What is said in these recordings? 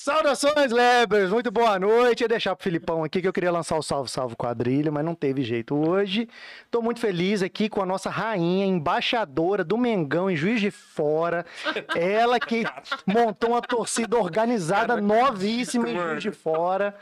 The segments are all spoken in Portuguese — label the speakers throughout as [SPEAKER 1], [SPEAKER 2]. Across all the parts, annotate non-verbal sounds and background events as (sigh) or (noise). [SPEAKER 1] Saudações, Lebers! Muito boa noite. Eu deixar pro Filipão aqui que eu queria lançar o Salve Salve Quadrilha, mas não teve jeito hoje. Tô muito feliz aqui com a nossa rainha, embaixadora do Mengão em Juiz de Fora. Ela que montou uma torcida organizada novíssima em Juiz de Fora.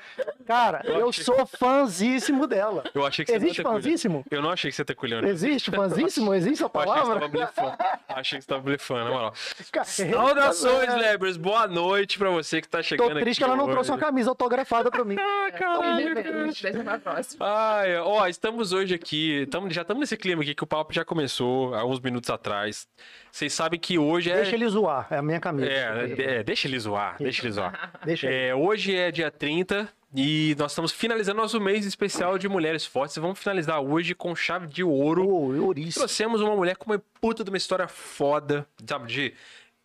[SPEAKER 1] Cara, eu sou fãzíssimo dela.
[SPEAKER 2] Eu achei que você
[SPEAKER 1] Existe
[SPEAKER 2] não ia ter culhão.
[SPEAKER 1] fãzíssimo?
[SPEAKER 2] Eu não achei que você tá culhando.
[SPEAKER 1] Existe fãzíssimo? Existe essa
[SPEAKER 2] Eu achei que você tava
[SPEAKER 1] palavra?
[SPEAKER 2] blefando. Achei que você tava blefando, na moral.
[SPEAKER 1] Cara,
[SPEAKER 2] Saudações, Lebers. Boa noite pra você que tá
[SPEAKER 1] Tô
[SPEAKER 2] chegando aqui.
[SPEAKER 1] triste que ela não
[SPEAKER 2] hoje.
[SPEAKER 1] trouxe uma camisa autografada pra mim.
[SPEAKER 2] Ah, caralho, cara.
[SPEAKER 3] Deixa pra próxima.
[SPEAKER 2] Ai, ó, estamos hoje aqui. tamo- já estamos nesse clima aqui que o papo já começou há uns minutos atrás. Vocês sabem que hoje é.
[SPEAKER 1] Deixa ele zoar, é a minha camisa.
[SPEAKER 2] É, de- é, deixa ele zoar, deixa ele zoar.
[SPEAKER 1] Deixa ele.
[SPEAKER 2] É, hoje é dia 30 e nós estamos finalizando nosso mês especial de mulheres fortes. Vamos finalizar hoje com chave de ouro.
[SPEAKER 1] Ô, Eurício.
[SPEAKER 2] Trouxemos uma mulher com uma puta de uma história foda, sabe? De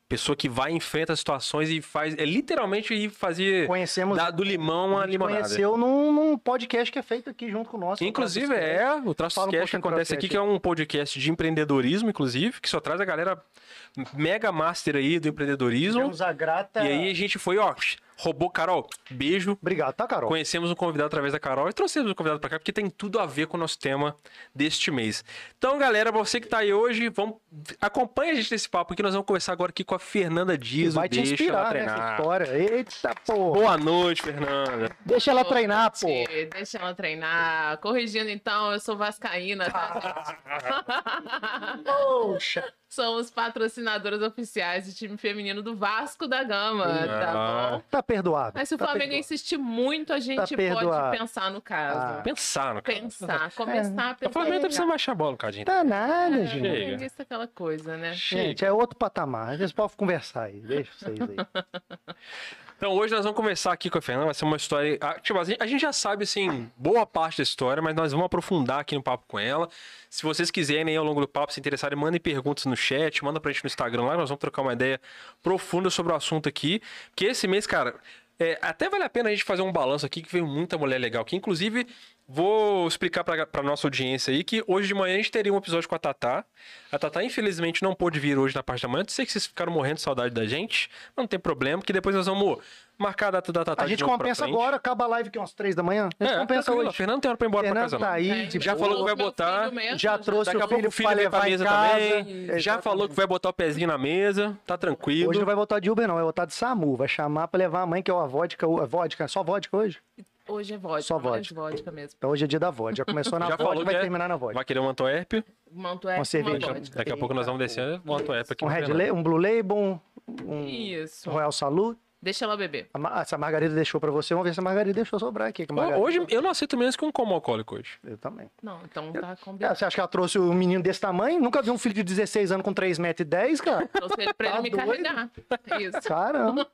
[SPEAKER 2] pessoa que vai, enfrenta situações e faz. É literalmente ir fazer.
[SPEAKER 1] Conhecemos.
[SPEAKER 2] da- do limão à
[SPEAKER 1] a gente
[SPEAKER 2] limonada.
[SPEAKER 1] conheceu num, num podcast que é feito aqui junto com nós.
[SPEAKER 2] Inclusive, é, o Traços
[SPEAKER 1] Fala um
[SPEAKER 2] Cast que
[SPEAKER 1] pouquinho do
[SPEAKER 2] acontece
[SPEAKER 1] Traços
[SPEAKER 2] aqui,
[SPEAKER 1] Cast.
[SPEAKER 2] que é um podcast de empreendedorismo, inclusive, que só traz a galera mega master aí do empreendedorismo.
[SPEAKER 1] Temos a grata.
[SPEAKER 2] E aí a gente foi, ó, roubou Carol, beijo.
[SPEAKER 1] Obrigado, tá, Carol?
[SPEAKER 2] Conhecemos um convidado através da Carol e trouxemos um convidado pra cá, porque tem tudo a ver com o nosso tema deste mês. Então, galera, pra você que tá aí hoje, vamos... acompanha a gente nesse papo aqui. Nós vamos conversar agora aqui com a Fernanda
[SPEAKER 1] E
[SPEAKER 2] Dias.
[SPEAKER 1] vai te
[SPEAKER 2] deixa ela
[SPEAKER 1] inspirar
[SPEAKER 2] treinar.
[SPEAKER 1] nessa história. Eita, pô.
[SPEAKER 2] Boa noite, Fernanda.
[SPEAKER 1] Deixa ela treinar, pô.
[SPEAKER 3] Gente, Deixa ela treinar. Corrigindo então, eu sou vascaína,
[SPEAKER 1] (laughs)
[SPEAKER 3] tá? gente?
[SPEAKER 1] Poxa.
[SPEAKER 3] Somos patrocinadoras oficiais do time feminino do Vasco da Gama,
[SPEAKER 2] Ah.
[SPEAKER 3] tá bom?
[SPEAKER 1] Tá perdoado.
[SPEAKER 3] Mas se o
[SPEAKER 1] tá
[SPEAKER 3] Flamengo
[SPEAKER 1] perdoado. Tá
[SPEAKER 3] insistir muito, a gente
[SPEAKER 1] perdoado. Ah.
[SPEAKER 3] pode pensar no caso.
[SPEAKER 2] Pensar no cara.
[SPEAKER 3] Pensar, começar a pensar.
[SPEAKER 2] É. O Flamengo tá
[SPEAKER 3] em-
[SPEAKER 2] precisando baixar a bola, Cadinho.
[SPEAKER 1] Tá nada,
[SPEAKER 3] É,
[SPEAKER 1] gente.
[SPEAKER 3] flamenguista é aquela coisa, né?
[SPEAKER 1] Gente, é outro patamar. Vocês podem conversar aí. Deixa vocês
[SPEAKER 2] Tá
[SPEAKER 1] aí.
[SPEAKER 2] Então hoje nós vamos conversar aqui com a Fernanda, vai ser uma história. ah, Tipo, a gente a gente já sabe, assim, boa parte da história, mas nós vamos aprofundar aqui no papo com ela. Se vocês quiserem aí ao longo do papo se interessarem, mandem perguntas no chat, manda pra gente no Instagram lá, nós vamos trocar uma ideia profunda sobre o assunto aqui. Porque esse mês, cara, é, até vale a pena a gente fazer um balanço aqui, que veio muita mulher legal aqui. Inclusive, vou explicar pra, pra nossa audiência aí que hoje de manhã a gente teria um episódio com a Tatá. A Tatá, infelizmente, não pôde vir hoje na parte da manhã. Eu sei que vocês ficaram morrendo de saudade da gente, mas não tem problema, que depois nós vamos marcar a data da Tatá
[SPEAKER 1] A
[SPEAKER 2] de
[SPEAKER 1] gente
[SPEAKER 2] novo pra
[SPEAKER 1] compensa
[SPEAKER 2] frente.
[SPEAKER 1] agora, acaba a live aqui umas três da manhã. A gente
[SPEAKER 2] É,
[SPEAKER 1] compensa
[SPEAKER 2] tranquilo, a
[SPEAKER 1] hoje.
[SPEAKER 2] Fernanda tem hora pra ir embora pra
[SPEAKER 1] Fernando
[SPEAKER 2] casa.
[SPEAKER 1] tá
[SPEAKER 2] não.
[SPEAKER 1] aí, de
[SPEAKER 2] Já
[SPEAKER 1] boa.
[SPEAKER 2] falou que vai
[SPEAKER 3] É, Meu
[SPEAKER 2] botar,
[SPEAKER 3] filho mesmo,
[SPEAKER 1] já trouxe
[SPEAKER 2] Daqui a
[SPEAKER 1] o
[SPEAKER 2] pouco
[SPEAKER 1] filho
[SPEAKER 2] o filho
[SPEAKER 1] pra
[SPEAKER 2] vem pra
[SPEAKER 1] levar em
[SPEAKER 2] mesa
[SPEAKER 1] casa.
[SPEAKER 2] também. Já
[SPEAKER 1] Exatamente.
[SPEAKER 2] falou que vai botar o pezinho na mesa, tá tranquilo.
[SPEAKER 1] Hoje não vai voltar de Uber, não. Vai voltar de SAMU. Vai chamar pra levar a mãe, que é a vodka. a vodka, só vodka hoje?
[SPEAKER 3] Hoje é vodka,
[SPEAKER 1] Só
[SPEAKER 3] mas
[SPEAKER 1] vodka.
[SPEAKER 3] vodka mesmo.
[SPEAKER 1] Então hoje é dia da vodka. Já começou na
[SPEAKER 2] (laughs) Já
[SPEAKER 1] vodka,
[SPEAKER 2] falou
[SPEAKER 1] vai
[SPEAKER 2] que é-
[SPEAKER 1] terminar na vodka.
[SPEAKER 2] Vai querer um Antoerp?
[SPEAKER 3] Manto é uma
[SPEAKER 1] cerveja.
[SPEAKER 3] vodka.
[SPEAKER 2] Daqui a pouco nós vamos descer um Antoerp aqui.
[SPEAKER 1] Um
[SPEAKER 2] pra
[SPEAKER 1] Red
[SPEAKER 2] Fernanda.
[SPEAKER 1] Label, um Blue Label, um
[SPEAKER 3] Isso.
[SPEAKER 1] Royal Salute.
[SPEAKER 3] Deixa ela beber.
[SPEAKER 1] A Ma- essa Margarida deixou pra você. Vamos ver se a Margarida deixou sobrar aqui. que a Margarida-
[SPEAKER 2] Hoje eu não aceito menos que um como alcoólico hoje.
[SPEAKER 1] Eu também.
[SPEAKER 3] Não, então tá
[SPEAKER 1] Cara,
[SPEAKER 3] combinado.
[SPEAKER 1] você acha que ela trouxe um menino desse tamanho? Nunca vi um filho de 16 anos com 3,10m,
[SPEAKER 2] (laughs)
[SPEAKER 1] cara?
[SPEAKER 3] Trouxe Então, ele pra
[SPEAKER 1] Tá
[SPEAKER 3] ele me
[SPEAKER 1] doido?
[SPEAKER 3] carregar. Isso.
[SPEAKER 1] (laughs) Caramba.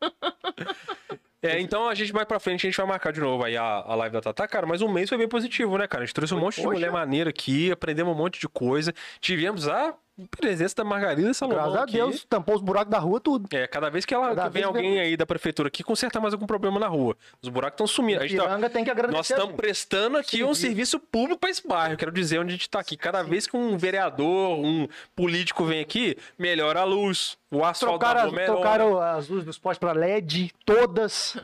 [SPEAKER 2] É, então a gente vai pra frente, a gente vai marcar de novo aí a, a live da Tatá, cara, mas um mês foi bem positivo, né, cara? A gente trouxe um monte de
[SPEAKER 1] Poxa.
[SPEAKER 2] mulher maneira aqui, aprendemos um monte de coisa, tivemos a presença da Margarida Salomão
[SPEAKER 1] Graças a
[SPEAKER 2] aqui.
[SPEAKER 1] Deus, tampou os buracos da rua, tudo.
[SPEAKER 2] É, cada vez que ela
[SPEAKER 1] Cada
[SPEAKER 2] que vem
[SPEAKER 1] vez
[SPEAKER 2] alguém aí da prefeitura que consertar mais algum problema na rua, os buracos estão sumindo. A gente tá-
[SPEAKER 1] Piranga tem que agradecer.
[SPEAKER 2] nós
[SPEAKER 1] a
[SPEAKER 2] estamos
[SPEAKER 1] gente.
[SPEAKER 2] prestando aqui um serviço público para esse bairro. Quero dizer onde a gente tá aqui. Cada vez que um vereador, um político vem aqui, melhora a luz, o asfalto tá da
[SPEAKER 1] Trocaram,
[SPEAKER 2] rua
[SPEAKER 1] as,
[SPEAKER 2] melhora.
[SPEAKER 1] trocaram as luzes do esporte pra LED, todas.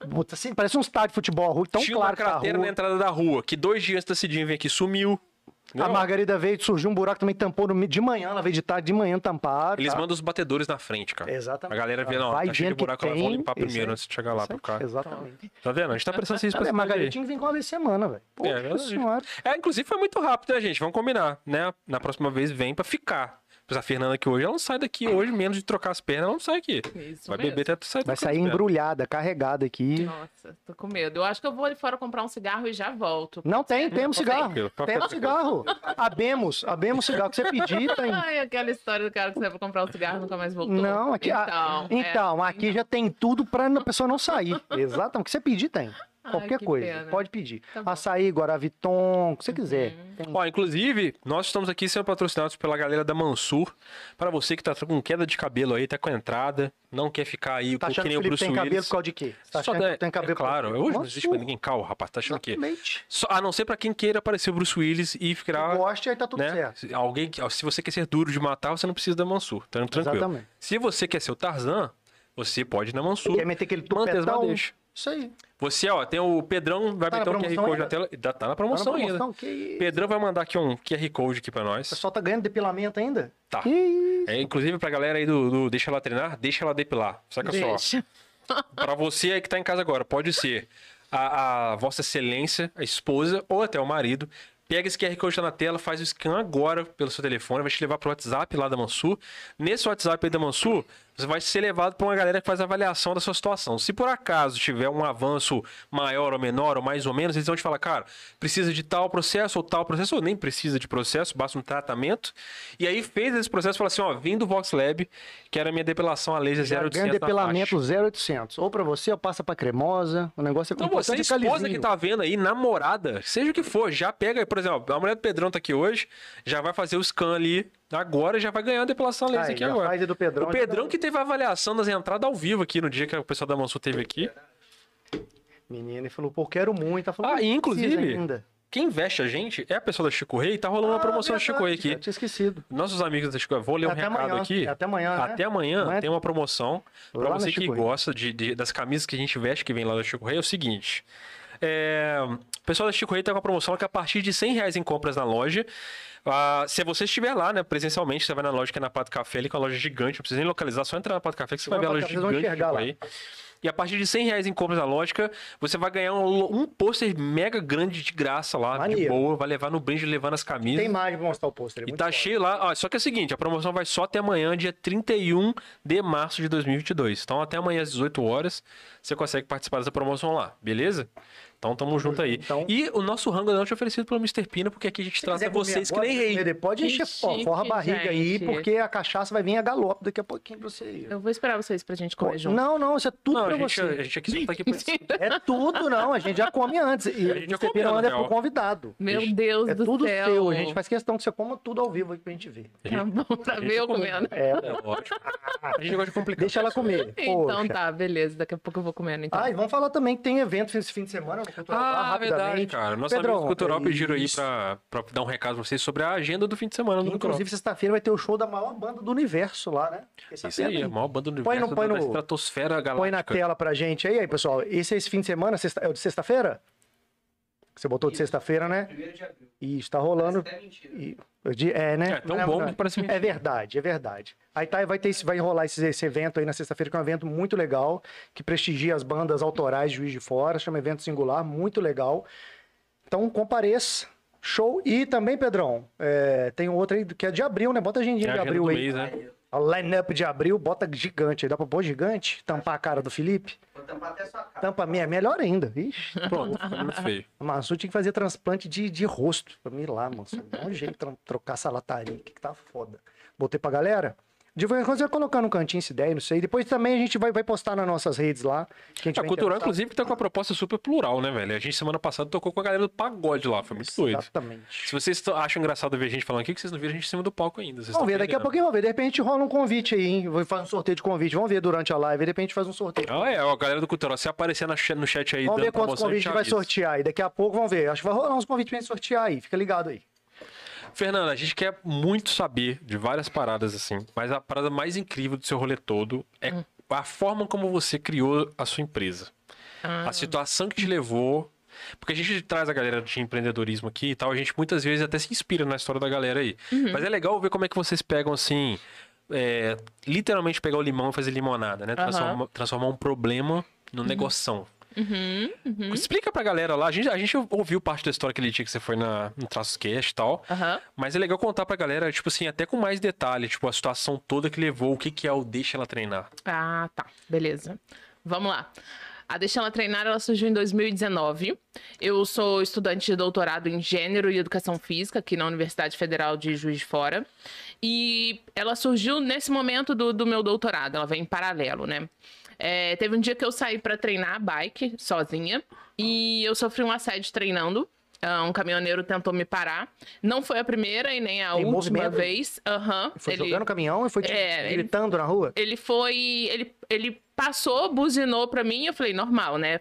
[SPEAKER 1] Puta, assim, parece um estádio de futebol, a rua, tão
[SPEAKER 2] Tinha
[SPEAKER 1] claro
[SPEAKER 2] uma
[SPEAKER 1] que tá a
[SPEAKER 2] cratera
[SPEAKER 1] rua.
[SPEAKER 2] na entrada da rua, que dois dias antes da Cidinha vem aqui, sumiu.
[SPEAKER 1] A
[SPEAKER 2] Não,
[SPEAKER 1] Margarida veio, surgiu um buraco também, tampou no meio de manhã, ela veio de tarde, de manhã tamparam.
[SPEAKER 2] Eles
[SPEAKER 1] tá?
[SPEAKER 2] mandam os batedores na frente, cara.
[SPEAKER 1] Exatamente.
[SPEAKER 2] A galera vê, não,
[SPEAKER 1] Vai
[SPEAKER 2] tá cheio de
[SPEAKER 1] vendo que
[SPEAKER 2] buraco, elas vão
[SPEAKER 1] tem,
[SPEAKER 2] limpar
[SPEAKER 1] isso
[SPEAKER 2] primeiro
[SPEAKER 1] aí,
[SPEAKER 2] antes de chegar lá pro carro.
[SPEAKER 1] Exatamente.
[SPEAKER 2] Tá vendo?
[SPEAKER 1] (laughs)
[SPEAKER 2] A gente tá prestando serviço pra
[SPEAKER 1] Cara, a
[SPEAKER 2] essa
[SPEAKER 1] Margarida
[SPEAKER 2] gente.
[SPEAKER 1] tinha que vir com uma vez por semana, velho. Poxa
[SPEAKER 2] É, verdade.
[SPEAKER 1] senhora.
[SPEAKER 2] É, inclusive foi muito rápido, né, gente? Vamos combinar, né? Na próxima vez vem pra ficar. Pois a Fernanda aqui hoje, ela não sai daqui hoje, menos de trocar as pernas, ela não sai aqui.
[SPEAKER 3] Isso
[SPEAKER 2] Vai
[SPEAKER 3] mesmo.
[SPEAKER 2] beber até sair
[SPEAKER 1] Vai
[SPEAKER 2] trocando
[SPEAKER 1] sair
[SPEAKER 2] as pernas.
[SPEAKER 1] embrulhada, carregada aqui.
[SPEAKER 3] Nossa, tô com medo. Eu acho que eu vou ali fora comprar um cigarro e já volto.
[SPEAKER 1] Não tem, temos cigarro.
[SPEAKER 2] tranquilo, pode
[SPEAKER 1] Temos cigarro. Abemos, abemos cigarro que você pedir, tá tem.
[SPEAKER 3] Ai, aquela história do cara que você vai comprar um cigarro e nunca mais voltou.
[SPEAKER 1] Não, aqui, a-
[SPEAKER 3] Então, é.
[SPEAKER 1] então, aqui já tem tudo pra a pessoa não
[SPEAKER 3] (laughs)
[SPEAKER 1] sair. Exatamente. O que você pedir, tem.
[SPEAKER 3] Ai,
[SPEAKER 1] Qualquer
[SPEAKER 3] que
[SPEAKER 1] coisa.
[SPEAKER 3] pena.
[SPEAKER 1] Pode pedir.
[SPEAKER 3] Tá bom. Uhum.
[SPEAKER 1] Açaí, Guaraviton, o que você quiser. Tem-
[SPEAKER 2] Ó, inclusive, nós estamos aqui sendo patrocinados pela galera da Mansur. Pra você que tá com queda de cabelo aí, tá com a entrada, não quer ficar aí
[SPEAKER 1] Tá
[SPEAKER 2] com Tipo, que
[SPEAKER 1] achando que
[SPEAKER 2] nem
[SPEAKER 1] o
[SPEAKER 2] o
[SPEAKER 1] Felipe
[SPEAKER 2] Bruce
[SPEAKER 1] tem cabelo
[SPEAKER 2] Willis.
[SPEAKER 1] por causa de quê? Tá
[SPEAKER 2] Só
[SPEAKER 1] achando
[SPEAKER 2] tem-
[SPEAKER 1] que tem cabelo
[SPEAKER 2] é claro,
[SPEAKER 1] por
[SPEAKER 2] hoje não existe pra
[SPEAKER 1] Nossa,
[SPEAKER 2] ninguém calvo, rapaz. Tá achando o quê?
[SPEAKER 1] Exatamente.
[SPEAKER 2] Só- a não ser pra quem queira parecer o Bruce Willis e ficar.
[SPEAKER 1] Goste, aí tá tudo
[SPEAKER 2] né?
[SPEAKER 1] certo.
[SPEAKER 2] Se- Alguém, que- se você quer ser duro de matar, você não precisa da Mansur. Tá tranquilo.
[SPEAKER 1] Exatamente.
[SPEAKER 2] Se você quer ser o Tarzan, Você pode ir na Mansur.
[SPEAKER 1] Quer meter aquele
[SPEAKER 2] Manter as
[SPEAKER 1] tupetão?
[SPEAKER 2] madeixas.
[SPEAKER 1] Isso aí.
[SPEAKER 2] Você, ó, tem o Pedrão, vai
[SPEAKER 1] Tá na
[SPEAKER 2] meter um QR
[SPEAKER 1] promoção
[SPEAKER 2] Code na
[SPEAKER 1] ainda?
[SPEAKER 2] tela. Tá, tá na
[SPEAKER 1] Tá na
[SPEAKER 2] promoção, ainda.
[SPEAKER 1] promoção? Que isso?
[SPEAKER 2] Pedrão vai mandar aqui um QR Code aqui pra
[SPEAKER 1] O
[SPEAKER 2] nós.
[SPEAKER 1] pessoal tá ganhando depilamento ainda?
[SPEAKER 2] Tá.
[SPEAKER 1] Que isso?
[SPEAKER 2] É, inclusive pra galera aí do, do Deixa Ela Treinar, deixa ela depilar. Saca só.
[SPEAKER 3] Deixa.
[SPEAKER 2] Pra você aí que tá em casa agora, pode ser a, a Vossa Excelência, a esposa ou até o marido. Pega esse QR Code que tá na tela, faz o scan agora pelo seu telefone, vai te levar pro WhatsApp lá da Mansur. Nesse WhatsApp aí da Mansur, você vai ser levado pra uma galera que faz a avaliação da sua situação. Se por acaso tiver um avanço maior ou menor, ou mais ou menos, eles vão te falar, cara, precisa de tal processo ou tal processo, ou nem precisa de processo, basta um tratamento. E aí fez esse processo e falou assim: ó, vim do Vox Lab, que era a minha depilação a laser
[SPEAKER 1] Já
[SPEAKER 2] 0,800
[SPEAKER 1] ganha
[SPEAKER 2] na faixa.
[SPEAKER 1] depilamento 0800. Ou pra você, ou passa pra cremosa. O negócio é
[SPEAKER 2] Então você,
[SPEAKER 1] importante é
[SPEAKER 2] esposa que
[SPEAKER 1] calizinho.
[SPEAKER 2] tá vendo aí, namorada, seja o que for, já pega, por exemplo, a mulher do Pedrão tá aqui hoje, já vai fazer o scan ali agora, já vai ganhar a depilação laser
[SPEAKER 1] Aí,
[SPEAKER 2] aqui
[SPEAKER 1] já
[SPEAKER 2] agora.
[SPEAKER 1] faz a do Pedrão,
[SPEAKER 2] o
[SPEAKER 1] já tá-
[SPEAKER 2] Pedrão
[SPEAKER 1] dá-
[SPEAKER 2] que teve a avaliação das entradas ao vivo aqui no dia que o pessoal da Mansur teve aqui.
[SPEAKER 1] Menina, ele falou, pô, quero muito. Tá Ela falou,
[SPEAKER 2] Ah,
[SPEAKER 1] não
[SPEAKER 2] e
[SPEAKER 1] precisa
[SPEAKER 2] inclusive,
[SPEAKER 1] ainda.
[SPEAKER 2] Quem veste a gente é a pessoa da Chico Rei, tá rolando uma promoção da Chico
[SPEAKER 1] Ah,
[SPEAKER 2] Rei
[SPEAKER 1] verdade, cara,
[SPEAKER 2] aqui.
[SPEAKER 1] Tinha esquecido.
[SPEAKER 2] Nossos amigos da Chico Rei, vou ler um
[SPEAKER 1] Até
[SPEAKER 2] recado
[SPEAKER 1] amanhã,
[SPEAKER 2] aqui.
[SPEAKER 1] até amanhã, né?
[SPEAKER 2] Até amanhã
[SPEAKER 1] Amanhã-
[SPEAKER 2] tem uma promoção pra
[SPEAKER 1] Lá na
[SPEAKER 2] você que
[SPEAKER 1] Chico Rei.
[SPEAKER 2] gosta de, de- das camisas que a gente veste, que vem lá da Chico Rei, é o seguinte. É, o pessoal da Chico Rei tá com a promoção que a partir de 100 reais em compras na loja. ah, se você estiver lá, né, presencialmente, você vai na loja que é na Pato Café, ali com a loja gigante, não precisa nem localizar, só entrar na Pato Café que você
[SPEAKER 1] Vai
[SPEAKER 2] vai ver a
[SPEAKER 1] na
[SPEAKER 2] loja
[SPEAKER 1] Pato Café, vocês vão
[SPEAKER 2] gigante da
[SPEAKER 1] enxergar
[SPEAKER 2] Chico
[SPEAKER 1] lá.
[SPEAKER 2] Rei. E a partir de 100 reais em compras na lógica, você vai ganhar um, um pôster mega grande de graça lá, de
[SPEAKER 1] Maneiro.
[SPEAKER 2] boa, vai levar no brinde levando as camisas.
[SPEAKER 1] Tem imagem pra mostrar o pôster. é
[SPEAKER 2] E
[SPEAKER 1] muito
[SPEAKER 2] tá
[SPEAKER 1] foda.
[SPEAKER 2] cheio lá. Ó, só que é o seguinte, a promoção vai só até amanhã, dia 31 de março de 2022. Então até amanhã às 18 horas você consegue participar dessa promoção lá, beleza? Então tamo junto aí.
[SPEAKER 1] Então-
[SPEAKER 2] E o nosso rango da noite é oferecido pelo Mr. Pina, porque aqui a gente
[SPEAKER 1] Se
[SPEAKER 2] trata
[SPEAKER 1] quiser comer
[SPEAKER 2] vocês que
[SPEAKER 1] agora,
[SPEAKER 2] nem
[SPEAKER 1] comer
[SPEAKER 2] rei.
[SPEAKER 1] depois, Pode
[SPEAKER 3] Que
[SPEAKER 1] encher, ó,
[SPEAKER 3] chique,
[SPEAKER 1] forra a barriga aí,
[SPEAKER 3] gente.
[SPEAKER 1] porque a cachaça vai vir a galope daqui a pouquinho pra você ir.
[SPEAKER 3] Eu vou esperar vocês pra gente comer junto.
[SPEAKER 1] Não, não, isso é tudo
[SPEAKER 2] Não, a
[SPEAKER 1] pra
[SPEAKER 2] gente,
[SPEAKER 1] você.
[SPEAKER 2] a gente aqui só tá
[SPEAKER 1] (laughs)
[SPEAKER 2] aqui pra isso.
[SPEAKER 1] É tudo, não. A gente já come antes. E
[SPEAKER 2] A gente já
[SPEAKER 1] você
[SPEAKER 2] comeu, na
[SPEAKER 1] piranda é
[SPEAKER 2] real.
[SPEAKER 1] pro convidado.
[SPEAKER 3] Meu Deus
[SPEAKER 1] É
[SPEAKER 3] do
[SPEAKER 1] tudo
[SPEAKER 3] céu.
[SPEAKER 1] seu. A gente faz questão que você coma tudo ao vivo aí pra gente ver. (laughs)
[SPEAKER 3] Tá bom, tá
[SPEAKER 2] gente
[SPEAKER 3] bem eu
[SPEAKER 2] comeu.
[SPEAKER 3] comendo.
[SPEAKER 1] É,
[SPEAKER 2] É ótimo. A gente gosta de complicar.
[SPEAKER 1] deixa ela comer.
[SPEAKER 3] Então
[SPEAKER 1] Poxa.
[SPEAKER 3] tá, beleza. Daqui a pouco eu vou comendo então.
[SPEAKER 1] Ah, e vamos falar também que tem evento esse fim de semana no Cultural Bar,
[SPEAKER 2] Ah, verdade,
[SPEAKER 1] rapidamente.
[SPEAKER 2] cara. Nosso
[SPEAKER 1] Pedrão,
[SPEAKER 2] amigo cultural
[SPEAKER 1] é
[SPEAKER 2] pediram aí
[SPEAKER 1] isso.
[SPEAKER 2] pra, pra dar um recado pra vocês sobre a agenda do fim de semana do Cultural.
[SPEAKER 1] Inclusive, sexta-feira vai ter o show da maior banda do universo lá, né? Essa
[SPEAKER 2] Isso aí, a maior banda do
[SPEAKER 1] Põe no-
[SPEAKER 2] universo
[SPEAKER 1] põe
[SPEAKER 2] da
[SPEAKER 1] no-
[SPEAKER 2] estratosfera galáctica.
[SPEAKER 1] Põe na tela pra gente aí, aí, pessoal. Esse é esse fim de semana, sexta- é o de sexta-feira? Que Você botou de sexta-feira, né? E está rolando. E- eu di- É, né?
[SPEAKER 2] É tão
[SPEAKER 1] Não
[SPEAKER 2] bom
[SPEAKER 1] verdade.
[SPEAKER 2] que parece mentira.
[SPEAKER 1] É verdade, é verdade. Aí tá, vai, ter, esse- vai rolar esse, esse evento aí na sexta-feira, que é um evento muito legal, que prestigia as bandas autorais de Juiz de Fora, chama Evento Singular, muito legal. Então compareça, show. E também, Pedrão, é, tem um outro aí que é de abril, né? Bota a
[SPEAKER 2] É
[SPEAKER 1] agendinha
[SPEAKER 2] a
[SPEAKER 1] de
[SPEAKER 2] agenda
[SPEAKER 1] abril
[SPEAKER 2] do
[SPEAKER 1] aí.
[SPEAKER 2] mês, né?
[SPEAKER 1] A line-up de abril, bota gigante aí. Dá pra pôr gigante? Tampar a cara do Felipe?
[SPEAKER 4] Vou tampar até a sua
[SPEAKER 2] Então,
[SPEAKER 4] cara.
[SPEAKER 1] Tampa a minha, melhor ainda. Ixi,
[SPEAKER 2] Pronto, ficou muito feio.
[SPEAKER 1] (laughs) mas eu tinha que fazer transplante de, de rosto pra mim ir lá, mano. Só Dá um jeito tro- trocar essa lataria aqui que tá foda. Botei pra galera. De vez em quando você vai colocar no cantinho essa ideia, não sei. Depois também a gente vai, vai postar nas nossas redes lá. Que a gente
[SPEAKER 2] A
[SPEAKER 1] vai
[SPEAKER 2] Cultural,
[SPEAKER 1] interagir.
[SPEAKER 2] inclusive, tá com uma proposta super plural, né, velho? A gente semana passada tocou com a galera do pagode lá, foi muito doido.
[SPEAKER 1] Exatamente.
[SPEAKER 2] Se vocês to- acham engraçado ver a gente falando aqui, que vocês não viram a gente em cima do palco ainda. Vocês
[SPEAKER 1] Vamos
[SPEAKER 2] tão
[SPEAKER 1] ver, daqui a
[SPEAKER 2] perdendo.
[SPEAKER 1] pouquinho vamos ver. De repente rola um convite aí, hein? Vou fazer um sorteio de convite. Vamos ver durante a live. De repente faz um sorteio.
[SPEAKER 2] Ah, é, ó, a galera do Cultural, se aparecer na che- no chat aí
[SPEAKER 1] Vamos
[SPEAKER 2] dando
[SPEAKER 1] ver quantos
[SPEAKER 2] promoção, a gente
[SPEAKER 1] convites vai
[SPEAKER 2] avisa.
[SPEAKER 1] sortear aí. Daqui a pouco vamos ver. Acho que vai rolar uns convites pra gente sortear aí. Fica ligado aí.
[SPEAKER 2] Fernanda, a gente quer muito saber de várias paradas assim, mas a parada mais incrível do seu rolê todo é a forma como você criou a sua empresa. A situação que te levou. Porque a gente traz a galera de empreendedorismo aqui e tal, a gente muitas vezes até se inspira na história da galera aí. Mas é legal ver como é que vocês pegam assim. é, literalmente pegar o limão e fazer limonada, né? Transforma- Transformar um problema num negoção.
[SPEAKER 3] Uhum.
[SPEAKER 2] Explica pra galera lá. A gente, a gente ouviu parte da história aquele dia que você foi na, no Traços Cast e tal.
[SPEAKER 3] Aham.
[SPEAKER 2] Mas é legal contar pra galera, tipo assim, até com mais detalhe, tipo, a situação toda que levou, o que, que é o Deixa Ela Treinar.
[SPEAKER 3] Ah, tá. Beleza. Vamos lá. A Deixa Ela Treinar, ela surgiu em 2019. Eu sou estudante de doutorado em Gênero e Educação Física aqui na Universidade Federal de Juiz de Fora. E ela surgiu nesse momento do, do meu doutorado, ela vem em paralelo, né? É, teve um dia que eu saí pra treinar a bike sozinha e eu sofri um assédio treinando. Ah, Um caminhoneiro tentou me parar. Não foi a primeira e nem a
[SPEAKER 1] Tem
[SPEAKER 3] última
[SPEAKER 1] movimento?
[SPEAKER 3] vez. Aham.
[SPEAKER 1] Foi jogando o caminhão e foi te-
[SPEAKER 3] É, ele-
[SPEAKER 1] gritando na rua?
[SPEAKER 3] ele foi. Ele, ele passou, buzinou pra mim, eu falei, normal, né?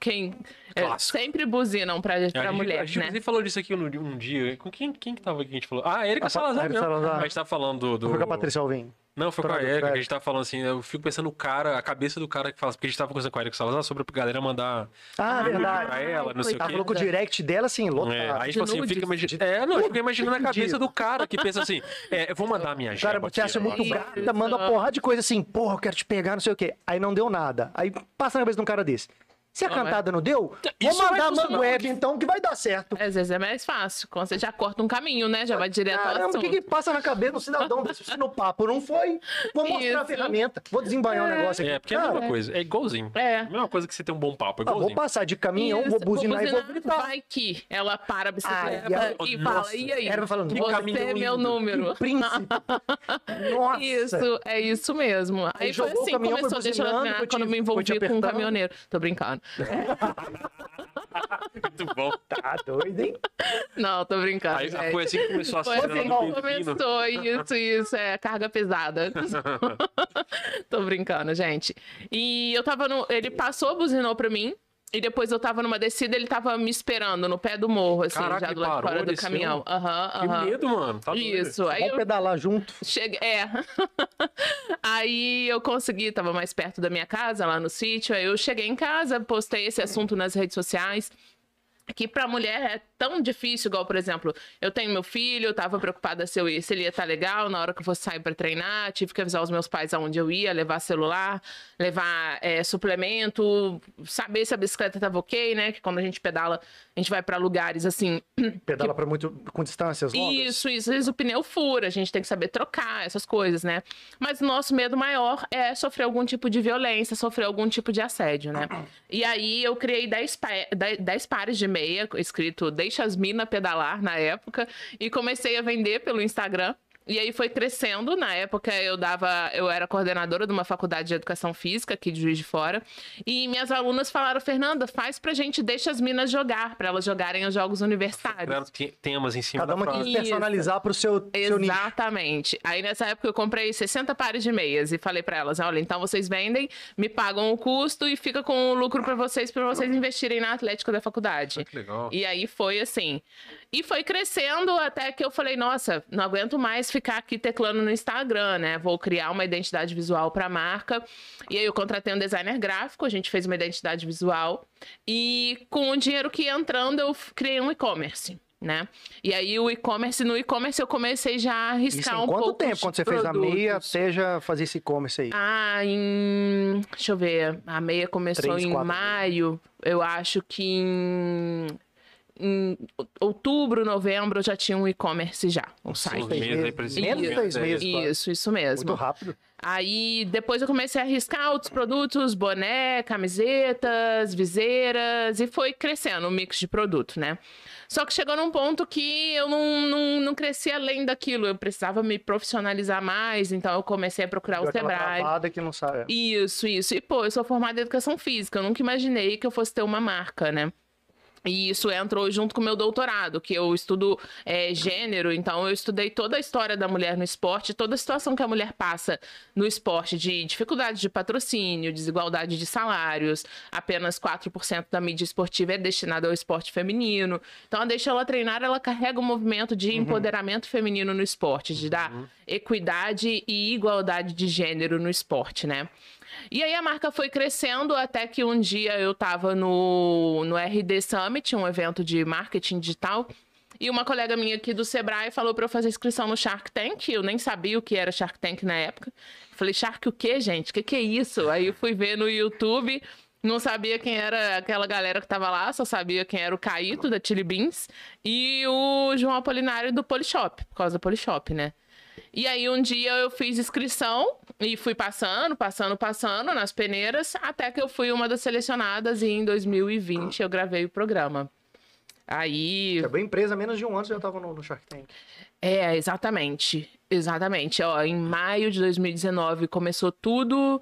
[SPEAKER 3] Quem. é,
[SPEAKER 2] Clássico.
[SPEAKER 3] sempre buzinam pra,
[SPEAKER 1] É,
[SPEAKER 3] pra
[SPEAKER 2] gente-
[SPEAKER 3] mulher,
[SPEAKER 2] a gente
[SPEAKER 3] né?
[SPEAKER 2] inclusive, falou disso aqui um, um dia. Com quem, quem que tava aqui que a gente falou? Ah, a Erika
[SPEAKER 1] A Fa-
[SPEAKER 2] Salazar.
[SPEAKER 1] Erika
[SPEAKER 2] mesmo.
[SPEAKER 1] Salazar.
[SPEAKER 2] A gente tava falando do. do...
[SPEAKER 1] Vou colocar a Patrícia Alvim.
[SPEAKER 2] Não, foi com a
[SPEAKER 1] Pronto,
[SPEAKER 2] Erika, que a
[SPEAKER 1] Erika.
[SPEAKER 2] gente tava falando assim, eu fico pensando no cara, a cabeça do cara que fala, porque a gente tava conversando com a Erika Salazar sobre a galera mandar
[SPEAKER 1] Ah, verdade.
[SPEAKER 2] pra ela, não sei o
[SPEAKER 1] Ela
[SPEAKER 3] coitada.
[SPEAKER 2] quê.
[SPEAKER 1] falou que o direct dela, assim, lotado.
[SPEAKER 2] É, aí,
[SPEAKER 3] De
[SPEAKER 2] tipo assim,
[SPEAKER 3] nudes.
[SPEAKER 2] fica imaginando. É, não, eu fico imaginando a cabeça
[SPEAKER 1] Entendi.
[SPEAKER 2] do cara que pensa assim: é, eu vou mandar a minha
[SPEAKER 1] O
[SPEAKER 2] jeba.
[SPEAKER 1] cara te
[SPEAKER 2] aqui,
[SPEAKER 1] acha
[SPEAKER 2] ó.
[SPEAKER 1] muito
[SPEAKER 3] Isso.
[SPEAKER 1] gata, manda uma porrada de coisa assim, porra, eu quero te pegar, não sei o quê. Aí não deu nada. Aí passa na cabeça de um cara desse. Se a
[SPEAKER 3] Não,
[SPEAKER 1] cantada não deu, vou
[SPEAKER 2] Isso vai
[SPEAKER 1] mandar a
[SPEAKER 2] funcionar.
[SPEAKER 1] Mango Web, então, que vai dar certo.
[SPEAKER 3] Às vezes é mais fácil, quando você já corta um caminho, né? Já vai direto ao
[SPEAKER 1] Caramba, o que,
[SPEAKER 3] assunto.
[SPEAKER 1] que passa na cabeça do cidadão desse se no papo? Não foi? Vou mostrar a
[SPEAKER 3] Isso.
[SPEAKER 1] ferramenta. Vou desembanhar o negócio aqui.
[SPEAKER 2] É, porque é a
[SPEAKER 1] Cara,
[SPEAKER 2] mesma coisa. É igualzinho.
[SPEAKER 3] É.
[SPEAKER 2] A mesma coisa que você ter um bom papo.
[SPEAKER 1] ah,
[SPEAKER 2] É
[SPEAKER 1] vou
[SPEAKER 2] igualzinho.
[SPEAKER 1] passar de caminhão,
[SPEAKER 3] Isso,
[SPEAKER 1] vou buzinar e vou gritar.
[SPEAKER 3] Vai que ela para a bicicleta
[SPEAKER 1] Ah,
[SPEAKER 2] e
[SPEAKER 3] e
[SPEAKER 2] ela-
[SPEAKER 3] fala,
[SPEAKER 2] Nossa,
[SPEAKER 3] e aí?
[SPEAKER 1] era falando, que
[SPEAKER 3] você é
[SPEAKER 2] caminho
[SPEAKER 3] meu
[SPEAKER 2] lindo,
[SPEAKER 3] número.
[SPEAKER 1] Que príncipe. (laughs) Nossa.
[SPEAKER 3] Isso, é isso mesmo. Aí foi
[SPEAKER 1] jogou o
[SPEAKER 3] assim,
[SPEAKER 1] caminhão,
[SPEAKER 3] começou,
[SPEAKER 1] foi
[SPEAKER 3] deixa eu
[SPEAKER 1] buzinando,
[SPEAKER 3] adivinhar,
[SPEAKER 1] foi te-
[SPEAKER 3] quando eu me
[SPEAKER 1] foi te
[SPEAKER 3] envolvi com um
[SPEAKER 1] apertando.
[SPEAKER 3] caminhoneiro. Tô
[SPEAKER 1] (laughs)
[SPEAKER 3] brincando.
[SPEAKER 2] Muito bom.
[SPEAKER 1] Tá doido, hein?
[SPEAKER 3] Não, tô brincando,
[SPEAKER 2] Aí
[SPEAKER 3] gente.
[SPEAKER 2] foi assim que começou a
[SPEAKER 3] Foi
[SPEAKER 2] cena
[SPEAKER 3] assim
[SPEAKER 2] do
[SPEAKER 3] que
[SPEAKER 2] pepino.
[SPEAKER 3] começou, isso, isso, é
[SPEAKER 2] (laughs)
[SPEAKER 3] carga pesada. Tô brincando, gente. E eu tava no. Ele passou, buzinou pra mim. E depois eu tava numa descida, ele tava me esperando no pé do morro, assim,
[SPEAKER 2] Caraca,
[SPEAKER 3] já
[SPEAKER 2] ele
[SPEAKER 3] do lado de
[SPEAKER 2] parou,
[SPEAKER 3] fora do
[SPEAKER 2] desceu?
[SPEAKER 3] caminhão. Aham,
[SPEAKER 2] Que
[SPEAKER 3] aham.
[SPEAKER 2] medo, mano. Tá doido.
[SPEAKER 3] Ah. Isso. Aí
[SPEAKER 1] Vamos
[SPEAKER 3] eu
[SPEAKER 1] pedalar junto.
[SPEAKER 3] Cheguei, é. (laughs) aí eu consegui, tava mais perto da minha casa, lá no sítio. Aí eu cheguei em casa, postei esse assunto nas redes sociais. Que pra mulher é tão difícil, igual, por exemplo, eu tenho meu filho, eu tava preocupada se, eu ia, se ele ia estar legal na hora que eu fosse sair pra treinar, tive que avisar os meus pais aonde eu ia, levar celular, levar é, suplemento, saber se a bicicleta tava ok, né? Que quando a gente pedala, a gente vai pra lugares assim,
[SPEAKER 1] Pedala pra muito, com distâncias longas.
[SPEAKER 3] isso, isso. Às vezes o pneu fura, a gente tem que saber trocar, essas coisas, né? Mas o nosso medo maior é sofrer algum tipo de violência, sofrer algum tipo de assédio, né? E aí eu criei 10, pa- dez- 10 pares de meia, escrito Deixa as mina pedalar na época, e comecei a vender pelo Instagram. E aí foi crescendo. Na época eu dava, eu era coordenadora de uma faculdade de educação física aqui de Juiz de Fora. E minhas alunas falaram: "Fernanda, faz pra gente, deixa as minas jogar, pra elas jogarem os jogos universitários".
[SPEAKER 2] Criando te- temas em cima
[SPEAKER 1] Cada
[SPEAKER 2] da
[SPEAKER 1] uma
[SPEAKER 2] frase.
[SPEAKER 1] quis personalizar pro seu, seu nicho.
[SPEAKER 3] Exatamente. Aí nessa época eu comprei 60 pares de meias e falei pra elas, olha, então vocês vendem, me pagam o custo e fica com o lucro pra vocês para vocês investirem na Atlética da faculdade.
[SPEAKER 2] Que legal.
[SPEAKER 3] E aí foi assim. E foi crescendo até que eu falei, nossa, não aguento mais ficar aqui teclando no Instagram, né? Vou criar uma identidade visual para a marca. E aí eu contratei um designer gráfico, a gente fez uma identidade visual. E com o dinheiro que ia entrando, eu f- criei um e-commerce. Né? E aí o e-commerce, no e-commerce eu comecei já a
[SPEAKER 1] Isso
[SPEAKER 3] arriscar
[SPEAKER 1] em
[SPEAKER 3] um pouco.
[SPEAKER 1] quanto tempo,
[SPEAKER 3] os
[SPEAKER 1] quando você fez a
[SPEAKER 3] produtos.
[SPEAKER 1] meia, seja fazer esse e-commerce aí?
[SPEAKER 3] Ah, em. Deixa eu ver. A meia começou
[SPEAKER 1] Três,
[SPEAKER 3] em
[SPEAKER 1] quatro meses.
[SPEAKER 3] maio. Eu acho que em. em outubro, novembro, eu já tinha um e-commerce já, um
[SPEAKER 2] Uns
[SPEAKER 3] site.
[SPEAKER 1] seis
[SPEAKER 2] meses aí
[SPEAKER 1] meses.
[SPEAKER 2] pra esse
[SPEAKER 1] Menos de
[SPEAKER 2] momento
[SPEAKER 1] seis
[SPEAKER 2] aí.
[SPEAKER 1] meses. claro.
[SPEAKER 3] Isso, isso mesmo.
[SPEAKER 1] é. Muito rápido.
[SPEAKER 3] Aí depois eu comecei a arriscar outros produtos, boné, camisetas, viseiras, e foi crescendo o mix de produto, né? Só que chegou num ponto que eu não, não, não cresci além daquilo, eu precisava me profissionalizar mais, então eu comecei a procurar
[SPEAKER 1] Deu
[SPEAKER 3] o
[SPEAKER 1] aquela
[SPEAKER 3] Sebrae.
[SPEAKER 1] travada que não sabe.
[SPEAKER 3] Isso, isso. E, pô, eu sou formada em educação física. Eu nunca imaginei que eu fosse ter uma marca, né? E isso entrou junto com o meu doutorado, que eu estudo é, gênero, então eu estudei toda a história da mulher no esporte, toda a situação que a mulher passa no esporte, de dificuldade de patrocínio, desigualdade de salários, apenas 4% da mídia esportiva é destinada ao esporte feminino. Então, a Deixa Ela Treinar, ela carrega o movimento de empoderamento feminino no esporte, de dar equidade e igualdade de gênero no esporte, né? E aí a marca foi crescendo até que um dia eu tava no, no RD Summit, um evento de marketing digital. E uma colega minha aqui do Sebrae falou pra eu fazer inscrição no Shark Tank. Eu nem sabia o que era Shark Tank na época. Falei, Shark o quê, gente? O que, que é isso? Aí eu fui ver no YouTube. Não sabia quem era aquela galera que tava lá, só sabia quem era o Caíto da Chili Beans e o João Apolinário do Polishop, por causa do Polishop, né? E aí um dia eu fiz inscrição e fui passando, passando, passando nas peneiras, até que eu fui uma das selecionadas e em 2020 eu gravei o programa. Aí,
[SPEAKER 1] Acabei É empresa há menos de um ano, você já tava no, no Shark Tank.
[SPEAKER 3] é, exatamente. Exatamente, ó, em maio de 2019 começou tudo,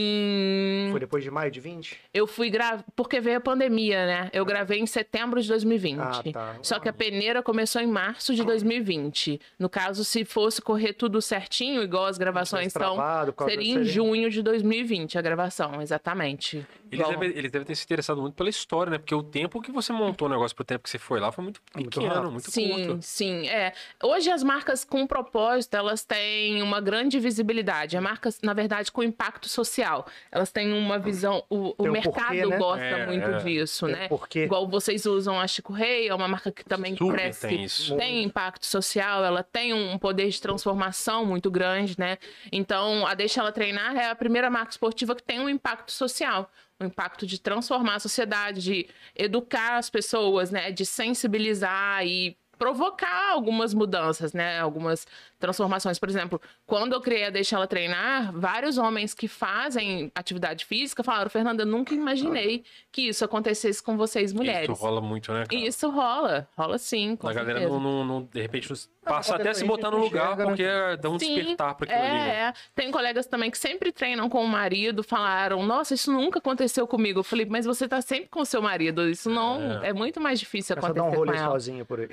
[SPEAKER 3] em
[SPEAKER 1] Foi depois de maio de 20?
[SPEAKER 3] eu fui gravar. Porque veio a pandemia, né? Eu gravei em setembro de 2020.
[SPEAKER 1] Ah, tá.
[SPEAKER 3] Só que a peneira começou em março de 2020. No caso, se fosse correr tudo certinho, igual as gravações estão.
[SPEAKER 1] travado por causa
[SPEAKER 3] Seria
[SPEAKER 1] da-
[SPEAKER 3] em junho de 2020 a gravação, exatamente.
[SPEAKER 2] Eles
[SPEAKER 3] Bom,
[SPEAKER 2] devem, eles devem ter se interessado muito pela história, né? Porque o tempo que você montou o negócio pro tempo que você foi lá foi muito
[SPEAKER 1] Muito
[SPEAKER 2] pequeno,
[SPEAKER 1] rápido.
[SPEAKER 2] muito,
[SPEAKER 3] sim,
[SPEAKER 2] curto.
[SPEAKER 3] sim, é. Hoje as marcas com propósito propósito, elas têm uma grande visibilidade. É marcas, na verdade, com impacto social. Elas têm uma visão. O, o
[SPEAKER 1] Tem um
[SPEAKER 3] mercado
[SPEAKER 1] porquê, né?
[SPEAKER 3] gosta
[SPEAKER 2] É,
[SPEAKER 3] muito
[SPEAKER 2] é.
[SPEAKER 3] disso,
[SPEAKER 1] Tem um
[SPEAKER 3] né?
[SPEAKER 1] porquê.
[SPEAKER 3] Igual vocês usam a Chico Rei, é uma marca que também
[SPEAKER 2] Super
[SPEAKER 3] cresce.
[SPEAKER 2] tem isso.
[SPEAKER 3] tem impacto social, ela tem um poder de transformação muito grande, né? Então, a Deixa Ela Treinar é a primeira marca esportiva que tem um impacto social. Um impacto de transformar a sociedade, de educar as pessoas, né? De sensibilizar e provocar algumas mudanças, né? Algumas transformações. Por exemplo, quando eu criei a Deixa Ela Treinar, vários homens que fazem atividade física falaram, Fernanda, eu nunca imaginei que isso acontecesse com vocês, mulheres.
[SPEAKER 2] Isso rola muito, né, cara?
[SPEAKER 3] E isso rola, rola sim, com
[SPEAKER 2] A galera não,
[SPEAKER 3] certeza.
[SPEAKER 2] não- não- de repente, não passa
[SPEAKER 1] mas
[SPEAKER 2] até a se
[SPEAKER 1] depois a
[SPEAKER 2] botar no
[SPEAKER 1] gente
[SPEAKER 2] lugar,
[SPEAKER 1] enxerga, né?
[SPEAKER 2] porque dá um
[SPEAKER 3] Sim,
[SPEAKER 2] despertar pra aquilo
[SPEAKER 3] é,
[SPEAKER 2] ali. né?
[SPEAKER 3] é. Tem colegas também que sempre treinam com o marido, falaram, nossa, isso nunca aconteceu comigo. Eu falei, mas você tá sempre com o seu marido, isso não... É, muito mais difícil
[SPEAKER 1] Começa a
[SPEAKER 3] acontecer
[SPEAKER 1] dar um
[SPEAKER 3] com
[SPEAKER 1] rolê
[SPEAKER 3] ela.
[SPEAKER 1] sozinho por aí.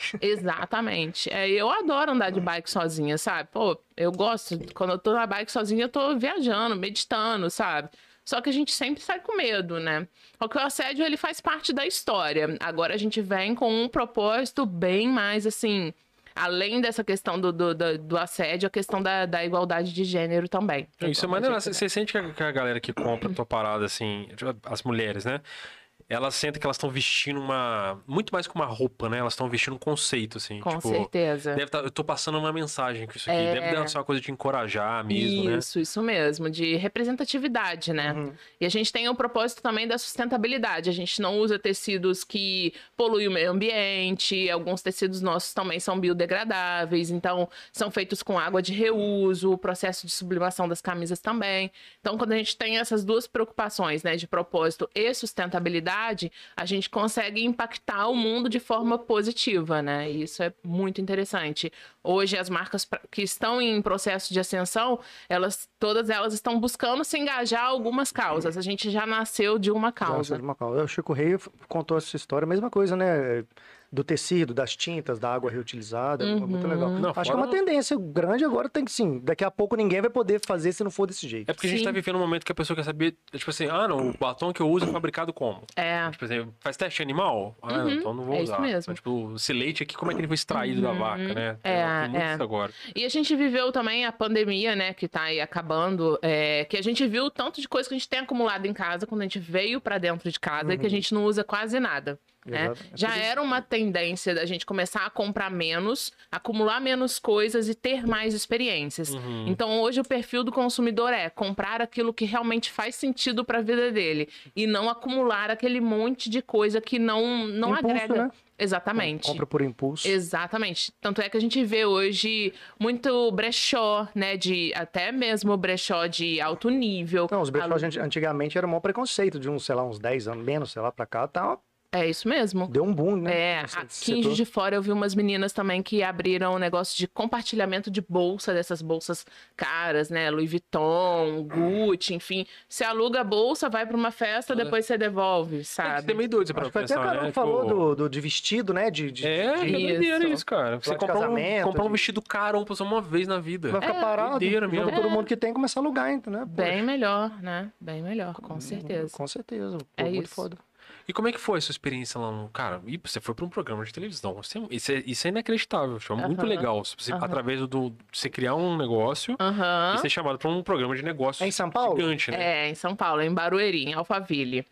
[SPEAKER 3] Exatamente. É, eu adoro andar de bike sozinha, sabe? Pô, eu gosto. Quando eu tô na bike sozinha, eu tô viajando, meditando, sabe? Só que a gente sempre sai com medo, né? Só que o assédio, ele faz parte da história. Agora a gente vem com um propósito bem mais, assim... Além dessa questão do, do, do- do assédio, a questão da, da igualdade de gênero também. Então,
[SPEAKER 2] Não, Isso é maneiro. Você você sente que a, que a galera que compra a tua parada, assim, tipo, as mulheres, né? Elas sentem que elas estão vestindo uma. Muito mais que uma roupa, né? Elas estão vestindo um conceito, assim.
[SPEAKER 3] Com
[SPEAKER 2] tipo,
[SPEAKER 3] certeza.
[SPEAKER 2] Deve tá, eu tô passando uma mensagem com isso aqui.
[SPEAKER 3] É.
[SPEAKER 2] Deve ser uma coisa de encorajar mesmo, né?
[SPEAKER 3] Isso, isso mesmo, de representatividade, né?
[SPEAKER 1] (laughs)
[SPEAKER 3] E a gente tem o propósito também da sustentabilidade. A gente não usa tecidos que poluem o meio ambiente, alguns tecidos nossos também são biodegradáveis, então são feitos com água de reuso, o processo de sublimação das camisas também. Então, quando a gente tem essas duas preocupações, né, de propósito e sustentabilidade, a gente consegue impactar o mundo de forma positiva, né? E isso é muito interessante. Hoje as marcas pra- que estão em processo de ascensão, elas todas elas estão buscando se engajar a algumas causas. A gente já nasceu de uma
[SPEAKER 1] Nossa,
[SPEAKER 3] causa.
[SPEAKER 1] de Macau. É, O Chico Rei f- contou essa história, mesma coisa, né? Do tecido, das tintas, da água reutilizada. é
[SPEAKER 3] Uhum.
[SPEAKER 1] Muito legal.
[SPEAKER 2] Não,
[SPEAKER 1] Acho que é
[SPEAKER 2] fora-
[SPEAKER 1] uma tendência grande agora, tem que sim. Daqui a pouco ninguém vai poder fazer se não for desse jeito.
[SPEAKER 2] É porque a gente
[SPEAKER 3] Sim.
[SPEAKER 2] tá vivendo um momento que a pessoa quer saber, tipo assim, ah, não, o batom que eu uso é fabricado como?
[SPEAKER 3] É,
[SPEAKER 2] Tipo assim, faz teste animal? Ah, não, então não vou
[SPEAKER 3] é isso
[SPEAKER 2] usar.
[SPEAKER 3] mesmo. Uhum.
[SPEAKER 2] Então, tipo, esse leite aqui, como é que ele foi extraído da vaca, né?
[SPEAKER 3] É,
[SPEAKER 2] Tem muito
[SPEAKER 3] é.
[SPEAKER 2] isso agora.
[SPEAKER 3] E a gente viveu também a pandemia, né, que tá aí acabando, é, que a gente viu o tanto de coisa que a gente tem acumulado em casa quando a gente veio pra dentro de casa e que a gente não usa quase nada. né?
[SPEAKER 1] Exato. Uhum. É
[SPEAKER 3] Já
[SPEAKER 1] por isso-
[SPEAKER 3] era uma tendência da gente começar a comprar menos, acumular menos coisas e ter mais experiências.
[SPEAKER 1] Uhum.
[SPEAKER 3] Então hoje o perfil do consumidor é comprar aquilo que realmente faz sentido pra vida dele e não acumular aquele monte de coisa que não não
[SPEAKER 1] Impulso,
[SPEAKER 3] agrega.
[SPEAKER 1] né?
[SPEAKER 3] Exatamente.
[SPEAKER 1] Compra por impulso.
[SPEAKER 3] Exatamente. Tanto é que a gente vê hoje muito brechó, né? De até mesmo brechó de alto nível.
[SPEAKER 1] Não, os brechós
[SPEAKER 3] Alu-
[SPEAKER 1] gente, antigamente era um maior preconceito de uns, sei lá, uns 10 anos menos, sei lá, pra cá, tá, ó,
[SPEAKER 3] É isso mesmo.
[SPEAKER 1] deu um boom, né?
[SPEAKER 3] É,
[SPEAKER 1] nesse
[SPEAKER 3] aqui em
[SPEAKER 1] setor.
[SPEAKER 3] Juiz de Fora eu vi umas meninas também que abriram um negócio de compartilhamento de bolsa, dessas bolsas caras, né? Louis Vuitton, Gucci, enfim. Você aluga a bolsa, vai pra uma festa,
[SPEAKER 2] Olha.
[SPEAKER 3] depois você
[SPEAKER 1] É
[SPEAKER 3] devolve,
[SPEAKER 2] Tem que ser
[SPEAKER 3] sabe?
[SPEAKER 2] meio doido pra
[SPEAKER 1] Acho que até o
[SPEAKER 2] pensar,
[SPEAKER 1] Carol
[SPEAKER 2] né?
[SPEAKER 1] falou
[SPEAKER 2] Tipo,
[SPEAKER 1] do, do- de vestido, né? De, de-
[SPEAKER 2] É, que
[SPEAKER 1] de-
[SPEAKER 3] Isso.
[SPEAKER 2] doideira isso, cara. Você
[SPEAKER 1] de
[SPEAKER 2] comprar um,
[SPEAKER 1] casamento,
[SPEAKER 2] comprar um
[SPEAKER 1] de-
[SPEAKER 2] vestido caro uma pessoa uma vez na vida.
[SPEAKER 1] vai ficar
[SPEAKER 3] É,
[SPEAKER 1] parado.
[SPEAKER 2] doideira
[SPEAKER 1] junta
[SPEAKER 2] mesmo.
[SPEAKER 1] todo mundo que tem e começar a alugar, né?
[SPEAKER 3] Bem melhor, né? Bem melhor, com certeza.
[SPEAKER 1] Hum, Com certeza. Pô,
[SPEAKER 3] É
[SPEAKER 1] muito
[SPEAKER 3] isso.
[SPEAKER 1] foda.
[SPEAKER 2] E como é que foi a sua experiência lá no. Cara, e você foi pra um programa de televisão. Isso é, isso é, isso é inacreditável. Acho muito
[SPEAKER 3] Aham.
[SPEAKER 2] legal. Você-
[SPEAKER 3] Aham.
[SPEAKER 2] Através do- do. Você criar um negócio
[SPEAKER 3] Aham.
[SPEAKER 2] e ser chamado pra um programa de negócio
[SPEAKER 1] É em São Paulo?
[SPEAKER 2] gigante, né?
[SPEAKER 3] É, em São Paulo, em Barueri, em Alphaville.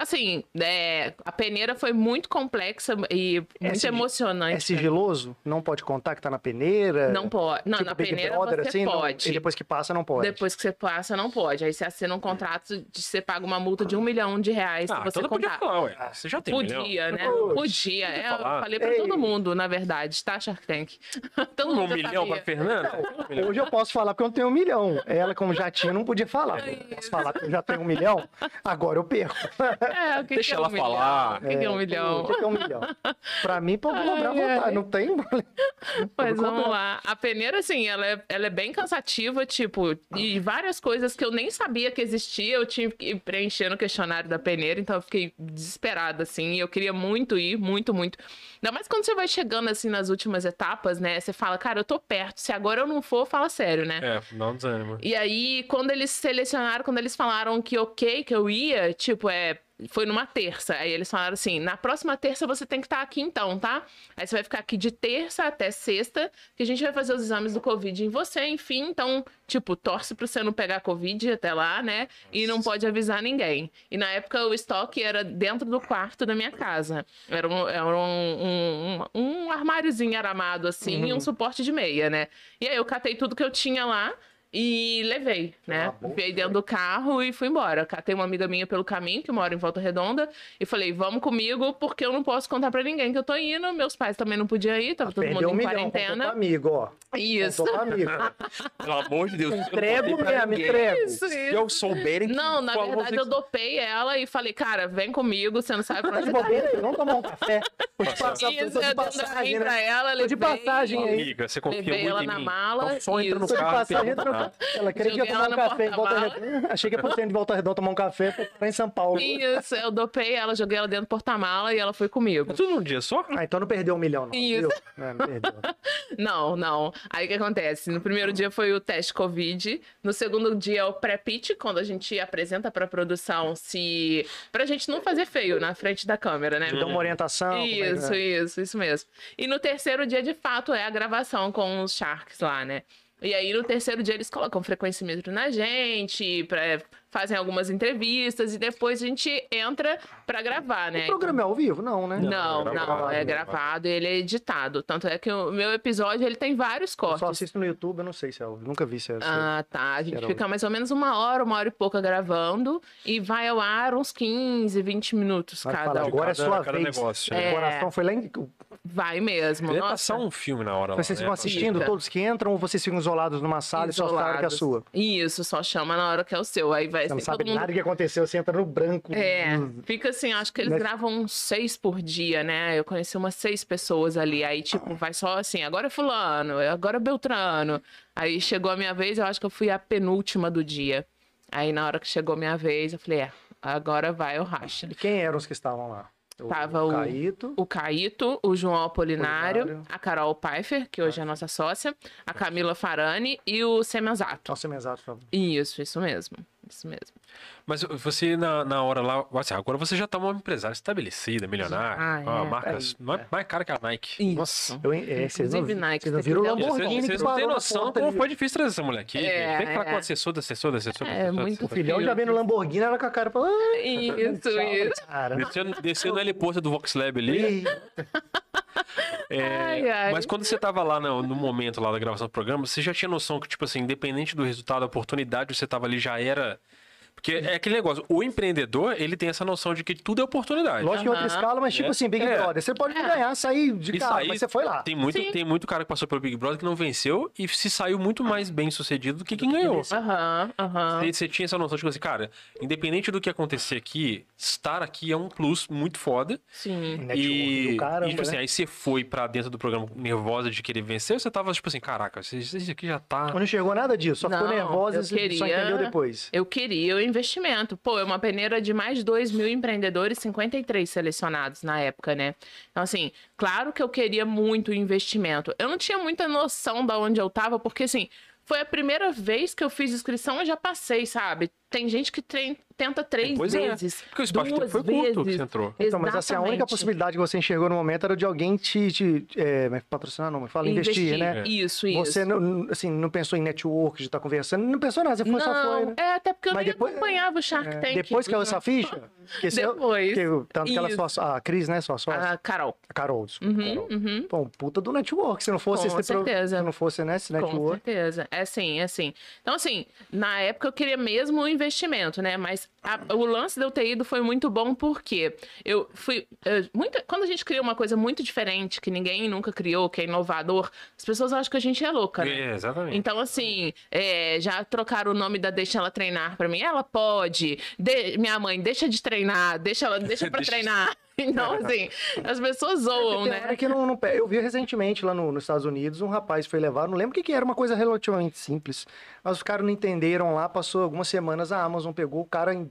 [SPEAKER 3] Assim, é, a peneira foi muito complexa e
[SPEAKER 1] É
[SPEAKER 3] muito
[SPEAKER 1] sigi- É
[SPEAKER 3] emocionante.
[SPEAKER 1] sigiloso? Não pode contar que tá na peneira?
[SPEAKER 3] né? Não pode. Não,
[SPEAKER 1] Tipo
[SPEAKER 3] na
[SPEAKER 1] Big
[SPEAKER 3] peneira
[SPEAKER 1] Brother,
[SPEAKER 3] você
[SPEAKER 1] assim? não-
[SPEAKER 3] pode.
[SPEAKER 1] e depois que passa, não pode.
[SPEAKER 3] Depois que você passa, não pode. Aí você assina um contrato de você paga uma multa de um milhão de reais
[SPEAKER 2] Ah,
[SPEAKER 3] se você
[SPEAKER 2] então não podia
[SPEAKER 3] contar.
[SPEAKER 2] falar, ué. Você já tem um milhão.
[SPEAKER 3] Podia, né?
[SPEAKER 1] Poxa,
[SPEAKER 3] Podia.
[SPEAKER 2] podia
[SPEAKER 3] É, eu
[SPEAKER 2] falar.
[SPEAKER 3] falei pra
[SPEAKER 1] Ei.
[SPEAKER 3] todo mundo, na verdade, tá, Shark Tank? (laughs) todo
[SPEAKER 2] Um
[SPEAKER 3] mundo já
[SPEAKER 2] milhão pra
[SPEAKER 3] sabia.
[SPEAKER 2] Fernanda? Um milhão.
[SPEAKER 1] Então, Hoje eu posso falar porque eu não tenho um milhão. Ela, como já tinha, não podia falar. Eu posso falar que eu já tenho um milhão, agora eu
[SPEAKER 3] (laughs)
[SPEAKER 1] perco.
[SPEAKER 3] É, o que
[SPEAKER 2] Deixa
[SPEAKER 3] que é
[SPEAKER 2] ela
[SPEAKER 3] um milhão?
[SPEAKER 2] falar.
[SPEAKER 3] O que que é um milhão?
[SPEAKER 1] Pô, o que que é um milhão? Pra mim, pode cobrar à
[SPEAKER 3] Ai, Tá ai.
[SPEAKER 1] vontade. Não tem.
[SPEAKER 3] Mas vamos
[SPEAKER 1] Cobrar.
[SPEAKER 3] lá. A peneira, assim, ela é, ela é bem cansativa, tipo, e várias coisas que eu nem sabia que existia, eu tive que ir preenchendo o questionário da peneira, então eu fiquei desesperada, assim, e eu queria muito ir, muito, muito. Ainda mais quando você vai chegando, assim, nas últimas etapas, né, você fala, cara, eu tô perto, se agora eu não for, fala sério, né?
[SPEAKER 2] É, dá um desânimo.
[SPEAKER 3] E aí, quando eles selecionaram, quando eles falaram que ok, que eu ia, tipo, é Foi numa terça. Aí eles falaram assim: na próxima terça você tem que estar aqui então, tá? Aí você vai ficar aqui de terça até sexta, que a gente vai fazer os exames do Covid em você, enfim. Então, tipo, torce pra você não pegar Covid até lá, né? E não pode avisar ninguém. E na época o estoque era dentro do quarto da minha casa. Era um, era um, um, um- um armáriozinho aramado, assim, e um suporte de meia, né? E aí eu catei tudo que eu tinha lá. E levei, né?
[SPEAKER 1] Ah, bom.
[SPEAKER 3] Enfiei dentro do carro e fui embora. Catei uma amiga minha pelo caminho, que mora em Volta Redonda, e falei, vamos comigo, porque eu não posso contar pra ninguém que eu tô indo. Meus pais também não podiam ir, tava todo mundo
[SPEAKER 1] Perdeu
[SPEAKER 3] em
[SPEAKER 1] um milhão, contou pra
[SPEAKER 3] quarentena.
[SPEAKER 1] amigo, ó.
[SPEAKER 3] Isso.
[SPEAKER 1] Contou pra amigo.
[SPEAKER 2] Pelo amor de Deus. eu não
[SPEAKER 1] Entrego
[SPEAKER 2] contei pra
[SPEAKER 1] mesmo,
[SPEAKER 2] ninguém.
[SPEAKER 1] entrego.
[SPEAKER 3] Isso,
[SPEAKER 2] Se eu souberem que
[SPEAKER 3] Não, na
[SPEAKER 2] por favor,
[SPEAKER 3] verdade
[SPEAKER 2] vocês-
[SPEAKER 3] eu dopei ela e falei, cara, vem comigo, você não sabe pra
[SPEAKER 1] (laughs)
[SPEAKER 3] onde
[SPEAKER 1] De
[SPEAKER 3] você tá.
[SPEAKER 1] bobeira, não tomar um café. Vou te passar,
[SPEAKER 3] Isso,
[SPEAKER 1] tô
[SPEAKER 3] eu
[SPEAKER 1] de
[SPEAKER 3] dei
[SPEAKER 1] passagem,
[SPEAKER 3] pra
[SPEAKER 1] né?
[SPEAKER 3] ela,
[SPEAKER 1] Tô de
[SPEAKER 3] levei,
[SPEAKER 1] passagem aí.
[SPEAKER 2] Amiga, você confia
[SPEAKER 3] Levei
[SPEAKER 2] muito
[SPEAKER 3] ela
[SPEAKER 2] em
[SPEAKER 3] na
[SPEAKER 2] mim. Ah,
[SPEAKER 3] mala,
[SPEAKER 2] Então só entra no
[SPEAKER 1] Tô de
[SPEAKER 2] carro. e
[SPEAKER 1] passagem, entra
[SPEAKER 2] pergunta
[SPEAKER 1] no
[SPEAKER 2] nada.
[SPEAKER 1] carro. Ela queria que ia
[SPEAKER 3] Joguei
[SPEAKER 1] tomar
[SPEAKER 3] ela
[SPEAKER 1] um
[SPEAKER 3] no
[SPEAKER 1] café em volta
[SPEAKER 3] porta-mala.
[SPEAKER 1] redonda. Achei que ia pra centro de volta redonda tomar um café pra parar em São Paulo.
[SPEAKER 3] Isso, eu dopei ela, joguei ela dentro do porta-mala e ela foi comigo.
[SPEAKER 2] Tudo num dia só?
[SPEAKER 1] Ah, então não perdeu um milhão, não.
[SPEAKER 3] Isso.
[SPEAKER 1] viu? Não, não perdeu.
[SPEAKER 3] Não, não. Aí o que acontece? No primeiro dia foi o teste Covid. No segundo dia é o pré-pitch, quando a gente apresenta pra produção se. pra gente não fazer feio na frente da câmera, né?
[SPEAKER 1] Então, uma orientação. como é que-
[SPEAKER 3] Isso, isso, isso mesmo. E no terceiro dia, de fato, é a gravação com os Sharks lá, né? E aí, no terceiro dia, eles colocam frequencímetro na gente, pra- fazem algumas entrevistas e depois a gente entra pra gravar, né?
[SPEAKER 1] O programa é ao vivo? Não, né?
[SPEAKER 3] Não,
[SPEAKER 2] é
[SPEAKER 3] não,
[SPEAKER 2] gravado,
[SPEAKER 3] é
[SPEAKER 2] é
[SPEAKER 3] gravado e ele é editado. Tanto é que o meu episódio ele tem vários
[SPEAKER 1] Eu só
[SPEAKER 3] cortes.
[SPEAKER 1] assisto no YouTube, eu não sei se é ao vivo. Nunca vi se é. se é-
[SPEAKER 3] Ah, tá. A gente
[SPEAKER 1] Era um
[SPEAKER 3] fica mais ou menos uma hora, uma hora e pouca gravando e vai ao ar uns 15, 20 minutos
[SPEAKER 1] Vai
[SPEAKER 3] cada
[SPEAKER 1] falar,
[SPEAKER 3] um.
[SPEAKER 1] agora é
[SPEAKER 2] cada-
[SPEAKER 1] sua
[SPEAKER 2] cada
[SPEAKER 1] vez.
[SPEAKER 2] negócio, Então,
[SPEAKER 1] O
[SPEAKER 3] né?
[SPEAKER 1] coração foi lá em...
[SPEAKER 3] Vai mesmo.
[SPEAKER 2] Devia
[SPEAKER 3] Nossa.
[SPEAKER 2] passar um filme na hora lá,
[SPEAKER 1] Vocês
[SPEAKER 2] né?
[SPEAKER 1] ficam assistindo
[SPEAKER 3] Fica.
[SPEAKER 1] todos que entram ou vocês ficam isolados numa sala e só falaram que é a
[SPEAKER 3] isolados.
[SPEAKER 1] sua?
[SPEAKER 3] Isso, só chama na hora que é o seu. Aí vai
[SPEAKER 1] Você não
[SPEAKER 3] assim,
[SPEAKER 1] sabe
[SPEAKER 3] todo mundo.
[SPEAKER 1] nada que aconteceu, você entra no branco.
[SPEAKER 3] É, fica assim, acho que eles
[SPEAKER 1] Né?
[SPEAKER 3] gravam uns seis por dia, né? Eu conheci umas seis pessoas ali. Aí, tipo, vai só assim, agora é fulano, agora é Beltrano. Aí chegou a minha vez, eu acho que eu fui a penúltima do dia. Aí na hora que chegou a minha vez, eu falei, é, agora vai o racha.
[SPEAKER 1] E quem eram os que estavam lá?
[SPEAKER 3] Tava o-
[SPEAKER 1] Caíto.
[SPEAKER 3] O Caíto, o João Apolinário,
[SPEAKER 1] Apolinário.
[SPEAKER 3] a Carol Pfeiffer, que hoje é nossa sócia, a Camila Farani e o Semenzato.
[SPEAKER 1] Nossa, exato, por favor.
[SPEAKER 3] Isso, isso mesmo. Isso mesmo.
[SPEAKER 2] Mas você, na, na hora lá, assim, agora você já tá uma empresária estabelecida, milionária.
[SPEAKER 3] Ah,
[SPEAKER 2] uma
[SPEAKER 3] é.
[SPEAKER 2] marca
[SPEAKER 1] É.
[SPEAKER 2] mais, mais cara que a Nike.
[SPEAKER 3] Isso.
[SPEAKER 1] Nossa, eu, é, vocês não,
[SPEAKER 3] Inclusive, Nike,
[SPEAKER 1] vocês não
[SPEAKER 3] tem que
[SPEAKER 1] viram o
[SPEAKER 3] dar um
[SPEAKER 2] Vocês,
[SPEAKER 1] Lamborghini
[SPEAKER 2] vocês
[SPEAKER 1] que
[SPEAKER 2] não têm
[SPEAKER 1] parou na
[SPEAKER 2] noção
[SPEAKER 1] porta
[SPEAKER 2] como
[SPEAKER 1] ali.
[SPEAKER 2] foi difícil trazer essa mulher aqui.
[SPEAKER 3] É,
[SPEAKER 2] gente. Tem que falar
[SPEAKER 3] é.
[SPEAKER 2] com o assessor do assessor do assessor. do
[SPEAKER 3] É,
[SPEAKER 2] assessor, do
[SPEAKER 3] muito
[SPEAKER 1] O filhão já vem no Lamborghini, ela com a cara falando...
[SPEAKER 3] Isso, isso.
[SPEAKER 1] Cara,
[SPEAKER 2] Descendo, descendo no heliporto do Vox Lab ali.
[SPEAKER 1] Ih,
[SPEAKER 2] é,
[SPEAKER 3] Ai, ai.
[SPEAKER 2] Mas quando você tava lá no, no momento lá da gravação do programa, você já tinha noção que, tipo assim, independente do resultado, a oportunidade que você tava ali já era. Porque é aquele negócio, o empreendedor, ele tem essa noção de que tudo é oportunidade.
[SPEAKER 1] Lógico que é outra
[SPEAKER 3] Aham.
[SPEAKER 1] escala, mas tipo
[SPEAKER 2] É.
[SPEAKER 1] assim, Big
[SPEAKER 2] É.
[SPEAKER 1] Brother, você pode não
[SPEAKER 3] É.
[SPEAKER 1] ganhar, sair de
[SPEAKER 2] Isso
[SPEAKER 1] carro,
[SPEAKER 2] aí
[SPEAKER 1] mas você foi lá.
[SPEAKER 2] Tem muito,
[SPEAKER 3] Sim.
[SPEAKER 2] tem muito cara que passou pelo Big Brother que não venceu e se saiu muito mais bem sucedido do que quem ganhou.
[SPEAKER 3] Aham, aham.
[SPEAKER 2] Você, você tinha essa noção de que, assim, cara, independente do que acontecer aqui, estar aqui é um plus muito foda.
[SPEAKER 3] Sim.
[SPEAKER 1] Network
[SPEAKER 2] e,
[SPEAKER 1] né, do caramba,
[SPEAKER 2] e, tipo assim,
[SPEAKER 1] né?
[SPEAKER 2] aí você foi pra dentro do programa nervosa de querer vencer, ou você tava, tipo assim, caraca, isso- isso aqui já tá.
[SPEAKER 1] Não enxergou nada disso, só ficou
[SPEAKER 3] Não,
[SPEAKER 1] nervosa
[SPEAKER 3] eu
[SPEAKER 1] e só
[SPEAKER 3] queria-
[SPEAKER 1] entendeu depois.
[SPEAKER 3] Eu queria o investimento. Pô, é uma peneira de mais 2 mil empreendedores, 53 selecionados na época, né? Então, assim, claro que eu queria muito o investimento. Eu não tinha muita noção da onde eu tava, porque, assim, foi a primeira vez que eu fiz inscrição e já passei, sabe? Tem gente que tre- tenta três
[SPEAKER 2] Pois é,
[SPEAKER 3] vezes.
[SPEAKER 2] porque o espaço
[SPEAKER 3] duas
[SPEAKER 2] foi curto que
[SPEAKER 3] vezes.
[SPEAKER 2] você entrou.
[SPEAKER 1] Então, mas assim, a única
[SPEAKER 3] Exatamente.
[SPEAKER 1] possibilidade que você enxergou no momento era de alguém te, te é, mas patrocinar, não, mas fala investir, né?
[SPEAKER 3] Isso, isso.
[SPEAKER 1] Você não, assim, não pensou em network, de estar conversando, não pensou nada, você foi, só foi, né?
[SPEAKER 3] é até porque eu
[SPEAKER 1] Mas
[SPEAKER 3] nem
[SPEAKER 1] depois-
[SPEAKER 3] acompanhava o Shark
[SPEAKER 1] É,
[SPEAKER 3] Tank.
[SPEAKER 1] Depois que eu
[SPEAKER 3] (laughs)
[SPEAKER 1] essa ficha, que se eu-
[SPEAKER 3] Depois.
[SPEAKER 1] que eu- tanto que ela
[SPEAKER 3] Isso.
[SPEAKER 1] sua, só- a Cris, né, sua sócia,
[SPEAKER 3] Ah, Carol.
[SPEAKER 1] a Carol, desculpa,
[SPEAKER 3] Uhum,
[SPEAKER 1] Carol.
[SPEAKER 3] uhum.
[SPEAKER 1] Pô, um puta do network, se não fosse
[SPEAKER 3] Com
[SPEAKER 1] esse pro-
[SPEAKER 3] certeza.
[SPEAKER 1] se não fosse né, esse
[SPEAKER 3] Com
[SPEAKER 1] network,
[SPEAKER 3] certeza. É sim, é sim. Então, assim, na época eu queria mesmo o investimento, né? Mas a- o lance de eu ter ido foi muito bom porque eu fui. eh, muita, quando a gente cria uma coisa muito diferente, que ninguém nunca criou, que é inovador, as pessoas acham que a gente é louca, né?
[SPEAKER 2] É, exatamente.
[SPEAKER 3] Então, assim, é, já trocaram o nome da Deixa Ela Treinar pra mim. Ela pode. De- minha mãe, deixa de treinar. Deixa ela deixa pra
[SPEAKER 2] (laughs) Deixa.
[SPEAKER 3] treinar. Então, assim, as pessoas
[SPEAKER 1] Porque
[SPEAKER 3] zoam,
[SPEAKER 1] tem hora
[SPEAKER 3] né?
[SPEAKER 1] que não, não pe- Eu vi recentemente lá no- nos Estados Unidos, um rapaz foi levar, não lembro o que, que era, uma coisa relativamente simples. Mas os caras não entenderam lá, passou algumas semanas, a Amazon pegou o cara em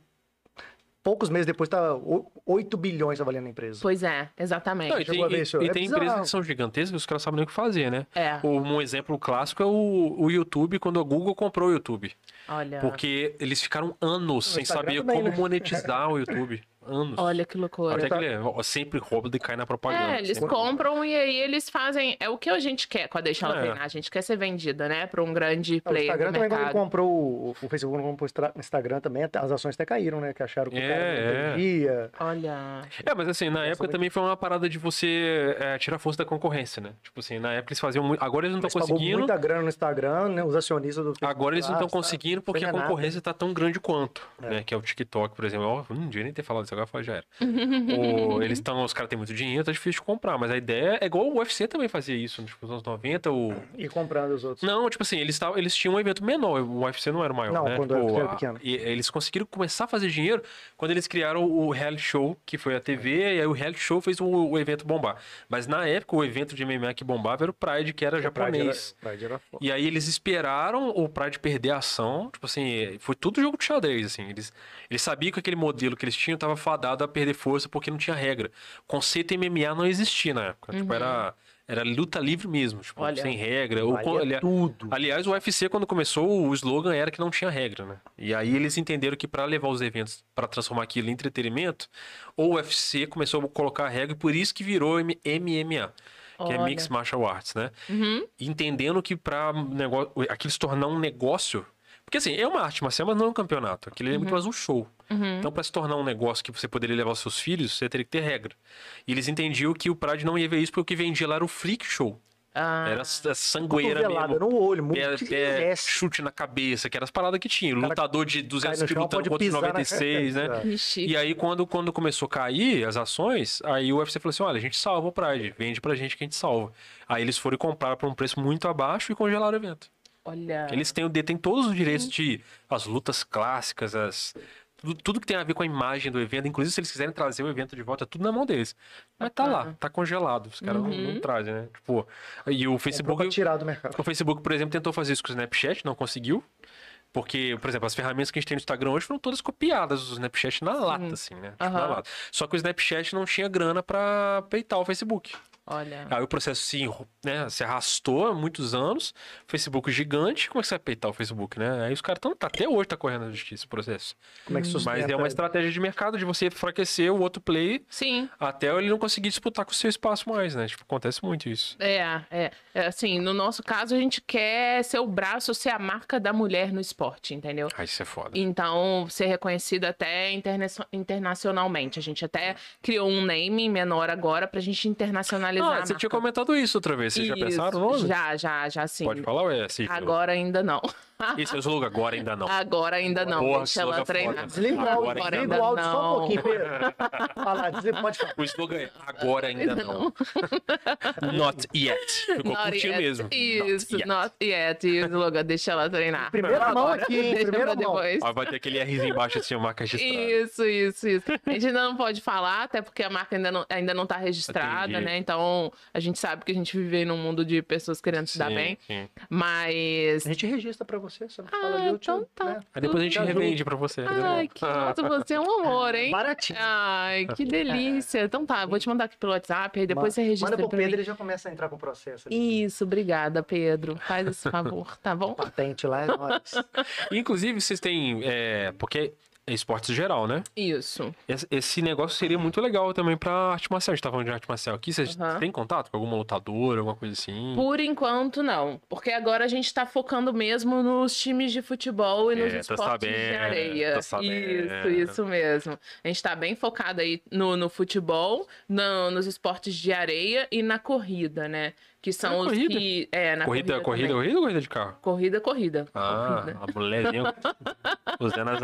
[SPEAKER 1] poucos meses depois, tá o- 8 bilhões trabalhando na empresa.
[SPEAKER 3] Pois é, exatamente.
[SPEAKER 2] Não, e tem,
[SPEAKER 1] Chegou a ver
[SPEAKER 2] e-
[SPEAKER 1] isso,
[SPEAKER 2] e
[SPEAKER 1] é
[SPEAKER 2] tem
[SPEAKER 1] bizarro. Ah.
[SPEAKER 2] empresas que são gigantescas que os caras sabem nem o que fazer, né?
[SPEAKER 3] É.
[SPEAKER 2] O- Um exemplo clássico é o, o YouTube, quando a Google comprou o YouTube.
[SPEAKER 3] Olha.
[SPEAKER 2] Porque eles ficaram anos sem
[SPEAKER 1] É. Instagram
[SPEAKER 2] saber
[SPEAKER 1] também,
[SPEAKER 2] como
[SPEAKER 1] né? (laughs)
[SPEAKER 2] monetizar o YouTube. anos.
[SPEAKER 3] Olha que loucura.
[SPEAKER 2] Até é que ele ó, sempre rouba e cai na propaganda.
[SPEAKER 3] É, eles
[SPEAKER 2] sempre.
[SPEAKER 3] compram e aí eles fazem. É o que a gente quer com a Deixa Ela
[SPEAKER 2] É.
[SPEAKER 3] Treinar. A gente quer ser vendida, né? Pra um grande
[SPEAKER 1] O
[SPEAKER 3] player
[SPEAKER 1] Instagram
[SPEAKER 3] do
[SPEAKER 1] também, quando ele
[SPEAKER 3] mercado.
[SPEAKER 1] comprou o, o Facebook, quando comprou o Instra- Instagram também, até- as ações até caíram, né? Que acharam que o cara
[SPEAKER 2] É, é.
[SPEAKER 1] não entendia.
[SPEAKER 3] Olha.
[SPEAKER 2] É, mas assim, na época
[SPEAKER 1] muito.
[SPEAKER 2] também foi uma parada de você é, tirar força da concorrência, né? Tipo assim, na época eles faziam muito. Agora eles não
[SPEAKER 1] Mas
[SPEAKER 2] estão
[SPEAKER 1] pagou
[SPEAKER 2] conseguindo.
[SPEAKER 1] muita grana no Instagram, né? Os acionistas do Facebook.
[SPEAKER 2] Agora eles não
[SPEAKER 1] lá,
[SPEAKER 2] estão
[SPEAKER 1] sabe?
[SPEAKER 2] conseguindo porque a
[SPEAKER 1] Foi né? danado.
[SPEAKER 2] concorrência tá tão grande quanto, né? Que é o TikTok, por exemplo. Ó, não devia nem ter falado isso, agora foi, já era. O- eles estão, os caras têm muito dinheiro, tá difícil de comprar, mas a ideia é igual o UFC também fazia isso, tipo, nos anos 90, o...
[SPEAKER 1] E comprando os outros.
[SPEAKER 2] Não, tipo assim, eles, tavam, eles tinham um evento menor, o UFC não era o maior,
[SPEAKER 1] Não,
[SPEAKER 2] né?
[SPEAKER 1] quando
[SPEAKER 2] Tipo,
[SPEAKER 1] o UFC era
[SPEAKER 2] a-
[SPEAKER 1] pequeno.
[SPEAKER 2] e- eles conseguiram começar a fazer dinheiro quando eles criaram o reality show, que foi a
[SPEAKER 1] É.
[SPEAKER 2] TV, e aí o reality show fez o, o evento bombar. Mas na época, o evento de MMA que bombava era o Pride, que era
[SPEAKER 1] O Pride era-
[SPEAKER 2] japonês.
[SPEAKER 1] o Pride era foda.
[SPEAKER 2] E aí eles esperaram o Pride perder a ação. Tipo assim, foi tudo jogo de xadrez, assim. Eles, eles sabiam que aquele modelo que eles tinham tava fadado a perder força porque não tinha regra. Conceito MMA não existia na época. Tipo, era, era luta livre mesmo, tipo,
[SPEAKER 3] Olha.
[SPEAKER 2] sem regra. Ou,
[SPEAKER 1] Valia
[SPEAKER 2] ali-
[SPEAKER 1] é tudo.
[SPEAKER 2] Aliás, o UFC, quando começou, o slogan era que não tinha regra, né? E aí eles entenderam que para levar os eventos, para transformar aquilo em entretenimento, o UFC começou a colocar a regra e por isso que virou M- MMA, que é
[SPEAKER 3] Olha. Uhum.
[SPEAKER 2] Mixed Martial Arts, né? Entendendo que para negócio, aquilo se tornar um negócio. Porque assim, é uma arte marcial, mas não é um campeonato. Aquilo
[SPEAKER 3] Uhum.
[SPEAKER 2] é muito mais um show. Então, para se tornar um negócio que você poderia levar os seus filhos, você teria que ter regra. E eles entendiam que o Prade não ia ver isso, porque o que vendia lá era o freak show.
[SPEAKER 3] Ah,
[SPEAKER 2] Era a sangueira
[SPEAKER 1] Cotovelada
[SPEAKER 2] mesmo. É,
[SPEAKER 1] no olho, muito
[SPEAKER 2] Pé,
[SPEAKER 1] que
[SPEAKER 2] pé,
[SPEAKER 1] merece.
[SPEAKER 2] chute na cabeça, que eram as paradas que tinha.
[SPEAKER 1] cara
[SPEAKER 2] Lutador de
[SPEAKER 1] Cai
[SPEAKER 2] 200
[SPEAKER 1] no
[SPEAKER 2] quilos
[SPEAKER 1] chão, pode
[SPEAKER 2] lutando contra
[SPEAKER 1] pisar na
[SPEAKER 2] 96, né?
[SPEAKER 1] cabeça.
[SPEAKER 3] que chique.
[SPEAKER 2] E aí, quando, quando começou a cair as ações, aí o UFC falou assim: olha, a gente salva o Pride, vende pra gente que a gente salva. Aí eles foram e compraram por um preço muito abaixo e congelaram o evento.
[SPEAKER 1] É.
[SPEAKER 3] Olha.
[SPEAKER 2] Eles têm, o- detêm todos os direitos de as lutas clássicas, as. Tudo, tudo que tem a ver com a imagem do evento, inclusive se eles quiserem trazer o evento de volta, é tudo na mão deles. Mas tá lá, tá congelado, os caras não- não,
[SPEAKER 1] Uhum.
[SPEAKER 2] trazem, né? Tipo, e o
[SPEAKER 1] Comprou
[SPEAKER 2] Facebook.
[SPEAKER 1] pra tirar do mercado.
[SPEAKER 2] O Facebook, por exemplo, tentou fazer isso com o Snapchat, não conseguiu. Porque, por exemplo, as ferramentas que a gente tem no Instagram hoje foram todas copiadas do Snapchat na lata, assim, né? Tipo, na
[SPEAKER 3] Aham.
[SPEAKER 2] lata. Só que o Snapchat não tinha grana pra peitar o Facebook.
[SPEAKER 3] Olha.
[SPEAKER 2] Aí o processo se, enro- né, se arrastou há muitos anos. Facebook gigante, como é que você vai peitar o Facebook, né? Aí os caras estão, até hoje tá correndo na justiça o processo.
[SPEAKER 1] Como é que sustenta?
[SPEAKER 2] Mas é uma estratégia de mercado de você enfraquecer o outro play
[SPEAKER 3] Sim.
[SPEAKER 2] até ele não conseguir disputar com o seu espaço mais, né? Tipo, acontece muito isso.
[SPEAKER 3] É, é, é. Assim, no nosso caso, a gente quer ser o braço, ser a marca da mulher no esporte, entendeu?
[SPEAKER 2] Aí isso é foda.
[SPEAKER 3] Então, ser reconhecida até interna- internacionalmente. A gente até criou um name menor agora pra gente internacionalizar.
[SPEAKER 2] Ah,
[SPEAKER 3] a
[SPEAKER 2] você
[SPEAKER 3] marca.
[SPEAKER 2] tinha comentado isso outra vez. Vocês já
[SPEAKER 3] Isso,
[SPEAKER 2] pensaram no nome?
[SPEAKER 3] Já, já, já sim.
[SPEAKER 2] Pode falar, ué. Esse
[SPEAKER 3] Agora ainda não. (laughs)
[SPEAKER 2] Esse é o slogan, agora ainda não.
[SPEAKER 3] Agora ainda não.
[SPEAKER 2] Porra,
[SPEAKER 3] Deixa
[SPEAKER 2] que slogan
[SPEAKER 3] ela treinar.
[SPEAKER 2] foda.
[SPEAKER 1] Desliga o áudio,
[SPEAKER 2] Agora ainda
[SPEAKER 1] desliga o áudio só
[SPEAKER 3] então não.
[SPEAKER 1] um pouquinho, Pedro. Fala, desliga, pode falar.
[SPEAKER 2] O slogan é agora ainda não. Not yet. Ficou
[SPEAKER 3] Not
[SPEAKER 2] curtinho
[SPEAKER 3] yet.
[SPEAKER 2] mesmo.
[SPEAKER 3] Isso,
[SPEAKER 2] Not yet.
[SPEAKER 3] not yet. Isso, logo, deixa ela treinar.
[SPEAKER 1] Primeira mão
[SPEAKER 3] Agora,
[SPEAKER 1] aqui, hein?
[SPEAKER 3] (laughs) Deixa
[SPEAKER 1] Primeira
[SPEAKER 3] pra
[SPEAKER 1] mão.
[SPEAKER 3] depois.
[SPEAKER 2] Ó, vai ter aquele Rzinho embaixo assim, uma marca registrada.
[SPEAKER 3] Isso, isso, isso. A gente ainda não pode falar, até porque a marca ainda não, ainda não tá registrada,
[SPEAKER 2] Entendi.
[SPEAKER 3] né? Então, a gente sabe que a gente vive num mundo de pessoas querendo se dar
[SPEAKER 2] Sim,
[SPEAKER 3] bem.
[SPEAKER 2] sim.
[SPEAKER 3] Mas.
[SPEAKER 1] A gente registra pra você, você não fala
[SPEAKER 3] Ah,
[SPEAKER 1] ali, eu te-
[SPEAKER 3] então tá.
[SPEAKER 1] né?
[SPEAKER 2] Aí depois a gente
[SPEAKER 1] Tá junto.
[SPEAKER 2] revende pra você. Ah.
[SPEAKER 3] Ai, que nota, você é um amor, hein?
[SPEAKER 1] Baratinho.
[SPEAKER 3] Ai, que delícia. Então tá, eu vou te mandar aqui pelo WhatsApp, aí depois você registra.
[SPEAKER 1] Manda pro
[SPEAKER 3] pra
[SPEAKER 1] Pedro,
[SPEAKER 3] mim.
[SPEAKER 1] ele já começa a entrar com o processo. ali.
[SPEAKER 3] Isso, obrigada, Pedro. Faz esse favor, tá bom?
[SPEAKER 1] Patente
[SPEAKER 3] (laughs)
[SPEAKER 1] lá é nóis.
[SPEAKER 2] Inclusive, vocês têm. é, porque é esportes geral, né?
[SPEAKER 3] Isso.
[SPEAKER 2] Esse- Esse negócio seria muito legal também pra arte marcial. A gente tá falando de arte marcial aqui. Vocês
[SPEAKER 3] Aham.
[SPEAKER 2] têm contato com alguma lutadora, alguma coisa assim?
[SPEAKER 3] Por enquanto, não. Porque agora a gente tá focando mesmo nos times de futebol e nos
[SPEAKER 2] É, tô
[SPEAKER 3] esportes de
[SPEAKER 2] sabendo,
[SPEAKER 3] areia.
[SPEAKER 2] tô sabendo.
[SPEAKER 3] Isso, isso mesmo. A gente tá bem focado aí no, no futebol, no- nos esportes de areia e na corrida, né? Que são
[SPEAKER 2] Na
[SPEAKER 3] os
[SPEAKER 2] corrida?
[SPEAKER 3] que. É, na
[SPEAKER 2] corrida,
[SPEAKER 3] corrida,
[SPEAKER 2] corrida,
[SPEAKER 3] também.
[SPEAKER 2] corrida ou corrida de carro?
[SPEAKER 3] corrida. Corrida,
[SPEAKER 2] Ah,
[SPEAKER 3] corrida.
[SPEAKER 2] a
[SPEAKER 3] (laughs)
[SPEAKER 2] mulherzinha usando as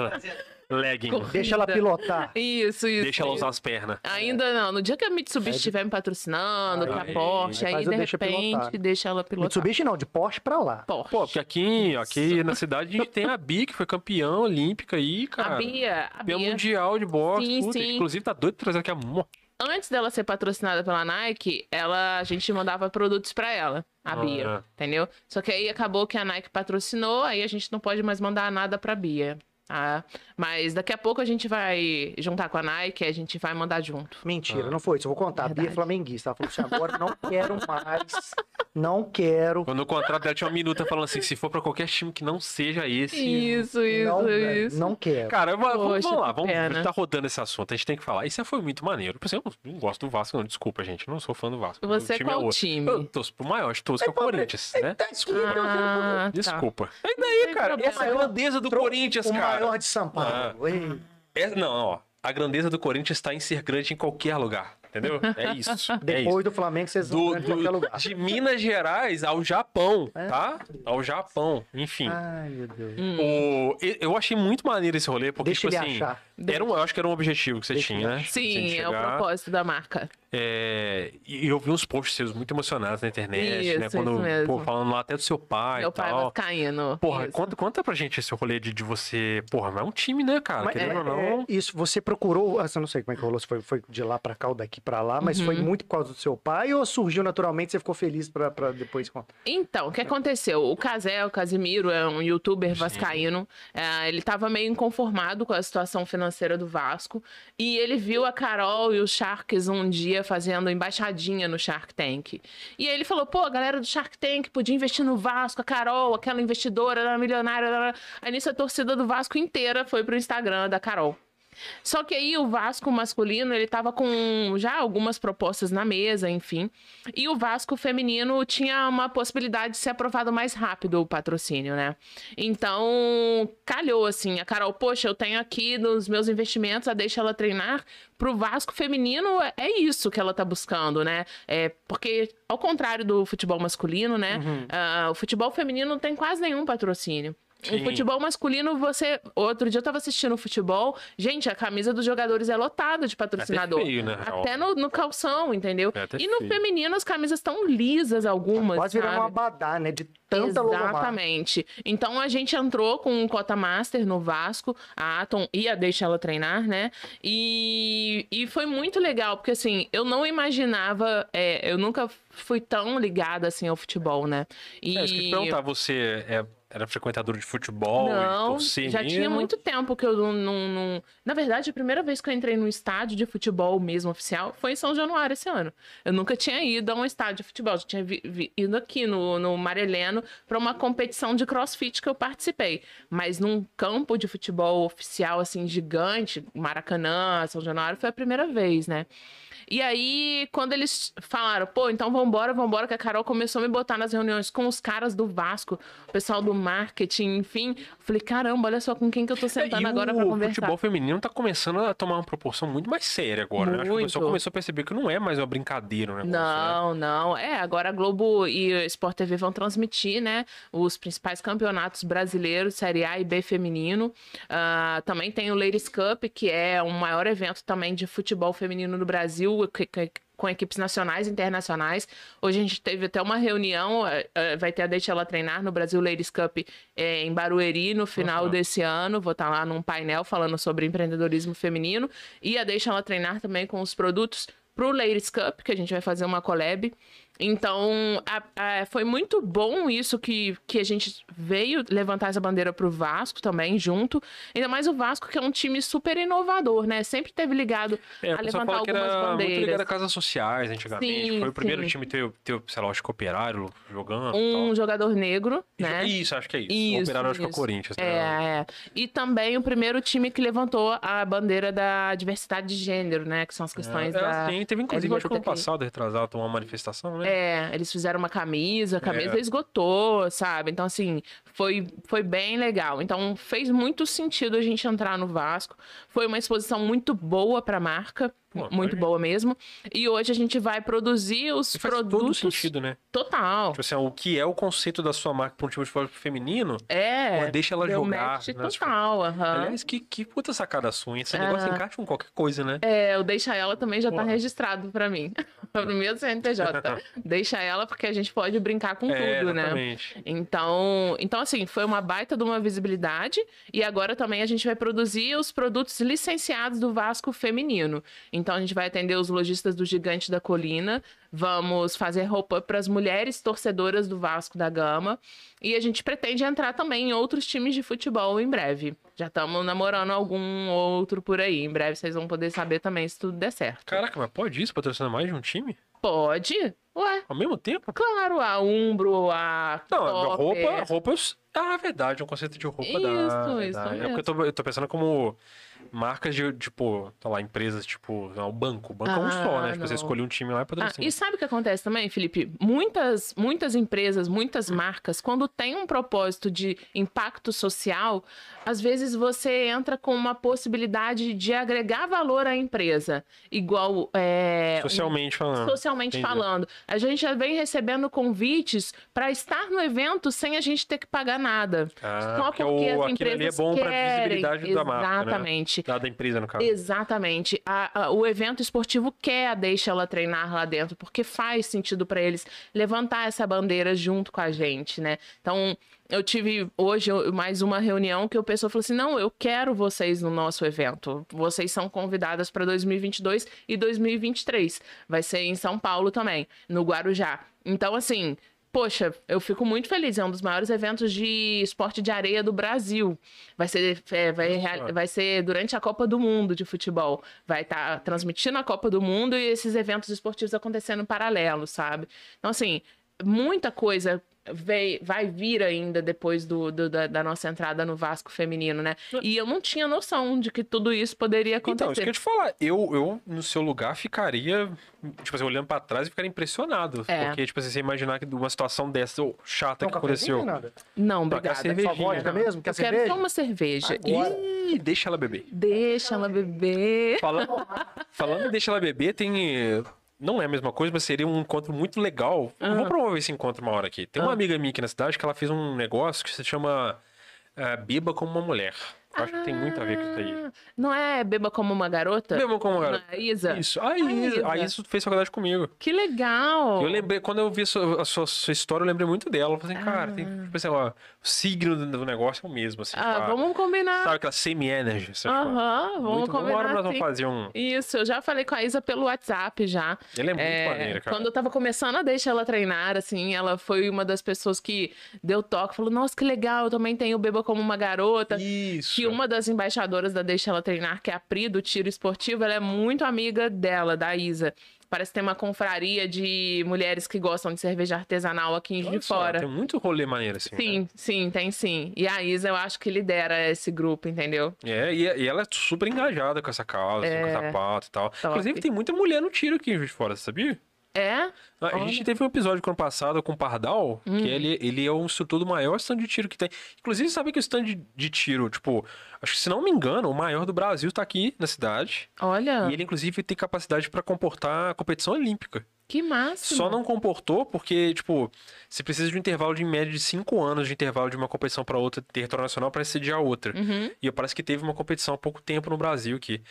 [SPEAKER 2] leggings.
[SPEAKER 3] Corrida.
[SPEAKER 1] Deixa ela pilotar.
[SPEAKER 3] Isso, isso.
[SPEAKER 2] Deixa ela
[SPEAKER 3] isso.
[SPEAKER 2] usar as pernas.
[SPEAKER 3] Ainda não. No dia que a Mitsubishi estiver me patrocinando, com a
[SPEAKER 2] Aí,
[SPEAKER 3] Porsche,
[SPEAKER 1] aí
[SPEAKER 3] aí
[SPEAKER 1] faz
[SPEAKER 3] de
[SPEAKER 1] o deixa
[SPEAKER 3] repente
[SPEAKER 1] pilotar.
[SPEAKER 3] deixa ela pilotar.
[SPEAKER 1] Mitsubishi não, de Porsche pra lá.
[SPEAKER 3] Porsche.
[SPEAKER 2] Pô, porque aqui, aqui na cidade a gente tem a Bi, que foi campeã olímpica aí, cara.
[SPEAKER 3] a Bia, a
[SPEAKER 2] Campeã
[SPEAKER 3] Bia.
[SPEAKER 2] mundial de boxe.
[SPEAKER 3] Sim,
[SPEAKER 2] puta,
[SPEAKER 3] sim.
[SPEAKER 2] Inclusive, tá doido pra trazer aqui a Mo.
[SPEAKER 3] Antes dela ser patrocinada pela Nike, ela, a gente mandava produtos pra ela, a
[SPEAKER 2] Ah,
[SPEAKER 3] Bia,
[SPEAKER 2] é.
[SPEAKER 3] entendeu? Só que aí acabou que a Nike patrocinou, aí a gente não pode mais mandar nada pra Bia. Tá? Mas daqui a pouco a gente vai juntar com a Nike, a gente vai mandar junto.
[SPEAKER 2] Ah.
[SPEAKER 1] Mentira, não foi isso. Eu vou contar. A Bia é
[SPEAKER 3] Verdade.
[SPEAKER 1] flamenguista. Ela falou assim: agora eu não quero mais Não quero.
[SPEAKER 2] Quando o contrato dela tinha uma minuta falando assim, se for pra qualquer time que não seja esse...
[SPEAKER 3] Isso, isso,
[SPEAKER 1] não,
[SPEAKER 3] é isso.
[SPEAKER 1] não quero.
[SPEAKER 2] Cara, eu vou-
[SPEAKER 3] Poxa,
[SPEAKER 2] vamos lá,
[SPEAKER 3] que
[SPEAKER 2] vamos
[SPEAKER 3] pena.
[SPEAKER 2] tá rodando esse assunto, a gente tem que falar. Isso foi muito maneiro. Por exemplo, eu não gosto do Vasco, não, desculpa, gente, eu não sou fã do Vasco. o
[SPEAKER 3] Você é
[SPEAKER 2] time é
[SPEAKER 3] qual
[SPEAKER 2] outro.
[SPEAKER 3] time?
[SPEAKER 2] Eu torço pro maior, de todos, que é o
[SPEAKER 1] Então,
[SPEAKER 2] Corinthians, né?
[SPEAKER 1] tá aqui, meu Deus.
[SPEAKER 3] Ah, tá.
[SPEAKER 2] Desculpa. E daí,
[SPEAKER 3] tem
[SPEAKER 2] cara?
[SPEAKER 3] problema.
[SPEAKER 2] Essa grandeza do Corinthians,
[SPEAKER 1] o
[SPEAKER 2] cara.
[SPEAKER 1] maior de São Paulo. Ei,
[SPEAKER 2] É- não, ó. A grandeza do Corinthians está em ser grande em qualquer lugar. Entendeu? É
[SPEAKER 1] (laughs)
[SPEAKER 2] isso. é
[SPEAKER 1] Depois
[SPEAKER 2] isso.
[SPEAKER 1] do Flamengo, vocês vão
[SPEAKER 2] Do,
[SPEAKER 1] em qualquer
[SPEAKER 2] do,
[SPEAKER 1] lugar. É.
[SPEAKER 2] de Minas Gerais ao Japão, tá? Ao Japão. Enfim.
[SPEAKER 1] Ai, meu Deus.
[SPEAKER 2] O, e- eu achei muito maneiro esse rolê, porque,
[SPEAKER 1] Deixa
[SPEAKER 2] tipo
[SPEAKER 1] ele
[SPEAKER 2] assim.
[SPEAKER 1] achar.
[SPEAKER 2] Era um, eu acho que era um objetivo que você
[SPEAKER 1] Deixa
[SPEAKER 2] tinha,
[SPEAKER 1] ele
[SPEAKER 2] né?
[SPEAKER 3] Sim,
[SPEAKER 2] Você
[SPEAKER 3] é o
[SPEAKER 2] chegar.
[SPEAKER 3] propósito da marca.
[SPEAKER 2] É, e eu vi uns posts seus muito emocionados na internet,
[SPEAKER 3] Isso,
[SPEAKER 2] né? Quando,
[SPEAKER 3] isso mesmo.
[SPEAKER 2] pô, falando lá até do seu pai
[SPEAKER 3] Meu
[SPEAKER 2] e tal.
[SPEAKER 3] pai é vai caindo.
[SPEAKER 2] Ah, então, Porra,
[SPEAKER 3] Isso.
[SPEAKER 2] conta, conta pra gente esse rolê de, de você. Porra, mas é um time, né, cara?
[SPEAKER 1] Mas,
[SPEAKER 2] Querendo
[SPEAKER 1] é,
[SPEAKER 2] ou não.
[SPEAKER 1] é, isso, você procurou, assim, eu não sei como é que rolou, se foi, foi de lá pra cá ou daqui pra lá, mas foi
[SPEAKER 3] Uhum.
[SPEAKER 1] muito por causa do seu pai ou surgiu naturalmente, você ficou feliz pra, pra depois... com-
[SPEAKER 3] Então, o que aconteceu? O Casé, o Casimiro, é um youtuber vascaíno. é, ele estava meio inconformado com a situação financeira do Vasco. E ele viu a Carol e o Sharks um dia fazendo embaixadinha no Shark Tank. E ele falou: pô, a galera do Shark Tank podia investir no Vasco, a Carol, aquela investidora, ela é milionária. Ela... ela." Aí nisso a torcida do Vasco inteira foi pro Instagram da Carol. Só que aí o Vasco masculino, ele tava com já algumas propostas na mesa, enfim. E o Vasco feminino tinha uma possibilidade de ser aprovado mais rápido o patrocínio, né? Então, calhou assim, a Carol, poxa, eu tenho aqui nos meus investimentos, a deixa ela treinar. Pro Vasco feminino, é- é isso que ela tá buscando, né? É porque ao contrário do futebol masculino, né? ah, o futebol feminino não tem quase nenhum patrocínio.
[SPEAKER 2] Sim.
[SPEAKER 3] O futebol masculino, você. Outro dia eu tava assistindo futebol. Gente, a camisa dos jogadores é lotada de patrocinador.
[SPEAKER 2] feio, na real.
[SPEAKER 3] Até no, no calção, entendeu?
[SPEAKER 2] É até
[SPEAKER 3] e no
[SPEAKER 2] feio.
[SPEAKER 3] feminino, as camisas estão lisas algumas.
[SPEAKER 1] Quase virou
[SPEAKER 3] sabe?
[SPEAKER 1] um abadá, né? De tanta logomarca.
[SPEAKER 3] Exatamente. Então a gente entrou com um cota master no Vasco, a Atom ia deixar ela treinar, né? E, e foi muito legal, porque assim, eu não imaginava, é, eu nunca fui tão ligada assim ao futebol, né? E...
[SPEAKER 2] É, isso que eu ia te perguntar, você é- era frequentador de futebol e
[SPEAKER 3] Não,
[SPEAKER 2] torcia
[SPEAKER 3] já
[SPEAKER 2] mesmo?
[SPEAKER 3] tinha muito tempo que eu não, não- não- Na verdade, a primeira vez que eu entrei num estádio de futebol mesmo oficial foi em São Januário esse ano. Eu nunca tinha ido a um estádio de futebol, eu já tinha vi- vi- ido aqui no, no Mareleno para uma competição de crossfit que eu participei. Mas num campo de futebol oficial, assim, gigante, Maracanã, São Januário, foi a primeira vez, né? E aí, quando eles falaram, pô, então vambora, vambora, que a Carol começou a me botar nas reuniões com os caras do Vasco, o pessoal do marketing, enfim. Falei, caramba, olha só com quem que eu tô sentando
[SPEAKER 2] (laughs) É, e
[SPEAKER 3] agora
[SPEAKER 2] o
[SPEAKER 3] pra conversar.
[SPEAKER 2] futebol feminino tá começando a tomar uma proporção muito mais séria agora. né? Acho que o pessoal
[SPEAKER 3] Muito.
[SPEAKER 2] começou a perceber que não é mais uma brincadeira, né?
[SPEAKER 3] Não, não. É, agora a Globo e a Sport TV vão transmitir, né? Os principais campeonatos brasileiros, Série A e B feminino. Ah, também tem o Ladies Cup, que é o maior evento também de futebol feminino no Brasil, que- que- com equipes nacionais e internacionais. Hoje a gente teve até uma reunião, eh, eh, vai ter a Deixa Ela Treinar no Brasil Ladies Cup eh, em Barueri no final
[SPEAKER 2] Aham.
[SPEAKER 3] desse ano. Vou estar lá num painel falando sobre empreendedorismo feminino. E a Deixa Ela Treinar também com os produtos pro Ladies Cup, que a gente vai fazer uma collab. Então, a- a- foi muito bom isso que, que a gente veio levantar essa bandeira pro Vasco também, junto. Ainda mais o Vasco, que é um time super inovador, né? Sempre teve ligado
[SPEAKER 2] É,
[SPEAKER 3] a
[SPEAKER 2] o pessoal
[SPEAKER 3] levantar
[SPEAKER 2] fala que
[SPEAKER 3] algumas
[SPEAKER 2] era muito ligado a
[SPEAKER 3] bandeiras.
[SPEAKER 2] casas sociais antigamente.
[SPEAKER 3] Sim,
[SPEAKER 2] Foi o primeiro
[SPEAKER 3] sim.
[SPEAKER 2] time ter, ter, sei lá, acho que operário jogando e
[SPEAKER 3] Um jogador negro,
[SPEAKER 2] tal.
[SPEAKER 3] né?
[SPEAKER 2] então. Isso, acho que é isso.
[SPEAKER 3] Isso,
[SPEAKER 2] o operário acho que é o
[SPEAKER 3] isso.
[SPEAKER 2] Corinthians, né?
[SPEAKER 3] É, é. E também o primeiro time que levantou a bandeira da diversidade de gênero, né? Que são as questões
[SPEAKER 2] É,
[SPEAKER 3] da.
[SPEAKER 2] sim, teve inclusive, acho que ano
[SPEAKER 3] LGBTQI.
[SPEAKER 2] passado, retrasado, uma manifestação, né?
[SPEAKER 3] É, eles fizeram uma camisa, a camisa
[SPEAKER 2] É.
[SPEAKER 3] esgotou, sabe? Então, assim, foi, foi bem legal. Então, fez muito sentido a gente entrar no Vasco. Foi uma exposição muito boa pra marca.
[SPEAKER 2] Pô,
[SPEAKER 3] muito
[SPEAKER 2] foi.
[SPEAKER 3] boa mesmo. E hoje a gente vai produzir os
[SPEAKER 2] E faz todo
[SPEAKER 3] produtos.
[SPEAKER 2] sentido, né?
[SPEAKER 3] Total.
[SPEAKER 2] Tipo assim, o que é o conceito da sua marca para um time de futebol feminino,
[SPEAKER 3] É.
[SPEAKER 2] pô, deixa ela
[SPEAKER 3] deu
[SPEAKER 2] jogar.
[SPEAKER 3] match
[SPEAKER 2] né? Tipo,
[SPEAKER 3] total, aham.
[SPEAKER 2] Aliás, que, que puta sacada sua, hein? Esse negócio encaixa com qualquer coisa, né?
[SPEAKER 3] É, o Deixa Ela também já tá
[SPEAKER 2] Porra.
[SPEAKER 3] registrado pra mim. (laughs) pro
[SPEAKER 2] (laughs)
[SPEAKER 3] meu CNPJ. Deixa Ela, porque a gente pode brincar com tudo, né?
[SPEAKER 2] É, exatamente.
[SPEAKER 3] Então, então, assim, foi uma baita de uma visibilidade. E agora também a gente vai produzir os produtos licenciados do Vasco feminino. Então, a gente vai atender os lojistas do Gigante da Colina. Vamos fazer roupa para as mulheres torcedoras do Vasco da Gama. E a gente pretende entrar também em outros times de futebol em breve. Já estamos namorando algum outro por aí. Em breve vocês vão poder saber também se tudo der certo.
[SPEAKER 2] Caraca, mas pode isso? Patrocinar mais de um time?
[SPEAKER 3] Pode? Ué,
[SPEAKER 2] Ao mesmo tempo?
[SPEAKER 3] claro, a Umbro, a.
[SPEAKER 2] Não, a
[SPEAKER 3] Topper.
[SPEAKER 2] roupa, roupa. eu s- Ah, verdade, é um conceito de roupa
[SPEAKER 3] Isso,
[SPEAKER 2] da.
[SPEAKER 3] é. isso
[SPEAKER 2] verdade. É
[SPEAKER 3] mesmo.
[SPEAKER 2] porque eu tô, eu tô pensando como marcas de, tipo, sei lá, empresas, tipo, não, o banco. O banco é um
[SPEAKER 3] Ah,
[SPEAKER 2] só, né? Tipo, você
[SPEAKER 3] não.
[SPEAKER 2] escolhe um time lá e
[SPEAKER 3] Ah,
[SPEAKER 2] patrocina.
[SPEAKER 3] e sabe o que acontece também, Felipe? Muitas, muitas empresas, muitas
[SPEAKER 2] Hum.
[SPEAKER 3] marcas, quando tem um propósito de impacto social, às vezes você entra com uma possibilidade de agregar valor à empresa. Igual. É, um-
[SPEAKER 2] Socialmente falando.
[SPEAKER 3] socialmente
[SPEAKER 2] ah, entendi.
[SPEAKER 3] falando. A gente já vem recebendo convites para estar no evento sem a gente ter que pagar nada.
[SPEAKER 2] Ah,
[SPEAKER 3] Só
[SPEAKER 2] porque
[SPEAKER 3] porque,
[SPEAKER 2] o-
[SPEAKER 3] as
[SPEAKER 2] aquilo ali é
[SPEAKER 3] empresas
[SPEAKER 2] bom pra
[SPEAKER 3] querem.
[SPEAKER 2] visibilidade da marca, né?
[SPEAKER 3] Exatamente.
[SPEAKER 2] Da, da empresa, no caso.
[SPEAKER 3] Exatamente. A- a- o evento esportivo quer a Deixa Ela Treinar lá dentro, porque faz sentido para eles levantar essa bandeira junto com a gente, né? Então, eu tive hoje eu- mais uma reunião que o pessoal falou assim: não, eu quero vocês no nosso evento. Vocês são convidadas para 2022 e 2023. Vai ser em São Paulo também, no Guarujá. Então, assim. Poxa, eu fico muito feliz. É um dos maiores eventos de esporte de areia do Brasil. Vai ser, é, vai, real- vai ser durante a Copa do Mundo de futebol. Vai estar transmitindo a Copa do Mundo e esses eventos esportivos acontecendo em paralelo, sabe? Então, assim, muita coisa vei- vai vir ainda depois do, do- da, da nossa entrada no Vasco feminino, né? E eu não tinha noção de que tudo isso poderia acontecer.
[SPEAKER 2] Então, isso que eu ia te falar, eu, eu no seu lugar ficaria, tipo assim, olhando pra trás e ficaria impressionado.
[SPEAKER 3] É.
[SPEAKER 2] Porque, tipo assim, você imaginar que uma situação dessa, ô, chata
[SPEAKER 1] Tem um
[SPEAKER 2] que
[SPEAKER 1] cafezinho,
[SPEAKER 2] aconteceu.
[SPEAKER 1] Renata?
[SPEAKER 3] Não,
[SPEAKER 2] Não, quer
[SPEAKER 3] obrigada.
[SPEAKER 2] cervejinha,
[SPEAKER 3] por favor,
[SPEAKER 2] né?
[SPEAKER 1] mesmo? Quer
[SPEAKER 3] eu quero
[SPEAKER 1] cerveja?
[SPEAKER 3] só uma cerveja.
[SPEAKER 1] Agora.
[SPEAKER 2] Ih, deixa ela beber.
[SPEAKER 3] Ih, deixa ela beber.
[SPEAKER 2] Fala- Falando em deixa ela beber, tem. eh, Não é a mesma coisa, mas seria um encontro muito legal.
[SPEAKER 3] Ah.
[SPEAKER 2] Vou promover esse encontro uma hora aqui. Tem uma
[SPEAKER 3] Ah.
[SPEAKER 2] amiga minha aqui na cidade que ela fez um negócio que se chama eh, Beba como uma mulher. Eu acho que tem muito a ver com isso aí.
[SPEAKER 3] Ah, Não é Beba Como Uma Garota?
[SPEAKER 2] Beba como uma garota.
[SPEAKER 3] Não é Isa?
[SPEAKER 2] Isso. A Isa, a
[SPEAKER 3] Isa.
[SPEAKER 2] Isa fez faculdade comigo.
[SPEAKER 3] Que legal!
[SPEAKER 2] Eu lembrei, quando eu vi a sua, a sua- sua história, eu lembrei muito dela. Eu falei,
[SPEAKER 3] Ah.
[SPEAKER 2] cara, tem, tipo, sei lá, o signo do do negócio é o mesmo, assim.
[SPEAKER 3] Ah,
[SPEAKER 2] tipo, a-
[SPEAKER 3] vamos combinar.
[SPEAKER 2] Sabe aquela semi-energy? sabe, tipo,
[SPEAKER 3] Aham, vamos
[SPEAKER 2] muito bom. Uma hora
[SPEAKER 3] combinar.
[SPEAKER 2] nós
[SPEAKER 3] sim.
[SPEAKER 2] vamos fazer um...
[SPEAKER 3] Isso, eu já falei com a Isa pelo WhatsApp já.
[SPEAKER 2] Ele é muito maneiro, cara.
[SPEAKER 3] Quando eu tava começando a deixar ela treinar, assim, ela foi uma das pessoas que deu toque, falou: Nossa, que legal, eu também tenho Beba como uma garota.
[SPEAKER 2] Isso.
[SPEAKER 3] Que uma das embaixadoras da Deixa Ela Treinar, que é a Pri do Tiro Esportivo, ela é muito amiga dela, da Isa. Parece que tem uma confraria de mulheres que gostam de cerveja artesanal aqui em Juiz
[SPEAKER 2] Olha
[SPEAKER 3] de
[SPEAKER 2] só,
[SPEAKER 3] Fora.
[SPEAKER 2] Tem muito rolê maneiro, assim. cara.
[SPEAKER 3] Sim, sim, tem sim. E a Isa, eu acho que lidera esse grupo, entendeu?
[SPEAKER 2] É, e, e ela é super engajada com essa causa, assim, com
[SPEAKER 3] É.
[SPEAKER 2] essa pauta e tal. Inclusive, tem muita mulher no tiro aqui em Juiz de Fora, você sabia?
[SPEAKER 3] É?
[SPEAKER 2] A gente teve um episódio ano passado com o Pardal, que ele, ele é o instrutor do maior stand de tiro que tem. Inclusive, sabe que o stand de, de tiro, tipo, acho que se não me engano, o maior do Brasil tá aqui na cidade.
[SPEAKER 3] Olha,
[SPEAKER 2] E ele, inclusive, tem capacidade pra comportar a competição olímpica.
[SPEAKER 3] que massa.
[SPEAKER 2] Só não comportou porque, tipo, você precisa de um intervalo de em média de 5 anos de intervalo de uma competição pra outra, território nacional, pra sediar
[SPEAKER 3] Hum.
[SPEAKER 2] outra.
[SPEAKER 3] Uhum.
[SPEAKER 2] E parece que teve uma competição há pouco tempo no Brasil aqui.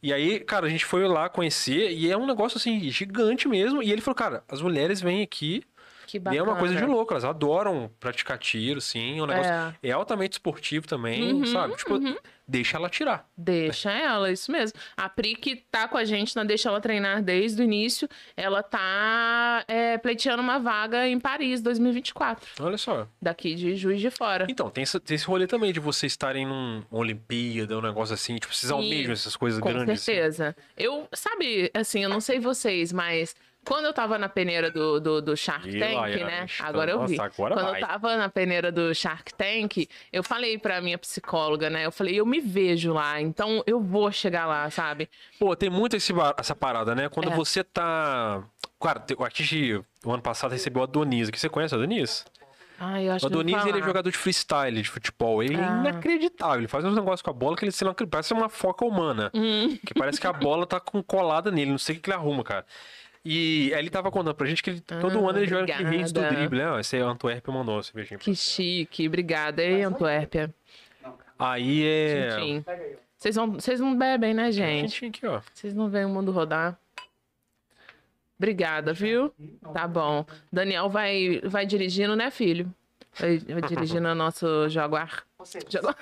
[SPEAKER 2] E aí, cara, a gente foi lá conhecer e é um negócio, assim, gigante mesmo. E ele falou, cara, as mulheres vêm aqui
[SPEAKER 3] Que
[SPEAKER 2] e
[SPEAKER 3] bacana.
[SPEAKER 2] é uma coisa de louco, elas adoram praticar tiro, sim. É um negócio...
[SPEAKER 3] É. Uhum,
[SPEAKER 2] É altamente esportivo também, sabe? Tipo, deixa ela tirar.
[SPEAKER 3] Deixa ela, isso mesmo. A Pri que tá com a gente na Deixa Ela Treinar desde o início, ela tá é, pleiteando uma vaga em Paris 2024,
[SPEAKER 2] Olha só.
[SPEAKER 3] daqui de Juiz de Fora.
[SPEAKER 2] Então, tem esse, tem esse rolê também de vocês estarem numa Olimpíada, um negócio assim, tipo, vocês almejam essas coisas
[SPEAKER 3] Com
[SPEAKER 2] grandes. assim.
[SPEAKER 3] certeza. Eu, sabe, assim, eu não sei vocês, mas quando eu tava na peneira do, do, do Shark
[SPEAKER 2] Ih,
[SPEAKER 3] Tank,
[SPEAKER 2] lá, Yara,
[SPEAKER 3] né?
[SPEAKER 2] bicho,
[SPEAKER 3] Agora eu
[SPEAKER 2] nossa,
[SPEAKER 3] vi.
[SPEAKER 2] agora
[SPEAKER 3] quando
[SPEAKER 2] vai.
[SPEAKER 3] eu tava na peneira do Shark Tank, eu falei pra minha psicóloga, né? Eu falei, eu me vejo lá, então eu vou chegar lá, sabe?
[SPEAKER 2] Pô, tem muito esse ba- essa parada, né? Quando
[SPEAKER 3] É.
[SPEAKER 2] você tá. Cara, te- a gente, o ano passado, recebeu o Adonis. aqui. Você conhece o Adonis?
[SPEAKER 3] Ai, eu acho
[SPEAKER 2] O
[SPEAKER 3] que. eu vou
[SPEAKER 2] Adonis, ele é
[SPEAKER 3] falar.
[SPEAKER 2] jogador de freestyle, de futebol. Ele é
[SPEAKER 3] Ah.
[SPEAKER 2] inacreditável. Ele faz uns negócios com a bola que ele sei lá, que parece uma foca humana.
[SPEAKER 3] Hum.
[SPEAKER 2] Que parece que a bola tá com colada nele. Não sei o que que ele arruma, cara. E aí ele tava contando pra gente que ele- todo
[SPEAKER 3] Ah,
[SPEAKER 2] ano ele joga aquele Reis do
[SPEAKER 3] obrigada.
[SPEAKER 2] drible, né? Ó, Esse é o Antuérpia mandou esse beijinho.
[SPEAKER 3] Que chique, obrigada, hein, Antuérpia.
[SPEAKER 2] Aí é.
[SPEAKER 3] Enfim. Vocês, vão, vocês não bebem, né, gente?
[SPEAKER 2] Tintim aqui, ó.
[SPEAKER 3] Vocês não veem o mundo rodar. Obrigada, viu? Tá bom. Daniel vai, vai dirigindo, né, filho? Vai, vai dirigindo o nosso Jaguar. Jaguar.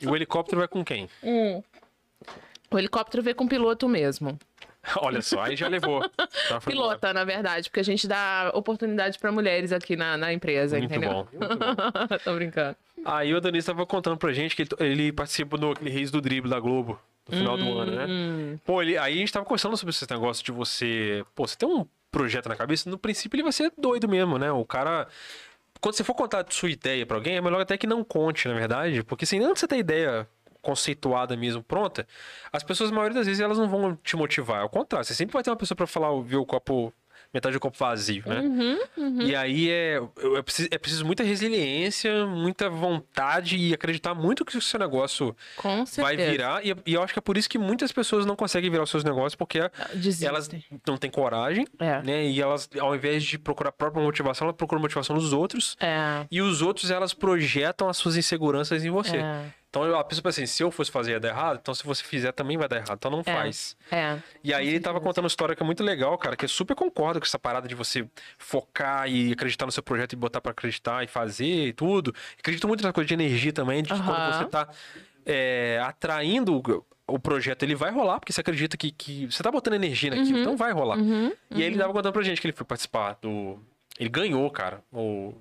[SPEAKER 2] E o helicóptero vai com quem? (laughs)
[SPEAKER 3] Hum. O helicóptero vê com o piloto mesmo.
[SPEAKER 2] Olha só, aí já levou. Tá, foi embora.
[SPEAKER 3] Pilota, na verdade, porque a gente dá oportunidade pra mulheres aqui na, na empresa,
[SPEAKER 2] Muito
[SPEAKER 3] entendeu?
[SPEAKER 2] bom.
[SPEAKER 3] (laughs) Tô brincando.
[SPEAKER 2] Aí o Adonis tava contando pra gente que ele, ele participa do aquele Reis do Drible da Globo. No final do ano, né? Pô, ele, aí a gente tava conversando sobre esse negócio de você. Pô, você tem um projeta na cabeça, no princípio ele vai ser doido mesmo, né? O cara. Quando você for contar sua ideia pra alguém, é melhor até que não conte, na verdade, porque assim, antes de você ter ideia conceituada mesmo, pronta, as pessoas, a maioria das vezes, elas não vão te motivar. Ao contrário, você sempre vai ter uma pessoa pra falar, viu, o copo. Metade do copo vazio, né?
[SPEAKER 3] Uhum.
[SPEAKER 2] E aí é, eu- é, preciso, é preciso muita resiliência, muita vontade e acreditar muito que o seu negócio
[SPEAKER 3] Com
[SPEAKER 2] vai
[SPEAKER 3] certeza.
[SPEAKER 2] virar. E, e eu acho que é por isso que muitas pessoas não conseguem virar os seus negócios, porque
[SPEAKER 3] Desistem.
[SPEAKER 2] elas não têm coragem,
[SPEAKER 3] É.
[SPEAKER 2] né? E elas, ao invés de procurar a própria motivação, elas procuram a motivação dos outros.
[SPEAKER 3] É.
[SPEAKER 2] E os outros, elas projetam as suas inseguranças em você.
[SPEAKER 3] É.
[SPEAKER 2] Então eu- a pessoa pensa assim, se eu fosse fazer ia dar errado, então se você fizer também vai dar errado, então não faz.
[SPEAKER 3] É.
[SPEAKER 2] E aí ele tava contando uma história que é muito legal, cara, que eu super concordo com essa parada de você focar e acreditar no seu projeto e botar pra acreditar e fazer e tudo. Acredito muito na coisa de energia também, de que quando
[SPEAKER 3] Aham.
[SPEAKER 2] você tá é, atraindo o- o projeto, ele vai rolar, porque você acredita que, que você tá botando energia naquilo, então vai rolar.
[SPEAKER 3] Uhum.
[SPEAKER 2] E aí ele tava contando pra gente que ele foi participar do... Ele ganhou, cara, o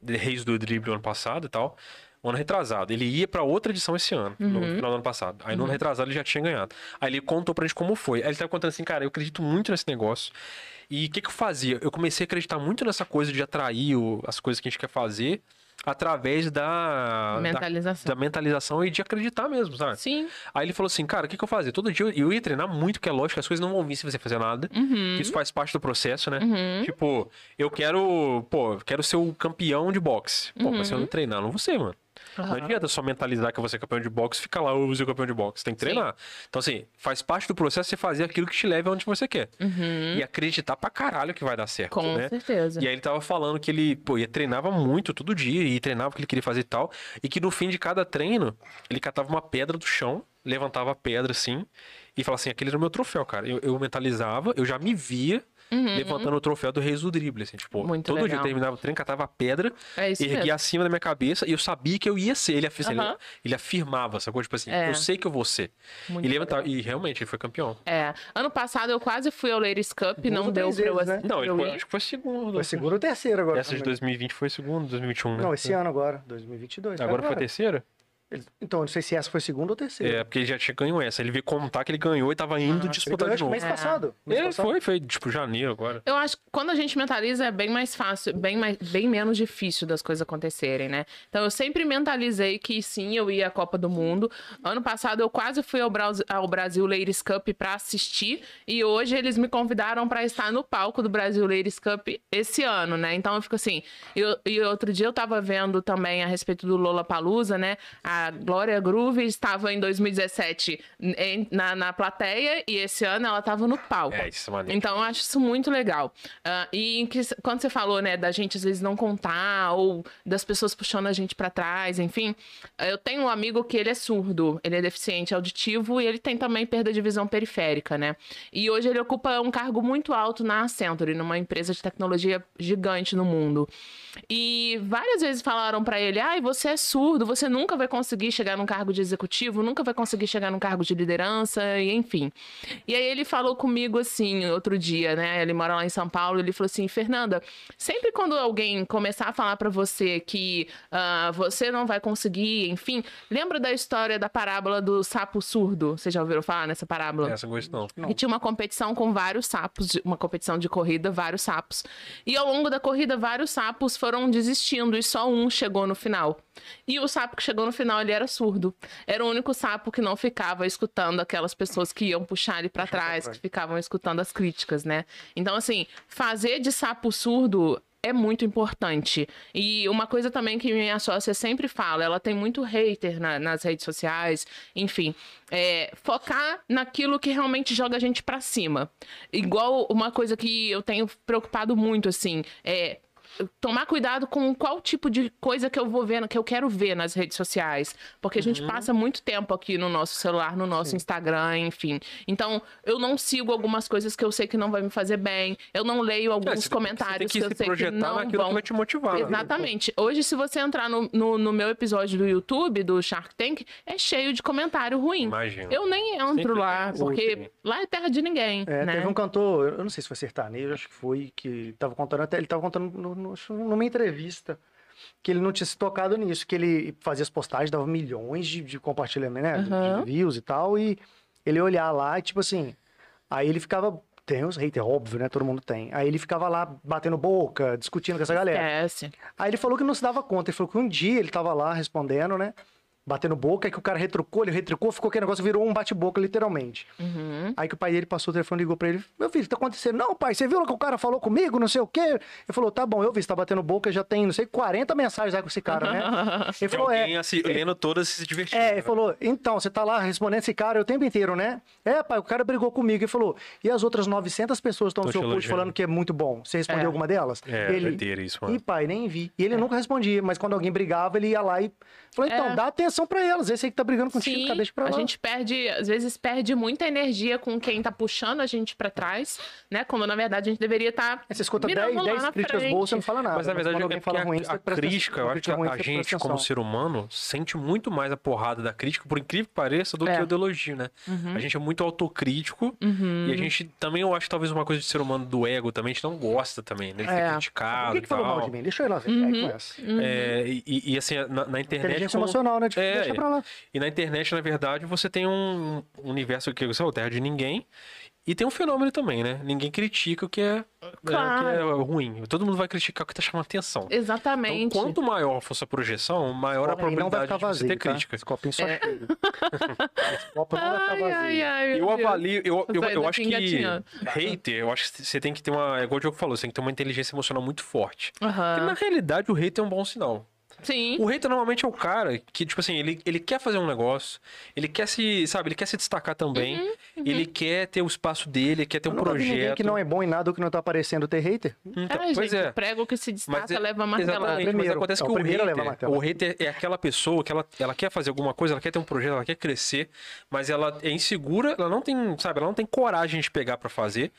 [SPEAKER 2] de Reis do Drible ano passado e tal. Um ano retrasado. Ele ia pra outra edição esse ano, no
[SPEAKER 3] Uhum.
[SPEAKER 2] final do ano passado. Aí no ano retrasado ele já tinha ganhado. Aí ele contou pra gente como foi. Aí ele tava contando assim, cara, eu acredito muito nesse negócio. E o que, que eu fazia? Eu comecei a acreditar muito nessa coisa de atrair o- as coisas que a gente quer fazer através da
[SPEAKER 3] Mentalização.
[SPEAKER 2] da, da mentalização e de acreditar mesmo, sabe?
[SPEAKER 3] Sim.
[SPEAKER 2] Aí ele falou assim, cara, o que, que eu fazia? Todo dia eu, eu ia treinar muito, que é lógico, as coisas não vão vir se você fazer nada.
[SPEAKER 3] Uhum.
[SPEAKER 2] Que isso faz parte do processo, né? Tipo, eu quero, pô, eu quero ser o campeão de boxe. Pô, mas se eu não treinar, eu não vou ser, mano. Não
[SPEAKER 3] Uhum. Aham.
[SPEAKER 2] adianta só mentalizar que eu vou ser campeão de boxe e ficar lá, eu vou ser campeão de boxe. Tem que treinar. Então, assim, faz parte do processo você fazer aquilo que te leva onde você quer. E acreditar pra caralho que vai dar certo,
[SPEAKER 3] Uhum. Com
[SPEAKER 2] né?
[SPEAKER 3] certeza.
[SPEAKER 2] E aí ele tava falando que ele, pô, ia treinava muito todo dia, e treinava o que ele queria fazer e tal. E que no fim de cada treino, ele catava uma pedra do chão, levantava a pedra assim, e falava assim: aquele era o meu troféu, cara. Eu, eu mentalizava, eu já me via. levantando o troféu do Reis do Drible, assim, tipo,
[SPEAKER 3] Uhum. Muito
[SPEAKER 2] todo dia eu
[SPEAKER 3] legal.
[SPEAKER 2] terminava o treino, catava a pedra,
[SPEAKER 3] É isso
[SPEAKER 2] erguia
[SPEAKER 3] mesmo.
[SPEAKER 2] acima da minha cabeça, e eu sabia que eu ia ser. Ele, assim, ele-
[SPEAKER 3] Aham.
[SPEAKER 2] ele afirmava, sacou? Tipo assim,
[SPEAKER 3] É.
[SPEAKER 2] eu sei que eu vou ser.
[SPEAKER 3] Muito
[SPEAKER 2] e levantava, e realmente, ele foi campeão.
[SPEAKER 3] É. Ano passado eu quase fui ao Ladies Cup, não
[SPEAKER 1] ou
[SPEAKER 3] deu
[SPEAKER 1] três
[SPEAKER 3] pra eu
[SPEAKER 1] vezes, né?
[SPEAKER 3] ass-
[SPEAKER 2] Não, ele
[SPEAKER 3] eu
[SPEAKER 2] foi,
[SPEAKER 3] ir.
[SPEAKER 2] acho que foi segundo. né?
[SPEAKER 1] Foi segundo ou terceiro agora?
[SPEAKER 2] Essa é de 2020 foi segundo, 2021, né?
[SPEAKER 1] Não, esse ano agora, 2022.
[SPEAKER 2] Agora foi terceiro?
[SPEAKER 1] terceiro. Então, eu não sei se essa foi segunda ou terceira.
[SPEAKER 2] É, porque ele já tinha ganho essa. Ele veio contar que ele ganhou e tava indo
[SPEAKER 1] Ah, Ele ganhou,
[SPEAKER 2] disputar de
[SPEAKER 1] Então, acho que
[SPEAKER 2] novo.
[SPEAKER 1] mês passado. Mês
[SPEAKER 2] É,
[SPEAKER 1] passado.
[SPEAKER 2] foi, foi tipo janeiro agora.
[SPEAKER 3] Eu acho que quando a gente mentaliza é bem mais fácil, bem, mais, bem menos difícil das coisas acontecerem, né? Então eu sempre mentalizei que sim, eu ia à Copa do Mundo. Ano passado eu quase fui ao, Braus- ao Brasil Ladies Cup pra assistir e hoje eles me convidaram pra estar no palco do Brasil Ladies Cup esse ano, né? Então eu fico assim. E, eu- e outro dia eu tava vendo também a respeito do Lola Palusa, né? A Glória Groove estava em 2017 em- na, na plateia e esse ano ela tava no palco.
[SPEAKER 2] É, isso é maneiro.
[SPEAKER 3] Então, eu acho isso muito legal. Ah, e em que- quando você falou, né, da gente às vezes não contar, ou das pessoas puxando a gente pra trás, enfim. Eu tenho um amigo que ele é surdo, ele é deficiente auditivo e ele tem também perda de visão periférica, né? E hoje ele ocupa um cargo muito alto na Accenture, numa empresa de tecnologia gigante no mundo. E várias vezes falaram pra ele: ai, você é surdo, você nunca vai conseguir chegar num cargo de executivo, nunca vai conseguir chegar num cargo de liderança, e enfim. E aí ele falou comigo assim, outro dia, né? Ele mora lá em São Paulo, ele falou assim: Fernanda, sempre quando alguém começar a falar pra você que ah, você não vai conseguir, enfim, lembra da história da parábola do sapo surdo? Vocês já ouviram falar nessa parábola?
[SPEAKER 2] Essa eu gosto não. É,
[SPEAKER 1] Não.
[SPEAKER 3] E tinha uma competição com vários sapos, de- uma competição de corrida, vários sapos. E ao longo da corrida, vários sapos foram desistindo e só um chegou no final. E o sapo que chegou no final, ele era surdo. Era o único sapo que não ficava escutando aquelas pessoas que iam puxar ele pra trás, que ficavam escutando as críticas, né? Então, assim, fazer de sapo surdo é muito importante. E uma coisa também que minha sócia sempre fala, ela tem muito hater na- nas redes sociais, enfim, é focar naquilo que realmente joga a gente pra cima. Igual uma coisa que eu tenho preocupado muito, assim, é tomar cuidado com qual tipo de coisa que eu vou ver, que eu quero ver nas redes sociais, porque a gente
[SPEAKER 2] Uhum.
[SPEAKER 3] passa muito tempo aqui no nosso celular, no nosso Instagram, enfim. Então, eu não sigo algumas coisas que eu sei que não vai me fazer bem, eu não leio
[SPEAKER 2] É,
[SPEAKER 3] alguns
[SPEAKER 2] você tem-
[SPEAKER 3] comentários
[SPEAKER 2] você tem que,
[SPEAKER 3] eu
[SPEAKER 2] se
[SPEAKER 3] sei que
[SPEAKER 2] projetar
[SPEAKER 3] não
[SPEAKER 2] naquilo
[SPEAKER 3] vão
[SPEAKER 2] que vai te motivar. né?
[SPEAKER 3] Exatamente. Hoje, se você entrar no, no, no meu episódio do YouTube, do Shark Tank, é cheio de comentário ruim.
[SPEAKER 2] Imagino.
[SPEAKER 3] Eu nem entro
[SPEAKER 2] Sempre
[SPEAKER 3] lá,
[SPEAKER 2] tem. um Sempre
[SPEAKER 3] porque lá é terra de ninguém,
[SPEAKER 1] É,
[SPEAKER 3] né?
[SPEAKER 1] Teve um cantor, eu não sei se foi sertanejo, acho que foi, que tava contando até, ele tava contando no- no- acho numa entrevista que ele não tinha se tocado nisso, que ele fazia as postagens, dava milhões de, de compartilhamento, né? de-
[SPEAKER 3] Aham.
[SPEAKER 1] De views e tal, e ele olhar lá e tipo assim, aí ele ficava Tem os haters, óbvio, né? Todo mundo tem. Aí ele ficava lá batendo boca, discutindo com essa galera.
[SPEAKER 3] Esquece.
[SPEAKER 1] Aí ele falou que não se dava conta. Ele falou que um dia ele tava lá respondendo, né? Batendo boca, aí que o cara retrucou, ele retrucou, ficou aquele negócio, virou um bate-boca, literalmente.
[SPEAKER 3] Uhum.
[SPEAKER 1] Aí que o pai dele passou o telefone, ligou pra ele: Meu filho, tá acontecendo? Não, pai, você viu o que o cara falou comigo, não sei o quê? Ele falou: Tá bom, eu vi, você tá batendo boca, já tem, não sei, 40 mensagens aí com esse
[SPEAKER 2] Tá
[SPEAKER 1] cara,
[SPEAKER 2] (laughs)
[SPEAKER 3] (laughs)
[SPEAKER 1] né? Ele
[SPEAKER 2] E
[SPEAKER 1] falou: É.
[SPEAKER 2] alguém assim, lendo todas e se divertindo.
[SPEAKER 1] É,
[SPEAKER 2] né?
[SPEAKER 1] ele falou, então, você tá lá respondendo esse cara o tempo inteiro, né? É, pai, o cara brigou comigo e falou, e as outras 900 pessoas estão no
[SPEAKER 2] Tô
[SPEAKER 1] seu
[SPEAKER 2] te
[SPEAKER 1] post
[SPEAKER 2] elogiando.
[SPEAKER 1] falando que é muito bom. Você respondeu
[SPEAKER 3] É.
[SPEAKER 1] alguma delas?
[SPEAKER 2] É, doideira isso, mano.
[SPEAKER 1] E pai, nem vi. E ele nunca respondia, mas quando alguém brigava, ele ia lá e falou, então,
[SPEAKER 3] É.
[SPEAKER 1] dá atenção pra elas, esse aí que tá brigando contigo,
[SPEAKER 3] Sim,
[SPEAKER 1] cara, deixa pra lá.
[SPEAKER 3] a gente perde, às vezes perde muita energia com quem tá puxando a gente pra trás, né? Quando na verdade a gente deveria
[SPEAKER 2] É,
[SPEAKER 3] estar.
[SPEAKER 1] Aí É, Você escuta
[SPEAKER 3] mirando
[SPEAKER 1] 10,
[SPEAKER 3] lá
[SPEAKER 1] 10
[SPEAKER 3] na
[SPEAKER 1] críticas
[SPEAKER 3] frente.
[SPEAKER 1] boas, você não fala nada.
[SPEAKER 2] Mas na verdade
[SPEAKER 1] né? quando
[SPEAKER 2] é
[SPEAKER 1] alguém
[SPEAKER 2] porque
[SPEAKER 1] fala
[SPEAKER 2] a,
[SPEAKER 1] ruim,
[SPEAKER 2] a
[SPEAKER 1] você tá presta
[SPEAKER 2] crítica, eu
[SPEAKER 1] atenção.
[SPEAKER 2] acho que a,
[SPEAKER 1] Quando
[SPEAKER 2] a
[SPEAKER 1] alguém fala ruim, você
[SPEAKER 2] gente,
[SPEAKER 1] presta
[SPEAKER 2] como
[SPEAKER 1] atenção.
[SPEAKER 2] ser humano, sente muito mais a porrada da crítica, por incrível que pareça, do
[SPEAKER 3] É.
[SPEAKER 2] que o do elogio, né?
[SPEAKER 1] Uhum.
[SPEAKER 2] A gente é muito autocrítico e a gente também, eu acho, talvez uma coisa de ser humano do ego também, a gente não gosta também, né? De ser
[SPEAKER 3] É.
[SPEAKER 1] Por
[SPEAKER 2] criticado
[SPEAKER 1] que,
[SPEAKER 2] e
[SPEAKER 1] que falou mal de
[SPEAKER 2] tal.
[SPEAKER 1] mim? Deixa eu ir lá ver. Aí
[SPEAKER 3] Uhum.
[SPEAKER 1] começa.
[SPEAKER 2] É, e- e, e, assim, na, na internet.
[SPEAKER 1] Inteligência
[SPEAKER 2] como-
[SPEAKER 1] emocional, né? Tipo,
[SPEAKER 2] É,
[SPEAKER 1] deixa pra lá.
[SPEAKER 2] E na internet, na verdade, você tem um um universo que você é o terra de ninguém. E tem um fenômeno também, né? Ninguém critica o que é, é,
[SPEAKER 3] Claro.
[SPEAKER 2] o que é ruim. Todo mundo vai criticar o que tá chamando atenção.
[SPEAKER 3] Exatamente.
[SPEAKER 2] Então, quanto maior for sua projeção, maior a
[SPEAKER 1] Copo aí não vai
[SPEAKER 2] probabilidade
[SPEAKER 1] ficar
[SPEAKER 2] de você
[SPEAKER 1] vazio,
[SPEAKER 2] ter
[SPEAKER 1] tá?
[SPEAKER 2] crítica.
[SPEAKER 1] Esse copinho só cheio. Esse copo não vai ficar
[SPEAKER 3] É. Ai,
[SPEAKER 1] vazio.
[SPEAKER 3] ai, ai, meu
[SPEAKER 2] tá Eu
[SPEAKER 3] Deus.
[SPEAKER 2] avalio, eu, eu,
[SPEAKER 3] Saindo
[SPEAKER 2] eu
[SPEAKER 3] aqui
[SPEAKER 2] acho que
[SPEAKER 3] engatinhando.
[SPEAKER 2] hater, eu acho que você tem que ter uma. É igual o Diogo falou, você tem que ter uma inteligência emocional muito forte. Porque
[SPEAKER 3] Aham.
[SPEAKER 2] na realidade o hater é um bom sinal.
[SPEAKER 3] Ah. Sim.
[SPEAKER 2] O hater normalmente é o cara que, tipo assim, ele, ele quer fazer um negócio, ele quer se, sabe, ele quer se destacar também,
[SPEAKER 3] Uhum,
[SPEAKER 2] ele quer ter o espaço dele, quer ter um
[SPEAKER 1] Eu nunca vi ninguém
[SPEAKER 2] projeto.
[SPEAKER 1] que não é bom em nada ou que não tá aparecendo ter hater.
[SPEAKER 2] Então,
[SPEAKER 3] é,
[SPEAKER 2] pois
[SPEAKER 3] gente,
[SPEAKER 2] é.
[SPEAKER 3] o prego que se destaca
[SPEAKER 2] é-
[SPEAKER 3] leva a martelada.
[SPEAKER 2] exatamente, mas
[SPEAKER 1] Primeiro.
[SPEAKER 2] acontece
[SPEAKER 1] É,
[SPEAKER 2] que
[SPEAKER 1] o
[SPEAKER 2] o,
[SPEAKER 1] primeiro leva a
[SPEAKER 2] hater,
[SPEAKER 1] martelada.
[SPEAKER 2] o hater é aquela pessoa que ela, ela quer fazer alguma coisa, ela quer ter um projeto, ela quer crescer, mas ela é insegura, ela não tem, sabe, ela não tem coragem de pegar pra fazer.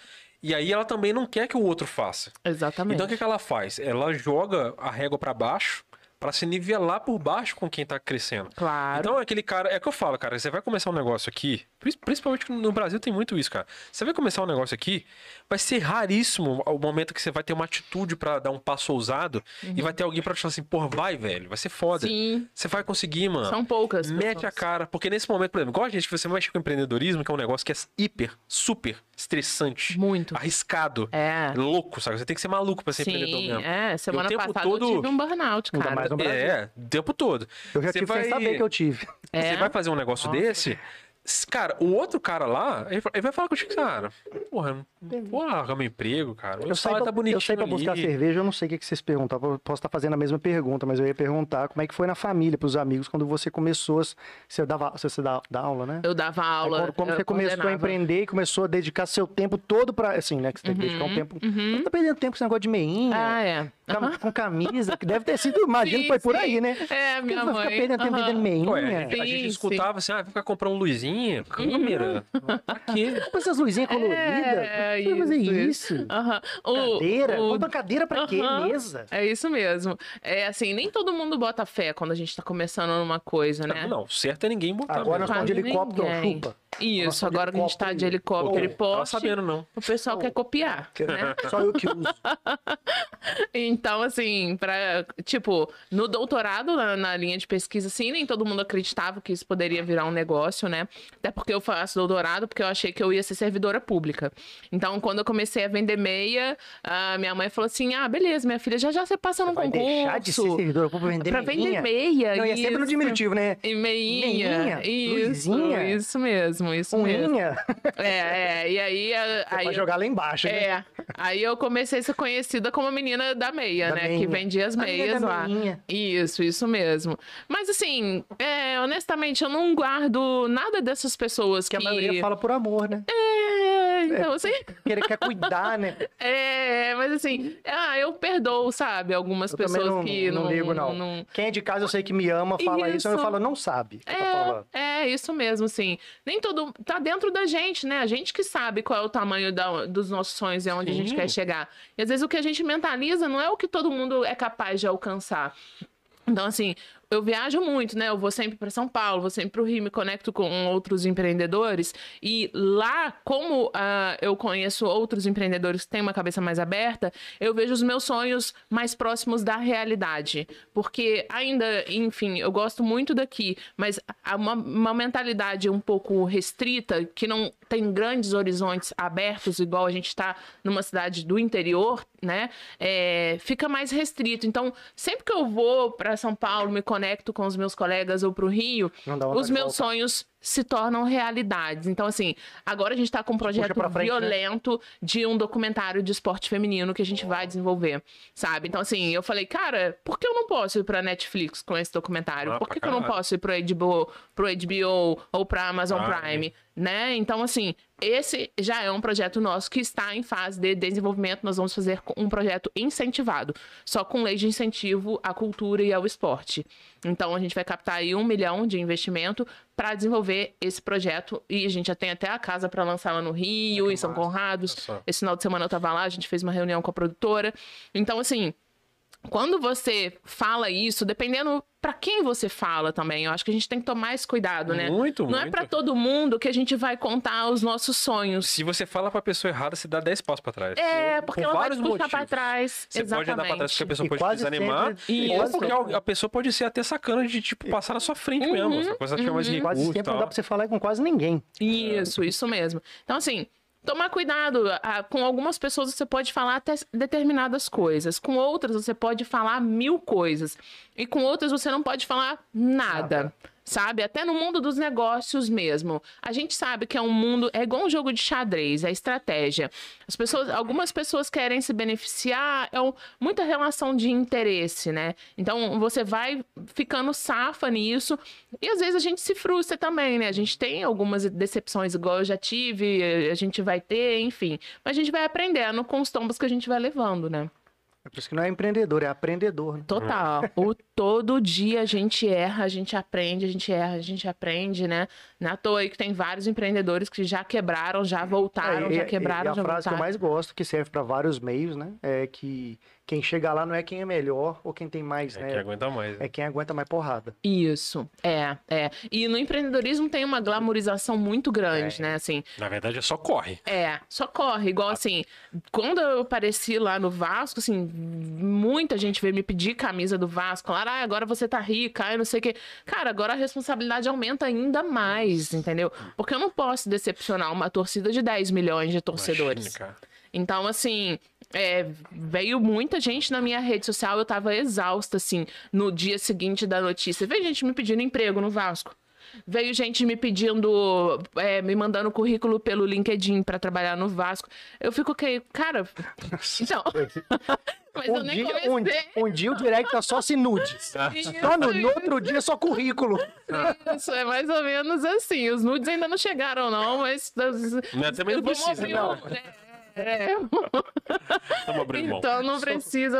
[SPEAKER 2] E aí ela também não quer que o outro faça.
[SPEAKER 3] Exatamente.
[SPEAKER 2] Então o que, que ela faz? Ela joga a régua pra baixo pra se nivelar por baixo com quem tá crescendo.
[SPEAKER 3] Claro.
[SPEAKER 2] Então é aquele cara, é que eu falo, cara, você vai começar um negócio aqui, prin- principalmente que no Brasil tem muito isso, cara. Você vai começar um negócio aqui, vai ser raríssimo o momento que você vai ter uma atitude pra dar um passo ousado e vai ter alguém pra te falar assim, porra, vai, velho, vai ser foda.
[SPEAKER 3] Uhum. Sim.
[SPEAKER 2] Você vai conseguir, mano.
[SPEAKER 3] São poucas
[SPEAKER 2] ah, Mete a
[SPEAKER 3] pessoas.
[SPEAKER 2] cara, porque nesse momento, por exemplo, igual a gente, você mexe com empreendedorismo, que é um negócio que é hiper, super estressante.
[SPEAKER 3] Muito.
[SPEAKER 2] Arriscado.
[SPEAKER 3] É.
[SPEAKER 2] Louco, sabe? Você tem que ser maluco pra ser empreendedor
[SPEAKER 3] Sim,
[SPEAKER 2] mesmo.
[SPEAKER 3] é. Semana
[SPEAKER 2] E o tempo
[SPEAKER 3] passada
[SPEAKER 2] todo-
[SPEAKER 3] eu tive um burnout,
[SPEAKER 1] Ainda
[SPEAKER 3] cara.
[SPEAKER 1] mais no Brasil.
[SPEAKER 2] É, o tempo todo.
[SPEAKER 1] Eu já
[SPEAKER 2] Você
[SPEAKER 1] tive sem saber que eu tive.
[SPEAKER 3] É.
[SPEAKER 2] Você vai fazer um negócio desse. s- Cara, o outro cara lá, ele fa- ele vai falar contigo, cara. Porra, porra, largar meu emprego, cara. Meu
[SPEAKER 1] Eu saí,
[SPEAKER 2] salário
[SPEAKER 1] pra,
[SPEAKER 2] tá bonitinho.
[SPEAKER 1] eu saí pra
[SPEAKER 2] ali.
[SPEAKER 1] buscar cerveja, eu não sei o que, que vocês perguntaram. Eu posso estar fazendo a mesma pergunta, mas eu ia perguntar como é que foi na família, pros amigos, quando você começou. as- Você dava você, você dá, dá aula, né?
[SPEAKER 3] Eu dava aula.
[SPEAKER 1] Aí quando, quando
[SPEAKER 3] eu
[SPEAKER 1] você começou a
[SPEAKER 3] coordenava.
[SPEAKER 1] empreender e começou a dedicar seu tempo todo pra. Assim, né? Que você tem que dedicar um tempo. Você tá perdendo tempo com esse negócio de meinha.
[SPEAKER 3] Uhum, Ah, é.
[SPEAKER 1] cam- Com camisa, que deve ter sido, imagino,
[SPEAKER 3] Sim,
[SPEAKER 1] foi por
[SPEAKER 3] sim.
[SPEAKER 1] aí, né?
[SPEAKER 3] É, minha
[SPEAKER 1] Vai ficar
[SPEAKER 3] mãe.
[SPEAKER 1] perdendo tempo
[SPEAKER 3] Aham.
[SPEAKER 1] vendendo meinha.
[SPEAKER 2] Ué, a
[SPEAKER 3] Sim,
[SPEAKER 2] gente
[SPEAKER 3] sim. Uhum.
[SPEAKER 2] escutava assim, ah, vai ficar comprando luzinha,
[SPEAKER 3] (laughs)
[SPEAKER 2] câmera. Pra quê?
[SPEAKER 1] Com essas luzinhas coloridas?
[SPEAKER 3] É,
[SPEAKER 1] por que fazer
[SPEAKER 3] isso,
[SPEAKER 1] isso?
[SPEAKER 3] Aham. O-
[SPEAKER 1] Cadeira?
[SPEAKER 3] o-
[SPEAKER 1] Compra cadeira pra quê?
[SPEAKER 3] Aham.
[SPEAKER 1] Mesa?
[SPEAKER 3] É isso mesmo. É assim, nem todo mundo bota fé quando a gente tá começando numa coisa, né?
[SPEAKER 2] Não, o certo é ninguém botar.
[SPEAKER 1] Agora nós estamos
[SPEAKER 2] mesmo.
[SPEAKER 3] Quase
[SPEAKER 1] de helicóptero,
[SPEAKER 3] ninguém.
[SPEAKER 1] chupa.
[SPEAKER 3] Isso,
[SPEAKER 1] Nossa,
[SPEAKER 3] agora que a gente tá de helicóptero e
[SPEAKER 2] Pô, tava
[SPEAKER 3] poste,
[SPEAKER 2] sabendo, não.
[SPEAKER 3] o pessoal quer copiar, né? (laughs)
[SPEAKER 1] Só eu que uso.
[SPEAKER 3] Então, assim, para tipo, no doutorado, na, na linha de pesquisa, assim, nem todo mundo acreditava que isso poderia virar um negócio, né? Até porque eu faço doutorado, porque eu achei que eu ia ser servidora pública. Então, quando eu comecei a vender meia, a minha mãe falou assim: ah, beleza, minha filha, já já você passa num
[SPEAKER 1] Vai
[SPEAKER 3] concurso.
[SPEAKER 1] deixar de ser servidora pública pra vender
[SPEAKER 3] pra
[SPEAKER 1] meinha?
[SPEAKER 3] vender meia.
[SPEAKER 1] Não, e é sempre no
[SPEAKER 3] isso.
[SPEAKER 1] diminutivo, né?
[SPEAKER 3] E meinha.
[SPEAKER 1] Meinha,
[SPEAKER 3] Isso,
[SPEAKER 1] luzinha.
[SPEAKER 3] isso mesmo,
[SPEAKER 1] (laughs)
[SPEAKER 3] isso mesmo.
[SPEAKER 1] Unhinha.
[SPEAKER 3] É, é, e aí... a-
[SPEAKER 1] Você
[SPEAKER 3] aí
[SPEAKER 1] pode
[SPEAKER 3] eu-
[SPEAKER 1] jogar lá embaixo, né?
[SPEAKER 3] É, aí eu comecei a ser conhecida como a menina da meia,
[SPEAKER 1] Da
[SPEAKER 3] né?
[SPEAKER 1] meinha.
[SPEAKER 3] Que vendia as
[SPEAKER 1] A menina
[SPEAKER 3] meias
[SPEAKER 1] da
[SPEAKER 3] lá.
[SPEAKER 1] meinha.
[SPEAKER 3] Isso, isso mesmo. Mas assim, é, honestamente, eu não guardo nada dessas pessoas que...
[SPEAKER 1] Que a maioria fala por amor, né?
[SPEAKER 3] É, então assim...
[SPEAKER 1] Porque ele quer cuidar,
[SPEAKER 3] (laughs)
[SPEAKER 1] né?
[SPEAKER 3] É, mas assim, ah, eu perdoo, sabe? Algumas
[SPEAKER 1] Eu também
[SPEAKER 3] pessoas
[SPEAKER 1] não,
[SPEAKER 3] que
[SPEAKER 1] não ligo, não.
[SPEAKER 3] não,
[SPEAKER 1] Quem é de casa, eu sei que me ama, fala isso, aí eu
[SPEAKER 3] Isso.
[SPEAKER 1] falo, não sabe. o que tá falando.
[SPEAKER 3] É, é, isso mesmo, sim. Nem todo. Tá dentro da gente, né? A gente que sabe qual é o tamanho da- dos nossos sonhos e onde a gente
[SPEAKER 2] Sim.
[SPEAKER 3] quer chegar. E às vezes o que a gente mentaliza não é o que todo mundo é capaz de alcançar. Então, assim, eu viajo muito, né? Eu vou sempre para São Paulo, vou sempre para o Rio, me conecto com outros empreendedores. E lá, como ah, eu conheço outros empreendedores que têm uma cabeça mais aberta, eu vejo os meus sonhos mais próximos da realidade. Porque ainda, enfim, eu gosto muito daqui, mas há uma, uma mentalidade um pouco restrita, que não tem grandes horizontes abertos, igual a gente está numa cidade do interior, né? É, fica mais restrito. Então, sempre que eu vou para São Paulo, me conecto com os meus colegas ou para o Rio,
[SPEAKER 1] Não dá vontade
[SPEAKER 3] os
[SPEAKER 1] de
[SPEAKER 3] meus
[SPEAKER 1] voltar.
[SPEAKER 3] sonhos se tornam realidades. Então, assim, agora a gente está com um projeto
[SPEAKER 1] pra frente, né?
[SPEAKER 3] violento de um documentário de esporte feminino que a gente vai desenvolver, sabe? Então, assim, eu falei, cara, por que eu não posso ir pra Netflix com esse documentário?
[SPEAKER 2] Ah,
[SPEAKER 3] por
[SPEAKER 2] pra
[SPEAKER 3] que, que eu não
[SPEAKER 2] caralho.
[SPEAKER 3] posso ir pro HBO, pro HBO ou pra Amazon
[SPEAKER 2] Ah,
[SPEAKER 3] Prime? Né? Então, assim, esse já é um projeto nosso que está em fase de desenvolvimento. Nós vamos fazer co- um projeto incentivado, só com lei de incentivo à cultura e ao esporte. Então, a gente vai captar aí um milhão de investimento para desenvolver esse projeto. E a gente já tem até a casa para lançar lá no Rio, em São Conrados.
[SPEAKER 2] Olha só.
[SPEAKER 3] Esse final de semana eu tava lá, a gente fez uma reunião com a produtora. Então, assim, quando você fala isso, dependendo pra quem você fala também, eu acho que a gente tem que tomar mais cuidado, né?
[SPEAKER 2] Muito,
[SPEAKER 3] Não é
[SPEAKER 2] muito.
[SPEAKER 3] pra todo mundo que a gente vai contar os nossos sonhos.
[SPEAKER 2] Se você fala pra pessoa errada, você dá 10 passos pra trás.
[SPEAKER 3] É,
[SPEAKER 2] Por-
[SPEAKER 3] porque
[SPEAKER 2] por
[SPEAKER 3] ela vai te
[SPEAKER 2] vários
[SPEAKER 3] puxar pra
[SPEAKER 2] motivos.
[SPEAKER 3] trás.
[SPEAKER 2] Você
[SPEAKER 3] Exatamente.
[SPEAKER 2] pode andar pra trás porque a pessoa
[SPEAKER 1] E
[SPEAKER 2] pode te
[SPEAKER 1] quase
[SPEAKER 2] desanimar.
[SPEAKER 1] sempre-
[SPEAKER 2] E
[SPEAKER 1] quase
[SPEAKER 2] ou porque
[SPEAKER 1] sempre-
[SPEAKER 2] a pessoa pode ser até sacana de, tipo, passar na sua frente
[SPEAKER 3] Uhum,
[SPEAKER 2] mesmo. Essa coisa chama de
[SPEAKER 1] Quase
[SPEAKER 2] recurso
[SPEAKER 1] sempre
[SPEAKER 2] e
[SPEAKER 1] não
[SPEAKER 2] tal.
[SPEAKER 1] dá pra você falar com quase ninguém.
[SPEAKER 3] Isso, isso mesmo. Então, assim, tomar cuidado. ah, Com algumas pessoas você pode falar até determinadas coisas. Com outras você pode falar mil coisas. E com outras você não pode falar nada. Sabe? Até no mundo dos negócios mesmo. A gente sabe que é um mundo. É igual um jogo de xadrez, é estratégia. As pessoas, algumas pessoas querem se beneficiar, é um- muita relação de interesse, né? Então você vai ficando safa nisso. E às vezes a gente se frustra também, né? A gente tem algumas decepções, igual eu já tive, eh, a gente vai ter, enfim. Mas a gente vai aprendendo com os tombos que a gente vai levando, né?
[SPEAKER 1] É por isso que não é empreendedor, é aprendedor. né?
[SPEAKER 3] Total. O todo dia a gente erra, a gente aprende, a gente erra, a gente aprende, né? Na toa aí que tem vários empreendedores que já quebraram, já voltaram,
[SPEAKER 1] É, e-
[SPEAKER 3] já
[SPEAKER 1] e
[SPEAKER 3] quebraram,
[SPEAKER 1] a
[SPEAKER 3] já
[SPEAKER 1] frase que eu
[SPEAKER 3] voltaram.
[SPEAKER 1] mais gosto, que serve pra vários meios, né? É que quem chega lá não é quem é melhor ou quem tem mais,
[SPEAKER 2] É
[SPEAKER 1] né?
[SPEAKER 2] que aguenta mais. né?
[SPEAKER 1] É quem aguenta mais porrada.
[SPEAKER 3] Isso, é, é. E no empreendedorismo tem uma glamorização muito grande, né? Assim,
[SPEAKER 2] Na verdade, é só corre.
[SPEAKER 3] é, só corre. Igual assim, quando eu apareci lá no Vasco, assim, muita gente veio me pedir camisa do Vasco. Lá, ah, agora você tá rica, ai, não sei o quê. Cara, agora a responsabilidade aumenta ainda mais, entendeu? Porque eu não posso decepcionar uma torcida de 10 milhões de torcedores.
[SPEAKER 2] Imagina, cara.
[SPEAKER 3] Então, assim, é, veio muita gente na minha rede social, eu tava exausta, assim, no dia seguinte da notícia. Veio gente me pedindo emprego no Vasco. Veio gente me pedindo, é, me mandando currículo pelo LinkedIn pra trabalhar no Vasco. Eu fico que, cara.
[SPEAKER 1] (laughs)
[SPEAKER 3] Então. (laughs) mas eu
[SPEAKER 1] Um
[SPEAKER 3] nem
[SPEAKER 1] dia, um,
[SPEAKER 3] comecei.
[SPEAKER 1] um dia o direct tá só se nude.
[SPEAKER 2] (laughs)
[SPEAKER 1] Só no, no outro dia é só currículo.
[SPEAKER 3] Isso, é mais ou menos assim. Os nudes ainda não chegaram, não, mas.
[SPEAKER 2] Mas também não
[SPEAKER 3] Eu vou
[SPEAKER 2] precisa,
[SPEAKER 3] mover
[SPEAKER 2] não. Tá
[SPEAKER 3] um- É, é.
[SPEAKER 2] Estamos abrindo mão.
[SPEAKER 3] Então não precisa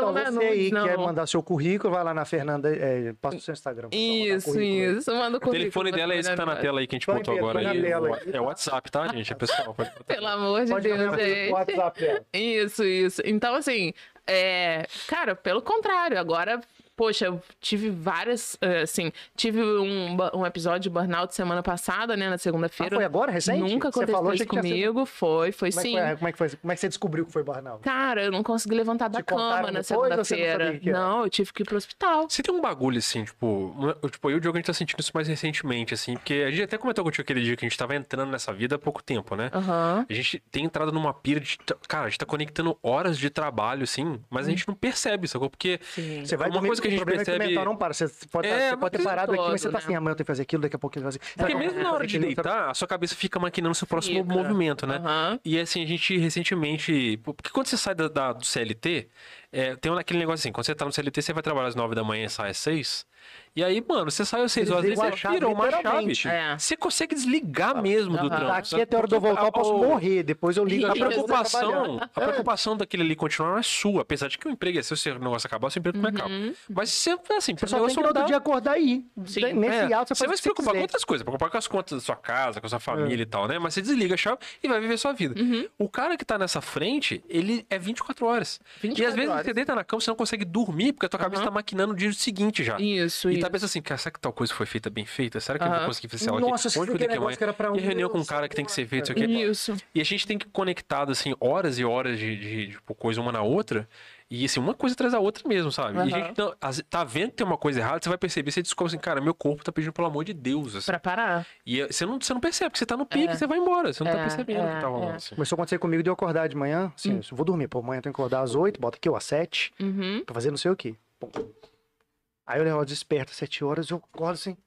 [SPEAKER 2] né,
[SPEAKER 1] Então,
[SPEAKER 3] mandar
[SPEAKER 1] você aí
[SPEAKER 3] nudes, não.
[SPEAKER 1] quer mandar seu currículo, vai lá na Fernanda, é, passa o seu Instagram. pra ela mandar
[SPEAKER 3] Isso,
[SPEAKER 1] currículo.
[SPEAKER 3] isso. Manda o
[SPEAKER 2] O
[SPEAKER 3] currículo.
[SPEAKER 2] telefone dela é esse que tá na
[SPEAKER 3] né?
[SPEAKER 2] tela aí que a gente
[SPEAKER 1] Vai
[SPEAKER 2] botou
[SPEAKER 1] ver, tá
[SPEAKER 2] agora.
[SPEAKER 1] na
[SPEAKER 2] aí.
[SPEAKER 1] tela aí.
[SPEAKER 2] É o WhatsApp, tá, gente? É pessoal. Pode botar.
[SPEAKER 3] Pelo amor de
[SPEAKER 1] Pode
[SPEAKER 3] Deus,
[SPEAKER 1] ver o
[SPEAKER 3] gente.
[SPEAKER 1] WhatsApp dela. Ah,
[SPEAKER 3] Isso, isso. Então, assim, é... cara, pelo contrário, agora. Poxa, eu tive várias, eh, assim, tive um, bu- um episódio de burnout semana passada, né, na segunda-feira.
[SPEAKER 1] Ah, foi agora, recente?
[SPEAKER 3] Nunca
[SPEAKER 1] Você
[SPEAKER 3] aconteceu
[SPEAKER 1] falou,
[SPEAKER 3] isso
[SPEAKER 1] achei que tinha sido-
[SPEAKER 3] comigo, foi, foi
[SPEAKER 1] Como é,
[SPEAKER 3] sim.
[SPEAKER 1] que foi, como é que foi? Como é que você descobriu que foi burnout?
[SPEAKER 3] Cara, eu não consegui levantar da
[SPEAKER 1] Te contaram
[SPEAKER 3] cama na
[SPEAKER 1] depois ou você não sabia
[SPEAKER 3] segunda-feira.
[SPEAKER 1] o que era?
[SPEAKER 3] não, eu tive que ir pro hospital.
[SPEAKER 2] Você tem um bagulho, assim, tipo... uma- eu, Tipo, eu e o Diogo, a gente tá sentindo isso mais recentemente, assim. Porque a gente até comentou contigo aquele dia que a gente tava entrando nessa vida há pouco tempo, né?
[SPEAKER 3] Aham.
[SPEAKER 2] A gente tem entrado numa pira de... t- Cara, a gente tá conectando horas de trabalho, assim. Mas a gente não percebe, sacou? Porque...
[SPEAKER 3] Sim.
[SPEAKER 1] Você vai
[SPEAKER 2] uma coisa que a
[SPEAKER 1] dormir,
[SPEAKER 2] gente
[SPEAKER 1] o problema É que o
[SPEAKER 2] percebe...
[SPEAKER 1] mental não para. Você pode, tá-
[SPEAKER 2] É,
[SPEAKER 1] você
[SPEAKER 2] mas
[SPEAKER 1] pode ter parado aqui, mas você tá
[SPEAKER 3] todo,
[SPEAKER 1] assim, amanhã eu tenho que fazer aquilo, daqui a pouco eu tenho que fazer.
[SPEAKER 2] né? É Porque
[SPEAKER 1] Será que
[SPEAKER 2] mesmo
[SPEAKER 1] eu
[SPEAKER 2] na
[SPEAKER 1] vou
[SPEAKER 2] hora
[SPEAKER 1] fazer (laughs)
[SPEAKER 2] de
[SPEAKER 1] aquilo? Será-
[SPEAKER 2] deitar, a sua cabeça fica maquinando seu próximo
[SPEAKER 3] Fica.
[SPEAKER 2] movimento, né?
[SPEAKER 3] Aham.
[SPEAKER 2] E assim, a gente recentemente. Porque quando você sai da, da- do CLT, é, tem um- aquele negócio assim: quando você tá no CLT, você vai trabalhar às 9 da manhã e sai às 6. E aí, mano, você saiu às 6
[SPEAKER 1] Eles
[SPEAKER 2] horas,
[SPEAKER 1] ligam
[SPEAKER 2] você
[SPEAKER 1] a chave,
[SPEAKER 2] virou uma chave.
[SPEAKER 1] literalmente.
[SPEAKER 3] É.
[SPEAKER 2] Você consegue desligar mesmo do
[SPEAKER 3] Aham.
[SPEAKER 2] trampo.
[SPEAKER 1] Daqui
[SPEAKER 2] sabe?
[SPEAKER 1] Tá até a hora de eu
[SPEAKER 2] Porque
[SPEAKER 1] voltar, eu posso
[SPEAKER 2] o-
[SPEAKER 1] morrer. Depois eu ligo
[SPEAKER 3] E
[SPEAKER 2] A
[SPEAKER 1] aqui pra você
[SPEAKER 2] preocupação,
[SPEAKER 1] trabalhar. É.
[SPEAKER 2] a preocupação daquele ali continuar não é sua, apesar de que o emprego é seu, se o negócio acabar, seu
[SPEAKER 3] Uhum.
[SPEAKER 2] emprego não acaba. Mas você,
[SPEAKER 1] Você
[SPEAKER 2] assim, pro
[SPEAKER 1] só tem que
[SPEAKER 2] negócio
[SPEAKER 1] no
[SPEAKER 2] não
[SPEAKER 1] outro
[SPEAKER 2] dá.
[SPEAKER 1] dia acordar e ir.
[SPEAKER 3] Sim.
[SPEAKER 1] Nesse
[SPEAKER 2] É,
[SPEAKER 1] ato,
[SPEAKER 2] você
[SPEAKER 1] você faz
[SPEAKER 2] vai se
[SPEAKER 1] o que
[SPEAKER 2] preocupar com
[SPEAKER 1] quiser.
[SPEAKER 2] outras coisas, preocupar com as contas da sua casa, com a sua família e tal, né? Mas você desliga a chave e vai viver sua vida. O cara que tá nessa frente, ele é 24 horas. e às
[SPEAKER 3] 24
[SPEAKER 2] vezes
[SPEAKER 3] horas.
[SPEAKER 2] Você deita na cama, você não consegue dormir, porque a tua cabeça
[SPEAKER 3] Aham.
[SPEAKER 2] tá maquinando o dia seguinte já.
[SPEAKER 3] Isso,
[SPEAKER 2] E
[SPEAKER 3] isso.
[SPEAKER 2] tá pensando assim, cara, será que tal coisa foi feita bem feita? Será que eu não
[SPEAKER 3] Aham.
[SPEAKER 2] vou conseguir fazer ela aqui?
[SPEAKER 4] Nossa, você
[SPEAKER 2] Onde que eu
[SPEAKER 4] aquele
[SPEAKER 2] tenho que
[SPEAKER 4] negócio
[SPEAKER 2] amanhã?
[SPEAKER 4] que era pra um.
[SPEAKER 2] E reunião com um
[SPEAKER 4] Deus,
[SPEAKER 2] cara que tem que ser feito, isso aqui.
[SPEAKER 3] Isso.
[SPEAKER 2] E a gente tem que ir conectado, assim, horas e horas de, de, tipo, coisa uma na outra. E, assim, uma coisa atrás da outra mesmo, sabe? E a
[SPEAKER 3] Aham.
[SPEAKER 2] gente não- às- tá vendo que tem uma coisa errada, você vai perceber, você descobre assim, cara, meu corpo tá pedindo pelo amor de Deus, assim.
[SPEAKER 3] Pra parar.
[SPEAKER 2] E eh, você não, você não percebe, porque você tá no pique, você vai embora. Você não tá
[SPEAKER 3] É,
[SPEAKER 2] percebendo o que
[SPEAKER 3] é,
[SPEAKER 2] tá rolando,
[SPEAKER 3] é.
[SPEAKER 2] assim.
[SPEAKER 1] Começou a acontecer comigo de eu acordar de manhã.
[SPEAKER 3] Hum.
[SPEAKER 1] Assim, eu vou dormir, pô, amanhã eu tenho que acordar às 8, bota aqui, ó, às 7,
[SPEAKER 3] Uhum.
[SPEAKER 1] pra fazer não sei o quê. Pum. Aí o negócio desperta às 7 horas, eu acordo assim,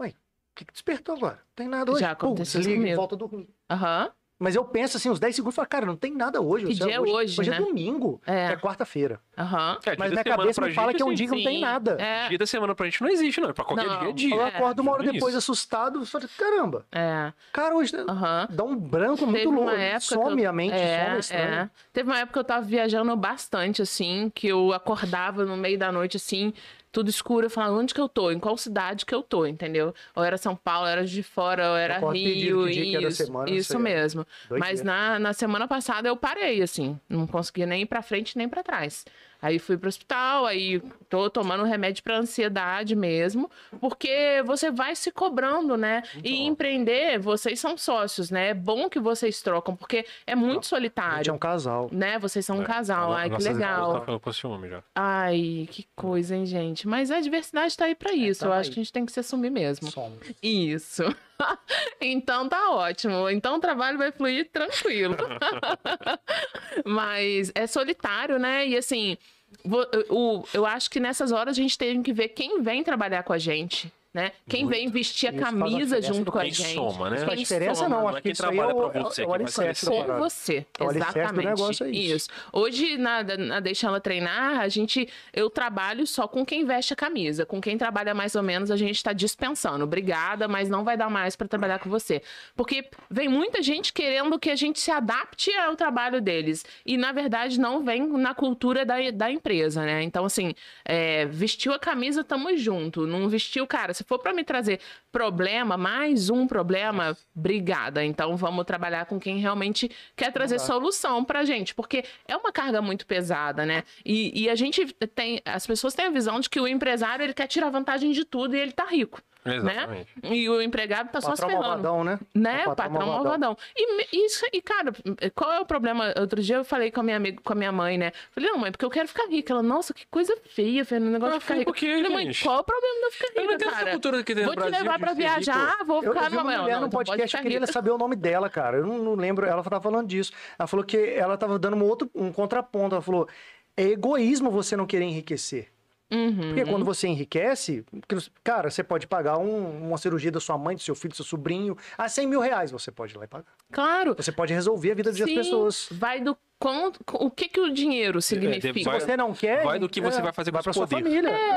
[SPEAKER 1] ué, o que, que despertou agora? Não tem nada hoje.
[SPEAKER 3] Já aconteceu isso
[SPEAKER 1] desliga e
[SPEAKER 3] comigo.
[SPEAKER 1] volta a dormir.
[SPEAKER 3] Aham.
[SPEAKER 1] Mas eu penso assim, uns 10 segundos e falo, cara, não tem nada hoje.
[SPEAKER 3] Que
[SPEAKER 1] hoje
[SPEAKER 3] dia é hoje,
[SPEAKER 1] Hoje é
[SPEAKER 3] né?
[SPEAKER 1] domingo, é,
[SPEAKER 3] É.
[SPEAKER 1] quarta-feira.
[SPEAKER 3] Aham.
[SPEAKER 2] É, dia
[SPEAKER 1] Mas
[SPEAKER 2] da
[SPEAKER 1] minha
[SPEAKER 2] semana
[SPEAKER 1] cabeça
[SPEAKER 2] pra
[SPEAKER 1] me fala
[SPEAKER 2] gente,
[SPEAKER 1] que é um
[SPEAKER 2] assim,
[SPEAKER 1] dia que não tem
[SPEAKER 3] Sim.
[SPEAKER 1] nada.
[SPEAKER 3] É.
[SPEAKER 2] Dia da semana pra gente não existe, não. Pra qualquer
[SPEAKER 3] Não.
[SPEAKER 2] dia é dia.
[SPEAKER 1] Eu
[SPEAKER 3] É,
[SPEAKER 1] acordo uma hora
[SPEAKER 2] juro
[SPEAKER 1] depois
[SPEAKER 2] isso.
[SPEAKER 1] assustado, falei, caramba,
[SPEAKER 3] É.
[SPEAKER 1] cara, hoje
[SPEAKER 3] Aham.
[SPEAKER 1] dá um branco
[SPEAKER 3] Teve
[SPEAKER 1] muito louco,
[SPEAKER 3] uma época
[SPEAKER 1] some
[SPEAKER 3] que eu-
[SPEAKER 1] a mente,
[SPEAKER 3] É,
[SPEAKER 1] some estranho.
[SPEAKER 3] é. Teve uma época que eu tava viajando bastante, assim, que eu acordava no meio da noite, assim, tudo escuro, eu falava, onde que eu tô? Em qual cidade que eu tô, entendeu? Ou era São Paulo, ou era de fora, ou era
[SPEAKER 1] acordo pedindo
[SPEAKER 3] Rio,
[SPEAKER 1] que dia que é da
[SPEAKER 3] isso,
[SPEAKER 1] semana, não
[SPEAKER 3] isso
[SPEAKER 1] sei.
[SPEAKER 3] mesmo.
[SPEAKER 1] Doideira.
[SPEAKER 3] Mas na, na semana passada eu parei, assim, não conseguia nem ir pra frente nem pra trás. Aí fui pro hospital, aí tô tomando remédio pra ansiedade mesmo, porque você vai se cobrando, né? E
[SPEAKER 1] Então.
[SPEAKER 3] empreender, vocês são sócios, né? É bom que vocês trocam, porque é muito
[SPEAKER 1] A gente é
[SPEAKER 3] solitário,
[SPEAKER 1] um casal.
[SPEAKER 3] né? Vocês são um
[SPEAKER 2] É.
[SPEAKER 3] casal,
[SPEAKER 2] No-
[SPEAKER 3] ai que
[SPEAKER 2] nossas esposas Tá
[SPEAKER 1] é-
[SPEAKER 3] legal.
[SPEAKER 2] ficando com ciúme já.
[SPEAKER 3] Ai, que coisa, hein, gente? Mas a diversidade tá aí pra isso,
[SPEAKER 1] tá
[SPEAKER 3] eu
[SPEAKER 1] aí.
[SPEAKER 3] acho que a gente tem que se assumir mesmo.
[SPEAKER 1] Some.
[SPEAKER 3] Isso. (laughs) Então tá ótimo. Então o trabalho vai fluir tranquilo. (laughs) Mas é solitário, né? E assim, vo- o- eu acho que nessas horas a gente tem que ver quem vem trabalhar com a gente, né? Quem
[SPEAKER 2] Muito.
[SPEAKER 3] vem vestir a
[SPEAKER 1] Isso faz a
[SPEAKER 3] camisa
[SPEAKER 1] diferença
[SPEAKER 3] junto
[SPEAKER 1] do
[SPEAKER 3] com a
[SPEAKER 2] Quem
[SPEAKER 3] gente.
[SPEAKER 2] soma, né?
[SPEAKER 1] Não
[SPEAKER 2] Isso
[SPEAKER 1] faz
[SPEAKER 3] Quem
[SPEAKER 1] diferença
[SPEAKER 3] soma,
[SPEAKER 1] não,
[SPEAKER 2] não
[SPEAKER 1] acho
[SPEAKER 2] é
[SPEAKER 1] que
[SPEAKER 2] quem
[SPEAKER 1] isso aí é
[SPEAKER 2] trabalha
[SPEAKER 1] o,
[SPEAKER 2] pra
[SPEAKER 1] é
[SPEAKER 2] você,
[SPEAKER 1] o
[SPEAKER 2] quem vai
[SPEAKER 1] alicerce da
[SPEAKER 2] crescer.
[SPEAKER 3] com
[SPEAKER 1] parada.
[SPEAKER 3] você.
[SPEAKER 1] É o alicerce do
[SPEAKER 3] Exatamente.
[SPEAKER 1] negócio, é isso.
[SPEAKER 3] isso. Hoje, na, na Deixa Ela Treinar, a gente, eu trabalho só com quem veste a camisa. Com quem trabalha mais ou menos, a gente está dispensando. Obrigada, mas não vai dar mais para trabalhar com você. Porque vem muita gente querendo que a gente se adapte ao trabalho deles. E, na verdade, não vem na cultura da, da empresa, né? Então, assim, é, vestiu a camisa, tamo junto. Não vestiu, cara, se for para me trazer problema, mais um problema, obrigada. Então, vamos trabalhar com quem realmente quer trazer solução pra gente, porque é uma carga muito pesada, né? E, e a gente tem, as pessoas têm a visão de que o empresário, ele quer tirar vantagem de tudo e ele tá rico, né?
[SPEAKER 2] Exatamente.
[SPEAKER 3] E o empregado tá só se
[SPEAKER 1] Patrão
[SPEAKER 3] ferrando.
[SPEAKER 1] malvadão, né?
[SPEAKER 3] Né,
[SPEAKER 1] O
[SPEAKER 3] patrão, malvadão. E, me- isso, e, cara, qual é o problema? Outro dia eu falei com a minha amiga, com a minha mãe, né? Falei, não, mãe, porque eu quero ficar rica. Ela, nossa, que coisa feia, Fernando, o negócio
[SPEAKER 2] Ah,
[SPEAKER 3] de ficar
[SPEAKER 2] feio
[SPEAKER 3] rica.
[SPEAKER 2] por quê,
[SPEAKER 3] Falei, mãe,
[SPEAKER 2] gente?
[SPEAKER 3] qual é o problema de eu ficar rica,
[SPEAKER 2] Eu não entendo
[SPEAKER 3] cara?
[SPEAKER 2] essa cultura que tem no
[SPEAKER 3] Vou te
[SPEAKER 2] Brasil
[SPEAKER 3] levar
[SPEAKER 2] de
[SPEAKER 3] pra
[SPEAKER 2] ser rico.
[SPEAKER 3] viajar, vou
[SPEAKER 1] Eu,
[SPEAKER 3] ficar
[SPEAKER 1] eu vi uma
[SPEAKER 3] Não,
[SPEAKER 1] mulher
[SPEAKER 3] não,
[SPEAKER 1] no
[SPEAKER 3] então pode
[SPEAKER 1] podcast
[SPEAKER 3] ficar
[SPEAKER 1] eu queria
[SPEAKER 3] rica.
[SPEAKER 1] saber o nome dela, cara. Eu não, não lembro, ela tava falando disso. Ela falou que ela tava dando um outro um contraponto. Ela falou: é egoísmo você não querer enriquecer.
[SPEAKER 3] Uhum.
[SPEAKER 1] Porque quando você enriquece, cara, você pode pagar um- uma cirurgia da sua mãe, do seu filho, do seu sobrinho. A 100 mil reais você pode ir lá e pagar.
[SPEAKER 3] Claro.
[SPEAKER 1] Você pode resolver a vida das
[SPEAKER 3] Sim,
[SPEAKER 1] pessoas.
[SPEAKER 3] Vai do quanto, o que que o dinheiro significa.
[SPEAKER 2] É, vai-
[SPEAKER 1] Você não quer. é,
[SPEAKER 2] Vai do que você vai fazer com
[SPEAKER 1] vai pra
[SPEAKER 2] esse
[SPEAKER 1] sua
[SPEAKER 2] poder.
[SPEAKER 1] família.
[SPEAKER 2] Depende
[SPEAKER 3] É,
[SPEAKER 2] do que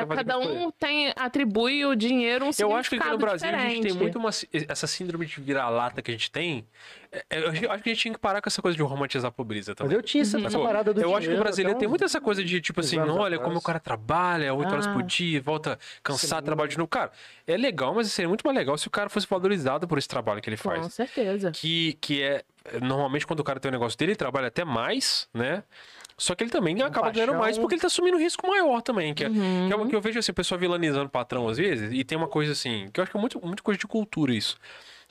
[SPEAKER 2] você vai
[SPEAKER 3] cada
[SPEAKER 2] fazer com
[SPEAKER 3] um tem atribui o dinheiro um
[SPEAKER 2] Eu acho que aqui no
[SPEAKER 3] significado
[SPEAKER 2] Brasil a gente tem
[SPEAKER 3] diferente.
[SPEAKER 2] muito uma, essa síndrome de vira-lata que a gente tem. É, é, Eu acho que a gente tinha que parar com essa coisa de romantizar a pobreza
[SPEAKER 1] Mas
[SPEAKER 2] também.
[SPEAKER 1] eu tinha
[SPEAKER 3] Uhum.
[SPEAKER 1] essa, essa
[SPEAKER 2] Sacou?
[SPEAKER 1] parada do
[SPEAKER 2] eu acho que o
[SPEAKER 1] dinheiro,
[SPEAKER 2] brasileiro
[SPEAKER 1] até
[SPEAKER 2] tem
[SPEAKER 1] um-
[SPEAKER 2] muito essa coisa de, tipo
[SPEAKER 1] uns
[SPEAKER 2] assim,
[SPEAKER 1] anos
[SPEAKER 2] olha como
[SPEAKER 1] atrás.
[SPEAKER 2] o cara trabalha, oito horas por
[SPEAKER 3] Ah.
[SPEAKER 2] dia, volta cansado,
[SPEAKER 1] Sim.
[SPEAKER 2] trabalha de novo. Cara, é legal, mas seria muito mais legal se o cara fosse valorizado por esse trabalho que ele
[SPEAKER 3] Com
[SPEAKER 2] faz.
[SPEAKER 3] certeza.
[SPEAKER 2] Que, que é, normalmente, quando o cara tem um negócio dele, ele trabalha até mais, né? Só que ele também acaba ganhando
[SPEAKER 1] paixão.
[SPEAKER 2] mais porque ele tá assumindo um risco maior também. Que, é- que é o que eu vejo assim, o pessoal vilanizando o patrão às vezes, e tem uma coisa assim, que eu acho que é muito, muito coisa de cultura isso.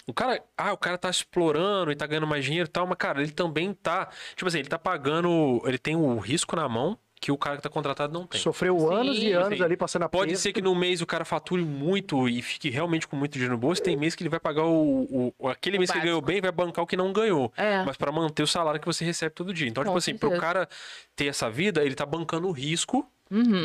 [SPEAKER 2] O cara, ah, o cara tá explorando e tá ganhando mais dinheiro e tal, mas, cara, ele também tá. Tipo assim, ele tá pagando. Ele tem o risco na mão que o cara que tá contratado não tem.
[SPEAKER 1] Sofreu anos e
[SPEAKER 3] Sim.
[SPEAKER 1] anos
[SPEAKER 2] Assim,
[SPEAKER 1] ali passando a
[SPEAKER 2] Pode
[SPEAKER 1] presa.
[SPEAKER 2] ser que no mês o cara fature muito e fique realmente com muito dinheiro no bolso. Tem mês que ele vai pagar o. o- aquele
[SPEAKER 3] O
[SPEAKER 2] mês que ele ganhou
[SPEAKER 3] básico.
[SPEAKER 2] bem vai bancar o que não ganhou.
[SPEAKER 3] É.
[SPEAKER 2] Mas pra manter o salário que você recebe todo dia. Então,
[SPEAKER 3] Com
[SPEAKER 2] tipo assim, pro
[SPEAKER 3] certeza.
[SPEAKER 2] cara ter essa vida, ele tá bancando o risco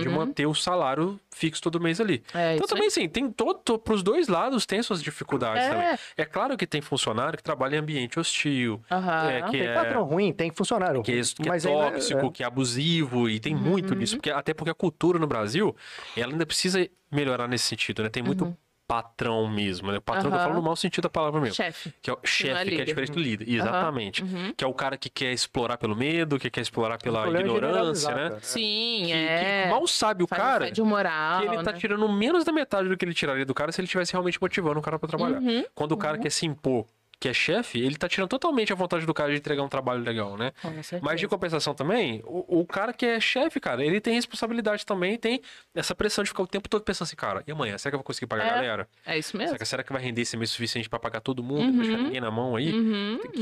[SPEAKER 2] de manter o salário fixo todo mês ali.
[SPEAKER 3] uhum, É,
[SPEAKER 2] então
[SPEAKER 3] isso
[SPEAKER 2] também assim, tem todo pros dois lados tem suas dificuldades
[SPEAKER 3] É.
[SPEAKER 2] também. É claro que tem funcionário que trabalha em ambiente hostil,
[SPEAKER 3] Aham.
[SPEAKER 2] é, que
[SPEAKER 1] Tem
[SPEAKER 2] é
[SPEAKER 1] patrão ruim, tem funcionário
[SPEAKER 2] que é,
[SPEAKER 1] ruim.
[SPEAKER 2] isso, que é
[SPEAKER 1] Mas né, ainda-
[SPEAKER 2] tóxico, que é abusivo, e
[SPEAKER 3] Uhum,
[SPEAKER 2] tem muito disso, porque, até porque a cultura no Brasil, ela ainda precisa melhorar nesse sentido, né? Tem muito patrão mesmo, né? O patrão, eu tô
[SPEAKER 3] Uhum. Aham.
[SPEAKER 2] falando no mau sentido da palavra mesmo.
[SPEAKER 3] Chefe.
[SPEAKER 2] Que é o
[SPEAKER 3] não é
[SPEAKER 2] chefe, que é
[SPEAKER 3] líder. Uhum.
[SPEAKER 2] diferente do líder. Exatamente. Que é o cara que quer explorar pelo medo, que quer explorar pela
[SPEAKER 1] problema é
[SPEAKER 2] ignorância, né?
[SPEAKER 1] generalizar, cara.
[SPEAKER 3] Sim,
[SPEAKER 2] Que,
[SPEAKER 3] é.
[SPEAKER 2] que mal sabe o
[SPEAKER 3] Faz um
[SPEAKER 2] cara
[SPEAKER 3] assédio moral,
[SPEAKER 2] que ele tá
[SPEAKER 3] né?
[SPEAKER 2] tirando
[SPEAKER 3] Uhum.
[SPEAKER 2] menos da metade do que ele tiraria do cara se ele tivesse realmente motivando o cara pra trabalhar. Quando o cara quer se impor que é chefe, ele tá tirando totalmente a vontade do cara de entregar um trabalho legal, né?
[SPEAKER 3] Com certeza.
[SPEAKER 2] Mas de compensação também, o, o cara que é chefe, cara, ele tem responsabilidade também, tem essa pressão de ficar o tempo todo pensando assim, cara, e amanhã, será que eu vou conseguir pagar
[SPEAKER 3] É.
[SPEAKER 2] a galera?
[SPEAKER 3] É Uhum. isso
[SPEAKER 2] Será
[SPEAKER 3] mesmo.
[SPEAKER 2] que, será que vai render esse mês suficiente pra pagar todo mundo, não deixar ninguém na mão aí? que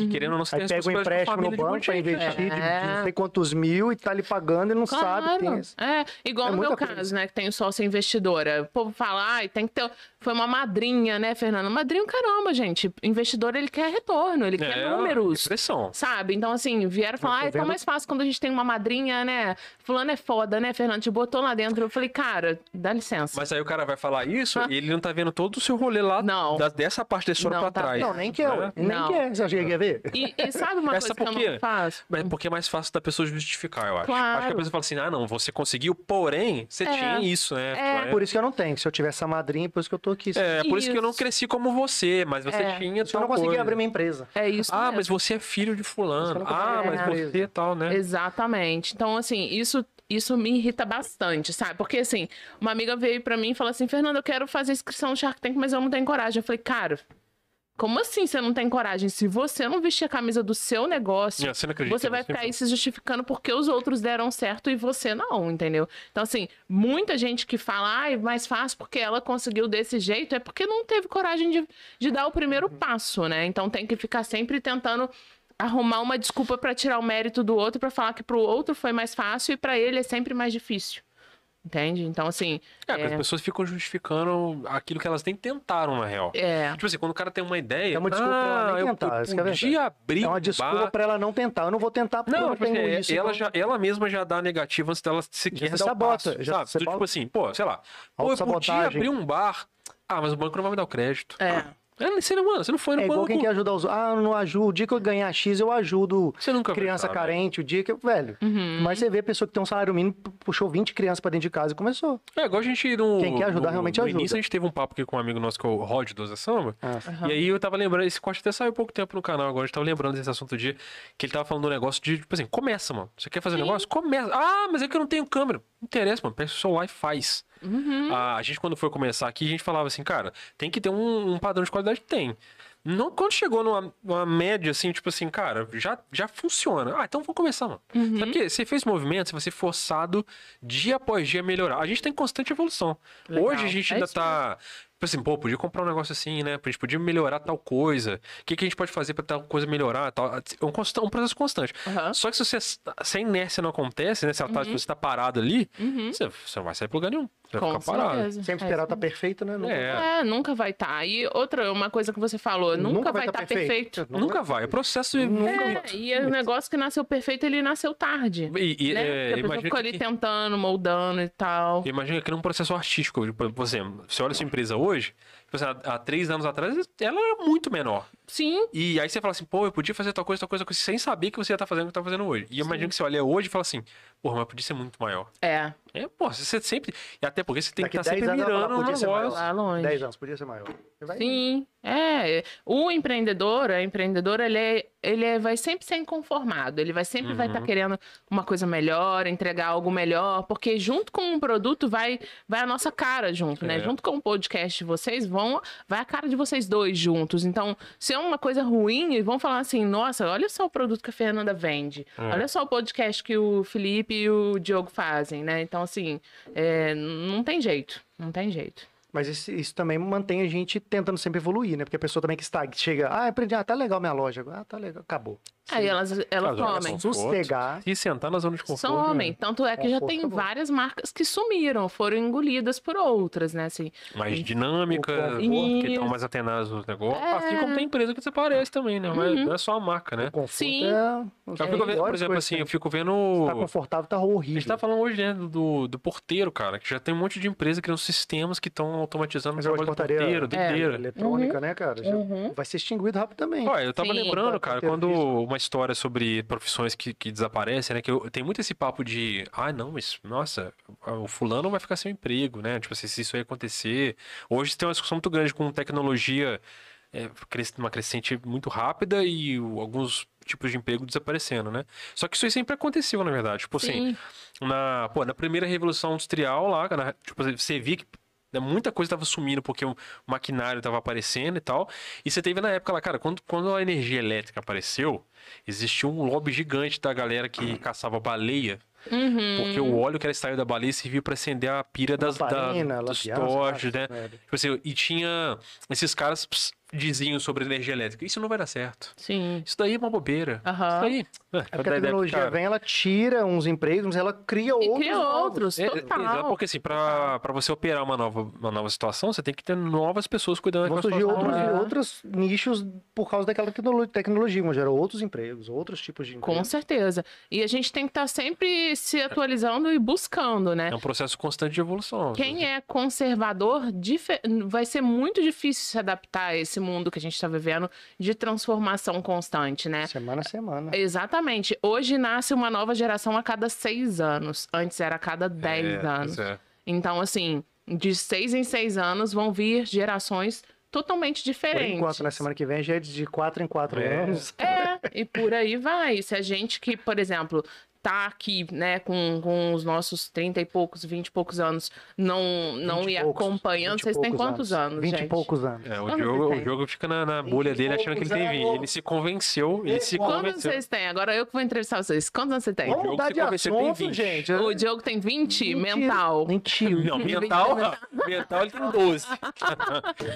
[SPEAKER 3] Uhum,
[SPEAKER 2] querendo ou não, você
[SPEAKER 1] Aí
[SPEAKER 2] tem
[SPEAKER 1] pega um
[SPEAKER 2] responsabilidade com a
[SPEAKER 1] empréstimo no
[SPEAKER 2] família de um
[SPEAKER 1] banco
[SPEAKER 2] monte
[SPEAKER 1] pra
[SPEAKER 2] de gente,
[SPEAKER 1] investir de, de
[SPEAKER 3] É.
[SPEAKER 1] não sei quantos mil e tá ali pagando e não sabe. Tem isso.
[SPEAKER 3] É, igual
[SPEAKER 1] É
[SPEAKER 3] no meu
[SPEAKER 1] muita
[SPEAKER 3] caso,
[SPEAKER 1] coisa.
[SPEAKER 3] né? Que tem sócia investidora. O povo fala, ai, tem que ter. Foi uma madrinha, né, Fernando? Madrinho, caramba, gente. Investidor, ele quer retorno, ele quer
[SPEAKER 2] É,
[SPEAKER 3] números.
[SPEAKER 2] é pressão.
[SPEAKER 3] Sabe? Então, assim, vieram falar,
[SPEAKER 1] tô
[SPEAKER 3] ah, tá
[SPEAKER 1] vendo-
[SPEAKER 3] mais fácil quando a gente tem uma madrinha, né? Fulano é foda, né, Fernando? Te botou lá dentro. Eu falei, cara, dá licença.
[SPEAKER 2] Mas aí o cara vai falar isso e ele não tá vendo todo o seu rolê lá
[SPEAKER 3] Ah. Não.
[SPEAKER 2] da- dessa parte da história
[SPEAKER 3] Não
[SPEAKER 2] pra
[SPEAKER 3] tá
[SPEAKER 2] trás.
[SPEAKER 1] Não, nem quer, ué.
[SPEAKER 2] né? É.
[SPEAKER 1] Nem
[SPEAKER 3] Não.
[SPEAKER 1] quer. Você acha que quer ver?
[SPEAKER 3] E, e sabe uma
[SPEAKER 2] Essa
[SPEAKER 3] coisa que eu
[SPEAKER 2] porque,
[SPEAKER 3] não faço?
[SPEAKER 2] mas porque é mais fácil da pessoa justificar, eu acho.
[SPEAKER 3] Claro.
[SPEAKER 2] Acho que a pessoa fala assim, ah, não, você conseguiu, porém, você
[SPEAKER 3] É.
[SPEAKER 2] tinha isso, né?
[SPEAKER 3] É.
[SPEAKER 2] Tipo,
[SPEAKER 1] Por isso que eu não tenho. Se eu tivesse a madrinha, por isso que eu tô aqui. Se
[SPEAKER 2] É, por isso que eu não
[SPEAKER 3] Isso.
[SPEAKER 2] cresci como você, mas você
[SPEAKER 3] É.
[SPEAKER 2] tinha
[SPEAKER 1] eu
[SPEAKER 2] tal
[SPEAKER 1] não consegui
[SPEAKER 2] coisa.
[SPEAKER 1] abrir minha empresa.
[SPEAKER 3] É isso
[SPEAKER 2] Ah,
[SPEAKER 3] mesmo.
[SPEAKER 2] mas você é filho de fulano.
[SPEAKER 1] Você não
[SPEAKER 2] Ah,
[SPEAKER 1] consegue
[SPEAKER 2] mas
[SPEAKER 1] abrir
[SPEAKER 2] você
[SPEAKER 1] empresa.
[SPEAKER 2] tal, né?
[SPEAKER 3] Exatamente. Então, assim, isso, isso me irrita bastante, sabe? Porque, assim, uma amiga veio pra mim e falou assim: Fernanda, eu quero fazer inscrição no Shark Tank, mas eu não tenho coragem. Eu falei, cara. Como assim você não tem coragem? Se você não vestir a camisa do seu negócio,
[SPEAKER 2] É, você não acredita
[SPEAKER 3] você vai
[SPEAKER 2] nisso,
[SPEAKER 3] ficar
[SPEAKER 2] né?
[SPEAKER 3] aí se justificando porque os outros deram certo e você não, entendeu? Então, assim, muita gente que fala, ah, é mais fácil porque ela conseguiu desse jeito, é porque não teve coragem de, de dar o primeiro passo, né? Então tem que ficar sempre tentando arrumar uma desculpa pra tirar o mérito do outro, pra falar que pro outro foi mais fácil e pra ele é sempre mais difícil. Entende? Então, assim.
[SPEAKER 2] É, porque
[SPEAKER 3] é-
[SPEAKER 2] as pessoas ficam justificando aquilo que elas nem tentaram, na real.
[SPEAKER 3] é...
[SPEAKER 2] Tipo assim, quando o cara tem uma ideia.
[SPEAKER 1] É uma desculpa pra ela
[SPEAKER 2] ah,
[SPEAKER 1] nem
[SPEAKER 2] eu,
[SPEAKER 1] tentar,
[SPEAKER 2] eu
[SPEAKER 1] isso que é
[SPEAKER 2] podia abrir.
[SPEAKER 1] É uma
[SPEAKER 2] um
[SPEAKER 1] desculpa
[SPEAKER 2] bar.
[SPEAKER 1] pra ela não tentar. Eu não vou tentar porque eu
[SPEAKER 2] Não,
[SPEAKER 1] não
[SPEAKER 2] tipo assim,
[SPEAKER 1] tenho
[SPEAKER 2] é-
[SPEAKER 1] isso.
[SPEAKER 2] ela,
[SPEAKER 1] então-
[SPEAKER 2] já, ela mesma já dá a negativa antes dela sequer
[SPEAKER 1] Já se
[SPEAKER 2] dar o
[SPEAKER 1] sabota,
[SPEAKER 2] passo,
[SPEAKER 1] já
[SPEAKER 2] sabe?
[SPEAKER 1] se
[SPEAKER 2] Então, tipo
[SPEAKER 1] sabota.
[SPEAKER 2] assim, pô, sei lá, pô, eu podia
[SPEAKER 1] Autossabotagem.
[SPEAKER 2] abrir um bar, ah, mas o banco não vai me dar o crédito.
[SPEAKER 3] É.
[SPEAKER 2] Ah, você não, mano, você não foi no
[SPEAKER 1] É igual
[SPEAKER 2] banco.
[SPEAKER 1] quem quer ajudar os outros. Ah, eu não ajudo. O dia que eu ganhar X, eu ajudo
[SPEAKER 2] Você nunca vai
[SPEAKER 1] criança
[SPEAKER 2] ajudar, né?
[SPEAKER 1] carente. O dia que eu. Velho.
[SPEAKER 3] Uhum.
[SPEAKER 1] Mas você vê a pessoa que tem um salário mínimo, pu- puxou 20 crianças pra dentro de casa e começou.
[SPEAKER 2] É igual a gente no.
[SPEAKER 1] Quem quer ajudar,
[SPEAKER 2] no-
[SPEAKER 1] realmente
[SPEAKER 2] no
[SPEAKER 1] ajuda.
[SPEAKER 2] início a gente teve um papo aqui com um amigo nosso que é o Rod do Zé Samba. E aí eu tava lembrando, esse corte até saiu há pouco tempo no canal agora, a gente tava lembrando desse assunto de que ele tava falando do negócio de, tipo assim, começa, mano. Você quer fazer um negócio? Começa. Ah, mas é que eu não tenho câmera. Não interessa, mano. Pega o celular e faz. Ah, a gente, quando foi começar aqui, a gente falava assim, cara, tem que ter um, um padrão de qualidade. Tem. Não, quando chegou numa, numa média, assim, tipo assim, cara, já, já funciona. Ah, então vou começar, mano. Sabe que você fez movimento, você vai ser forçado dia após dia a melhorar. A gente tá em constante evolução.
[SPEAKER 3] Legal.
[SPEAKER 2] Hoje a gente
[SPEAKER 3] É
[SPEAKER 2] ainda
[SPEAKER 3] isso
[SPEAKER 2] tá. Tipo assim, pô, podia comprar um negócio assim, né? A gente podia melhorar tal coisa. O que, que a gente pode fazer pra tal coisa melhorar? Tal? É um, consta- um processo constante.
[SPEAKER 3] Aham. Uhum.
[SPEAKER 2] Só que se, você, se a inércia não acontece, né? Se ela tá, tipo, você tá parado ali, você, você não vai sair pro lugar nenhum. Você vai
[SPEAKER 3] Com
[SPEAKER 2] ficar parado.
[SPEAKER 3] certeza.
[SPEAKER 1] Sempre
[SPEAKER 3] É
[SPEAKER 1] esperar
[SPEAKER 3] isso
[SPEAKER 1] tá perfeito, né? Nunca-
[SPEAKER 2] É.
[SPEAKER 3] É, nunca vai estar. E outra, uma coisa que você falou, nunca, vai estar
[SPEAKER 1] tá
[SPEAKER 3] perfeito.
[SPEAKER 2] Nunca vai. O processo.
[SPEAKER 1] Nunca
[SPEAKER 3] É, e o negócio que nasceu perfeito, ele nasceu tarde.
[SPEAKER 2] E, e,
[SPEAKER 3] né?
[SPEAKER 2] é,
[SPEAKER 3] Porque a pessoa
[SPEAKER 2] imagina
[SPEAKER 3] ficou
[SPEAKER 2] que-
[SPEAKER 3] ali tentando, moldando e tal.
[SPEAKER 2] Imagina que num processo artístico, tipo, por exemplo, você
[SPEAKER 3] Uhum.
[SPEAKER 2] olha sua empresa hoje, tipo assim, há, há três anos atrás, ela era muito menor.
[SPEAKER 3] Sim,
[SPEAKER 2] E aí você fala assim, pô, eu podia fazer tal coisa, tal coisa, tal coisa, sem saber que você ia estar fazendo o que tá fazendo hoje. E imagina que você olha hoje e fala assim, porra, mas podia ser muito maior.
[SPEAKER 3] é.
[SPEAKER 2] É, pô, você sempre. E até porque você tem
[SPEAKER 1] Daqui
[SPEAKER 2] que estar
[SPEAKER 1] 10
[SPEAKER 2] sempre
[SPEAKER 1] anos ela
[SPEAKER 2] mirando no
[SPEAKER 1] podia ser
[SPEAKER 2] negócio.
[SPEAKER 1] maior.
[SPEAKER 3] Lá longe.
[SPEAKER 1] 10 anos, podia ser maior. Você
[SPEAKER 2] Tá
[SPEAKER 1] vai-
[SPEAKER 3] Sim, é. O empreendedor, a empreendedora, ele, é- ele é- vai sempre ser inconformado. Ele vai sempre vai
[SPEAKER 2] Uhum.
[SPEAKER 3] estar querendo uma coisa melhor, entregar algo melhor, porque junto com o produto vai, vai a nossa cara junto, né?
[SPEAKER 2] É.
[SPEAKER 3] Junto com o podcast de vocês, vão, vai a cara de vocês dois juntos. Então, se é uma coisa ruim, eles vão falar assim, nossa, olha só o produto que a Fernanda vende.
[SPEAKER 2] É.
[SPEAKER 3] Olha só o podcast que o Felipe e o Diogo fazem, né? Então, assim, é, não tem jeito. Não tem jeito.
[SPEAKER 1] Mas isso, isso também mantém a gente tentando sempre evoluir, né? Porque a pessoa também que está, que chega, ah, aprendi, ah, tá legal minha loja agora, ah, tá legal, acabou.
[SPEAKER 3] Aí elas, elas
[SPEAKER 2] Mas olha,
[SPEAKER 1] é
[SPEAKER 3] comem.
[SPEAKER 2] são fotos.
[SPEAKER 1] Sossegar.
[SPEAKER 2] Se sentar na zona de conforto. né?
[SPEAKER 3] São homens. Tanto é que já
[SPEAKER 1] Conforto
[SPEAKER 3] tem
[SPEAKER 1] é bom.
[SPEAKER 3] várias marcas que sumiram, foram engolidas por outras, né? Assim,
[SPEAKER 2] Mais dinâmica,
[SPEAKER 1] O
[SPEAKER 3] conforto.
[SPEAKER 2] que estão mais atenadas aos negócios.
[SPEAKER 3] É.
[SPEAKER 2] Assim como tem empresa que desaparece também, né? Mas não é só a marca, né?
[SPEAKER 1] O conforto
[SPEAKER 3] Sim.
[SPEAKER 1] Uhum. é-
[SPEAKER 2] Eu fico vendo, por exemplo, assim, eu fico vendo.
[SPEAKER 1] Tá confortável, tá
[SPEAKER 2] A
[SPEAKER 1] horrível.
[SPEAKER 2] gente tá falando hoje, né, do, do porteiro, cara, que já tem um monte de empresa criando sistemas que estão automatizando o
[SPEAKER 1] Mas eu
[SPEAKER 2] trabalho do
[SPEAKER 1] gosto de
[SPEAKER 2] porteiro,
[SPEAKER 1] portaria-
[SPEAKER 2] doideira.
[SPEAKER 1] eletrônica, né, cara?
[SPEAKER 3] Uhum.
[SPEAKER 1] Já Vai ser extinguido rapidamente.
[SPEAKER 2] Ó, eu tava
[SPEAKER 3] Sim.
[SPEAKER 2] lembrando, cara,
[SPEAKER 1] Porteiro
[SPEAKER 2] quando
[SPEAKER 1] físico.
[SPEAKER 2] uma história sobre profissões que, que desaparecem, né? Que eu, tem muito esse papo de, ah, não, mas, nossa, o fulano vai ficar sem emprego, né? Tipo, assim, se isso aí acontecer. Hoje tem uma discussão muito grande com tecnologia, é, cres- uma crescente muito rápida e o- alguns tipos de emprego desaparecendo, né? Só que isso aí sempre aconteceu, na verdade. Tipo assim,
[SPEAKER 3] sim,
[SPEAKER 2] na, pô, na primeira revolução industrial lá, na- tipo, você via que né, Muita coisa tava sumindo porque o maquinário tava aparecendo e tal. E você teve na época lá, cara, quando, quando a energia elétrica apareceu, existia um lobby gigante da galera que
[SPEAKER 1] Hum.
[SPEAKER 2] caçava baleia. Porque
[SPEAKER 3] Uhum.
[SPEAKER 2] o óleo que ela extraiu da baleia servia para acender a pira das, da-
[SPEAKER 1] Lamparina,
[SPEAKER 2] dos
[SPEAKER 1] lampião, essas
[SPEAKER 2] tojos,
[SPEAKER 1] coisas,
[SPEAKER 2] né?
[SPEAKER 1] velho.
[SPEAKER 2] Tipo assim, e tinha. Esses caras ps, diziam sobre energia elétrica. Isso não vai dar certo.
[SPEAKER 3] Sim.
[SPEAKER 2] Isso daí é uma bobeira.
[SPEAKER 3] Aham.
[SPEAKER 2] Isso daí. É,
[SPEAKER 1] É porque a tecnologia vem, ela tira uns empregos, mas ela cria
[SPEAKER 3] E
[SPEAKER 1] outros.
[SPEAKER 3] cria
[SPEAKER 1] novos.
[SPEAKER 3] outros,
[SPEAKER 2] É,
[SPEAKER 3] total.
[SPEAKER 2] exato, porque assim, pra, pra você operar uma nova, uma nova situação, você tem que ter novas pessoas cuidando
[SPEAKER 1] Vão
[SPEAKER 2] daquela
[SPEAKER 1] surgir
[SPEAKER 2] situação.
[SPEAKER 1] outros,
[SPEAKER 3] né?
[SPEAKER 1] outros nichos por causa daquela tecnolo- tecnologia, mas gerar outros empregos, outros tipos de
[SPEAKER 3] Com
[SPEAKER 1] empregos.
[SPEAKER 3] certeza. E a gente tem que estar sempre se atualizando e buscando, né?
[SPEAKER 2] É um processo constante de evolução.
[SPEAKER 3] Quem é conservador dife- vai ser muito difícil se adaptar a esse mundo que a gente está vivendo de transformação constante, né?
[SPEAKER 1] Semana a semana.
[SPEAKER 3] Exatamente. Hoje nasce uma nova geração a cada seis anos. Antes era a cada
[SPEAKER 2] É,
[SPEAKER 3] dez anos. Então, assim, de seis em seis anos vão vir gerações totalmente
[SPEAKER 1] Por
[SPEAKER 3] diferentes.
[SPEAKER 1] enquanto, na semana que vem, já é de 4 em 4
[SPEAKER 2] É.
[SPEAKER 1] anos.
[SPEAKER 3] É, e por aí vai. Se a gente que, por exemplo, tá aqui, né, com, com os nossos 30 e poucos, 20 e poucos anos, não, não
[SPEAKER 1] 20 e
[SPEAKER 3] ir
[SPEAKER 1] poucos,
[SPEAKER 3] acompanhando,
[SPEAKER 1] 20 e
[SPEAKER 3] vocês têm
[SPEAKER 1] poucos
[SPEAKER 3] quantos anos,
[SPEAKER 1] 20
[SPEAKER 3] gente?
[SPEAKER 1] e poucos anos.
[SPEAKER 2] É, o,
[SPEAKER 3] Quantos
[SPEAKER 2] Diogo,
[SPEAKER 3] tem?
[SPEAKER 2] o Diogo fica na, na bolha dele achando que ele tem 20. Ele se convenceu, ele se
[SPEAKER 3] Quantos
[SPEAKER 2] convenceu.
[SPEAKER 3] vocês têm? Agora eu que vou entrevistar vocês. Quantos anos você tem?
[SPEAKER 1] Vamos
[SPEAKER 2] Diogo
[SPEAKER 1] mudar
[SPEAKER 2] se
[SPEAKER 1] de
[SPEAKER 2] convencer, tem
[SPEAKER 1] assunto,
[SPEAKER 2] 20.
[SPEAKER 1] gente.
[SPEAKER 3] O Diogo tem 20?
[SPEAKER 1] Mentira,
[SPEAKER 3] Mental.
[SPEAKER 1] Mentira.
[SPEAKER 2] Não, mental, mental ele tem 12.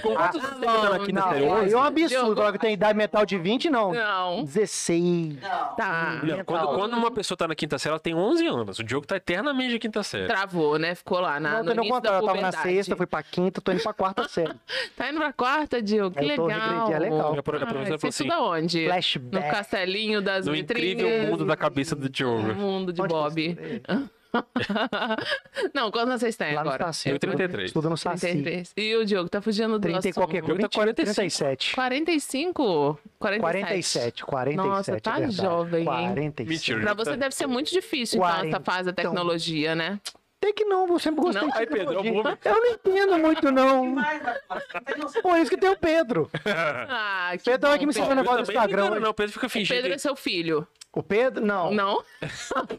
[SPEAKER 2] Com quantos anos você tá aqui na
[SPEAKER 1] Não,
[SPEAKER 2] série?
[SPEAKER 1] é
[SPEAKER 2] 11?
[SPEAKER 1] um absurdo. Agora que tem idade mental de 20, não.
[SPEAKER 3] Não.
[SPEAKER 1] 16.
[SPEAKER 3] Tá.
[SPEAKER 2] Não, quando, quando uma pessoa tá na quinta série, ela tem 11 anos. O Diogo tá eternamente na quinta série.
[SPEAKER 3] Travou, né? Ficou lá
[SPEAKER 1] Não,
[SPEAKER 3] na, no
[SPEAKER 1] tô no
[SPEAKER 3] início
[SPEAKER 1] contrário.
[SPEAKER 3] da
[SPEAKER 1] Eu tava na
[SPEAKER 3] puberdade.
[SPEAKER 1] sexta, fui pra quinta, tô indo pra
[SPEAKER 3] (laughs)
[SPEAKER 1] quarta série.
[SPEAKER 3] Tá indo pra quarta, Diogo? Que
[SPEAKER 1] Eu tô
[SPEAKER 3] legal.
[SPEAKER 1] regredindo, é legal.
[SPEAKER 2] A pro- a
[SPEAKER 3] Ah,
[SPEAKER 2] professora
[SPEAKER 3] você
[SPEAKER 2] falou assim,
[SPEAKER 3] estuda onde? No
[SPEAKER 1] Flashback.
[SPEAKER 3] castelinho das
[SPEAKER 2] no
[SPEAKER 3] vitrines.
[SPEAKER 2] incrível mundo da cabeça do
[SPEAKER 3] O
[SPEAKER 2] Diogo.
[SPEAKER 3] mundo de
[SPEAKER 1] Onde
[SPEAKER 3] (laughs) Bob.
[SPEAKER 1] que eu estudei?
[SPEAKER 3] Não, quantos vocês têm
[SPEAKER 1] Lá no
[SPEAKER 3] É, agora?
[SPEAKER 1] Saci.
[SPEAKER 2] Eu 33.
[SPEAKER 1] Estudo no Saci.
[SPEAKER 3] 33. E o Diogo tá fugindo do
[SPEAKER 1] 30 e
[SPEAKER 3] assunto.
[SPEAKER 1] qualquer coisa.
[SPEAKER 2] Diogo tá
[SPEAKER 1] 47.
[SPEAKER 2] 45.
[SPEAKER 3] 45?
[SPEAKER 1] 47,
[SPEAKER 3] 47.
[SPEAKER 1] 47.
[SPEAKER 3] Nossa, tá
[SPEAKER 1] é verdade.
[SPEAKER 3] jovem, hein?
[SPEAKER 1] 47.
[SPEAKER 2] Mentira.
[SPEAKER 3] Pra você deve ser muito difícil, então, essa fase
[SPEAKER 1] Quarentão.
[SPEAKER 3] da tecnologia, né?
[SPEAKER 1] Tem que não, eu sempre gostei
[SPEAKER 3] Não.
[SPEAKER 1] de
[SPEAKER 2] Aí, Pedro, é
[SPEAKER 1] tecnologia.
[SPEAKER 2] eu vou-
[SPEAKER 1] Eu não entendo muito,
[SPEAKER 3] (laughs)
[SPEAKER 1] não. Por isso que tem o Pedro.
[SPEAKER 2] É.
[SPEAKER 3] Ah, que
[SPEAKER 1] Pedro
[SPEAKER 3] bom,
[SPEAKER 1] é que me
[SPEAKER 3] Pedro.
[SPEAKER 1] ensinou o negócio do
[SPEAKER 2] Também não
[SPEAKER 1] Instagram.
[SPEAKER 2] engana,
[SPEAKER 1] hoje.
[SPEAKER 2] não, o Pedro fica fingindo.
[SPEAKER 3] Pedro é
[SPEAKER 2] que-
[SPEAKER 3] seu filho.
[SPEAKER 1] O Pedro, não.
[SPEAKER 3] Não?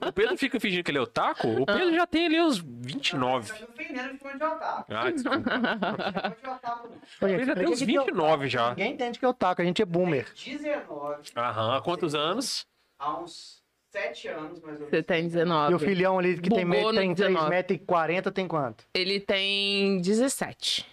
[SPEAKER 2] O Pedro fica fingindo que ele é otaku? O Pedro já tem ali uns 29.
[SPEAKER 4] Tá me ofendendo, ficou de otaku.
[SPEAKER 2] Ah, desculpa.
[SPEAKER 4] Ficou de otaku, não.
[SPEAKER 1] Ô, gente,
[SPEAKER 2] Ele já tem
[SPEAKER 1] ninguém
[SPEAKER 2] uns
[SPEAKER 1] entende que eu-
[SPEAKER 2] 29 já.
[SPEAKER 1] Ninguém entende que eu taco, a gente é
[SPEAKER 2] Um
[SPEAKER 1] boomer.
[SPEAKER 4] 19
[SPEAKER 2] Aham, há quantos anos?
[SPEAKER 4] há uns 7 anos, mais
[SPEAKER 3] (laughs)
[SPEAKER 4] ou
[SPEAKER 3] Você
[SPEAKER 4] menos.
[SPEAKER 3] tem 19.
[SPEAKER 1] E o filhão ali que tem, me-
[SPEAKER 3] Bugou no
[SPEAKER 1] tem
[SPEAKER 3] 19.
[SPEAKER 1] 3,40m tem quanto?
[SPEAKER 3] Ele tem 17.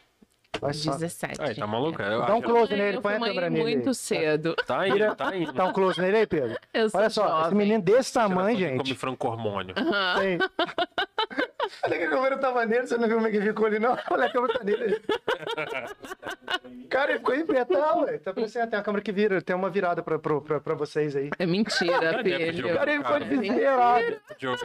[SPEAKER 1] Vai só.
[SPEAKER 3] 17.
[SPEAKER 2] Ai, tá maluco. Eu
[SPEAKER 1] Dá um
[SPEAKER 2] acho-
[SPEAKER 1] close nele,
[SPEAKER 3] eu
[SPEAKER 1] põe a
[SPEAKER 3] fui mãe
[SPEAKER 1] câmera nele.
[SPEAKER 3] muito cedo.
[SPEAKER 2] Tá indo, tá indo.
[SPEAKER 1] Dá um close nele aí, Pedro.
[SPEAKER 3] (laughs) Eu sou
[SPEAKER 1] Olha só, esse
[SPEAKER 3] jovem.
[SPEAKER 1] menino desse
[SPEAKER 2] Geração
[SPEAKER 1] tamanho,
[SPEAKER 2] que
[SPEAKER 1] gente.
[SPEAKER 2] Come franco hormônio.
[SPEAKER 1] Tem. (laughs) Olha que a câmera tava nele, você não viu como é que ficou ali, não? Olha a câmera tá nele. Cara, ele ficou em pé, tá, ué. Tá parecendo, tem uma câmera que vira, tem uma virada pra, pra, pra, pra vocês aí.
[SPEAKER 3] É mentira, filho.
[SPEAKER 2] Diogo.
[SPEAKER 1] Cara, ele ficou
[SPEAKER 2] Cara,
[SPEAKER 1] desesperado.
[SPEAKER 2] Diogo,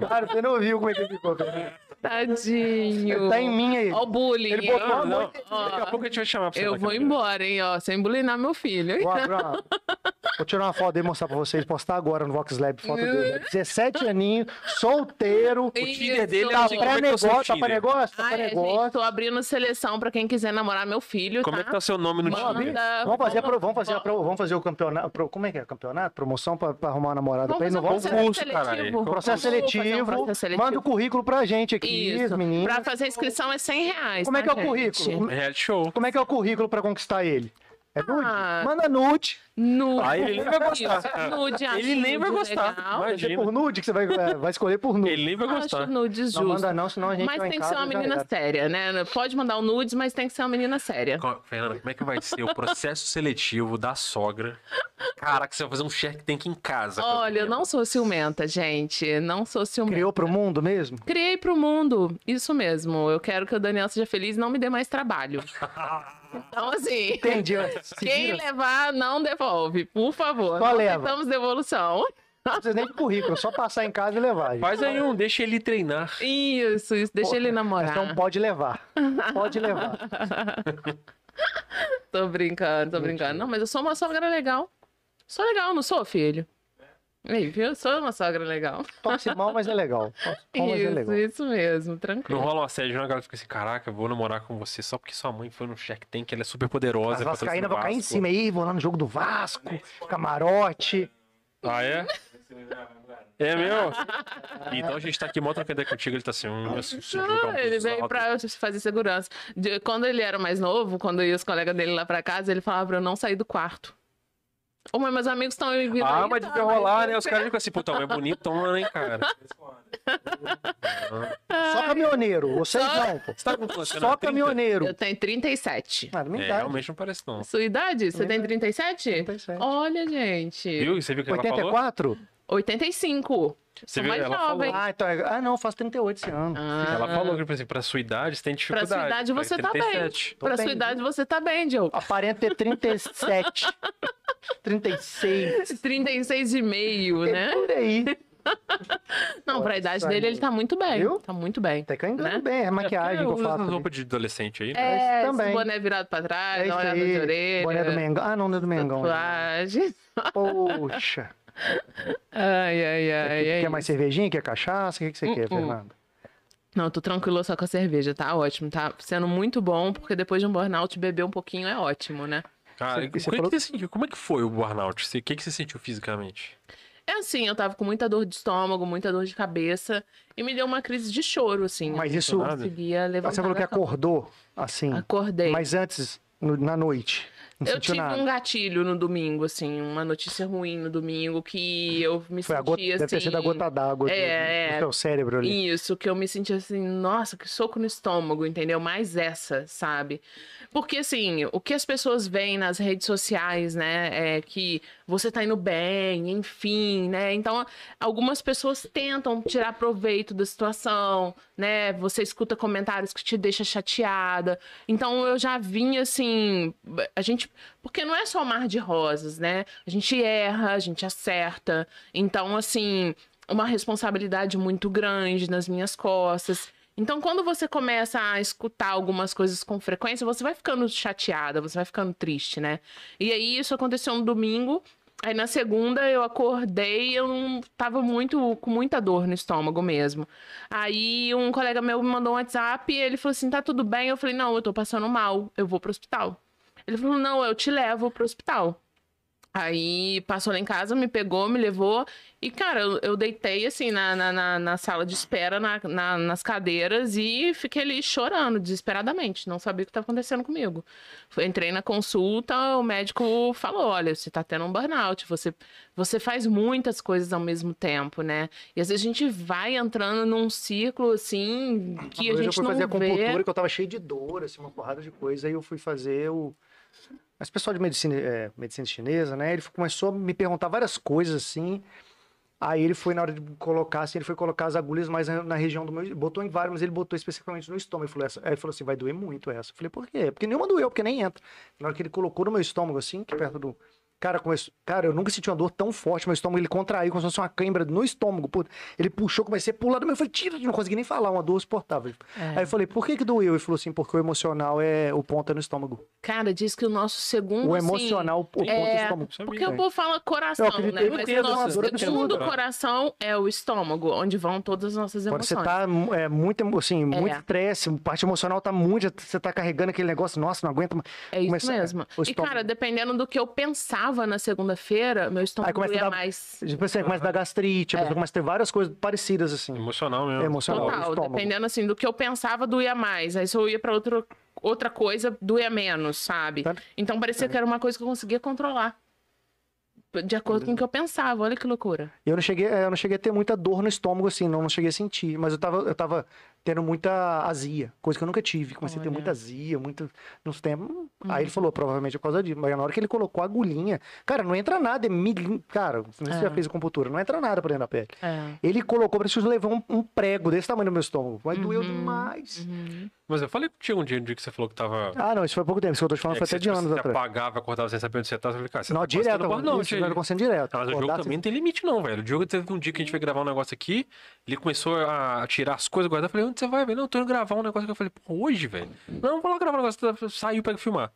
[SPEAKER 2] não.
[SPEAKER 1] Cara, você não viu como é que ele ficou, cara.
[SPEAKER 3] Tadinho.
[SPEAKER 1] Ele tá em mim aí.
[SPEAKER 3] Ó o bullying.
[SPEAKER 1] Ele
[SPEAKER 3] hein?
[SPEAKER 1] botou
[SPEAKER 2] Não,
[SPEAKER 1] a mão
[SPEAKER 2] não.
[SPEAKER 1] e-
[SPEAKER 2] Daqui a pouco a gente vai chamar pra você.
[SPEAKER 3] Eu
[SPEAKER 2] na
[SPEAKER 3] vou
[SPEAKER 2] cadeira.
[SPEAKER 3] embora, hein, ó. Sem bulinar meu filho.
[SPEAKER 1] Vou, abrir uma- Vou tirar uma foto dele e mostrar pra vocês, postar agora no Vox Lab foto
[SPEAKER 3] Uhum.
[SPEAKER 1] dele. 17 aninho, solteiro.
[SPEAKER 3] E-
[SPEAKER 2] O Tinder dele é
[SPEAKER 3] Tá
[SPEAKER 1] Tá
[SPEAKER 2] assim, como é que tá o seu
[SPEAKER 1] pré-negócio, tá pra
[SPEAKER 2] Tinder?
[SPEAKER 1] negócio? Tá pra
[SPEAKER 3] Ai, é, gente,
[SPEAKER 1] negócio.
[SPEAKER 3] tô abrindo seleção pra quem quiser namorar meu filho,
[SPEAKER 2] Como
[SPEAKER 3] tá?
[SPEAKER 2] é que tá o seu nome no
[SPEAKER 3] Manda.
[SPEAKER 2] Tinder?
[SPEAKER 1] Vamos fazer, a pro- vamos, fazer a
[SPEAKER 3] vamos-
[SPEAKER 1] pro- vamos fazer o campeonato. pro- como é que é? Campeonato? Promoção pra, pra arrumar uma namorada pra ele? Não vamos?
[SPEAKER 3] fazer um
[SPEAKER 2] concurso, caralho.
[SPEAKER 1] Um processo
[SPEAKER 3] Vamos fazer um
[SPEAKER 1] seletivo.
[SPEAKER 3] processo seletivo.
[SPEAKER 1] Manda o currículo pra gente aqui,
[SPEAKER 3] Isso.
[SPEAKER 1] menino.
[SPEAKER 3] Pra fazer a inscrição é 100 reais.
[SPEAKER 1] Como é
[SPEAKER 3] tá,
[SPEAKER 1] que é o
[SPEAKER 3] gente?
[SPEAKER 1] currículo?
[SPEAKER 2] Reality show.
[SPEAKER 1] Como é que é o currículo pra conquistar ele? É nude?
[SPEAKER 3] Ah.
[SPEAKER 1] Manda nude.
[SPEAKER 3] Nude.
[SPEAKER 2] Ah, ele nem vai gostar.
[SPEAKER 3] Isso, Nude, acho
[SPEAKER 2] Ele nem vai
[SPEAKER 3] nude
[SPEAKER 2] gostar.
[SPEAKER 3] legal.
[SPEAKER 2] Vai
[SPEAKER 1] Vai ser
[SPEAKER 2] Imagina.
[SPEAKER 1] por nude que você vai, é, vai escolher por nude.
[SPEAKER 2] Ele nem vai
[SPEAKER 3] Acho
[SPEAKER 2] gostar.
[SPEAKER 3] nudes
[SPEAKER 1] Não
[SPEAKER 3] justos.
[SPEAKER 1] manda não, senão a gente
[SPEAKER 3] Mas
[SPEAKER 1] vai em
[SPEAKER 3] tem que ser
[SPEAKER 1] casa e
[SPEAKER 3] uma
[SPEAKER 1] já
[SPEAKER 3] menina
[SPEAKER 1] era.
[SPEAKER 3] séria, né? Pode mandar o nudes, mas tem que ser uma menina séria.
[SPEAKER 2] Co- Fernanda, como é que vai ser o processo seletivo da sogra? Caraca, você vai fazer um cheque que tem que ir em casa. pelo
[SPEAKER 3] Olha, eu
[SPEAKER 2] menos.
[SPEAKER 3] não sou ciumenta, gente. Não sou ciumenta.
[SPEAKER 1] Criou pro mundo mesmo?
[SPEAKER 3] Criei pro mundo. Isso mesmo. Eu quero que o Daniel seja feliz e não me dê
[SPEAKER 1] (laughs)
[SPEAKER 3] mais trabalho. Então, assim.
[SPEAKER 1] Entendi. mas se
[SPEAKER 3] Quem
[SPEAKER 1] vira.
[SPEAKER 3] levar, não devolve, por favor.
[SPEAKER 1] Só
[SPEAKER 3] não
[SPEAKER 1] leva.
[SPEAKER 3] Aceitamos devolução.
[SPEAKER 1] Não precisa nem de currículo, é só passar em casa e levar. gente.
[SPEAKER 2] Faz aí um, deixa ele treinar.
[SPEAKER 3] Isso, isso. Deixa ele namorar.
[SPEAKER 1] Então pode levar. Pode levar.
[SPEAKER 3] (laughs) Tô brincando, tô brincando. Não, mas eu sou uma sogra legal. Sou legal, não sou, filho?
[SPEAKER 1] É.
[SPEAKER 3] Ei, viu? Sou uma sogra legal.
[SPEAKER 1] Toque mal, mas é legal. Toque mal, mas é
[SPEAKER 3] Isso,
[SPEAKER 1] legal.
[SPEAKER 3] isso mesmo,
[SPEAKER 2] Não
[SPEAKER 3] tranquilo.
[SPEAKER 2] rola uma sede, não. A galera fica assim: caraca, eu vou namorar com você só porque sua mãe foi no cheque tem, que ela é super
[SPEAKER 1] As
[SPEAKER 2] poderosa.
[SPEAKER 1] Vascaína
[SPEAKER 2] patrocina o
[SPEAKER 1] vai cair em
[SPEAKER 2] Vasco.
[SPEAKER 1] cima aí, vou lá no jogo do Vasco, camarote.
[SPEAKER 2] Ah, é? É
[SPEAKER 3] (laughs)
[SPEAKER 2] meu? Então a gente tá aqui, mó trocando contigo, ele tá assim, hum, eu sou- sou-
[SPEAKER 3] Não,
[SPEAKER 2] jogar um
[SPEAKER 3] Ah, ele veio
[SPEAKER 2] alto.
[SPEAKER 3] pra fazer segurança. De- quando ele era mais novo, quando eu ia os colegas dele lá pra casa, ele falava pra eu não sair do quarto. Ô, mãe, meus amigos estão me vindo
[SPEAKER 2] Ah,
[SPEAKER 3] aí,
[SPEAKER 2] mas
[SPEAKER 3] tá,
[SPEAKER 2] devia rolar, né? Os caras ficam assim, putão, é bonitona, hein, cara.
[SPEAKER 1] Só caminhoneiro, vocês
[SPEAKER 3] Só-
[SPEAKER 1] não, pô.
[SPEAKER 2] Você tá com quanto? Você não
[SPEAKER 1] Só
[SPEAKER 2] é 30?
[SPEAKER 1] caminhoneiro.
[SPEAKER 3] Eu tenho 37.
[SPEAKER 1] Ah, minha
[SPEAKER 2] É,
[SPEAKER 1] idade.
[SPEAKER 2] realmente não parece, não.
[SPEAKER 3] Sua idade? Você tem 37?
[SPEAKER 1] 37.
[SPEAKER 3] Olha, gente.
[SPEAKER 2] Viu? Você viu o que ela falou?
[SPEAKER 1] 84?
[SPEAKER 3] 85.
[SPEAKER 2] Você
[SPEAKER 3] Sou
[SPEAKER 2] viu?
[SPEAKER 3] mais
[SPEAKER 2] Ela
[SPEAKER 3] jovem.
[SPEAKER 2] falou.
[SPEAKER 1] Ah, então. é- Ah, não, eu faço 38 esse ano.
[SPEAKER 3] Ah.
[SPEAKER 2] Ela falou que, por exemplo, pra sua idade, você tem
[SPEAKER 3] Pra
[SPEAKER 2] dificuldade.
[SPEAKER 3] sua idade você tá bem.
[SPEAKER 2] 37.
[SPEAKER 1] Tô
[SPEAKER 3] Pra sua
[SPEAKER 1] bem.
[SPEAKER 3] idade você tá bem, Diogo.
[SPEAKER 1] Aparenta ter 37. 36.
[SPEAKER 3] 36,5,
[SPEAKER 1] É
[SPEAKER 3] Tipo, né?
[SPEAKER 1] Por aí.
[SPEAKER 3] Não, pra idade
[SPEAKER 1] Nossa,
[SPEAKER 3] dele ele tá muito bem.
[SPEAKER 1] Viu?
[SPEAKER 3] Tá muito bem.
[SPEAKER 1] Até que eu engano
[SPEAKER 3] Né?
[SPEAKER 1] bem, é a maquiagem que eu
[SPEAKER 2] usa
[SPEAKER 1] faço.
[SPEAKER 2] essas
[SPEAKER 1] ali.
[SPEAKER 2] roupas de adolescente aí, né?
[SPEAKER 1] Mas
[SPEAKER 3] É,
[SPEAKER 1] também.
[SPEAKER 3] esse boné virado pra trás,
[SPEAKER 1] É isso
[SPEAKER 3] olhada
[SPEAKER 1] aí.
[SPEAKER 3] é de orelha.
[SPEAKER 1] Boné do Mengão. Ah, não, não é do Mengão.
[SPEAKER 3] Tatuagem.
[SPEAKER 1] Poxa.
[SPEAKER 3] Ai, ai, ai.
[SPEAKER 1] quer
[SPEAKER 3] ai.
[SPEAKER 1] mais cervejinha? Quer cachaça? O que, que você quer, Fernando?
[SPEAKER 3] Não, eu tô tranquilo só com a cerveja, tá ótimo. Tá sendo muito bom, porque depois de um burnout, beber um pouquinho é ótimo, né?
[SPEAKER 1] Você-
[SPEAKER 2] Cara, e como,
[SPEAKER 1] você
[SPEAKER 2] é que
[SPEAKER 1] falou-
[SPEAKER 2] você sentiu- como é que foi o burnout? Você- O que, que você sentiu fisicamente?
[SPEAKER 3] É assim, eu tava com muita dor de estômago, muita dor de cabeça, e me deu uma crise de choro, assim. eu
[SPEAKER 1] Mas isso.
[SPEAKER 3] não conseguia levantar.
[SPEAKER 1] Você falou que
[SPEAKER 3] da cama.
[SPEAKER 1] acordou, assim.
[SPEAKER 3] Acordei.
[SPEAKER 1] Mas antes, no- na noite. Não
[SPEAKER 3] eu
[SPEAKER 1] sentiu
[SPEAKER 3] tive
[SPEAKER 1] nada.
[SPEAKER 3] um gatilho no domingo, assim, uma notícia ruim no domingo que eu me
[SPEAKER 1] Foi a
[SPEAKER 3] sentia
[SPEAKER 1] gota,
[SPEAKER 3] assim.
[SPEAKER 1] deve ter sido a gota d'água do-
[SPEAKER 3] É,
[SPEAKER 1] do
[SPEAKER 3] é.
[SPEAKER 1] seu cérebro ali.
[SPEAKER 3] Isso, que eu me senti assim, nossa, que soco no estômago, entendeu? Mais essa, sabe? Porque, assim, o que as pessoas veem nas redes sociais, né? É que você tá indo bem, enfim, né? Então, algumas pessoas tentam tirar proveito da situação, né? Você escuta comentários que te deixa chateada. Então, eu já vim, assim, a gente. Porque não é só mar de rosas, né? A gente erra, a gente acerta. Então, assim uma responsabilidade muito grande nas minhas costas. Então, quando você começa a escutar algumas coisas com frequência, você vai ficando chateada, você vai ficando triste, né? E aí, isso aconteceu no domingo. Aí, na segunda, eu acordei eu não tava muito, com muita dor no estômago mesmo. Aí, um colega meu me mandou um WhatsApp e ele falou assim: tá tudo bem? Eu falei: não, eu tô passando mal, eu vou pro hospital. Ele falou: não, eu te levo pro hospital. Aí passou lá em casa, me pegou, me levou. E, cara, eu, eu deitei assim na, na, na- na sala de espera, na- na- nas cadeiras, e fiquei ali chorando desesperadamente. Não sabia o que estava acontecendo comigo. Fui- Entrei na consulta, o médico falou: olha, você tá tendo um burnout, você, você faz muitas coisas ao mesmo tempo, né? E às vezes a gente vai entrando num círculo assim que a
[SPEAKER 1] Uma vez
[SPEAKER 3] gente
[SPEAKER 1] Uhum. eu fui
[SPEAKER 3] não
[SPEAKER 1] fazer acupuntura,
[SPEAKER 3] vê.
[SPEAKER 1] que eu tava cheio de dor, assim, uma porrada de coisa. Aí eu fui fazer o. Mas o pessoal de medicina, é, medicina chinesa, né? Ele começou a me perguntar várias coisas, assim. Aí ele foi, na hora de colocar, assim, ele foi colocar as agulhas mais na, na região do meu. Botou em vários, mas ele botou especificamente no estômago. Ele falou, essa, aí ele falou assim: vai doer muito essa. Eu falei, por quê? Porque nenhuma doeu, porque nem entra. Na hora que ele colocou no meu estômago, assim, que perto do. Cara, começou... cara, eu nunca senti uma dor tão forte. Meu estômago ele contraiu como se fosse uma cãibra no estômago. Puta. Ele puxou, comecei a pular do meu. Eu falei, tira, eu não consegui nem falar, uma dor suportável.
[SPEAKER 3] É.
[SPEAKER 1] Aí eu falei, por que que doeu? Ele falou assim, porque o emocional é o ponto é no estômago.
[SPEAKER 3] Cara, diz que o nosso segundo.
[SPEAKER 1] o
[SPEAKER 3] assim,
[SPEAKER 1] emocional, o ponto é no
[SPEAKER 3] é,
[SPEAKER 1] estômago.
[SPEAKER 2] Sabia.
[SPEAKER 3] Porque o povo fala coração,
[SPEAKER 1] Eu acredito,
[SPEAKER 3] né?
[SPEAKER 1] eu
[SPEAKER 3] Mas
[SPEAKER 1] tenho
[SPEAKER 3] o
[SPEAKER 1] uma dor
[SPEAKER 3] nosso segundo
[SPEAKER 1] absurda.
[SPEAKER 3] coração é o estômago, onde vão todas as nossas
[SPEAKER 1] Quando você
[SPEAKER 3] emoções.
[SPEAKER 1] tá é, muito, emo- assim, muito
[SPEAKER 3] É.
[SPEAKER 1] estresse, parte emocional tá muito, você tá carregando aquele negócio, nossa, não aguento mais.
[SPEAKER 3] É isso
[SPEAKER 1] Começa-
[SPEAKER 3] mesmo.
[SPEAKER 1] o
[SPEAKER 3] E,
[SPEAKER 1] estômago.
[SPEAKER 3] cara, dependendo do que eu pensava na segunda-feira, meu
[SPEAKER 1] Aí
[SPEAKER 3] estômago
[SPEAKER 1] começa a
[SPEAKER 3] doía
[SPEAKER 1] dar-
[SPEAKER 3] mais.
[SPEAKER 1] Tipo assim, começa a dar gastrite, a
[SPEAKER 3] É.
[SPEAKER 1] pessoa começa a ter várias coisas parecidas, assim.
[SPEAKER 2] Emocional mesmo.
[SPEAKER 1] É emocional, o
[SPEAKER 3] Total,
[SPEAKER 1] estômago.
[SPEAKER 3] dependendo assim do que eu pensava, doía mais. Aí se eu ia pra outro, outra coisa, doía menos, sabe?
[SPEAKER 1] Tanto-
[SPEAKER 3] Então parecia que era uma coisa que eu conseguia controlar. De acordo com o que eu pensava, olha que loucura.
[SPEAKER 1] E Eu não cheguei, é, eu não cheguei a ter muita dor no estômago, assim, não, não cheguei a sentir. Mas eu tava, eu tava tendo muita azia, coisa que eu nunca tive. Comecei a ter
[SPEAKER 3] Olha. Uhum.
[SPEAKER 1] muita azia, muito, nos tempos. hum, Aí ele falou, provavelmente é por causa disso. Mas na hora que ele colocou a agulhinha, cara, não entra nada, é milim... Cara, não sei se você já
[SPEAKER 3] É.
[SPEAKER 1] fez acupuntura, não entra nada pra dentro da pele.
[SPEAKER 3] É.
[SPEAKER 1] Ele colocou, parece que levou um, um prego desse tamanho no meu estômago. Mas doeu
[SPEAKER 3] Uhum,
[SPEAKER 1] demais.
[SPEAKER 2] Mas eu falei contigo um dia, um dia que você falou que tava.
[SPEAKER 1] Ah, não, isso foi há pouco tempo. Isso que eu tô te falando
[SPEAKER 2] é,
[SPEAKER 1] foi
[SPEAKER 2] que
[SPEAKER 1] até
[SPEAKER 2] você,
[SPEAKER 1] de
[SPEAKER 2] tipo,
[SPEAKER 1] anos
[SPEAKER 2] você
[SPEAKER 1] atrás.
[SPEAKER 2] apagava, acordava sem saber onde você tá. Eu falei, cara, você
[SPEAKER 1] Não,
[SPEAKER 2] tá
[SPEAKER 1] direto.
[SPEAKER 2] passando burnout
[SPEAKER 1] isso não
[SPEAKER 2] aí.
[SPEAKER 1] era conselho direto.
[SPEAKER 2] Mas o jogo
[SPEAKER 1] Acordar,
[SPEAKER 2] também não tem limite, não, velho. O jogo teve um dia que a gente foi gravar um negócio aqui, ele começou a tirar as coisas, guardar. Eu falei, onde você vai, velho? Não, eu tô indo gravar um negócio que eu falei, pô, hoje, velho? Não, vou lá gravar um negócio. Saiu pra filmar.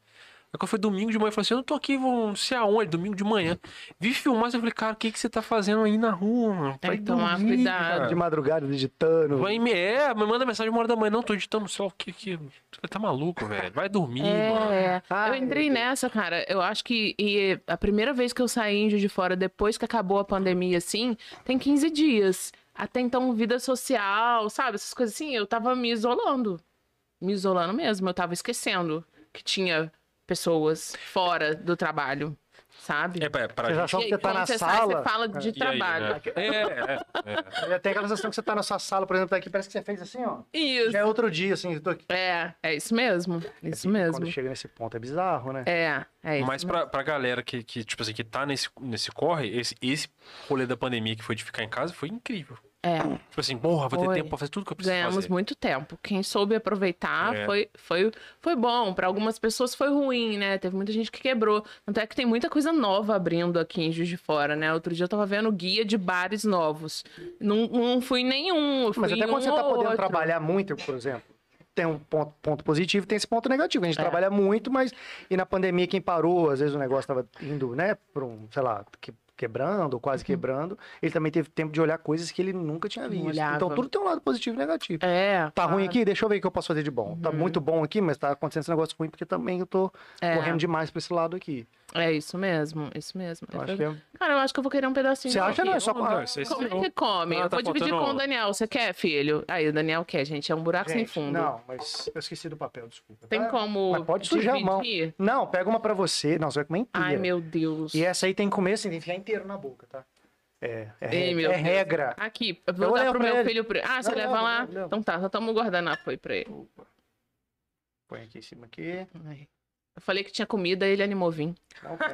[SPEAKER 2] Aí quando foi domingo de manhã, eu falei assim, eu não tô aqui, vou não sei aonde, domingo de manhã. Vi filmar, eu falei, cara, o que, que você tá fazendo aí na rua? mano?
[SPEAKER 3] Tem
[SPEAKER 2] Vai
[SPEAKER 3] que tomar
[SPEAKER 2] dormir,
[SPEAKER 3] cuidado.
[SPEAKER 2] cara.
[SPEAKER 1] assim, De madrugada, digitando.
[SPEAKER 2] Vai me, é, me manda mensagem uma hora da manhã, não, tô editando só o que que... Você tá maluco, velho, vai dormir, mano.
[SPEAKER 3] É,
[SPEAKER 1] Ai,
[SPEAKER 3] eu entrei
[SPEAKER 1] assim,
[SPEAKER 3] nessa, cara. Eu acho que e a primeira vez que eu saí em Juiz de Fora, depois que acabou a pandemia, assim, tem 15 dias. Até então, vida social, sabe? Essas coisas assim, eu tava me isolando. Me isolando mesmo. Eu tava esquecendo que tinha pessoas fora do trabalho, sabe?
[SPEAKER 2] É, pra, pra
[SPEAKER 1] Você já
[SPEAKER 2] gente...
[SPEAKER 1] só que
[SPEAKER 3] E
[SPEAKER 1] você tá
[SPEAKER 3] quando
[SPEAKER 1] na
[SPEAKER 3] você sai,
[SPEAKER 1] sala.
[SPEAKER 3] você fala de
[SPEAKER 2] É, E aí,
[SPEAKER 3] trabalho.
[SPEAKER 2] né? É, é, é.
[SPEAKER 1] É, Tem aquela sensação que você tá na sua sala, por exemplo, tá aqui, parece que você fez assim, ó.
[SPEAKER 3] Isso.
[SPEAKER 1] Já é outro dia, assim, eu tô aqui.
[SPEAKER 3] É, é isso mesmo. Isso mesmo.
[SPEAKER 1] Quando chega nesse ponto é bizarro, né?
[SPEAKER 3] É, é isso.
[SPEAKER 2] Mas
[SPEAKER 3] mesmo.
[SPEAKER 2] pra, pra galera que, que, tipo assim, que tá nesse, nesse corre, esse, esse rolê da pandemia que foi de ficar em casa foi incrível.
[SPEAKER 3] É.
[SPEAKER 2] Tipo assim, porra, vou ter
[SPEAKER 3] Foi.
[SPEAKER 2] tempo pra fazer tudo que eu preciso
[SPEAKER 3] Ganhamos
[SPEAKER 2] fazer.
[SPEAKER 3] muito tempo. Quem soube aproveitar
[SPEAKER 2] É.
[SPEAKER 3] foi, foi, foi bom. Para algumas pessoas foi ruim, né? Teve muita gente que quebrou. Tanto é que tem muita coisa nova abrindo aqui em Juiz de Fora, né? Outro dia eu tava vendo guia de bares novos. Não, não fui em nenhum. eu
[SPEAKER 1] Mas
[SPEAKER 3] fui
[SPEAKER 1] até
[SPEAKER 3] em
[SPEAKER 1] quando
[SPEAKER 3] um
[SPEAKER 1] você tá
[SPEAKER 3] ou
[SPEAKER 1] podendo
[SPEAKER 3] outro.
[SPEAKER 1] trabalhar muito, por exemplo, tem um ponto, ponto positivo e tem esse ponto negativo. A gente
[SPEAKER 3] É.
[SPEAKER 1] trabalha muito, mas. E na pandemia, quem parou, às vezes o negócio tava indo, né, pra um, sei lá, que- quebrando, ou quase quebrando. Ele também teve tempo de olhar coisas que ele nunca tinha
[SPEAKER 3] Uhum. Não
[SPEAKER 1] visto.
[SPEAKER 3] olhava.
[SPEAKER 1] Então tudo tem um lado positivo e negativo.
[SPEAKER 3] É.
[SPEAKER 1] Tá
[SPEAKER 3] claro. Uhum.
[SPEAKER 1] ruim aqui? Deixa eu ver o que eu posso fazer de bom. Tá muito bom aqui, mas tá acontecendo esse negócio ruim porque também eu tô
[SPEAKER 3] É.
[SPEAKER 1] correndo demais pra esse lado aqui.
[SPEAKER 3] É isso mesmo, isso mesmo.
[SPEAKER 1] Eu acho que é-
[SPEAKER 3] Cara, eu acho que eu vou querer um pedacinho.
[SPEAKER 1] Você
[SPEAKER 3] disso
[SPEAKER 1] acha,
[SPEAKER 3] aqui.
[SPEAKER 1] não? É só
[SPEAKER 2] Não, não, isso aí
[SPEAKER 3] Como é
[SPEAKER 2] não.
[SPEAKER 3] que come?
[SPEAKER 2] Ah,
[SPEAKER 3] eu
[SPEAKER 2] tá
[SPEAKER 3] vou dividir
[SPEAKER 2] faltando-
[SPEAKER 3] com o Daniel. Você quer, filho? Aí, o Daniel quer, gente. É um buraco sem
[SPEAKER 1] Gente,
[SPEAKER 3] fundo.
[SPEAKER 1] Não, mas eu esqueci do papel, desculpa.
[SPEAKER 3] Tem
[SPEAKER 1] tá?
[SPEAKER 3] como
[SPEAKER 1] Mas pode sujar a mão.
[SPEAKER 3] dividir?
[SPEAKER 1] Não, pega uma pra você. Não, você vai comer inteira.
[SPEAKER 3] Ai, meu Deus.
[SPEAKER 1] E essa aí tem que comer assim, tem que ficar inteiro na boca, tá? É, é,
[SPEAKER 3] Ei,
[SPEAKER 1] re-
[SPEAKER 3] meu
[SPEAKER 1] é
[SPEAKER 3] Deus.
[SPEAKER 1] regra.
[SPEAKER 3] Aqui,
[SPEAKER 1] Eu
[SPEAKER 3] eu vou dar
[SPEAKER 1] levo
[SPEAKER 3] pro
[SPEAKER 1] pra
[SPEAKER 3] meu
[SPEAKER 1] ele.
[SPEAKER 3] filho. pri- Ah, você
[SPEAKER 1] Não,
[SPEAKER 3] leva
[SPEAKER 1] leva,
[SPEAKER 3] lá?
[SPEAKER 1] leva, leva.
[SPEAKER 3] Então tá, só tamo guardando foi pra ele.
[SPEAKER 1] Opa. Põe aqui em cima aqui.
[SPEAKER 3] Ai. Eu falei que tinha comida, ele animou vir.
[SPEAKER 1] Não, põe.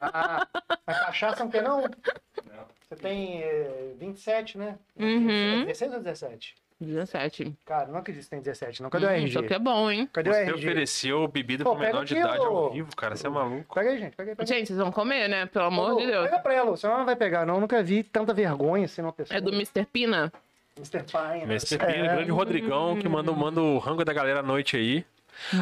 [SPEAKER 1] ah, a cachaça não tem, não? Você tem é, 27, né?
[SPEAKER 3] Uhum.
[SPEAKER 1] 16 ou 17?
[SPEAKER 3] 17.
[SPEAKER 1] Cara, não acredito que tem 17, não. Cadê o
[SPEAKER 3] Hum,
[SPEAKER 1] RG?
[SPEAKER 3] Isso aqui é bom, hein?
[SPEAKER 1] Cadê o
[SPEAKER 2] Você
[SPEAKER 1] RG?
[SPEAKER 2] ofereceu bebida
[SPEAKER 1] Pô,
[SPEAKER 2] pro menor
[SPEAKER 1] pega
[SPEAKER 2] de
[SPEAKER 1] aqui,
[SPEAKER 2] idade
[SPEAKER 1] ô.
[SPEAKER 2] ao vivo, cara, você é maluco.
[SPEAKER 1] Pega aí, gente. Pega aí, pega aí.
[SPEAKER 3] Gente, vocês vão comer, né? Pelo amor
[SPEAKER 1] Ô,
[SPEAKER 3] de Deus.
[SPEAKER 1] Pega pra ela, senão ela não vai pegar, não. Eu nunca vi tanta vergonha assim numa pessoa.
[SPEAKER 3] É do Mr. Pina?
[SPEAKER 1] Mr.
[SPEAKER 3] É.
[SPEAKER 1] Pine. né?
[SPEAKER 2] Mestre Pina, é grande Rodrigão, que manda, manda o rango da galera à noite aí.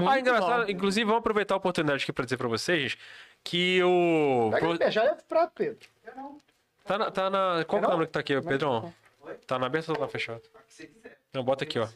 [SPEAKER 2] ah, engraçado, inclusive, vamos aproveitar a oportunidade aqui pra dizer pra vocês que o.
[SPEAKER 1] Pega
[SPEAKER 2] pro-
[SPEAKER 1] e beijar é prato, Pedro.
[SPEAKER 4] Eu não.
[SPEAKER 2] Tá na, tá na- Qual
[SPEAKER 1] Não?
[SPEAKER 2] câmera que tá aqui, Pedrão?
[SPEAKER 4] Oi?
[SPEAKER 2] Tá na aberta ou tá fechada?
[SPEAKER 4] O que você quiser.
[SPEAKER 2] Não, bota aqui, ó.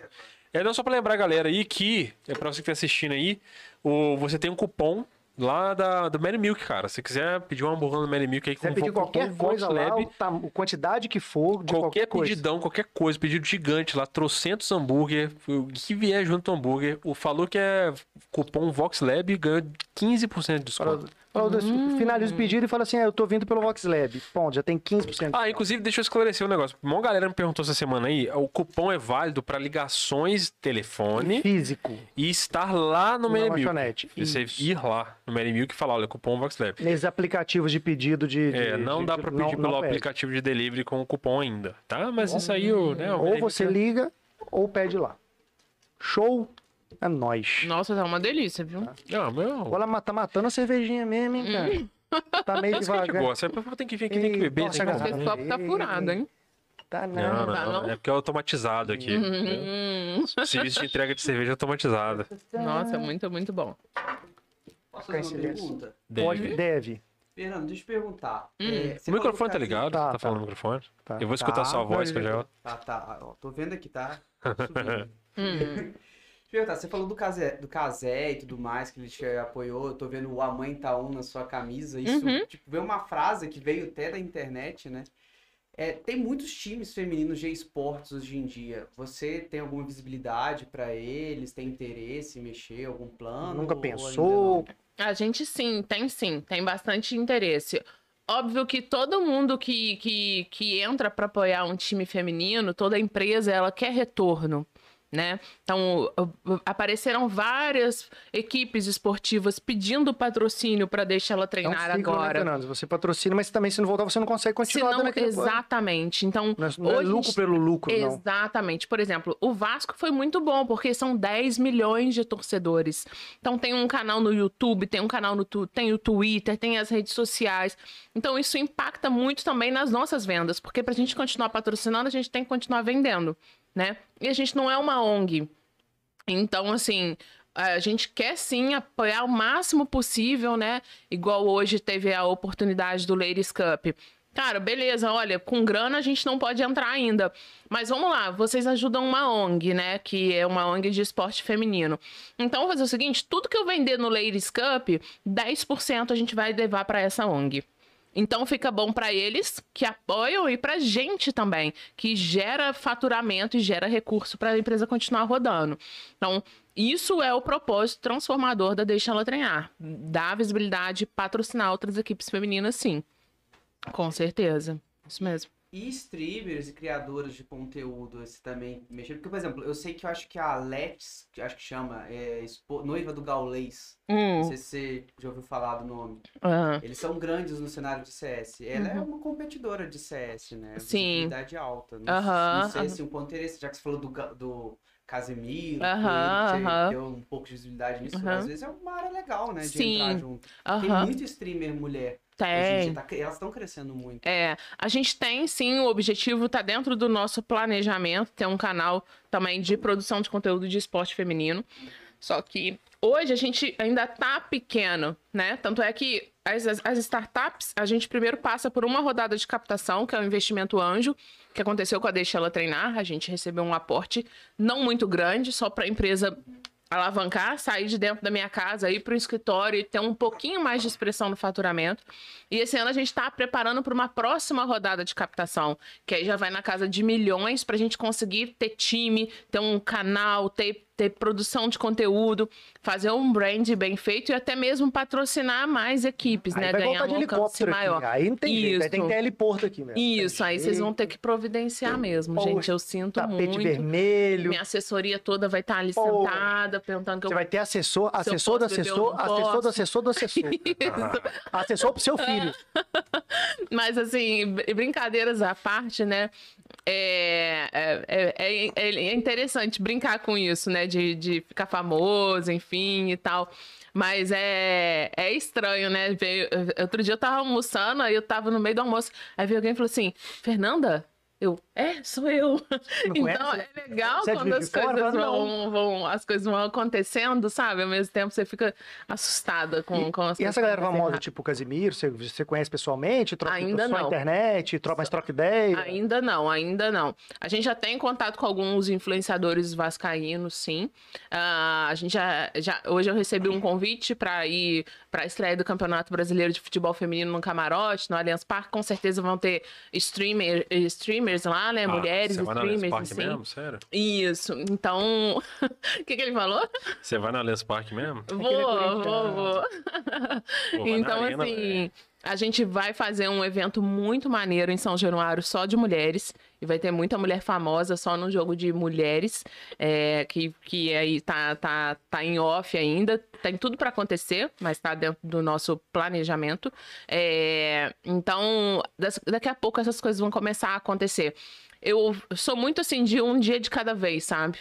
[SPEAKER 2] É não só pra lembrar a galera aí que, é pra você que tá assistindo aí, o, você tem um cupom lá da, do Mary Milk, cara. Se quiser pedir um hambúrguer no Mary Milk aí,
[SPEAKER 1] Você
[SPEAKER 2] com
[SPEAKER 1] pedir
[SPEAKER 2] o cupom
[SPEAKER 1] qualquer coisa lá,
[SPEAKER 2] VoxLab,
[SPEAKER 1] o tam- quantidade que for, de
[SPEAKER 2] Qualquer,
[SPEAKER 1] qualquer, coisa.
[SPEAKER 2] pedidão, qualquer coisa, pedido gigante lá, trocentos hambúrguer, o que vier junto ao hambúrguer, o falou que é cupom VoxLab ganha 15% de
[SPEAKER 1] Fala-
[SPEAKER 2] desconto.
[SPEAKER 1] fala do-
[SPEAKER 2] Hum.
[SPEAKER 1] Finaliza o pedido e fala assim: ah, eu tô vindo pelo Vox Lab. Ponto, já tem 15%.
[SPEAKER 2] Ah, inclusive, deixa eu esclarecer um negócio. Uma galera me perguntou essa semana aí, o cupom é válido pra ligações, telefone
[SPEAKER 1] Físico.
[SPEAKER 2] e estar lá no
[SPEAKER 1] Na
[SPEAKER 2] Mary Milk.
[SPEAKER 1] lanchonete.
[SPEAKER 2] Você
[SPEAKER 1] Isso.
[SPEAKER 2] ir lá no Mary Milk e falar, olha, cupom VoxLab.
[SPEAKER 1] Nesses aplicativos de pedido de. de-
[SPEAKER 2] É, não
[SPEAKER 1] de-
[SPEAKER 2] dá
[SPEAKER 1] de-
[SPEAKER 2] pra
[SPEAKER 1] não-
[SPEAKER 2] pedir
[SPEAKER 1] não
[SPEAKER 2] pelo
[SPEAKER 1] pede.
[SPEAKER 2] aplicativo de delivery com o cupom ainda, tá? Mas isso aí, o- né? o
[SPEAKER 1] Ou
[SPEAKER 2] delivery-
[SPEAKER 1] você liga ou pede lá. Show? É nóis.
[SPEAKER 3] Nossa, tá uma delícia, viu?
[SPEAKER 1] Ah,
[SPEAKER 2] Não, meu...
[SPEAKER 1] Olha, tá matando a cervejinha mesmo, hein, cara?
[SPEAKER 2] (laughs)
[SPEAKER 1] Tá meio
[SPEAKER 2] Isso que a gente
[SPEAKER 1] devagar.
[SPEAKER 2] gosta. É, Tem que vir aqui, tem que
[SPEAKER 1] Ei,
[SPEAKER 2] beber.
[SPEAKER 1] nossa,
[SPEAKER 2] tem que
[SPEAKER 1] Ah,
[SPEAKER 3] Esse
[SPEAKER 2] comer.
[SPEAKER 1] garrafa.
[SPEAKER 3] copo tá furado, hein?
[SPEAKER 1] Tá
[SPEAKER 2] Não,
[SPEAKER 1] não. Uhum.
[SPEAKER 3] dá,
[SPEAKER 2] não, não.
[SPEAKER 3] não?
[SPEAKER 2] É porque é automatizado aqui. entendeu?
[SPEAKER 3] Hum.
[SPEAKER 2] (laughs) Serviço de entrega de cerveja automatizada.
[SPEAKER 3] Nossa, muito, muito bom.
[SPEAKER 4] Posso fazer uma
[SPEAKER 1] Coincidência.
[SPEAKER 4] pergunta?
[SPEAKER 1] Pode,
[SPEAKER 2] Deve.
[SPEAKER 1] deve.
[SPEAKER 4] Fernando, deixa eu te perguntar. É, você
[SPEAKER 2] O microfone tá
[SPEAKER 4] falou que
[SPEAKER 2] ligado?
[SPEAKER 1] Tá,
[SPEAKER 2] Tá,
[SPEAKER 1] tá.
[SPEAKER 2] falando no microfone?
[SPEAKER 1] Tá.
[SPEAKER 2] Eu vou escutar
[SPEAKER 4] Tá,
[SPEAKER 2] sua voz que
[SPEAKER 1] (laughs)
[SPEAKER 2] eu já. (laughs)
[SPEAKER 4] Tá, tá. Ó, tô vendo aqui, tá? Subindo.
[SPEAKER 3] Hum.
[SPEAKER 4] Deixa eu perguntar, você falou do Casé, do Casé e tudo mais, que ele te apoiou. Eu tô vendo o A Mãe Tá On na sua camisa. Isso, tipo, veio uma frase que veio até da internet, né? É, tem muitos times femininos de esportes hoje em dia. Você tem alguma visibilidade pra eles? Tem interesse em mexer? Algum plano?
[SPEAKER 1] Nunca
[SPEAKER 4] Ou
[SPEAKER 1] pensou.
[SPEAKER 4] ainda não?
[SPEAKER 3] A gente sim, tem sim, tem bastante interesse. Óbvio que todo mundo que, que, que entra para apoiar um time feminino, toda empresa, ela quer retorno, né? Então, o- o- apareceram várias equipes esportivas pedindo patrocínio para deixar ela
[SPEAKER 1] É um
[SPEAKER 3] treinar
[SPEAKER 1] ciclo, né,
[SPEAKER 3] agora.
[SPEAKER 1] Fernando? Você patrocina, mas também se não voltar, você não consegue
[SPEAKER 3] Se
[SPEAKER 1] continuar
[SPEAKER 3] não,
[SPEAKER 1] dando aquele-
[SPEAKER 3] exatamente. Então,
[SPEAKER 1] Não é, não é
[SPEAKER 3] hoje-
[SPEAKER 1] lucro pelo lucro, não.
[SPEAKER 3] Exatamente. Por exemplo, o Vasco foi muito bom, porque são 10 milhões de torcedores. Então tem um canal no YouTube, tem um canal no tu, tem o Twitter, tem as redes sociais. Então isso impacta muito também nas nossas vendas, porque pra gente continuar patrocinando, a gente tem que continuar vendendo, né? E a gente não é uma ONG. Então, assim, a gente quer sim apoiar o máximo possível, né? Igual hoje teve a oportunidade do Ladies Cup. Cara, beleza, olha, com grana a gente não pode entrar ainda. Mas vamos lá, vocês ajudam uma ONG, né? Que é uma ONG de esporte feminino. Então, vou fazer o seguinte: tudo que eu vender no Ladies Cup, 10% a gente vai levar para essa ONG. Então fica bom para eles que apoiam e para gente também, que gera faturamento e gera recurso para a empresa continuar rodando. Então, isso é o propósito transformador da Deixa Ela Treinar. Dar visibilidade, patrocinar outras equipes femininas, sim. Com certeza. Isso mesmo.
[SPEAKER 4] E streamers e criadores de conteúdo, esse também mexendo. Porque, por exemplo, eu sei que eu acho que a Lex, que acho que chama, é espo- noiva do Gaulês. Não
[SPEAKER 3] Hum.
[SPEAKER 4] sei se você já ouviu falar do nome.
[SPEAKER 3] aham.
[SPEAKER 4] Eles são grandes no cenário de CS. Ela é uma competidora de CS, né?
[SPEAKER 3] Uhum. Sim.
[SPEAKER 4] Visibilidade alta. Não,
[SPEAKER 3] Aham,
[SPEAKER 4] não sei
[SPEAKER 3] aham.
[SPEAKER 4] se o quanto interesse, já que você falou do, Ga- do Casemiro,
[SPEAKER 3] Aham,
[SPEAKER 4] que ele
[SPEAKER 3] aham.
[SPEAKER 4] deu um pouco de visibilidade nisso.
[SPEAKER 3] Aham.
[SPEAKER 4] Às vezes é uma área legal, né? De
[SPEAKER 3] Sim.
[SPEAKER 4] entrar junto. Tem
[SPEAKER 3] Aham. É.
[SPEAKER 4] muito streamer mulher. Hoje em
[SPEAKER 3] Tem.
[SPEAKER 4] dia, tá cre- elas estão crescendo muito.
[SPEAKER 3] É, a gente tem sim, o objetivo tá dentro do nosso planejamento, ter um canal também de produção de conteúdo de esporte feminino. Só que hoje a gente ainda tá pequeno, né? Tanto é que as, as- as startups, a gente primeiro passa por uma rodada de captação, que é o investimento anjo, que aconteceu com a Deixa Ela Treinar. A gente recebeu um aporte não muito grande, só para a empresa alavancar, sair de dentro da minha casa, ir para o escritório e ter um pouquinho mais de expressão no faturamento. E esse ano a gente está preparando para uma próxima rodada de captação, que aí já vai na casa de milhões para a gente conseguir ter time, ter um canal, ter, ter produção de conteúdo, fazer um brand bem feito e até mesmo patrocinar mais equipes, né?
[SPEAKER 1] vai
[SPEAKER 3] Ganhar
[SPEAKER 1] voltar de
[SPEAKER 3] um alcance
[SPEAKER 1] helicóptero
[SPEAKER 3] maior.
[SPEAKER 1] aqui. Aí não tem jeito, aí tem que
[SPEAKER 3] Isso.
[SPEAKER 1] ter heliporto aqui mesmo.
[SPEAKER 3] Isso, aí vocês vão ter que providenciar mesmo,
[SPEAKER 1] Poxa,
[SPEAKER 3] gente. Eu sinto
[SPEAKER 1] um Tapete
[SPEAKER 3] muito.
[SPEAKER 1] vermelho.
[SPEAKER 3] Minha assessoria toda vai estar ali
[SPEAKER 1] Pô.
[SPEAKER 3] sentada, perguntando que eu
[SPEAKER 1] Você vai ter assessor,
[SPEAKER 3] eu
[SPEAKER 1] assessor do
[SPEAKER 3] posso beber, eu não
[SPEAKER 1] assessor, assessor do
[SPEAKER 3] posso.
[SPEAKER 1] assessor do assessor.
[SPEAKER 3] (laughs)
[SPEAKER 2] Ah,
[SPEAKER 1] Assessor pro seu filho.
[SPEAKER 3] Ah, Mas, assim, br- brincadeiras à parte, né? É, é, é- é- é interessante brincar com isso, né? De, de ficar famoso, enfim e tal. Mas é, é estranho, né? Veio- outro dia eu tava almoçando, aí eu tava no meio do almoço, aí veio alguém e falou assim: Fernanda? Eu, é, sou eu.
[SPEAKER 1] Não
[SPEAKER 3] Então,
[SPEAKER 1] conhece?
[SPEAKER 3] é legal
[SPEAKER 1] Você é de
[SPEAKER 3] quando as
[SPEAKER 1] Juiz de Fora?
[SPEAKER 3] coisas
[SPEAKER 1] Fala,
[SPEAKER 3] vão, vão- as coisas vão acontecendo, sabe? Ao mesmo tempo, você fica assustada com, com as
[SPEAKER 1] E
[SPEAKER 3] coisas.
[SPEAKER 1] essa galera
[SPEAKER 3] que acontecem
[SPEAKER 1] famosa, tipo Casimiro, você, você conhece pessoalmente? Troca
[SPEAKER 3] Ainda
[SPEAKER 1] só
[SPEAKER 3] não.
[SPEAKER 1] internet, troca, mas troca ideia.
[SPEAKER 3] Ainda não, ainda não. A gente já tem contato com alguns influenciadores vascaínos, sim. Ah, a gente já, já- hoje eu recebi um convite para ir para a estreia do Campeonato Brasileiro de Futebol Feminino no Camarote, no Allianz Parque. Com certeza vão ter streamer, eh, streamers lá, né? Mulheres
[SPEAKER 2] você vai na Ah, Allianz
[SPEAKER 3] streamers,
[SPEAKER 2] Park
[SPEAKER 3] assim.
[SPEAKER 2] mesmo? Sério?
[SPEAKER 3] Isso. Então, (laughs) o que, que ele falou?
[SPEAKER 2] Você vai na Allianz Park mesmo?
[SPEAKER 1] ele é
[SPEAKER 3] Vou, vou,
[SPEAKER 1] corintiano.
[SPEAKER 3] vou.
[SPEAKER 2] na
[SPEAKER 3] então,
[SPEAKER 2] arena,
[SPEAKER 3] assim,
[SPEAKER 2] velho.
[SPEAKER 3] a gente vai fazer um evento muito maneiro em São Januário, só de mulheres. E vai ter muita mulher famosa só no jogo de mulheres, é, que, que aí tá, tá, tá em off ainda. Tem tudo pra acontecer, mas tá dentro do nosso planejamento. É, então, das- daqui a pouco essas coisas vão começar a acontecer. Eu sou muito assim de um dia de cada vez, sabe?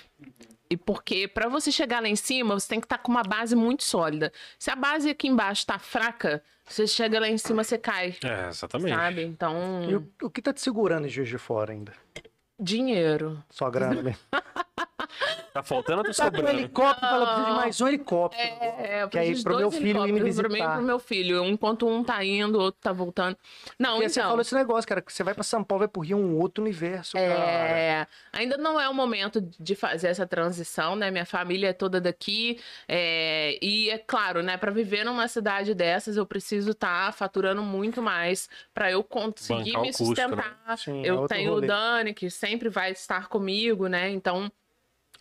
[SPEAKER 3] E porque para você chegar lá em cima, você tem que estar com uma base muito sólida. Se a base aqui embaixo tá fraca, você chega lá em cima, você cai.
[SPEAKER 2] É, exatamente.
[SPEAKER 3] Sabe? Então,
[SPEAKER 1] E o, o que tá te segurando em Juiz de Fora ainda?
[SPEAKER 3] dinheiro.
[SPEAKER 1] Só grana
[SPEAKER 3] (laughs)
[SPEAKER 1] mesmo.
[SPEAKER 2] Tá faltando ou tá
[SPEAKER 1] Tá com um
[SPEAKER 2] sobrando?
[SPEAKER 1] helicóptero, ela precisa de mais um helicóptero.
[SPEAKER 3] É, eu
[SPEAKER 1] que aí
[SPEAKER 3] preciso de
[SPEAKER 1] pro meu
[SPEAKER 3] dois
[SPEAKER 1] filho ir me
[SPEAKER 3] helicópteros, Pra mim e
[SPEAKER 1] visitar.
[SPEAKER 3] pro meu filho. Enquanto um tá indo, o outro tá voltando. Não,
[SPEAKER 1] Porque você
[SPEAKER 3] então.
[SPEAKER 1] falou esse negócio, cara, que você vai pra São Paulo, vai pro Rio, um outro universo, cara.
[SPEAKER 3] É, ainda não é o momento de fazer essa transição, né? Minha família é toda daqui. é, e é claro, né? Para viver numa cidade dessas, eu preciso estar faturando muito mais para eu conseguir
[SPEAKER 2] Bancar o
[SPEAKER 3] me
[SPEAKER 2] custo, né?
[SPEAKER 3] sustentar.
[SPEAKER 1] Sim, é
[SPEAKER 3] eu
[SPEAKER 1] outro
[SPEAKER 3] tenho
[SPEAKER 1] rolê.
[SPEAKER 3] o Dani, que sempre vai estar comigo, né? Então.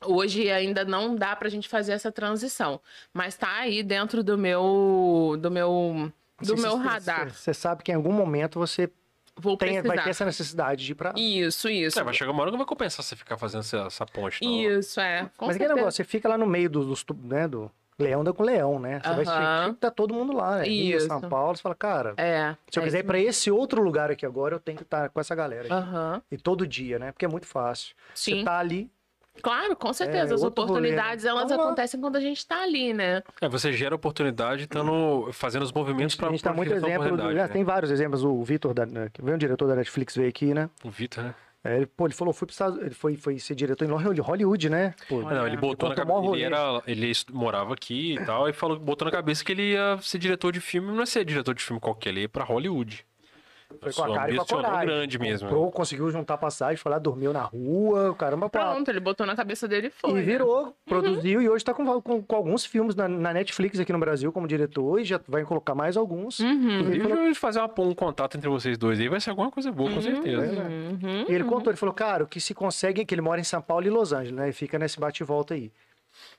[SPEAKER 3] Hoje ainda não dá pra gente fazer essa transição, mas tá aí dentro do meu do meu do
[SPEAKER 1] Você-
[SPEAKER 3] meu
[SPEAKER 1] você-
[SPEAKER 3] radar.
[SPEAKER 1] Você você sabe que em algum momento você
[SPEAKER 3] Vou
[SPEAKER 1] tem,
[SPEAKER 3] precisar.
[SPEAKER 1] vai ter essa necessidade de ir pra.
[SPEAKER 3] Isso, isso.
[SPEAKER 2] É, vai chegar uma hora que vai compensar você ficar fazendo essa, essa ponte. Não.
[SPEAKER 3] Isso, é. Com
[SPEAKER 1] Mas que
[SPEAKER 3] certeza.
[SPEAKER 1] negócio, você fica lá no meio dos, dos tu- né, do leão anda com leão, né? Você vai
[SPEAKER 3] Aham.
[SPEAKER 1] sentir que tá todo mundo lá, né? Rio,
[SPEAKER 3] Isso.
[SPEAKER 1] São Paulo, você fala, cara,
[SPEAKER 3] É.
[SPEAKER 1] se eu
[SPEAKER 3] é
[SPEAKER 1] quiser ir
[SPEAKER 3] isso
[SPEAKER 1] pra esse outro lugar aqui agora, eu tenho que estar com essa galera aqui.
[SPEAKER 3] Aham,
[SPEAKER 1] E todo dia, né? Porque é muito fácil. Você
[SPEAKER 3] sim.
[SPEAKER 1] tá ali,
[SPEAKER 3] Claro, com
[SPEAKER 1] É,
[SPEAKER 3] certeza. As
[SPEAKER 1] outro rolê, né?
[SPEAKER 3] oportunidades, elas
[SPEAKER 1] Vamos lá.
[SPEAKER 3] acontecem quando a gente tá ali, né?
[SPEAKER 2] É, você gera oportunidade estando fazendo os movimentos pra
[SPEAKER 1] a gente tá
[SPEAKER 2] pra
[SPEAKER 1] muito
[SPEAKER 2] gerar essa
[SPEAKER 1] exemplo. do-
[SPEAKER 2] oportunidade,
[SPEAKER 1] né, Tem vários exemplos. O Vitor, da, que veio um diretor da Netflix, veio aqui, né?
[SPEAKER 2] né? O Vitor, né?
[SPEAKER 1] É, ele, pô, ele falou, fui pro Estados- ele foi, foi ser diretor em Holly- Hollywood, né? Pô,
[SPEAKER 2] Ah, não, ele botou na
[SPEAKER 1] botou mó
[SPEAKER 2] cabeça. Ele,
[SPEAKER 1] rolê.
[SPEAKER 2] era, ele est- morava aqui e tal, e falou, botou na cabeça que ele ia ser diretor de filme, não ia ser diretor de filme qualquer, ele ia pra Hollywood.
[SPEAKER 1] foi com a cara e com a
[SPEAKER 2] um ambicionou
[SPEAKER 1] coragem.
[SPEAKER 2] grande né? mesmo.
[SPEAKER 1] Comprou, conseguiu juntar passagem, foi lá, dormiu na rua, caramba, pá.
[SPEAKER 3] Pronto, ele botou na cabeça dele e foi.
[SPEAKER 1] e
[SPEAKER 3] né?
[SPEAKER 1] virou, produziu e hoje tá com, val- com- com alguns filmes na, na Netflix aqui no Brasil como diretor e já vai colocar mais alguns.
[SPEAKER 3] Uhum.
[SPEAKER 1] Ele
[SPEAKER 2] Inclusive,
[SPEAKER 1] falou-
[SPEAKER 2] eu vou fazer uma- um contato entre vocês dois aí, vai ser alguma coisa boa, com
[SPEAKER 1] "É,
[SPEAKER 2] certeza.
[SPEAKER 1] né?"
[SPEAKER 3] Uhum.
[SPEAKER 1] E ele contou, ele falou, cara, o que se consegue é que ele mora em São Paulo e Los Angeles, né? E fica nesse bate e volta aí.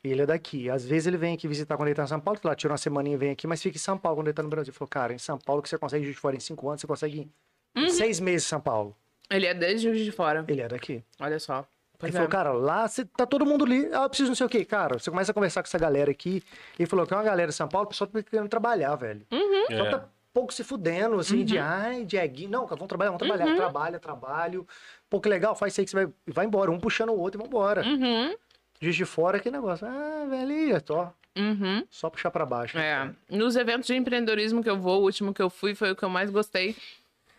[SPEAKER 1] E ele é daqui. Às vezes ele vem aqui visitar quando ele tá em São Paulo, lá tira uma semaninha e vem aqui, mas fica em São Paulo quando ele tá no Brasil. Ele falou, cara, em São Paulo que você consegue Juiz de fora em cinco anos, você consegue
[SPEAKER 3] Uhum.
[SPEAKER 1] em seis meses em São Paulo.
[SPEAKER 3] Ele é desde Juiz de Fora.
[SPEAKER 1] Ele é daqui.
[SPEAKER 3] Olha só. Pois
[SPEAKER 1] ele
[SPEAKER 3] é.
[SPEAKER 1] falou, cara, lá você tá todo mundo ali, ah, eu preciso não sei o quê. Cara, você começa a conversar com essa galera aqui. Ele falou, tem uma galera em São Paulo, o pessoal tá querendo trabalhar, velho. Só
[SPEAKER 2] É.
[SPEAKER 1] tá pouco se fudendo, assim, de
[SPEAKER 3] Uhum.
[SPEAKER 1] ai, Dieguinho. Não, cara, vamos trabalhar, vamos trabalhar. Trabalha, trabalho. Pô, que legal, faz isso aí que você vai. e Vai embora, um puxando o outro e vambora.
[SPEAKER 3] Uhum.
[SPEAKER 1] Juiz de fora, que negócio. Ah, velho, aí, é só,
[SPEAKER 3] Uhum.
[SPEAKER 1] só puxar pra baixo.
[SPEAKER 3] É, nos eventos de empreendedorismo que eu vou, o último que eu fui foi o que eu mais gostei.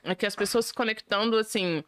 [SPEAKER 3] É que as pessoas se conectando, assim.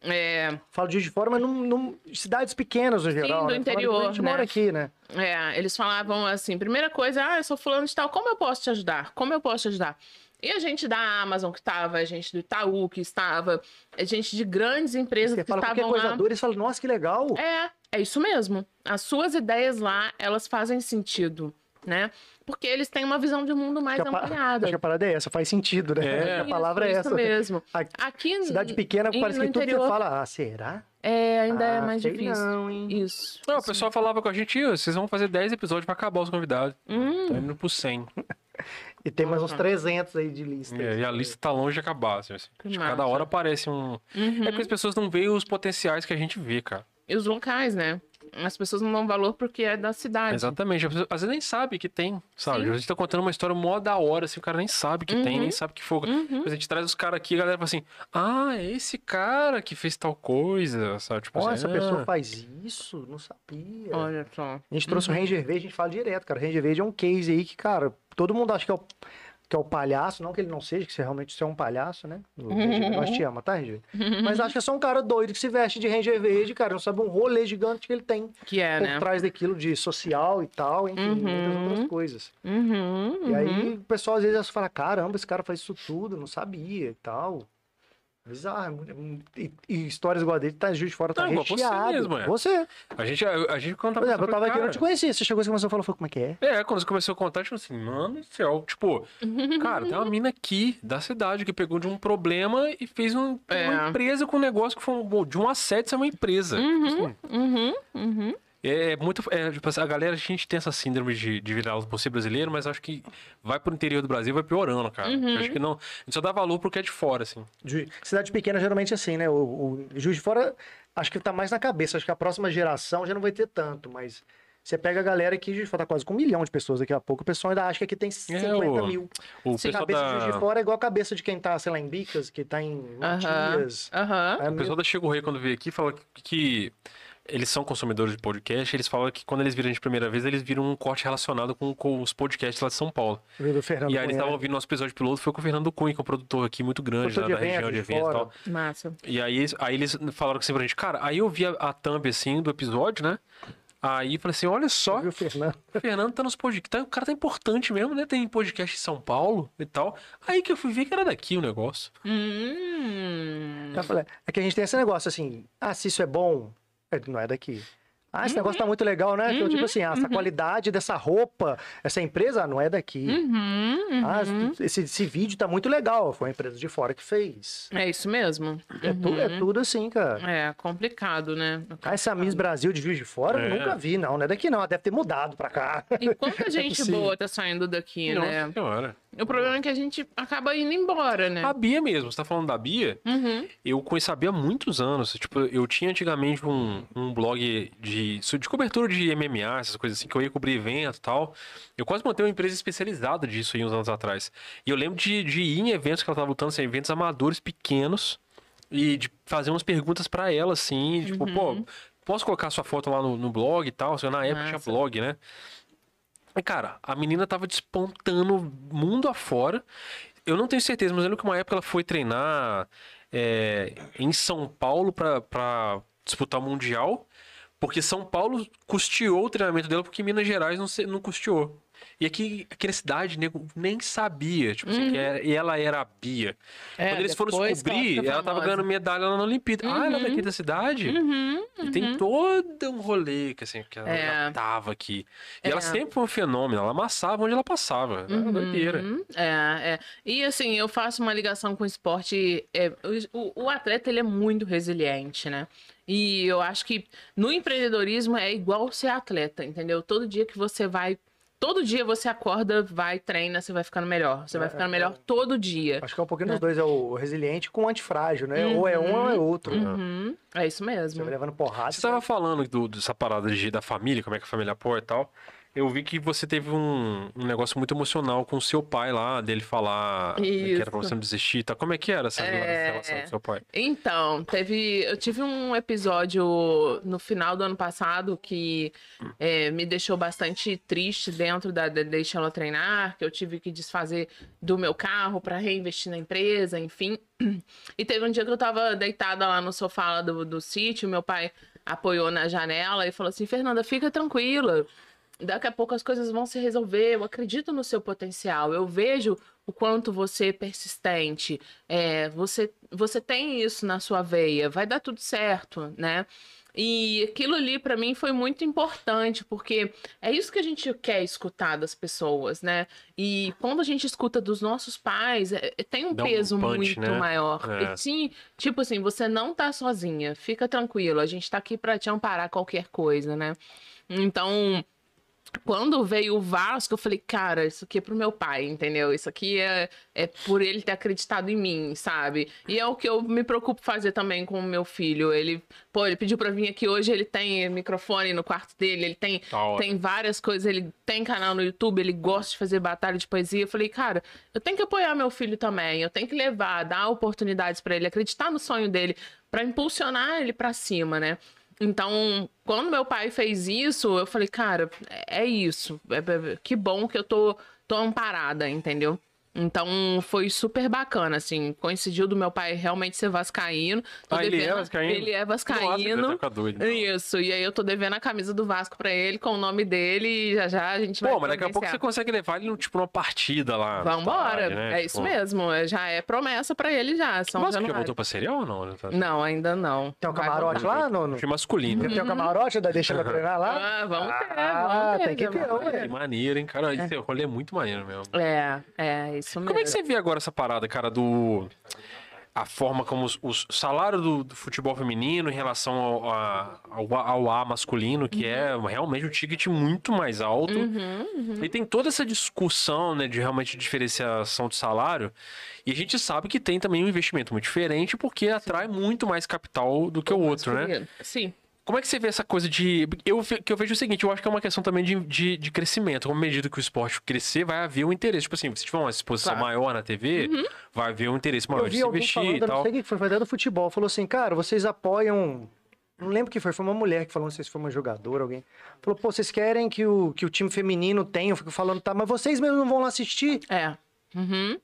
[SPEAKER 3] É,
[SPEAKER 1] Falo de Juiz de fora, mas num, num- cidades pequenas no geral. né?
[SPEAKER 3] do
[SPEAKER 1] Fala,
[SPEAKER 3] interior,
[SPEAKER 1] A gente
[SPEAKER 3] né?
[SPEAKER 1] mora aqui, né?
[SPEAKER 3] é, eles falavam assim: primeira coisa, ah, eu sou fulano de tal, como eu posso te ajudar? Como eu posso te ajudar? E a gente da Amazon que estava, a gente do Itaú que estava, a gente de grandes empresas
[SPEAKER 1] Você
[SPEAKER 3] que
[SPEAKER 1] fala qualquer
[SPEAKER 3] estavam
[SPEAKER 1] coisa
[SPEAKER 3] lá.
[SPEAKER 1] dura, eles falam, nossa, que legal.
[SPEAKER 3] É, é isso mesmo. As suas ideias lá, elas fazem sentido, né? Porque eles têm uma visão de mundo mais
[SPEAKER 1] Acho que a pa-
[SPEAKER 3] ampliada.
[SPEAKER 1] Acho que a parada é essa, faz sentido, né?
[SPEAKER 2] É.
[SPEAKER 1] A palavra
[SPEAKER 3] um isso,
[SPEAKER 1] é essa.
[SPEAKER 3] Isso mesmo.
[SPEAKER 1] Aqui-
[SPEAKER 3] Aqui
[SPEAKER 1] Cidade pequena,
[SPEAKER 3] E
[SPEAKER 1] parece
[SPEAKER 3] no
[SPEAKER 1] que tudo
[SPEAKER 3] interior-
[SPEAKER 1] você fala, ah, será?
[SPEAKER 3] É, ainda é
[SPEAKER 1] Ah,
[SPEAKER 3] mais
[SPEAKER 1] sei
[SPEAKER 3] difícil.
[SPEAKER 1] Não, hein?
[SPEAKER 3] Isso.
[SPEAKER 2] Não, o pessoal falava com a gente, "Ih, vocês vão fazer 10 episódios pra acabar os convidados.
[SPEAKER 1] Uhum.
[SPEAKER 2] Tá indo pro 100.
[SPEAKER 1] E tem mais uns
[SPEAKER 3] Uhum.
[SPEAKER 1] 300 aí de lista.
[SPEAKER 2] É, e a lista tá longe de acabar. Assim, assim.
[SPEAKER 3] Que Uhum.
[SPEAKER 2] De
[SPEAKER 3] massa.
[SPEAKER 2] cada hora aparece um. É porque as pessoas não veem os potenciais que a gente vê, cara.
[SPEAKER 3] E os locais, né? As pessoas não dão valor porque é da cidade.
[SPEAKER 2] Exatamente. As pessoas- Às vezes nem sabe que tem, sabe?
[SPEAKER 3] Sim. Uhum.
[SPEAKER 2] A gente tá contando uma história mó da hora, assim, o cara nem sabe que tem, nem sabe que foi. Mas a gente traz os caras aqui e a galera fala assim: ah, é esse cara que fez tal coisa, sabe? Tipo
[SPEAKER 1] Ó,
[SPEAKER 2] assim,
[SPEAKER 1] essa
[SPEAKER 2] "Ah,
[SPEAKER 1] pessoa faz isso? Não sabia.
[SPEAKER 3] Olha (laughs) só.
[SPEAKER 1] A gente trouxe o Ranger Verde, a gente fala direto, cara. O Ranger Verde é um case aí que, cara, todo mundo acha que é o, que é o palhaço. Não que ele não seja, que você realmente você é um palhaço, né? O Ranger Verde, nós te ama, tá, Ranger?
[SPEAKER 3] Uhum.
[SPEAKER 1] Mas acho que é só um cara doido que se veste de Ranger Verde, cara. Não sabe um rolê gigante que ele tem
[SPEAKER 3] Que é,
[SPEAKER 1] por
[SPEAKER 3] né?
[SPEAKER 1] trás daquilo de social e tal, enfim, muitas
[SPEAKER 3] Uhum.
[SPEAKER 1] outras coisas.
[SPEAKER 3] Uhum,
[SPEAKER 1] E
[SPEAKER 3] uhum.
[SPEAKER 1] aí o pessoal às vezes fala, caramba, esse cara faz isso tudo, não sabia e tal. Bizarro. é muito- é muito- E, e histórias igual a dele, tá justo fora, tá
[SPEAKER 2] Não, igual você
[SPEAKER 1] recheado.
[SPEAKER 2] mesmo, é.
[SPEAKER 1] Você.
[SPEAKER 2] A gente, a, a gente conta
[SPEAKER 1] Por exemplo, eu tava aqui, eu não
[SPEAKER 2] cara,
[SPEAKER 1] te conhecia. Você chegou e começou a falar, como é que é?
[SPEAKER 2] É, quando você começou a contar, tipo assim, mano do céu. Tipo, cara, tem uma mina aqui da cidade que pegou de um problema e fez um-
[SPEAKER 3] É.
[SPEAKER 2] uma empresa com um negócio que foi um- de um assédio ser uma empresa. Tipo assim,
[SPEAKER 1] assim,
[SPEAKER 3] Uhum, uhum, uhum.
[SPEAKER 2] É muito. é, tipo assim, a galera, a gente tem essa síndrome de, de virar por ser brasileiro, mas acho que vai pro interior do Brasil vai piorando, cara.
[SPEAKER 1] Uhum.
[SPEAKER 2] Acho que não. A gente só dá valor pro que é de fora, assim.
[SPEAKER 1] Ju- Cidade pequena geralmente é assim, né? O, o Juiz de Fora, acho que tá mais na cabeça. Acho que a próxima geração já não vai ter tanto, mas... Você pega a galera aqui, Juiz de Fora tá quase com um milhão de pessoas daqui a pouco. O pessoal ainda acha que aqui tem 50
[SPEAKER 2] É, o-
[SPEAKER 1] mil.
[SPEAKER 2] O
[SPEAKER 3] Sim,
[SPEAKER 2] pessoal
[SPEAKER 1] Cabeça de Juiz de
[SPEAKER 2] da.
[SPEAKER 1] Fora é igual a cabeça de quem tá, sei lá, em Bicas, que tá em Matias.
[SPEAKER 3] Aham.
[SPEAKER 1] É
[SPEAKER 2] O pessoal da Chego Rei, quando veio aqui, fala que, que eles são consumidores de podcast. Eles falam que quando eles viram de primeira vez, eles viram um corte relacionado com, com os podcasts lá de São Paulo.
[SPEAKER 1] Viu do Fernando
[SPEAKER 2] e aí eles
[SPEAKER 1] Cunha,
[SPEAKER 2] estavam
[SPEAKER 1] né?
[SPEAKER 2] ouvindo nosso episódio piloto, foi com o Fernando Cunha, que é um produtor aqui muito grande,
[SPEAKER 1] Produtor
[SPEAKER 2] lá,
[SPEAKER 1] de
[SPEAKER 2] da
[SPEAKER 1] eventos,
[SPEAKER 2] região de
[SPEAKER 1] de
[SPEAKER 2] eventos e
[SPEAKER 1] fora.
[SPEAKER 2] tal.
[SPEAKER 3] Massa.
[SPEAKER 1] Tá
[SPEAKER 2] E aí, eles- aí eles falaram assim pra gente, cara, aí eu vi a, a thumb assim do episódio, né? Aí falei assim, olha só,
[SPEAKER 1] Viu o Fernando?
[SPEAKER 2] o Fernando tá nos podcasts. Tá, o cara tá importante mesmo, né? Tem podcast em São Paulo e tal. Aí que eu fui ver que era daqui o negócio.
[SPEAKER 3] Hum.
[SPEAKER 1] Eu falei, é que a gente tem esse negócio assim, ah, se isso é bom, é, não é daqui. Ah, esse negócio tá
[SPEAKER 3] Uhum.
[SPEAKER 1] muito legal, né? Então, tipo assim, ah, essa qualidade dessa roupa, essa empresa ah, não é daqui.
[SPEAKER 3] Uhum,
[SPEAKER 1] Ah,
[SPEAKER 3] uhum.
[SPEAKER 1] esse, esse vídeo tá muito legal, foi a empresa de fora que fez.
[SPEAKER 3] É isso mesmo.
[SPEAKER 1] É, tu-
[SPEAKER 3] Uhum.
[SPEAKER 1] é tudo assim, cara.
[SPEAKER 3] É complicado, né?
[SPEAKER 1] Ah, essa Miss Brasil de Juiz de Fora, eu
[SPEAKER 2] É.
[SPEAKER 1] nunca vi, não, não é daqui não, ela deve ter mudado pra
[SPEAKER 3] (laughs)
[SPEAKER 1] cá.
[SPEAKER 3] E
[SPEAKER 1] (laughs)
[SPEAKER 3] quanta gente
[SPEAKER 1] possível.
[SPEAKER 3] boa tá saindo daqui, né?
[SPEAKER 2] senhora.
[SPEAKER 3] O problema é que a gente acaba indo embora,
[SPEAKER 1] Ah.
[SPEAKER 3] né?
[SPEAKER 2] A Bia mesmo, você tá falando da Bia?
[SPEAKER 3] Uhum.
[SPEAKER 2] Eu conheci a Bia há muitos anos. Tipo, eu tinha antigamente um, um blog de, de cobertura de MMA, essas coisas assim, que eu ia cobrir evento e tal. Eu quase montei uma empresa especializada disso aí uns anos atrás. E eu lembro de, de ir em eventos que ela tava lutando, assim, eventos amadores pequenos, e de fazer umas perguntas pra ela, assim, tipo, pô, posso colocar sua foto lá no, no blog e tal? Assim, na época tinha
[SPEAKER 3] Massa.
[SPEAKER 2] blog, né? E, cara, a menina tava despontando mundo afora. Eu não tenho certeza, mas eu lembro que uma época ela foi treinar é, em São Paulo para disputar o Mundial, porque São Paulo custeou o treinamento dela, porque Minas Gerais não, se- não custeou. E aqui, aqui na cidade, nego nem sabia. Tipo, assim, que era- e ela era a Bia.
[SPEAKER 3] Uhum. É,
[SPEAKER 2] Quando eles foram
[SPEAKER 3] depois que
[SPEAKER 2] descobrir,
[SPEAKER 3] fica
[SPEAKER 2] ela tava
[SPEAKER 3] famosa.
[SPEAKER 2] ganhando medalha lá na Olimpíada. Ah, ela é daqui da cidade?
[SPEAKER 3] Uhum.
[SPEAKER 2] E tem todo um rolê que, assim, que ela
[SPEAKER 3] É.
[SPEAKER 2] já tava aqui. E
[SPEAKER 3] É.
[SPEAKER 2] ela sempre foi um fenômeno. Ela amassava onde ela passava. Era
[SPEAKER 3] Uhum.
[SPEAKER 2] doideira.
[SPEAKER 3] É, é. E assim, eu faço uma ligação com o esporte. é, o, o atleta ele é muito resiliente, né? E eu acho que no empreendedorismo é igual ser atleta, entendeu? Todo dia que você vai. Todo dia você acorda, vai, treina, você vai ficando melhor.
[SPEAKER 2] É,
[SPEAKER 3] Você vai ficando melhor todo dia.
[SPEAKER 1] Acho que é um pouquinho dos dois, é o resiliente com o antifrágil, né? Ou é um ou é outro.
[SPEAKER 3] Uhum. É isso
[SPEAKER 1] Você
[SPEAKER 3] mesmo.
[SPEAKER 1] vai levando porrada.
[SPEAKER 2] Você tava falando do, dessa parada de, da família, como é que a família apoia e tal. Eu vi que você teve um, um negócio muito emocional com o seu pai lá, dele falar né, que era pra
[SPEAKER 3] Isso.
[SPEAKER 2] você não desistir. e Tá? Como é que era essa
[SPEAKER 3] É.
[SPEAKER 2] relação com seu pai?
[SPEAKER 3] Então, teve. Eu tive um episódio no final do ano passado que é, me deixou bastante triste dentro da, da Deixa Ela Treinar, que eu tive que desfazer do meu carro para reinvestir na empresa, enfim. E teve um dia que eu tava deitada lá no sofá lá do, do sítio, meu pai apoiou na janela e falou assim: Fernanda, fica tranquila. Daqui a pouco as coisas vão se resolver. Eu acredito no seu potencial. Eu vejo o quanto você é persistente. É, você, você tem isso na sua veia. Vai dar tudo certo, né? E aquilo ali pra mim foi muito importante, porque é isso que a gente quer escutar das pessoas, né? E quando a gente escuta dos nossos pais, é- é- tem um
[SPEAKER 2] Dá um
[SPEAKER 3] peso
[SPEAKER 2] punch,
[SPEAKER 3] muito
[SPEAKER 2] né?
[SPEAKER 3] maior.
[SPEAKER 2] É.
[SPEAKER 3] E sim, tipo assim, você não tá sozinha, fica tranquilo, a gente tá aqui pra te amparar qualquer coisa, né? Então, quando veio o Vasco, eu falei, cara, isso aqui é pro meu pai, entendeu? Isso aqui é, é por ele ter acreditado em mim, sabe? E é o que eu me preocupo fazer também com o meu filho. Ele, pô, ele pediu pra eu vir aqui hoje, ele tem microfone no quarto dele, ele tem
[SPEAKER 2] Da hora.
[SPEAKER 3] tem várias coisas, ele tem canal no YouTube, ele gosta de fazer batalha de poesia. Eu falei, cara, eu tenho que apoiar meu filho também, eu tenho que levar, dar oportunidades pra ele, acreditar no sonho dele, pra impulsionar ele pra cima, né? Então, quando meu pai fez isso, eu falei, cara, é é isso. É- é- Que bom que eu tô, tô amparada, entendeu? Então, foi super bacana, assim. Coincidiu do meu pai realmente ser vascaíno. Tô
[SPEAKER 2] Ah, ele é
[SPEAKER 3] devendo-
[SPEAKER 2] vascaíno?
[SPEAKER 3] Ele é
[SPEAKER 2] Nossa, ele deve
[SPEAKER 3] vascaíno.
[SPEAKER 2] ficar doido, então.
[SPEAKER 3] Isso, e aí eu tô devendo a camisa do Vasco pra ele com o nome dele e já já a gente vai.
[SPEAKER 2] Pô, mas daqui a pouco você
[SPEAKER 3] providenciar.
[SPEAKER 2] consegue levar ele, tipo, numa partida lá. na
[SPEAKER 3] Vambora,
[SPEAKER 2] cidade, né?
[SPEAKER 3] é isso
[SPEAKER 2] Tipo,
[SPEAKER 3] mesmo, é- já é promessa pra ele já. São
[SPEAKER 2] Mas já
[SPEAKER 3] Januário.
[SPEAKER 2] voltou pra serial ou não? Tá-
[SPEAKER 3] Não, ainda não.
[SPEAKER 1] Tem um
[SPEAKER 3] Vai
[SPEAKER 1] camarote
[SPEAKER 3] voltar.
[SPEAKER 1] lá, Nono?
[SPEAKER 2] Achei masculino.
[SPEAKER 1] Tem um camarote da
[SPEAKER 2] (laughs)
[SPEAKER 1] Deixa Ela Treinar lá?
[SPEAKER 3] Ah, vamos ter,
[SPEAKER 1] Ah,
[SPEAKER 3] vamos
[SPEAKER 1] tem
[SPEAKER 3] ter.
[SPEAKER 1] que ter,
[SPEAKER 3] vamos
[SPEAKER 1] ué.
[SPEAKER 2] Que maneiro, hein, cara? Esse rolê é muito maneiro mesmo.
[SPEAKER 3] É, é, isso mesmo.
[SPEAKER 2] Como é que você vê agora essa parada, cara, do. A forma como os, os- o salário do, do futebol feminino em relação ao, a- ao, A- ao A masculino, que
[SPEAKER 3] Uhum.
[SPEAKER 2] é realmente um ticket muito mais alto. E tem toda essa discussão, né, de realmente diferenciação de salário. E a gente sabe que tem também um investimento muito diferente, porque atrai muito mais capital do que o outro, né?
[SPEAKER 3] Sim.
[SPEAKER 2] Como é que você vê essa coisa de. Eu, ve- que eu vejo o seguinte, eu acho que é uma questão também de, de, de crescimento. À medida que o esporte crescer, vai haver um interesse. Tipo assim, se tiver uma exposição
[SPEAKER 3] Claro.
[SPEAKER 2] maior na TV,
[SPEAKER 3] Uhum.
[SPEAKER 2] vai haver um interesse maior
[SPEAKER 1] Eu
[SPEAKER 2] de
[SPEAKER 1] vi
[SPEAKER 2] se
[SPEAKER 1] alguém
[SPEAKER 2] investir
[SPEAKER 1] falando,
[SPEAKER 2] e
[SPEAKER 1] eu não
[SPEAKER 2] tal.
[SPEAKER 1] sei quem que foi, foi até do futebol. Falou assim, cara, vocês apoiam... Não lembro quem foi, foi uma mulher que falou, não sei se foi uma jogadora, alguém. Falou, pô, vocês querem que o, que o time feminino tenha? Eu fico falando, tá, mas vocês mesmo não vão lá assistir?
[SPEAKER 3] É. Uhum.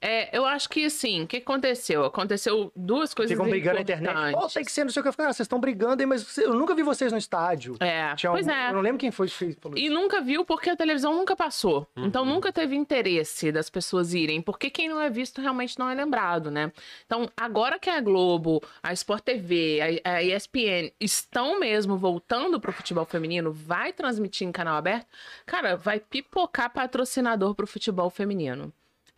[SPEAKER 3] É, eu acho que assim, o que aconteceu? Aconteceu duas coisas
[SPEAKER 1] Ficam brigando na internet. Pô,
[SPEAKER 3] importantes.
[SPEAKER 1] tem que ser, não sei o que. Eu fico, ah, vocês estão brigando aí, mas você- eu nunca vi vocês no estádio.
[SPEAKER 3] É,
[SPEAKER 1] Tinha um
[SPEAKER 3] pois
[SPEAKER 1] algum-
[SPEAKER 3] é.
[SPEAKER 1] Eu não lembro quem foi que fez. Falou
[SPEAKER 3] E
[SPEAKER 1] isso. Uhum.
[SPEAKER 3] nunca viu porque a televisão nunca passou. Então nunca teve interesse das pessoas irem, porque quem não é visto realmente não é lembrado, né? Então agora que a Globo, a Sport TV, a, a ESPN estão mesmo voltando pro futebol feminino, vai transmitir em canal aberto, cara, vai pipocar patrocinador pro futebol feminino.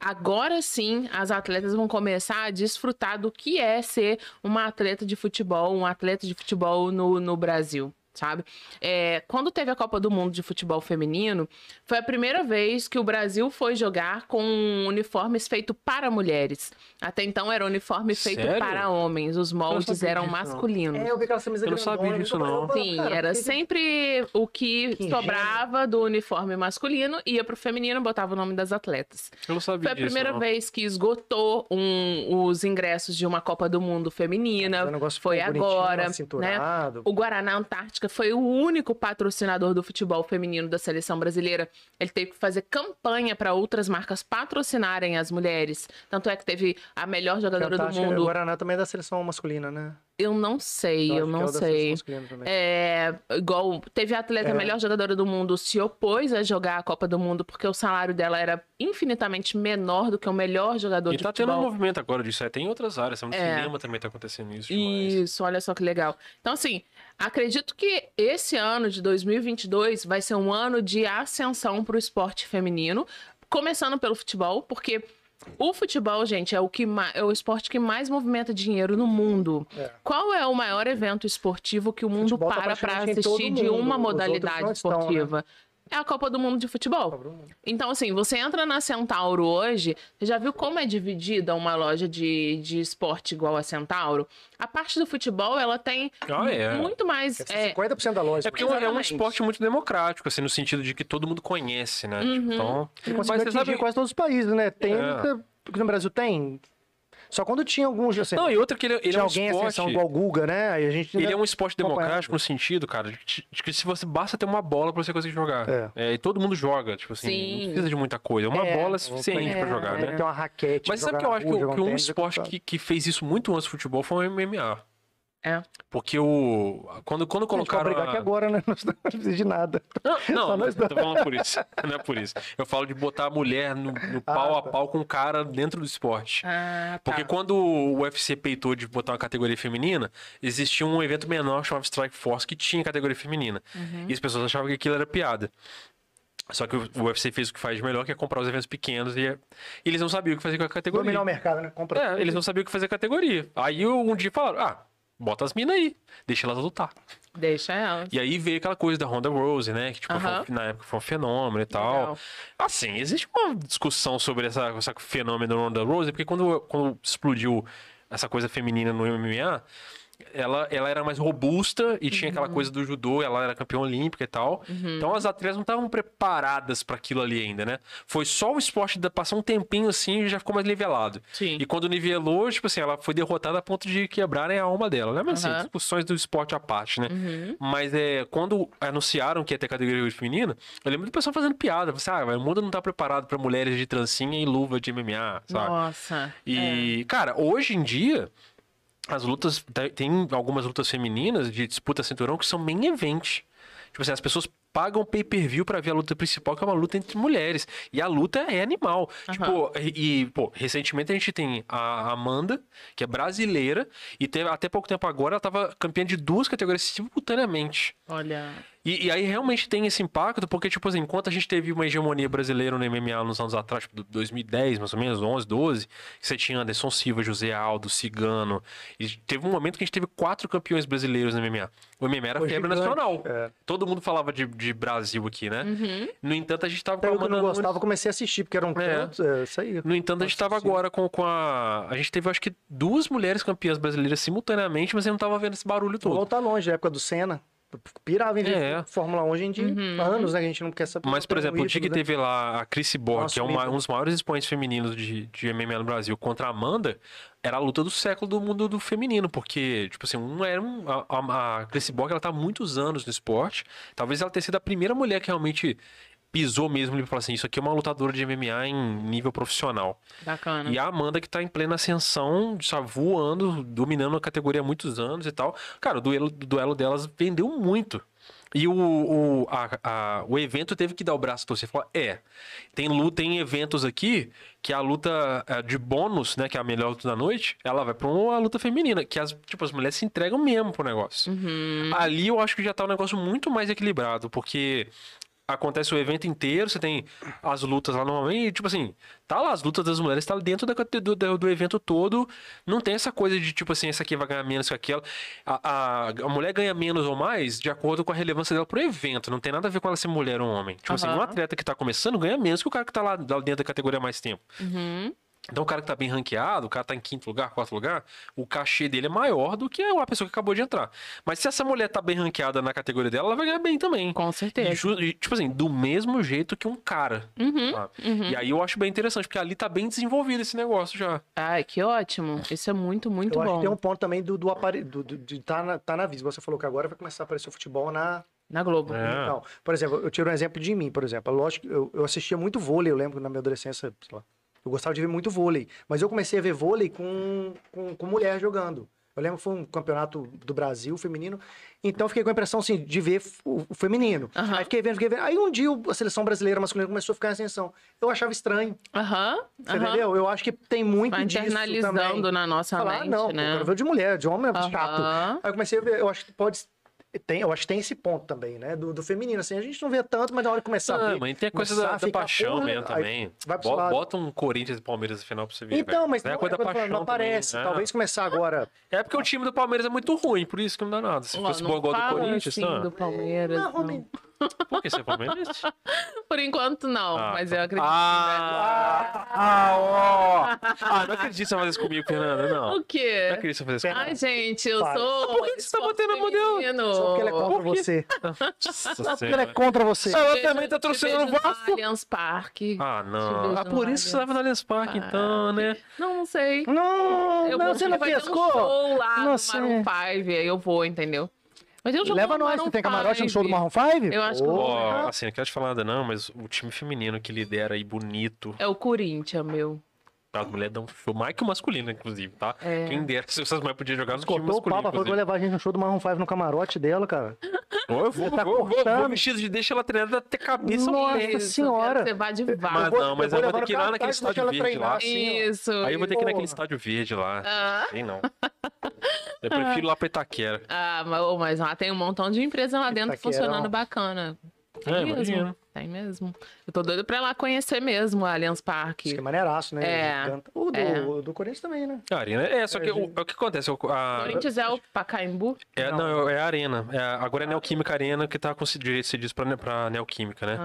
[SPEAKER 3] Agora sim, as atletas vão começar a desfrutar do que é ser uma atleta de futebol, um atleta de futebol no, no Brasil, sabe? É, quando teve a Copa do Mundo de Futebol Feminino, foi a primeira vez que o Brasil foi jogar com um uniformes feitos para mulheres. Até então era uniforme feito
[SPEAKER 2] Sério?
[SPEAKER 3] para homens, os moldes
[SPEAKER 1] sabia
[SPEAKER 3] eram
[SPEAKER 1] disso, não.
[SPEAKER 3] masculinos.
[SPEAKER 1] É, eu vi aquela camisa
[SPEAKER 2] Eu não sabia
[SPEAKER 1] grandona,
[SPEAKER 2] disso,
[SPEAKER 1] eu falei,
[SPEAKER 2] não.
[SPEAKER 1] pô,
[SPEAKER 3] Sim,
[SPEAKER 1] cara,
[SPEAKER 3] era
[SPEAKER 1] que- é
[SPEAKER 3] sempre o que,
[SPEAKER 1] Que
[SPEAKER 3] sobrava do uniforme masculino, ia pro feminino, botava o nome das atletas.
[SPEAKER 2] Eu não sabia
[SPEAKER 3] Foi a
[SPEAKER 2] disso.
[SPEAKER 3] primeira
[SPEAKER 2] não.
[SPEAKER 3] vez que esgotou um- os ingressos de uma Copa do Mundo
[SPEAKER 1] Era um
[SPEAKER 3] feminina.
[SPEAKER 1] negócio
[SPEAKER 3] Foi
[SPEAKER 1] bonitinho, um
[SPEAKER 3] agora, né?
[SPEAKER 1] acinturado.
[SPEAKER 3] O Guaraná Antártica Ginástica foi o único patrocinador do futebol feminino da seleção brasileira. Ele teve que fazer campanha para outras marcas patrocinarem as mulheres. Tanto é que teve a melhor jogadora do
[SPEAKER 1] Fantástica. O
[SPEAKER 3] mundo.
[SPEAKER 1] Guaraná também é da seleção masculina, né?
[SPEAKER 3] Eu não sei,
[SPEAKER 1] acho que
[SPEAKER 3] eu
[SPEAKER 1] é
[SPEAKER 3] não
[SPEAKER 1] o da seleção
[SPEAKER 3] sei.
[SPEAKER 1] masculina também.
[SPEAKER 3] É, igual teve a atleta
[SPEAKER 1] É.
[SPEAKER 3] melhor jogadora do mundo se opôs a jogar a Copa do Mundo porque o salário dela era infinitamente menor do que o melhor jogador
[SPEAKER 2] E
[SPEAKER 3] de
[SPEAKER 2] tá tendo um
[SPEAKER 3] futebol.
[SPEAKER 2] movimento agora disso. É, tem outras áreas. No
[SPEAKER 3] É.
[SPEAKER 2] cinema também tá acontecendo isso. demais.
[SPEAKER 3] Isso, olha só que legal. Então, assim, acredito que esse ano de 2022 vai ser um ano de ascensão para o esporte feminino, começando pelo futebol, porque o futebol, gente, é o, que ma- é o esporte que mais movimenta dinheiro no mundo.
[SPEAKER 1] É.
[SPEAKER 3] Qual é o maior evento esportivo que o mundo
[SPEAKER 1] Futebol tá
[SPEAKER 3] para para
[SPEAKER 1] praticamente em todo
[SPEAKER 3] assistir de
[SPEAKER 1] mundo,
[SPEAKER 3] uma
[SPEAKER 1] os outros
[SPEAKER 3] modalidade
[SPEAKER 1] não estão, né?
[SPEAKER 3] esportiva? É a Copa do Mundo de Futebol. Então, assim, você entra na Centauro hoje, você já viu como é dividida uma loja de, de esporte igual a Centauro? A parte do futebol, ela tem
[SPEAKER 2] Ah, é.
[SPEAKER 3] muito mais.
[SPEAKER 1] Essa
[SPEAKER 3] é,
[SPEAKER 1] é 50% da loja.
[SPEAKER 2] É porque é um- é um
[SPEAKER 3] Exatamente.
[SPEAKER 2] esporte muito democrático, assim, no sentido de que todo mundo conhece, né?
[SPEAKER 3] Uhum.
[SPEAKER 2] Tipo, Então,
[SPEAKER 1] Ele
[SPEAKER 2] mas
[SPEAKER 1] conseguiu
[SPEAKER 2] você
[SPEAKER 1] atingir
[SPEAKER 2] sabe...
[SPEAKER 1] quase todos os países, né? Tem.
[SPEAKER 2] É.
[SPEAKER 1] Porque no Brasil tem. Só quando tinha alguns. Assim,
[SPEAKER 2] Não, e outra que ele, ele
[SPEAKER 1] tinha
[SPEAKER 2] é um
[SPEAKER 1] alguém assim,
[SPEAKER 2] esporte...
[SPEAKER 1] ascensão igual o Guga, né? Aí a gente.
[SPEAKER 2] Ele é um esporte
[SPEAKER 1] acompanhando.
[SPEAKER 2] democrático no sentido, cara, de de que se você basta ter uma bola pra você conseguir jogar.
[SPEAKER 1] É.
[SPEAKER 2] e todo mundo joga, tipo assim,
[SPEAKER 3] Sim.
[SPEAKER 2] não precisa de muita coisa. Uma
[SPEAKER 1] É.
[SPEAKER 2] bola é suficiente pra jogar,
[SPEAKER 1] Tem
[SPEAKER 2] né?
[SPEAKER 1] que ter uma raquete.
[SPEAKER 2] Mas sabe
[SPEAKER 1] jogar
[SPEAKER 2] que eu
[SPEAKER 1] na
[SPEAKER 2] acho
[SPEAKER 1] rua,
[SPEAKER 2] que,
[SPEAKER 1] jogar
[SPEAKER 2] que um
[SPEAKER 1] tênis, é
[SPEAKER 2] esporte
[SPEAKER 1] complicado.
[SPEAKER 2] que, que fez isso muito antes do futebol foi o MMA.
[SPEAKER 3] É.
[SPEAKER 2] Porque o. Quando, quando
[SPEAKER 1] A gente vai
[SPEAKER 2] colocaram.
[SPEAKER 1] brigar
[SPEAKER 2] a-
[SPEAKER 1] aqui agora, né? (laughs) Não precisa de nada. (laughs)
[SPEAKER 2] Não,
[SPEAKER 1] Só
[SPEAKER 2] não,
[SPEAKER 1] nós
[SPEAKER 2] não tô falando por isso. (laughs) Não é por isso. Eu falo de botar a mulher no, no pau a
[SPEAKER 1] tá. É.
[SPEAKER 2] pau com o cara dentro do esporte.
[SPEAKER 3] Ah, tá.
[SPEAKER 2] Porque quando o UFC peitou de botar uma categoria feminina, existia um evento menor que chamava Strike Force que tinha categoria feminina. E as pessoas achavam que aquilo era piada. Só que o o UFC fez o que faz de melhor, que é comprar os eventos pequenos. E, é- e eles não sabiam o que fazer com a categoria.
[SPEAKER 1] Dominar o mercado, né? Compra.
[SPEAKER 2] É, eles não sabiam o que fazer com a categoria. Aí um dia falaram, ah, bota as minas aí, deixa elas lutar.
[SPEAKER 3] Deixa ela.
[SPEAKER 2] E aí veio aquela coisa da Ronda Rose, né? Que, tipo, foi um-
[SPEAKER 3] Aham.
[SPEAKER 2] na época foi um fenômeno e tal.
[SPEAKER 3] Legal.
[SPEAKER 2] Assim, existe uma discussão sobre essa, essa fenômeno da Ronda Rose, porque quando, quando explodiu essa coisa feminina no MMA, ela, ela era mais robusta e tinha
[SPEAKER 3] Uhum.
[SPEAKER 2] aquela coisa do judô, ela era campeã olímpica e tal. Então as atletas não estavam preparadas para aquilo ali ainda, né? Foi só o esporte da passar um tempinho assim e já ficou mais nivelado.
[SPEAKER 3] Sim.
[SPEAKER 2] E quando nivelou, tipo assim, ela foi derrotada a ponto de quebrarem a alma dela, né? Mas assim,
[SPEAKER 3] Aham.
[SPEAKER 2] discussões do esporte à parte, né? Mas é, quando anunciaram que ia ter categoria feminina, eu lembro do pessoal fazendo piada. Você, ah, mas o mundo não tá preparado pra mulheres de trancinha e luva de MMA, sabe?
[SPEAKER 3] Nossa. é.
[SPEAKER 2] E, cara, hoje em dia, as lutas. te- Tem algumas lutas femininas de disputa cinturão que são main event. Tipo assim, as pessoas pagam pay per view pra ver a luta principal, que é uma luta entre mulheres. E a luta é animal. Tipo, e, e, pô, recentemente a gente tem a Amanda, que é brasileira, e teve, até pouco tempo agora ela tava campeã de duas categorias simultaneamente.
[SPEAKER 3] Olha.
[SPEAKER 2] E, e aí realmente tem esse impacto, porque, tipo assim, enquanto a gente teve uma hegemonia brasileira no MMA nos anos atrás, tipo, do- 2010, mais ou menos, 11, 12, que você tinha Anderson Silva, José Aldo, Cigano, e teve um momento que a gente teve quatro campeões brasileiros no MMA. O MMA era
[SPEAKER 1] Foi
[SPEAKER 2] febre
[SPEAKER 1] gigante,
[SPEAKER 2] nacional.
[SPEAKER 1] é.
[SPEAKER 2] Todo mundo falava de, de Brasil aqui, né? No entanto, a gente tava
[SPEAKER 1] Até eu É que
[SPEAKER 2] Amanda
[SPEAKER 1] não
[SPEAKER 2] Nunes-
[SPEAKER 1] gostava, comecei a assistir, porque era um canto. É, isso aí.
[SPEAKER 2] no entanto, a gente tava agora com, com a. A gente teve, acho que, duas mulheres campeãs brasileiras simultaneamente, mas eu não tava vendo esse barulho todo.
[SPEAKER 1] Volta longe, a época do Senna. Eu Pirava em
[SPEAKER 2] É. Uhum.
[SPEAKER 1] Fórmula 1 hoje em dia. Anos, né? Que a gente não quer saber.
[SPEAKER 2] Mas, por
[SPEAKER 1] Era um
[SPEAKER 2] exemplo, o dia
[SPEAKER 1] ídolo,
[SPEAKER 2] que
[SPEAKER 1] né?
[SPEAKER 2] teve lá a Chris Borg,
[SPEAKER 1] Nossa,
[SPEAKER 2] que é uma-
[SPEAKER 1] lindo.
[SPEAKER 2] um dos maiores expoentes femininos de, de MMA no Brasil, contra a Amanda, era a luta do século do mundo do feminino, porque, tipo assim, um era um, a, a, a Chris Borg, ela tá há muitos anos no esporte, talvez ela tenha sido a primeira mulher que realmente pisou mesmo e falou assim, isso aqui é uma lutadora de MMA em nível profissional.
[SPEAKER 3] Bacana.
[SPEAKER 2] E a Amanda que tá em plena ascensão, sabe, voando, dominando a categoria há muitos anos e tal. Cara, o duelo, o duelo delas vendeu muito. E o, o, a- a- o evento teve que dar o braço a torcer. Falar, é, tem luta, tem eventos aqui que a luta eh, de bônus, né, que é a melhor luta da noite, ela vai pra uma luta feminina, que as, tipo, as mulheres se entregam mesmo pro negócio. Ali eu acho que já tá um negócio muito mais equilibrado, porque acontece o evento inteiro, você tem as lutas lá normalmente, e, tipo assim, tá lá as lutas das mulheres, tá dentro da, cate- do, do, do evento todo, não tem essa coisa de tipo assim, essa aqui vai ganhar menos que aquela. A, a, a mulher ganha menos ou mais de acordo com a relevância dela pro evento, não tem nada a ver com ela ser mulher ou homem. Tipo assim,
[SPEAKER 3] Aham.
[SPEAKER 2] um atleta que tá começando ganha menos que o cara que tá lá, lá dentro da categoria há mais tempo.
[SPEAKER 3] Uhum.
[SPEAKER 2] Então o cara que tá bem ranqueado, o cara tá em quinto lugar, quarto lugar, o cachê dele é maior do que a pessoa que acabou de entrar. Mas se essa mulher tá bem ranqueada na categoria dela, ela vai ganhar bem também.
[SPEAKER 3] Com certeza.
[SPEAKER 2] E ju- e, tipo assim, do mesmo jeito que um cara.
[SPEAKER 3] Uhum,
[SPEAKER 2] sabe?
[SPEAKER 3] uhum.
[SPEAKER 2] E aí eu acho bem interessante, porque ali tá bem desenvolvido esse negócio já.
[SPEAKER 3] Ai, que ótimo. Isso é muito, muito
[SPEAKER 1] eu acho
[SPEAKER 3] bom.
[SPEAKER 1] que tem um ponto também do, do aparelho, do, do- de tá na, tá na vista. Você falou que agora vai começar a aparecer o futebol na,
[SPEAKER 3] Na Globo.
[SPEAKER 2] É.
[SPEAKER 1] Então, por exemplo, eu tiro um exemplo de mim, por exemplo. Lógico, que eu, eu assistia muito vôlei, eu lembro que na minha adolescência, sei lá, eu gostava de ver muito vôlei. Mas eu comecei a ver vôlei com, com, com mulher jogando. Eu lembro que foi um campeonato do Brasil feminino. Então eu fiquei com a impressão assim, de ver f- o, o feminino.
[SPEAKER 3] Aham.
[SPEAKER 1] Aí fiquei vendo, fiquei vendo. Aí um dia o- a seleção brasileira masculina começou a ficar em ascensão. Eu achava estranho.
[SPEAKER 3] Aham.
[SPEAKER 1] Você
[SPEAKER 3] aham.
[SPEAKER 1] entendeu? Eu acho que tem muito
[SPEAKER 3] Vai
[SPEAKER 1] disso também.
[SPEAKER 3] internalizando na nossa
[SPEAKER 1] Falar, ah,
[SPEAKER 3] mente,
[SPEAKER 1] não, pô, eu
[SPEAKER 3] né?
[SPEAKER 1] quero ver o de mulher, de homem é chato.
[SPEAKER 3] Aham.
[SPEAKER 1] Aí eu comecei a ver, eu acho que pode. Tem, eu acho que tem esse ponto também, né? Do, do feminino, assim, a gente não vê tanto, mas na hora que começar a
[SPEAKER 2] Ah,
[SPEAKER 1] ver.
[SPEAKER 2] mas tem a coisa
[SPEAKER 1] começar
[SPEAKER 2] da,
[SPEAKER 1] a
[SPEAKER 2] da
[SPEAKER 1] ficar,
[SPEAKER 2] paixão
[SPEAKER 1] porra,
[SPEAKER 2] mesmo
[SPEAKER 1] aí
[SPEAKER 2] também.
[SPEAKER 1] vai pro
[SPEAKER 2] Bota,
[SPEAKER 1] lado.
[SPEAKER 2] bota um Corinthians e Palmeiras no final pra você ver.
[SPEAKER 1] Então,
[SPEAKER 2] velho.
[SPEAKER 1] mas
[SPEAKER 2] é
[SPEAKER 1] não,
[SPEAKER 2] a coisa
[SPEAKER 1] é
[SPEAKER 2] da
[SPEAKER 1] quando eu falo,
[SPEAKER 2] paixão.
[SPEAKER 1] não
[SPEAKER 2] também,
[SPEAKER 1] aparece.
[SPEAKER 2] é.
[SPEAKER 1] Talvez Ah. começar
[SPEAKER 2] (laughs)
[SPEAKER 1] agora.
[SPEAKER 2] É porque o time do Palmeiras é muito ruim, por isso que não dá nada. Se
[SPEAKER 3] Ó,
[SPEAKER 2] fosse
[SPEAKER 3] não
[SPEAKER 2] igual o gol do
[SPEAKER 3] fala
[SPEAKER 2] Corinthians,
[SPEAKER 3] assim
[SPEAKER 2] tá?
[SPEAKER 3] do Palmeiras,
[SPEAKER 1] Não,
[SPEAKER 3] não.
[SPEAKER 1] homem.
[SPEAKER 2] Por que você é palmeirense?
[SPEAKER 3] (laughs) Por enquanto, não.
[SPEAKER 2] Ah,
[SPEAKER 3] mas
[SPEAKER 2] tá.
[SPEAKER 3] eu acredito. né?
[SPEAKER 2] Ah, ah, ó. ah, não acredito que você vai fazer isso comigo, Fernanda, não.
[SPEAKER 3] O
[SPEAKER 2] Não
[SPEAKER 3] quê?
[SPEAKER 2] acredito que você vai fazer isso
[SPEAKER 3] É. Ai,
[SPEAKER 2] comigo.
[SPEAKER 3] gente, eu
[SPEAKER 1] Para.
[SPEAKER 3] sou.
[SPEAKER 2] Por que que você tá
[SPEAKER 3] esporte
[SPEAKER 2] botando a modelo?
[SPEAKER 3] feminino.
[SPEAKER 1] Só porque ela é contra
[SPEAKER 2] Por quê? né?
[SPEAKER 1] você.
[SPEAKER 3] (laughs)
[SPEAKER 2] Nossa,
[SPEAKER 1] Porque ela é contra você.
[SPEAKER 2] Ela
[SPEAKER 3] Beijo-
[SPEAKER 2] também tá
[SPEAKER 3] te
[SPEAKER 2] torcendo o
[SPEAKER 3] beijo na
[SPEAKER 2] Vasco.
[SPEAKER 3] Allianz Parque.
[SPEAKER 2] Ah, não.
[SPEAKER 3] beijo
[SPEAKER 2] Ah, por
[SPEAKER 3] no é
[SPEAKER 2] isso que você tava no Allianz Parque, então, né?
[SPEAKER 3] Não, não sei.
[SPEAKER 1] Não,
[SPEAKER 3] Eu
[SPEAKER 1] não,
[SPEAKER 3] vou-
[SPEAKER 1] você não
[SPEAKER 3] vai ter um
[SPEAKER 1] pescou.
[SPEAKER 3] show lá
[SPEAKER 1] Não
[SPEAKER 3] do Maroon 5, aí eu vou, entendeu? Mas tem um show
[SPEAKER 1] Leva
[SPEAKER 3] do
[SPEAKER 1] nós,
[SPEAKER 3] Maroon
[SPEAKER 1] você tem camarote no show do
[SPEAKER 3] 5.
[SPEAKER 1] Marron 5?
[SPEAKER 3] Eu acho que eu
[SPEAKER 1] Pô,
[SPEAKER 3] vou.
[SPEAKER 2] Ó,
[SPEAKER 1] cara.
[SPEAKER 2] assim, não quero te falar nada, não, mas o time feminino que lidera aí, bonito.
[SPEAKER 3] É o Corinthians, meu.
[SPEAKER 2] As mulheres dão um show. Mais que o masculino, inclusive, tá?
[SPEAKER 3] É.
[SPEAKER 2] Quem dera se essas mulheres podiam jogar no time
[SPEAKER 1] Cortou o papo,
[SPEAKER 2] masculino.
[SPEAKER 1] foi que vai
[SPEAKER 2] inclusive.
[SPEAKER 1] levar a gente no show do Marron 5 no camarote dela, cara.
[SPEAKER 2] Ó, Eu vou,
[SPEAKER 1] Você tá
[SPEAKER 2] vou, vou, vou
[SPEAKER 1] cortando.
[SPEAKER 2] vestido de deixa ela treinada até cabeça.
[SPEAKER 1] Nossa
[SPEAKER 2] mulher.
[SPEAKER 3] Isso,
[SPEAKER 1] senhora.
[SPEAKER 3] eu quero que Você vai de
[SPEAKER 2] Mas
[SPEAKER 1] Eu
[SPEAKER 3] Vasco.
[SPEAKER 1] vou-
[SPEAKER 2] Ah, não, mas
[SPEAKER 1] eu vou
[SPEAKER 2] eu vou
[SPEAKER 1] levar
[SPEAKER 2] ter
[SPEAKER 1] no
[SPEAKER 2] que ir lá naquele
[SPEAKER 1] cartaz, deixa
[SPEAKER 2] estádio
[SPEAKER 1] ela
[SPEAKER 2] verde
[SPEAKER 1] treinar,
[SPEAKER 2] lá.
[SPEAKER 1] assim, ó.
[SPEAKER 3] Isso.
[SPEAKER 2] Aí eu vou ter que ir naquele
[SPEAKER 1] Porra.
[SPEAKER 2] estádio verde lá.
[SPEAKER 3] Ah.
[SPEAKER 2] Sei não. (laughs) Eu prefiro ir lá pra Itaquera.
[SPEAKER 3] Ah, mas, ô, mas lá tem um montão de empresa lá dentro
[SPEAKER 1] Itaquerão.
[SPEAKER 3] funcionando bacana. Tem
[SPEAKER 2] É,
[SPEAKER 3] mesmo.
[SPEAKER 2] imagino.
[SPEAKER 3] Tem mesmo. Eu tô doido pra ir lá conhecer mesmo a Allianz
[SPEAKER 1] Isso que
[SPEAKER 3] Parque.
[SPEAKER 1] é maneiraço, né?
[SPEAKER 3] É.
[SPEAKER 1] Giganta. O do,
[SPEAKER 3] É.
[SPEAKER 1] o do Corinthians também, né?
[SPEAKER 2] A arena. É, só que o, o que acontece? o-
[SPEAKER 3] O
[SPEAKER 2] A,
[SPEAKER 3] Corinthians é o Pacaembu?
[SPEAKER 2] é, não, é a arena. É a- agora é a Neoquímica Arena que tá com esse direito se diz pra, ne- pra Neoquímica, né?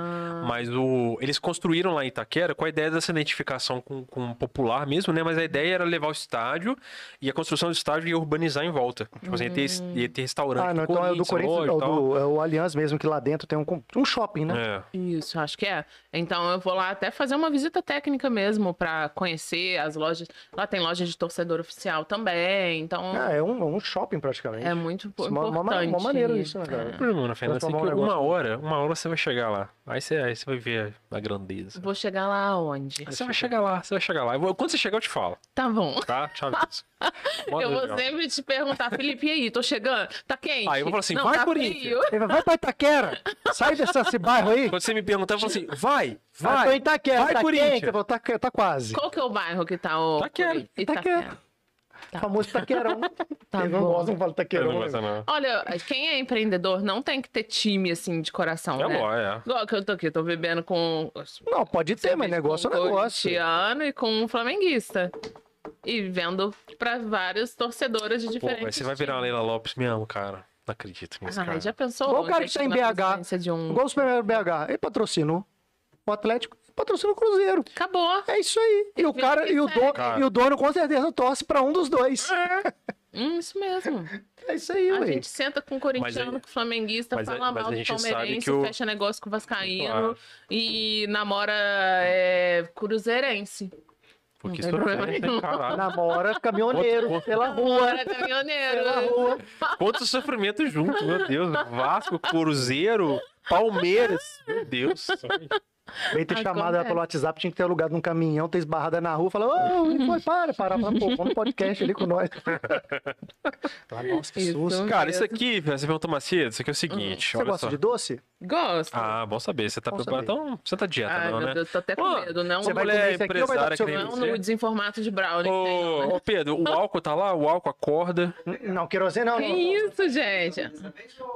[SPEAKER 2] Mas o, eles construíram lá em Itaquera com a ideia dessa identificação com, com o popular mesmo, né? Mas a ideia era levar o estádio e a construção do estádio ia urbanizar em volta. Tipo assim, ia ter, es- ia ter restaurante.
[SPEAKER 1] Ah, não,
[SPEAKER 2] com
[SPEAKER 1] então é o do Corinthians,
[SPEAKER 2] loja
[SPEAKER 1] é
[SPEAKER 2] e
[SPEAKER 1] o,
[SPEAKER 2] tal.
[SPEAKER 1] do, é o Allianz mesmo, que lá dentro tem um, com- um shopping, né?
[SPEAKER 2] É.
[SPEAKER 3] Isso, acho que é. Então eu vou lá até fazer uma visita técnica mesmo pra conhecer as lojas. Lá tem loja de torcedor oficial também, então
[SPEAKER 1] Ah, é um, é um shopping praticamente.
[SPEAKER 3] é muito
[SPEAKER 1] Isso é
[SPEAKER 3] importante.
[SPEAKER 1] uma- uma- uma maneira isso, né, cara?
[SPEAKER 3] É.
[SPEAKER 2] problema, né, Fernanda? Assim, que
[SPEAKER 1] Transformar um
[SPEAKER 2] uma
[SPEAKER 1] negócio.
[SPEAKER 2] hora, uma hora você vai chegar lá. Aí você, aí você vai ver a grandeza.
[SPEAKER 3] Vou chegar lá onde?
[SPEAKER 2] Aí você vai chegar lá, você vai chegar lá. Eu vou- Quando você chegar, eu te falo,
[SPEAKER 3] Tá bom.
[SPEAKER 2] tá? Te
[SPEAKER 3] (laughs)
[SPEAKER 2] aviso. Modo
[SPEAKER 3] Eu vou
[SPEAKER 2] legal.
[SPEAKER 3] sempre te perguntar, Felipe, e aí, tô chegando? Tá quente?
[SPEAKER 2] Aí eu vou falar assim,
[SPEAKER 3] Não,
[SPEAKER 2] vai,
[SPEAKER 3] tá
[SPEAKER 2] Corinthians.
[SPEAKER 3] frio?
[SPEAKER 1] Ele vai, vai pra Itaquera! Sai desse esse bairro aí!
[SPEAKER 2] Quando você me perguntar, eu falo assim, vai,
[SPEAKER 1] Vai, tô em
[SPEAKER 2] vai.
[SPEAKER 1] Itaquera,
[SPEAKER 2] vai,
[SPEAKER 1] tá
[SPEAKER 2] Corinthians.
[SPEAKER 1] quente. Eu falo, tá, tá quase.
[SPEAKER 3] Qual que é o bairro que tá o.
[SPEAKER 2] Itaquera.
[SPEAKER 3] Corinthians?
[SPEAKER 1] Itaquera.
[SPEAKER 3] Itaquera. Tá.
[SPEAKER 1] Famoso Taquerão.
[SPEAKER 3] (laughs) Tá
[SPEAKER 1] Eles não né?
[SPEAKER 3] bom.
[SPEAKER 1] gostam, falam
[SPEAKER 2] Eu
[SPEAKER 1] Taquerão.
[SPEAKER 2] não gosto, não.
[SPEAKER 3] Olha, quem é empreendedor não tem que ter time assim de coração,
[SPEAKER 2] É
[SPEAKER 3] né?
[SPEAKER 2] bom, é.
[SPEAKER 3] Igual que eu tô aqui, eu tô bebendo com.
[SPEAKER 1] Não, pode ter, mas negócio é
[SPEAKER 3] com um
[SPEAKER 1] negócio.
[SPEAKER 3] corintiano e com um flamenguista. E vendo pra vários torcedores de
[SPEAKER 2] Pô,
[SPEAKER 3] diferentes.
[SPEAKER 2] aí você vai virar a Leila Lopes mesmo, cara. Não acredito nisso,
[SPEAKER 3] times. Ah,
[SPEAKER 2] cara.
[SPEAKER 3] já pensou?
[SPEAKER 1] Igual o cara
[SPEAKER 3] onde
[SPEAKER 1] que tá em
[SPEAKER 3] na
[SPEAKER 1] BH.
[SPEAKER 3] presença De um...
[SPEAKER 1] Igual o Supermercado BH, ele patrocinou o Atlético, patrocinou o Cruzeiro.
[SPEAKER 3] Acabou.
[SPEAKER 1] É isso aí. E o
[SPEAKER 3] Vida
[SPEAKER 1] cara,
[SPEAKER 3] que
[SPEAKER 1] e o,
[SPEAKER 3] segue.
[SPEAKER 1] dono,
[SPEAKER 2] Cara.
[SPEAKER 1] e o dono com certeza torce pra um dos dois.
[SPEAKER 3] Hum, isso mesmo.
[SPEAKER 1] (laughs) É isso aí,
[SPEAKER 3] a
[SPEAKER 1] ué.
[SPEAKER 3] gente senta com o corintiano,
[SPEAKER 2] Mas aí-
[SPEAKER 3] com o flamenguista,
[SPEAKER 2] mas aí-
[SPEAKER 3] fala
[SPEAKER 2] mas
[SPEAKER 3] mal
[SPEAKER 2] a
[SPEAKER 3] do
[SPEAKER 2] gente sabe
[SPEAKER 3] palmeirense,
[SPEAKER 2] que o- Ah.
[SPEAKER 3] fecha negócio com o vascaíno
[SPEAKER 2] Claro.
[SPEAKER 3] e namora é, cruzeirense.
[SPEAKER 2] Porque
[SPEAKER 3] Não tem
[SPEAKER 2] isso
[SPEAKER 3] problema
[SPEAKER 2] é
[SPEAKER 3] nenhum.
[SPEAKER 2] caralho.
[SPEAKER 1] Namora caminhoneiro
[SPEAKER 2] Outro-
[SPEAKER 1] pela rua.
[SPEAKER 3] Namora é caminhoneiro. né?
[SPEAKER 1] Pela rua.
[SPEAKER 2] Quanto sofrimento junto, meu Deus. Vasco, Cruzeiro, Palmeiras. Meu Deus.
[SPEAKER 1] Bem ter chamado ela
[SPEAKER 3] Acontece.
[SPEAKER 1] pelo WhatsApp, tinha que ter alugado num caminhão, ter esbarrado ela na rua, falar, ô, o que foi, para, para, para, pô, vamos no podcast ali com (laughs) nós. Ela, nossa, que
[SPEAKER 3] Isso.
[SPEAKER 1] susto.
[SPEAKER 2] Cara, isso aqui, você perguntou mais cedo, isso aqui é o seguinte,
[SPEAKER 1] Você
[SPEAKER 2] olha
[SPEAKER 1] gosta
[SPEAKER 2] só.
[SPEAKER 1] de doce?
[SPEAKER 3] Gosto.
[SPEAKER 2] Ah, bom saber. Você tá
[SPEAKER 1] Bom
[SPEAKER 2] preparado?
[SPEAKER 1] saber.
[SPEAKER 2] Então, você tá dieta,
[SPEAKER 3] Ai,
[SPEAKER 2] não,
[SPEAKER 3] meu
[SPEAKER 2] né?
[SPEAKER 3] Deus, tô até com
[SPEAKER 2] Ô,
[SPEAKER 3] medo. Não,
[SPEAKER 1] Você vai
[SPEAKER 2] mulher
[SPEAKER 1] comer isso aqui ou vai dar
[SPEAKER 2] empresária
[SPEAKER 1] pro seu
[SPEAKER 2] que nem
[SPEAKER 3] não
[SPEAKER 2] você?
[SPEAKER 3] no desenformato de brownie.
[SPEAKER 2] Ô,
[SPEAKER 3] né?
[SPEAKER 2] ô, Pedro, o álcool tá lá? O álcool acorda?
[SPEAKER 1] Não, querosene não.
[SPEAKER 3] Que
[SPEAKER 1] não,
[SPEAKER 3] isso, gente?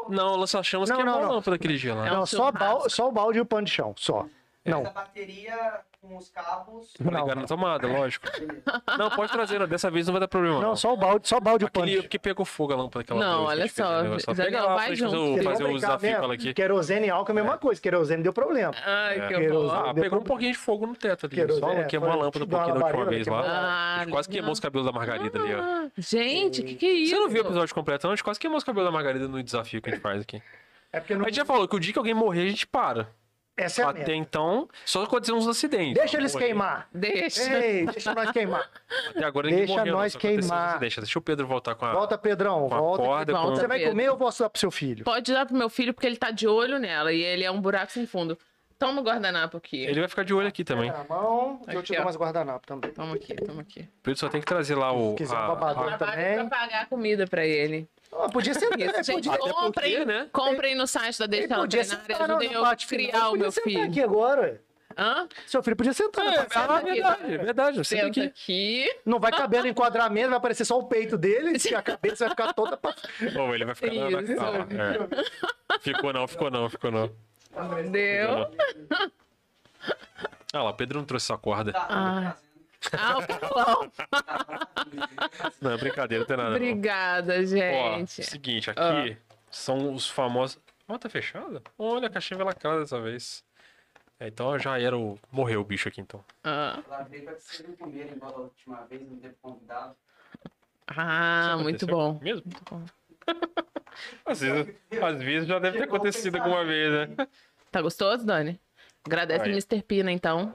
[SPEAKER 2] Não, nós achamos
[SPEAKER 1] Não,
[SPEAKER 2] que é
[SPEAKER 1] não,
[SPEAKER 2] uma
[SPEAKER 1] não.
[SPEAKER 2] lâmpada aquele dia lá.
[SPEAKER 3] É um
[SPEAKER 1] Não, só,
[SPEAKER 3] churrasco.
[SPEAKER 1] bal- só o balde e o pano de chão, só. Não.
[SPEAKER 4] Mas a bateria com os
[SPEAKER 2] (laughs)
[SPEAKER 4] cabos. tá
[SPEAKER 1] Não,
[SPEAKER 2] Ligar na tomada, lógico. Não, pode trazer, ó, dessa vez não vai dar problema.
[SPEAKER 1] Não, só o balde, só o balde o punch.
[SPEAKER 2] Aquele que pegou fogo a lâmpada aquela
[SPEAKER 3] Não, olha só, Daniel,
[SPEAKER 2] Pega lá pra
[SPEAKER 3] vai
[SPEAKER 2] gente fazer
[SPEAKER 3] junto.
[SPEAKER 2] o,
[SPEAKER 1] Vocês
[SPEAKER 2] fazer
[SPEAKER 1] vão
[SPEAKER 2] o
[SPEAKER 1] brincar
[SPEAKER 2] desafio
[SPEAKER 1] mesmo?
[SPEAKER 2] aqui.
[SPEAKER 1] Querosene e álcool é a mesma coisa. Querosene deu problema.
[SPEAKER 3] Ai,
[SPEAKER 2] É.
[SPEAKER 3] que
[SPEAKER 1] Querosene.
[SPEAKER 3] horror.
[SPEAKER 1] deu
[SPEAKER 2] Ah, pegou um
[SPEAKER 1] problema.
[SPEAKER 2] pouquinho de fogo no teto ali.
[SPEAKER 1] Querosene,
[SPEAKER 2] Só queimou a
[SPEAKER 1] foi,
[SPEAKER 2] lâmpada um
[SPEAKER 1] tipo,
[SPEAKER 2] pouquinho
[SPEAKER 1] uma
[SPEAKER 2] da última
[SPEAKER 1] labareda,
[SPEAKER 2] vez
[SPEAKER 1] queimou a
[SPEAKER 2] lá.
[SPEAKER 3] Ah,
[SPEAKER 2] Quase queimou os cabelos da Margarida ali, ó.
[SPEAKER 3] Ah, Gente, que que é isso?
[SPEAKER 2] Você não viu o episódio completo, não? A gente quase queimou os cabelos da Margarida no desafio que a gente faz aqui.
[SPEAKER 1] É porque não...
[SPEAKER 2] A gente já falou que o dia que alguém morrer, a gente para.
[SPEAKER 1] Essa é a
[SPEAKER 2] Até
[SPEAKER 1] meta.
[SPEAKER 2] então, só aconteceu uns acidentes.
[SPEAKER 1] Deixa
[SPEAKER 2] Ó,
[SPEAKER 1] eles
[SPEAKER 2] morrer.
[SPEAKER 1] queimar.
[SPEAKER 3] Deixa.
[SPEAKER 1] Ei, deixa nós queimar.
[SPEAKER 2] Até agora ninguém
[SPEAKER 1] Deixa
[SPEAKER 2] morreu, não,
[SPEAKER 1] nós
[SPEAKER 2] só aconteceu uns
[SPEAKER 1] queimar.
[SPEAKER 2] acidentes. Deixa o Pedro voltar com a,
[SPEAKER 1] Volta, Pedrão.
[SPEAKER 2] Ah, com a
[SPEAKER 1] Volta.
[SPEAKER 2] corda.
[SPEAKER 3] volta.
[SPEAKER 2] com-
[SPEAKER 1] Você vai
[SPEAKER 3] Pedro.
[SPEAKER 1] comer ou eu posso dar pro seu filho?
[SPEAKER 3] Pode dar pro meu filho, porque ele tá de olho nela e ele é um buraco sem fundo. Toma o guardanapo aqui.
[SPEAKER 2] Ele vai ficar de olho aqui também.
[SPEAKER 1] Na mão, eu
[SPEAKER 3] Tá Aqui,
[SPEAKER 1] te dou
[SPEAKER 3] ó.
[SPEAKER 1] mais guardanapo também.
[SPEAKER 3] Toma aqui, toma aqui.
[SPEAKER 2] O Pedro só tem que trazer lá o.
[SPEAKER 1] Se quiser, é
[SPEAKER 2] a-
[SPEAKER 1] babador.
[SPEAKER 2] a-
[SPEAKER 1] Eu
[SPEAKER 3] Trabalho
[SPEAKER 1] também.
[SPEAKER 3] pra pagar a comida pra ele.
[SPEAKER 1] Ah, podia ser
[SPEAKER 3] Isso, gente,
[SPEAKER 2] Até porque,
[SPEAKER 3] comprem,
[SPEAKER 2] né?
[SPEAKER 3] comprem no site da Deixa
[SPEAKER 1] Ele
[SPEAKER 3] Ela
[SPEAKER 1] podia
[SPEAKER 3] Treinar e
[SPEAKER 1] sentar não,
[SPEAKER 3] ajudem
[SPEAKER 1] no
[SPEAKER 3] né? eu a
[SPEAKER 1] bate
[SPEAKER 3] criar o meu
[SPEAKER 1] Sentar
[SPEAKER 3] filho.
[SPEAKER 1] aqui agora. ué.
[SPEAKER 3] Hã?
[SPEAKER 1] Seu filho podia sentar.
[SPEAKER 2] É,
[SPEAKER 1] né?
[SPEAKER 2] ah, verdade, é verdade. Senta
[SPEAKER 3] Senta
[SPEAKER 2] aqui.
[SPEAKER 3] aqui.
[SPEAKER 1] Não vai caber no enquadramento, vai aparecer só o peito
[SPEAKER 3] (laughs)
[SPEAKER 1] dele e a cabeça vai ficar toda pra...
[SPEAKER 2] Ou ele vai ficar. lá na-
[SPEAKER 3] Isso.
[SPEAKER 2] Ah, lá, é. Ficou não, ficou não, ficou não. Ficou
[SPEAKER 3] Deu.
[SPEAKER 2] não. Ah lá, o Pedro não trouxe essa corda.
[SPEAKER 4] Tá, tá
[SPEAKER 3] Ah,
[SPEAKER 1] (laughs)
[SPEAKER 3] o Carlão.
[SPEAKER 4] fazendo.
[SPEAKER 2] Não, é brincadeira, não tem nada. não.
[SPEAKER 3] Obrigada,
[SPEAKER 2] Ó, é
[SPEAKER 3] gente.
[SPEAKER 2] seguinte, aqui são os famosos. Ó, tá fechada? Olha, a caixinha vai lacrada dessa vez. É, então já era o. Morreu o bicho aqui então.
[SPEAKER 3] Ah,
[SPEAKER 4] Lá veio pra vocês não comerem igual da última vez, não teve convidado.
[SPEAKER 3] Ah,
[SPEAKER 2] Isso
[SPEAKER 3] muito
[SPEAKER 2] aconteceu
[SPEAKER 3] bom.
[SPEAKER 2] Mesmo?
[SPEAKER 3] Muito bom.
[SPEAKER 2] Às vezes, às vezes já deve ter acontecido
[SPEAKER 4] assim,
[SPEAKER 2] alguma vez, né?
[SPEAKER 3] Tá gostoso, Dani? Agradece
[SPEAKER 2] Aí.
[SPEAKER 3] o Mr. Pina, então.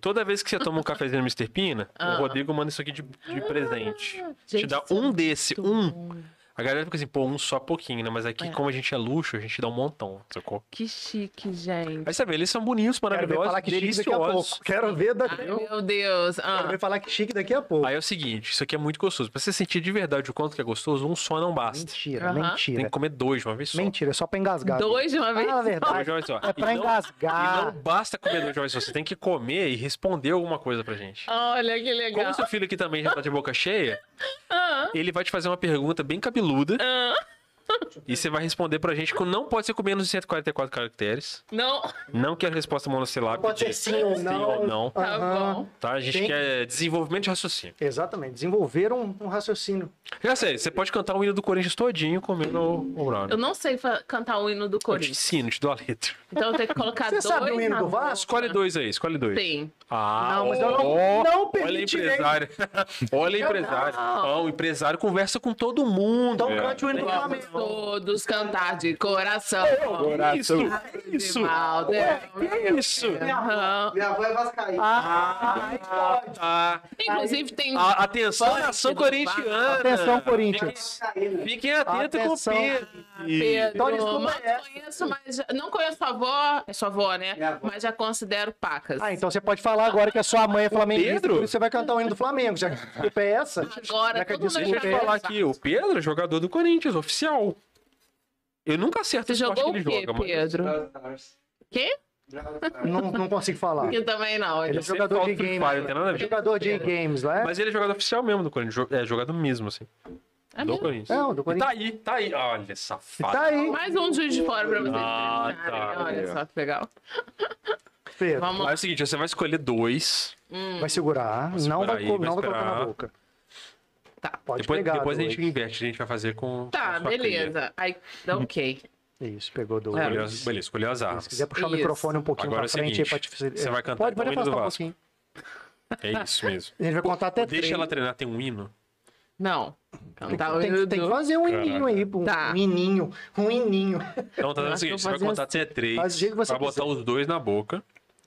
[SPEAKER 2] Toda vez que você toma um cafezinho no Mr. Pina,
[SPEAKER 3] Ah.
[SPEAKER 2] o Rodrigo manda isso aqui de, de presente. Te
[SPEAKER 3] gente,
[SPEAKER 2] dá
[SPEAKER 3] isso é
[SPEAKER 2] um desse,
[SPEAKER 3] muito
[SPEAKER 2] um.
[SPEAKER 3] bom.
[SPEAKER 2] A galera fica assim, pô, um só pouquinho, né? Mas aqui,
[SPEAKER 3] É.
[SPEAKER 2] como a gente é luxo, a gente dá um montão, sacou?
[SPEAKER 3] Que chique, gente.
[SPEAKER 2] Aí você vê, eles são bonitos,
[SPEAKER 1] Quero ver
[SPEAKER 2] maravilhosos,
[SPEAKER 1] falar que chique daqui a
[SPEAKER 2] deliciosos.
[SPEAKER 1] pouco. Quero ver, da...
[SPEAKER 3] Ai, meu Deus. Ah,
[SPEAKER 1] Quero ver falar que chique daqui a pouco.
[SPEAKER 2] Aí é o seguinte, isso aqui é muito gostoso. Pra você sentir de verdade o quanto que é gostoso, um só não basta.
[SPEAKER 1] Mentira,
[SPEAKER 3] Aham.
[SPEAKER 2] Tem
[SPEAKER 1] mentira.
[SPEAKER 2] que comer dois de uma vez só.
[SPEAKER 1] Mentira, é só pra engasgar.
[SPEAKER 3] dois de uma vez.
[SPEAKER 1] Fala a
[SPEAKER 3] (laughs)
[SPEAKER 2] Dois
[SPEAKER 1] verdade.
[SPEAKER 2] de uma vez só.
[SPEAKER 1] É pra
[SPEAKER 2] e, não, e não
[SPEAKER 1] engasgar.
[SPEAKER 2] basta comer dois de uma vez só, você tem que comer e responder alguma coisa pra gente.
[SPEAKER 1] Ah.
[SPEAKER 3] Olha que legal.
[SPEAKER 2] Como seu filho aqui também já tá de boca cheia,
[SPEAKER 3] Ah,
[SPEAKER 2] ele vai te fazer uma pergunta bem cabeluda
[SPEAKER 3] ah.
[SPEAKER 2] e você vai responder pra gente que não pode ser com menos de 144 caracteres.
[SPEAKER 3] Não,
[SPEAKER 2] Não quero resposta monossilábica.
[SPEAKER 1] Pode ser
[SPEAKER 2] de
[SPEAKER 1] sim ou não.
[SPEAKER 2] ou não.
[SPEAKER 3] tá
[SPEAKER 1] Aham.
[SPEAKER 3] bom.
[SPEAKER 2] Tá? A gente
[SPEAKER 1] Tem-
[SPEAKER 2] quer desenvolvimento de raciocínio.
[SPEAKER 1] Exatamente, desenvolver um, um raciocínio.
[SPEAKER 2] Já sei, você pode cantar o hino do Corinthians todinho comendo o o brownie.
[SPEAKER 3] Eu não sei fa- cantar o hino do
[SPEAKER 2] Eu te
[SPEAKER 3] Corinthians.
[SPEAKER 2] ensino, te dou a letra.
[SPEAKER 3] Então eu tenho que colocar
[SPEAKER 1] Você
[SPEAKER 3] dois.
[SPEAKER 1] sabe o hino
[SPEAKER 3] na
[SPEAKER 1] do Vasco?
[SPEAKER 2] Escolhe
[SPEAKER 3] boca.
[SPEAKER 2] dois aí, escolhe dois.
[SPEAKER 3] Sim.
[SPEAKER 2] Ah,
[SPEAKER 1] Não, mas eu Então, não-
[SPEAKER 2] ó,
[SPEAKER 1] não
[SPEAKER 2] Olha
[SPEAKER 1] permitirei.
[SPEAKER 2] empresário. (laughs) olha empresário. Ó, o empresário conversa com todo mundo.
[SPEAKER 1] Então
[SPEAKER 2] É.
[SPEAKER 1] cante o hino do
[SPEAKER 3] Vamos
[SPEAKER 1] Flamengo.
[SPEAKER 3] todos cantar de coração.
[SPEAKER 2] Que É Isso, que isso.
[SPEAKER 3] Valde-
[SPEAKER 2] Que isso.
[SPEAKER 4] Minha
[SPEAKER 3] Aham.
[SPEAKER 4] avó, minha avó é vascaína.
[SPEAKER 1] Ah, aí pode.
[SPEAKER 2] Ah,
[SPEAKER 3] Inclusive tem.
[SPEAKER 2] a- atenção, nação corintiana.
[SPEAKER 1] Atenção, Corinthians.
[SPEAKER 4] Vascaína.
[SPEAKER 2] Fiquem atentos com o
[SPEAKER 1] Atenção.
[SPEAKER 2] Pedro.
[SPEAKER 3] Pedro,
[SPEAKER 1] Então, desculpa
[SPEAKER 3] mas
[SPEAKER 1] essa.
[SPEAKER 3] conheço, mas já- não conheço a avó, é sua avó, né?
[SPEAKER 4] Minha avó.
[SPEAKER 3] Mas já considero pacas.
[SPEAKER 1] Ah, então você pode falar agora que a sua mãe é flamenguista,
[SPEAKER 2] Pedro?
[SPEAKER 1] por isso você vai cantar o hino do Flamengo, já que a desculpa é essa.
[SPEAKER 3] Agora,
[SPEAKER 1] já que a
[SPEAKER 3] todo mundo
[SPEAKER 1] desculpa
[SPEAKER 2] Deixa eu te
[SPEAKER 1] é
[SPEAKER 2] falar
[SPEAKER 1] essa.
[SPEAKER 2] aqui, o Pedro é jogador do Corinthians, oficial. Eu nunca acerto
[SPEAKER 3] Você
[SPEAKER 2] o esporte
[SPEAKER 3] jogou o
[SPEAKER 2] que ele
[SPEAKER 3] quê,
[SPEAKER 2] joga, mas-
[SPEAKER 3] Pedro?
[SPEAKER 4] Brawl Stars.
[SPEAKER 3] Quê?
[SPEAKER 4] Brawl Stars.
[SPEAKER 1] Não, não consigo falar.
[SPEAKER 3] Que também não.
[SPEAKER 1] Ele é
[SPEAKER 2] Eu sempre
[SPEAKER 1] jogador
[SPEAKER 2] falo
[SPEAKER 1] de né?
[SPEAKER 2] Free
[SPEAKER 1] games.
[SPEAKER 2] Fire, não tem nada a ver.
[SPEAKER 1] Jogador de games, né?
[SPEAKER 2] Mas ele é jogador oficial mesmo do Corinthians. jo- É jogador mesmo, assim.
[SPEAKER 3] É
[SPEAKER 2] do
[SPEAKER 3] mesmo?
[SPEAKER 2] Corinthians.
[SPEAKER 1] Não, do
[SPEAKER 2] E tá
[SPEAKER 1] Corinthians.
[SPEAKER 2] aí, tá aí. Olha, safado.
[SPEAKER 1] Tá aí,
[SPEAKER 3] Mais um juiz de fora pra vocês.
[SPEAKER 2] Ah,
[SPEAKER 3] experimentarem.
[SPEAKER 2] tá.
[SPEAKER 3] Olha só que legal.
[SPEAKER 1] Pedro.
[SPEAKER 3] Vamos
[SPEAKER 2] Mas é
[SPEAKER 3] lá.
[SPEAKER 2] o seguinte, você vai escolher dois.
[SPEAKER 1] Vai segurar,
[SPEAKER 2] Vai
[SPEAKER 1] não,
[SPEAKER 2] segurar
[SPEAKER 1] vai,
[SPEAKER 2] aí,
[SPEAKER 1] co-
[SPEAKER 2] vai
[SPEAKER 1] não vai colocar na
[SPEAKER 2] esperar.
[SPEAKER 1] boca.
[SPEAKER 3] Tá.
[SPEAKER 1] Pode
[SPEAKER 2] Depois,
[SPEAKER 1] pegar.
[SPEAKER 2] depois a
[SPEAKER 1] dois.
[SPEAKER 2] gente inverte, a gente vai fazer com.
[SPEAKER 3] Tá,
[SPEAKER 2] com a sua cria.
[SPEAKER 3] beleza. Aí, ok.
[SPEAKER 1] Isso, pegou dois.
[SPEAKER 2] Escolheu as- beleza, escolheu as
[SPEAKER 1] Se
[SPEAKER 2] armas.
[SPEAKER 1] quiser puxar o
[SPEAKER 3] Isso.
[SPEAKER 1] microfone um pouquinho
[SPEAKER 2] Agora é
[SPEAKER 1] pra
[SPEAKER 2] o
[SPEAKER 1] frente,
[SPEAKER 2] seguinte,
[SPEAKER 1] aí pra te fazer-
[SPEAKER 2] você vai cantar
[SPEAKER 1] Pode, pode
[SPEAKER 2] o hino do
[SPEAKER 1] afastar um
[SPEAKER 2] Vasco.
[SPEAKER 1] pouquinho.
[SPEAKER 2] É isso mesmo.
[SPEAKER 1] A gente vai contar até três.
[SPEAKER 2] Deixa ela Então, treinar, tem um hino.
[SPEAKER 3] Não. Cantar o
[SPEAKER 1] Tem,
[SPEAKER 3] hino
[SPEAKER 1] que- tem que
[SPEAKER 3] do...
[SPEAKER 1] fazer um hininho aí, um,
[SPEAKER 3] Tá.
[SPEAKER 1] um hininho, um
[SPEAKER 2] (laughs)
[SPEAKER 1] hininho.
[SPEAKER 2] Então
[SPEAKER 1] Ah,
[SPEAKER 2] tá dando o
[SPEAKER 3] Acho que eu
[SPEAKER 2] seguinte, você vai
[SPEAKER 3] fazia
[SPEAKER 2] contar até três.
[SPEAKER 1] assim. Faz do jeito que você
[SPEAKER 2] vai botar
[SPEAKER 1] quiser.
[SPEAKER 2] os dois na boca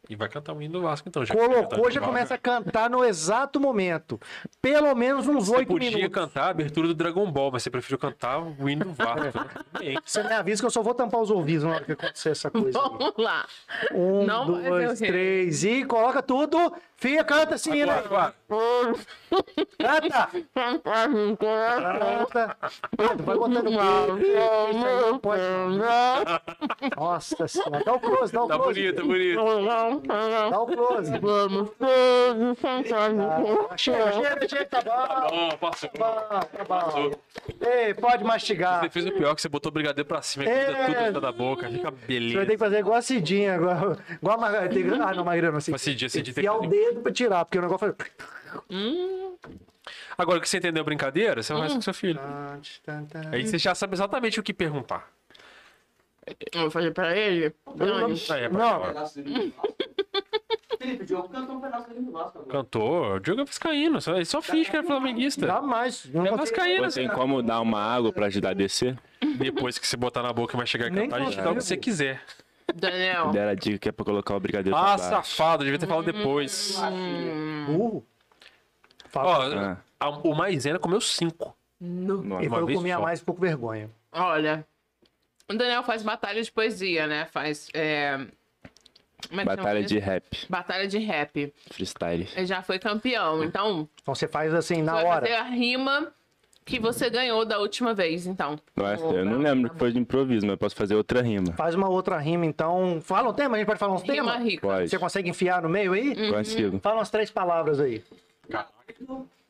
[SPEAKER 2] e vai cantar o hino do Vasco, então. Já que você vai cantar o
[SPEAKER 1] Colocou,
[SPEAKER 2] hino
[SPEAKER 1] já
[SPEAKER 2] do
[SPEAKER 1] começa a
[SPEAKER 2] Vasco.
[SPEAKER 1] cantar no exato momento. Pelo menos uns
[SPEAKER 2] Você
[SPEAKER 1] oito
[SPEAKER 2] podia
[SPEAKER 1] minutos.
[SPEAKER 2] cantar a abertura do Dragon Ball, mas você preferiu cantar o hino do Vasco. né?
[SPEAKER 1] (laughs)
[SPEAKER 2] Tudo bem.
[SPEAKER 1] Você me avisa que eu só vou tampar os ouvidos na hora que acontecer essa coisa. aí.
[SPEAKER 3] Vamos lá.
[SPEAKER 1] Um,
[SPEAKER 3] Não vai ser
[SPEAKER 1] dois,
[SPEAKER 3] o hino.
[SPEAKER 1] três e coloca tudo. Fia, canta assim, né? esse hino aí.
[SPEAKER 2] Agora,
[SPEAKER 1] Canta! Canta. Vai botando Nossa senhora, dá o close, dá o
[SPEAKER 2] Tá
[SPEAKER 1] close.
[SPEAKER 2] bonito, bonito.
[SPEAKER 3] Não, não,
[SPEAKER 1] Dá o close.
[SPEAKER 3] Vamos.
[SPEAKER 1] Ah, Chega, chega, chega, tá bom.
[SPEAKER 2] Bom, passou.
[SPEAKER 1] Tá bom, tá bom. Ei, pode mastigar.
[SPEAKER 2] Você fez o pior que você botou o brigadeiro pra cima e comida
[SPEAKER 1] É.
[SPEAKER 2] tudo dentro da boca. Fica
[SPEAKER 1] Você vai ter
[SPEAKER 2] beleza.
[SPEAKER 1] que fazer igual a Cidinha, igual, igual a Margarida. tem que- Ah, não, Margarida, não sei.
[SPEAKER 2] Mas Cidinha, Cidinha tem
[SPEAKER 1] Enfiar
[SPEAKER 2] que-
[SPEAKER 1] o dedo pra tirar, porque o negócio faz...
[SPEAKER 2] Agora que você entendeu a brincadeira, você
[SPEAKER 1] Hum.
[SPEAKER 2] faz com seu filho. Aí você já sabe exatamente o que perguntar.
[SPEAKER 3] Eu vou fazer pra
[SPEAKER 2] Aí,
[SPEAKER 3] ele.
[SPEAKER 2] é pra
[SPEAKER 1] Não.
[SPEAKER 2] falar.
[SPEAKER 4] Um pedaço dele no Vasco. Felipe, o Diogo cantou um pedaço dele no Vasco agora.
[SPEAKER 2] Cantor, o Diogo é Vascaíno, só, ele só finge que é flamenguista.
[SPEAKER 1] Jamais. Não
[SPEAKER 2] É
[SPEAKER 1] consigo-
[SPEAKER 2] Vascaíno.
[SPEAKER 5] Pô, tem como dar uma água pra ajudar a descer?
[SPEAKER 2] Depois que você botar na boca e vai chegar a
[SPEAKER 1] Nem
[SPEAKER 2] cantar, a gente dá o que você
[SPEAKER 1] consigo.
[SPEAKER 2] quiser.
[SPEAKER 3] Daniel.
[SPEAKER 5] Dera a dica que é pra colocar o brigadeiro pra
[SPEAKER 2] Ah,
[SPEAKER 5] baixo.
[SPEAKER 2] safado, devia ter falado depois.
[SPEAKER 4] Uhum.
[SPEAKER 3] Hum.
[SPEAKER 1] Burro. Fala.
[SPEAKER 2] Ó,
[SPEAKER 5] Ah.
[SPEAKER 2] a- o Maisena comeu cinco.
[SPEAKER 3] No.
[SPEAKER 1] e
[SPEAKER 5] Nossa.
[SPEAKER 2] uma
[SPEAKER 1] foi eu
[SPEAKER 2] vez
[SPEAKER 1] comi a
[SPEAKER 2] só.
[SPEAKER 1] mais e ficou com vergonha.
[SPEAKER 3] Olha. O Daniel faz batalha de poesia, né? Faz. é, Como é que
[SPEAKER 5] Batalha
[SPEAKER 3] chama
[SPEAKER 5] de
[SPEAKER 3] isso?
[SPEAKER 5] rap,
[SPEAKER 3] Batalha de rap.
[SPEAKER 5] freestyle.
[SPEAKER 3] Ele já foi campeão. Então,
[SPEAKER 1] Então você faz assim, na
[SPEAKER 3] vai fazer
[SPEAKER 1] hora.
[SPEAKER 3] a rima que você ganhou da última vez, então.
[SPEAKER 5] Nossa,
[SPEAKER 3] Opa.
[SPEAKER 5] eu não lembro que foi de improviso, mas eu posso fazer outra rima.
[SPEAKER 1] Faz uma outra rima, então. Fala um tema, a gente pode falar uns
[SPEAKER 3] Rima
[SPEAKER 1] temas?
[SPEAKER 3] rica.
[SPEAKER 5] Pode.
[SPEAKER 1] Você consegue enfiar no meio aí?
[SPEAKER 2] Hum.
[SPEAKER 5] Consigo.
[SPEAKER 1] Fala umas três palavras aí.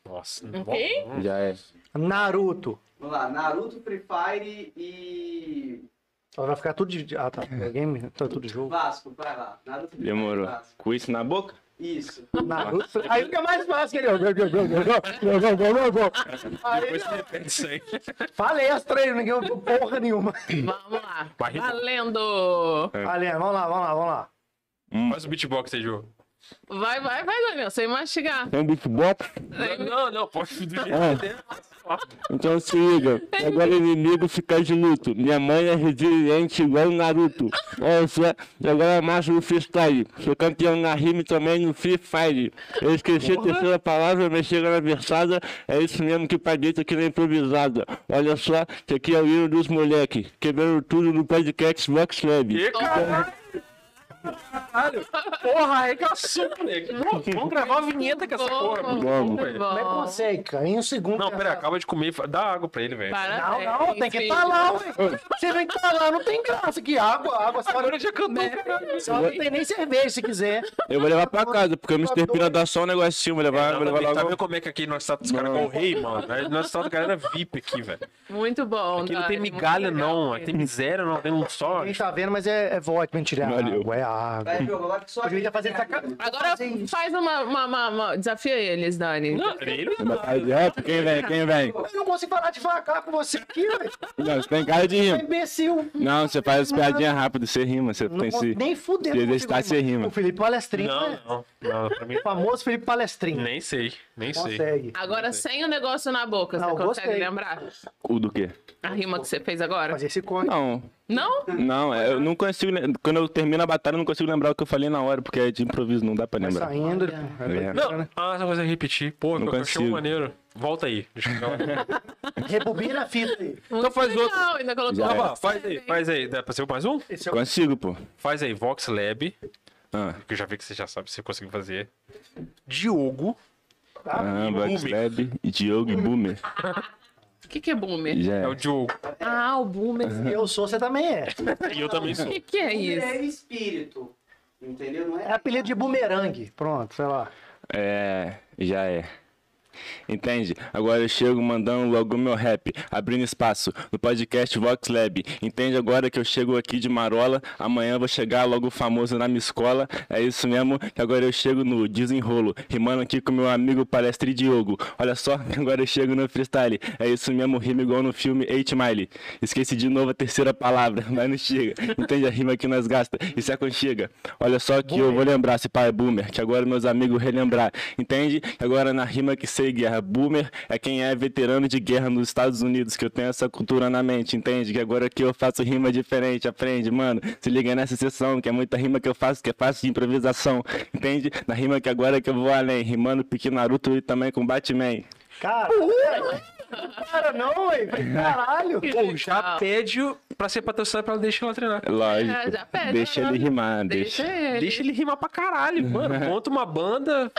[SPEAKER 2] Nossa,
[SPEAKER 3] Ok?
[SPEAKER 2] bom.
[SPEAKER 5] Já é.
[SPEAKER 1] Naruto.
[SPEAKER 4] Vamos lá, Naruto, Free Fire e
[SPEAKER 1] Ó, Vai ficar tudo de. Ah, tá. É Game, tá tudo de jogo.
[SPEAKER 4] Vasco, vai lá. Naruto, Free Fire e
[SPEAKER 5] Demorou.
[SPEAKER 4] Vasco.
[SPEAKER 5] Com isso na boca?
[SPEAKER 4] Isso.
[SPEAKER 1] Naruto. Aí fica mais fácil, querido. Go, go, go, go, go, go, go, go, go. Aí,
[SPEAKER 2] Depois você repete é isso aí.
[SPEAKER 1] falei as três, ninguém porra nenhuma.
[SPEAKER 3] Vamos lá.
[SPEAKER 2] Vai rimar.
[SPEAKER 3] Valendo!
[SPEAKER 1] Valendo, vamos lá, vamos lá, vamos lá.
[SPEAKER 2] Faz o beatbox aí, Diogo.
[SPEAKER 3] Vai, vai, vai, Daniel, sem mastigar.
[SPEAKER 5] Tem um beatbox?
[SPEAKER 2] Não, não, pode.
[SPEAKER 5] Ah, É. Então se liga. Agora o inimigo fica de luto. Minha mãe é resiliente igual o Naruto. Olha só, e agora é macho do freestyle. Sou campeão na rima e também no Free Fire. Eu esqueci a terceira palavra, mas chega na versada. É isso mesmo que pra dentro aqui na improvisada. Olha só, que aqui é o hino dos moleque. Quebrando tudo no podcast Vox Lab.
[SPEAKER 2] E caralho! Porra, arregaçou, moleque. Pô, Vamos gravar a vinheta com essa porra, mano.
[SPEAKER 5] bom,
[SPEAKER 3] muito
[SPEAKER 5] velho.
[SPEAKER 3] bom.
[SPEAKER 1] Como é que consegue, cara? Em um segundo.
[SPEAKER 2] Não, pera, É, acaba de comer. fa- Dá água pra ele, velho.
[SPEAKER 1] Não,
[SPEAKER 3] Parabéns,
[SPEAKER 1] não, tem que
[SPEAKER 3] filho.
[SPEAKER 1] talar, ué. Você vem talar, não tem graça. Que água, água. Você
[SPEAKER 2] Agora já cantou, caralho.
[SPEAKER 1] só não tem nem cerveja se quiser.
[SPEAKER 5] Eu vou levar pra casa, porque o Mr. Pina dá só um negocinho, vou levar, vou levar
[SPEAKER 2] Exatamente. Tá
[SPEAKER 5] logo.
[SPEAKER 2] vendo como é que aqui nós estamos os caras igual o rei, mano? Nós tá- estamos a galera VIP aqui, velho.
[SPEAKER 3] Muito bom.
[SPEAKER 2] Aqui não
[SPEAKER 3] Dani,
[SPEAKER 2] tem
[SPEAKER 3] é muito
[SPEAKER 2] migalha,
[SPEAKER 3] legal,
[SPEAKER 2] não. Aqui
[SPEAKER 3] filho.
[SPEAKER 2] tem miséria, não. Tem um só.
[SPEAKER 1] Ninguém tá vendo, mas é, é vodka, mentira. É
[SPEAKER 5] Valeu.
[SPEAKER 1] água, é água.
[SPEAKER 4] Vai, Diogo, agora que só.
[SPEAKER 1] Eu devia fazer essa cara.
[SPEAKER 3] Agora faz uma, uma, uma, uma- Desafia eles, Dani.
[SPEAKER 2] Não, ele
[SPEAKER 5] Batalha de rap, é, quem vem, quem vem?
[SPEAKER 1] Eu não consigo falar devagar com você aqui, ué.
[SPEAKER 5] Não, você tem cara de
[SPEAKER 1] É
[SPEAKER 5] rima.
[SPEAKER 1] imbecil.
[SPEAKER 5] Não, você faz as piadinhas rápido, você rima, você
[SPEAKER 1] Não
[SPEAKER 5] tem
[SPEAKER 1] con-
[SPEAKER 5] se...
[SPEAKER 1] nem fudendo.
[SPEAKER 5] se
[SPEAKER 1] eu consigo
[SPEAKER 5] exercitar, você
[SPEAKER 1] rimar.
[SPEAKER 5] rima.
[SPEAKER 1] O Felipe Palestrinho,
[SPEAKER 2] Não,
[SPEAKER 1] né?
[SPEAKER 2] não. Não, pra mim.
[SPEAKER 1] O famoso Felipe Palestrinho.
[SPEAKER 2] Nem sei. Nem sei.
[SPEAKER 1] Consegue.
[SPEAKER 3] Agora sem o negócio na boca,
[SPEAKER 1] Não,
[SPEAKER 3] você consegue
[SPEAKER 1] gostei.
[SPEAKER 3] lembrar
[SPEAKER 5] O do quê?
[SPEAKER 3] a rima que você fez agora?
[SPEAKER 1] Fazer esse corte.
[SPEAKER 5] Não,
[SPEAKER 3] Não?
[SPEAKER 5] não, é, eu não consigo. lem- Quando eu termino a batalha, eu não consigo lembrar o que eu falei na hora, porque é de improviso, não dá pra
[SPEAKER 1] Vai
[SPEAKER 5] lembrar.
[SPEAKER 1] saindo.
[SPEAKER 5] É.
[SPEAKER 2] Não, ah, essa coisa é repetir. Pô,
[SPEAKER 5] Não
[SPEAKER 2] eu achei um
[SPEAKER 5] consigo.
[SPEAKER 2] maneiro. Volta aí. Deixa eu
[SPEAKER 3] (laughs)
[SPEAKER 2] pegar.
[SPEAKER 1] Rebobina a fita aí.
[SPEAKER 2] Então faz
[SPEAKER 3] Legal,
[SPEAKER 2] outro.
[SPEAKER 3] ainda colocou.
[SPEAKER 5] Já é.
[SPEAKER 2] Tá bom, faz aí, faz aí. Dá pra ser mais um?
[SPEAKER 1] Esse é o...
[SPEAKER 5] Consigo, pô.
[SPEAKER 2] Faz aí, Vox Lab.
[SPEAKER 5] Ah,
[SPEAKER 2] Que eu já vi que você já sabe, você conseguiu fazer. Diogo.
[SPEAKER 5] ah Vox
[SPEAKER 2] Boomer.
[SPEAKER 5] Lab, Diogo e Boomer.
[SPEAKER 3] O que, que é boomer?
[SPEAKER 5] Já
[SPEAKER 2] É
[SPEAKER 5] é.
[SPEAKER 2] o Diogo.
[SPEAKER 3] Ah, o boomer.
[SPEAKER 1] Eu sou, você também é.
[SPEAKER 2] E eu também
[SPEAKER 3] O
[SPEAKER 2] sou.
[SPEAKER 3] que, que é isso?
[SPEAKER 4] É espírito. Entendeu? Não
[SPEAKER 1] É
[SPEAKER 4] é.
[SPEAKER 1] apelido de bumerangue. Pronto, sei lá.
[SPEAKER 5] É, já é. Entende? Agora eu chego mandando logo meu rap, abrindo espaço no podcast Vox Lab. Entende agora que eu chego aqui de marola, amanhã eu vou chegar logo famoso na minha escola. É isso mesmo, que agora eu chego no desenrolo, rimando aqui com meu amigo palestre Diogo. Olha só, (laughs) que agora eu chego no freestyle. É isso mesmo, rima igual no filme 8 Mile. Esqueci de novo a terceira palavra, (laughs) mas não chega. Entende a rima que nós gasta e se aconchega. Olha só que eu vou lembrar, se pai é boomer, que agora meus amigos relembrar. Entende? Agora na rima que sei guerra, boomer é quem é veterano de guerra nos Estados Unidos, que eu tenho essa cultura na mente, entende? Que agora que eu faço rima diferente, aprende, mano. Se liga nessa sessão, que é muita rima que eu faço, que é fácil de improvisação, entende? Na rima que agora que eu vou além, rimando pequeno Naruto e também com Batman.
[SPEAKER 1] Cara, cara não, ué. Caralho.
[SPEAKER 3] é
[SPEAKER 2] Pô, já pede o- pra ser patrocinado, pra ela deixa ela treinar.
[SPEAKER 5] É Lógico.
[SPEAKER 3] já pede,
[SPEAKER 5] deixa
[SPEAKER 3] né?
[SPEAKER 5] ele rimar, deixa.
[SPEAKER 3] Deixa ele.
[SPEAKER 2] Deixa ele rimar pra caralho, mano.
[SPEAKER 5] (laughs)
[SPEAKER 2] Monta uma banda.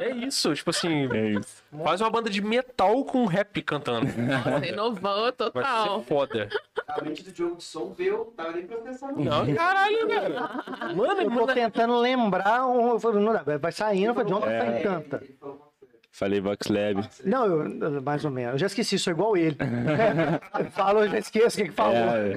[SPEAKER 2] É isso. Tipo assim,
[SPEAKER 5] É isso.
[SPEAKER 2] faz uma banda de metal com rap
[SPEAKER 5] (laughs)
[SPEAKER 2] cantando.
[SPEAKER 3] Nossa, inovou
[SPEAKER 2] Vai
[SPEAKER 3] total.
[SPEAKER 2] ser foda.
[SPEAKER 4] A mente do jogo de som veio, não tava nem processando. Não,
[SPEAKER 2] Não, caralho, cara. Mano,
[SPEAKER 1] Eu tô
[SPEAKER 2] mano.
[SPEAKER 1] tentando lembrar. Um... eu falei, não dá, Vai saindo, eu falei, de onde
[SPEAKER 5] É.
[SPEAKER 1] sai canta?
[SPEAKER 4] Ele falou uma coisa.
[SPEAKER 5] Falei Vox Lab.
[SPEAKER 1] Não, eu, mais ou menos. Eu já esqueci, sou igual
[SPEAKER 5] (laughs)
[SPEAKER 1] ele. eu falo, eu já esqueço o que, que falou.
[SPEAKER 5] É,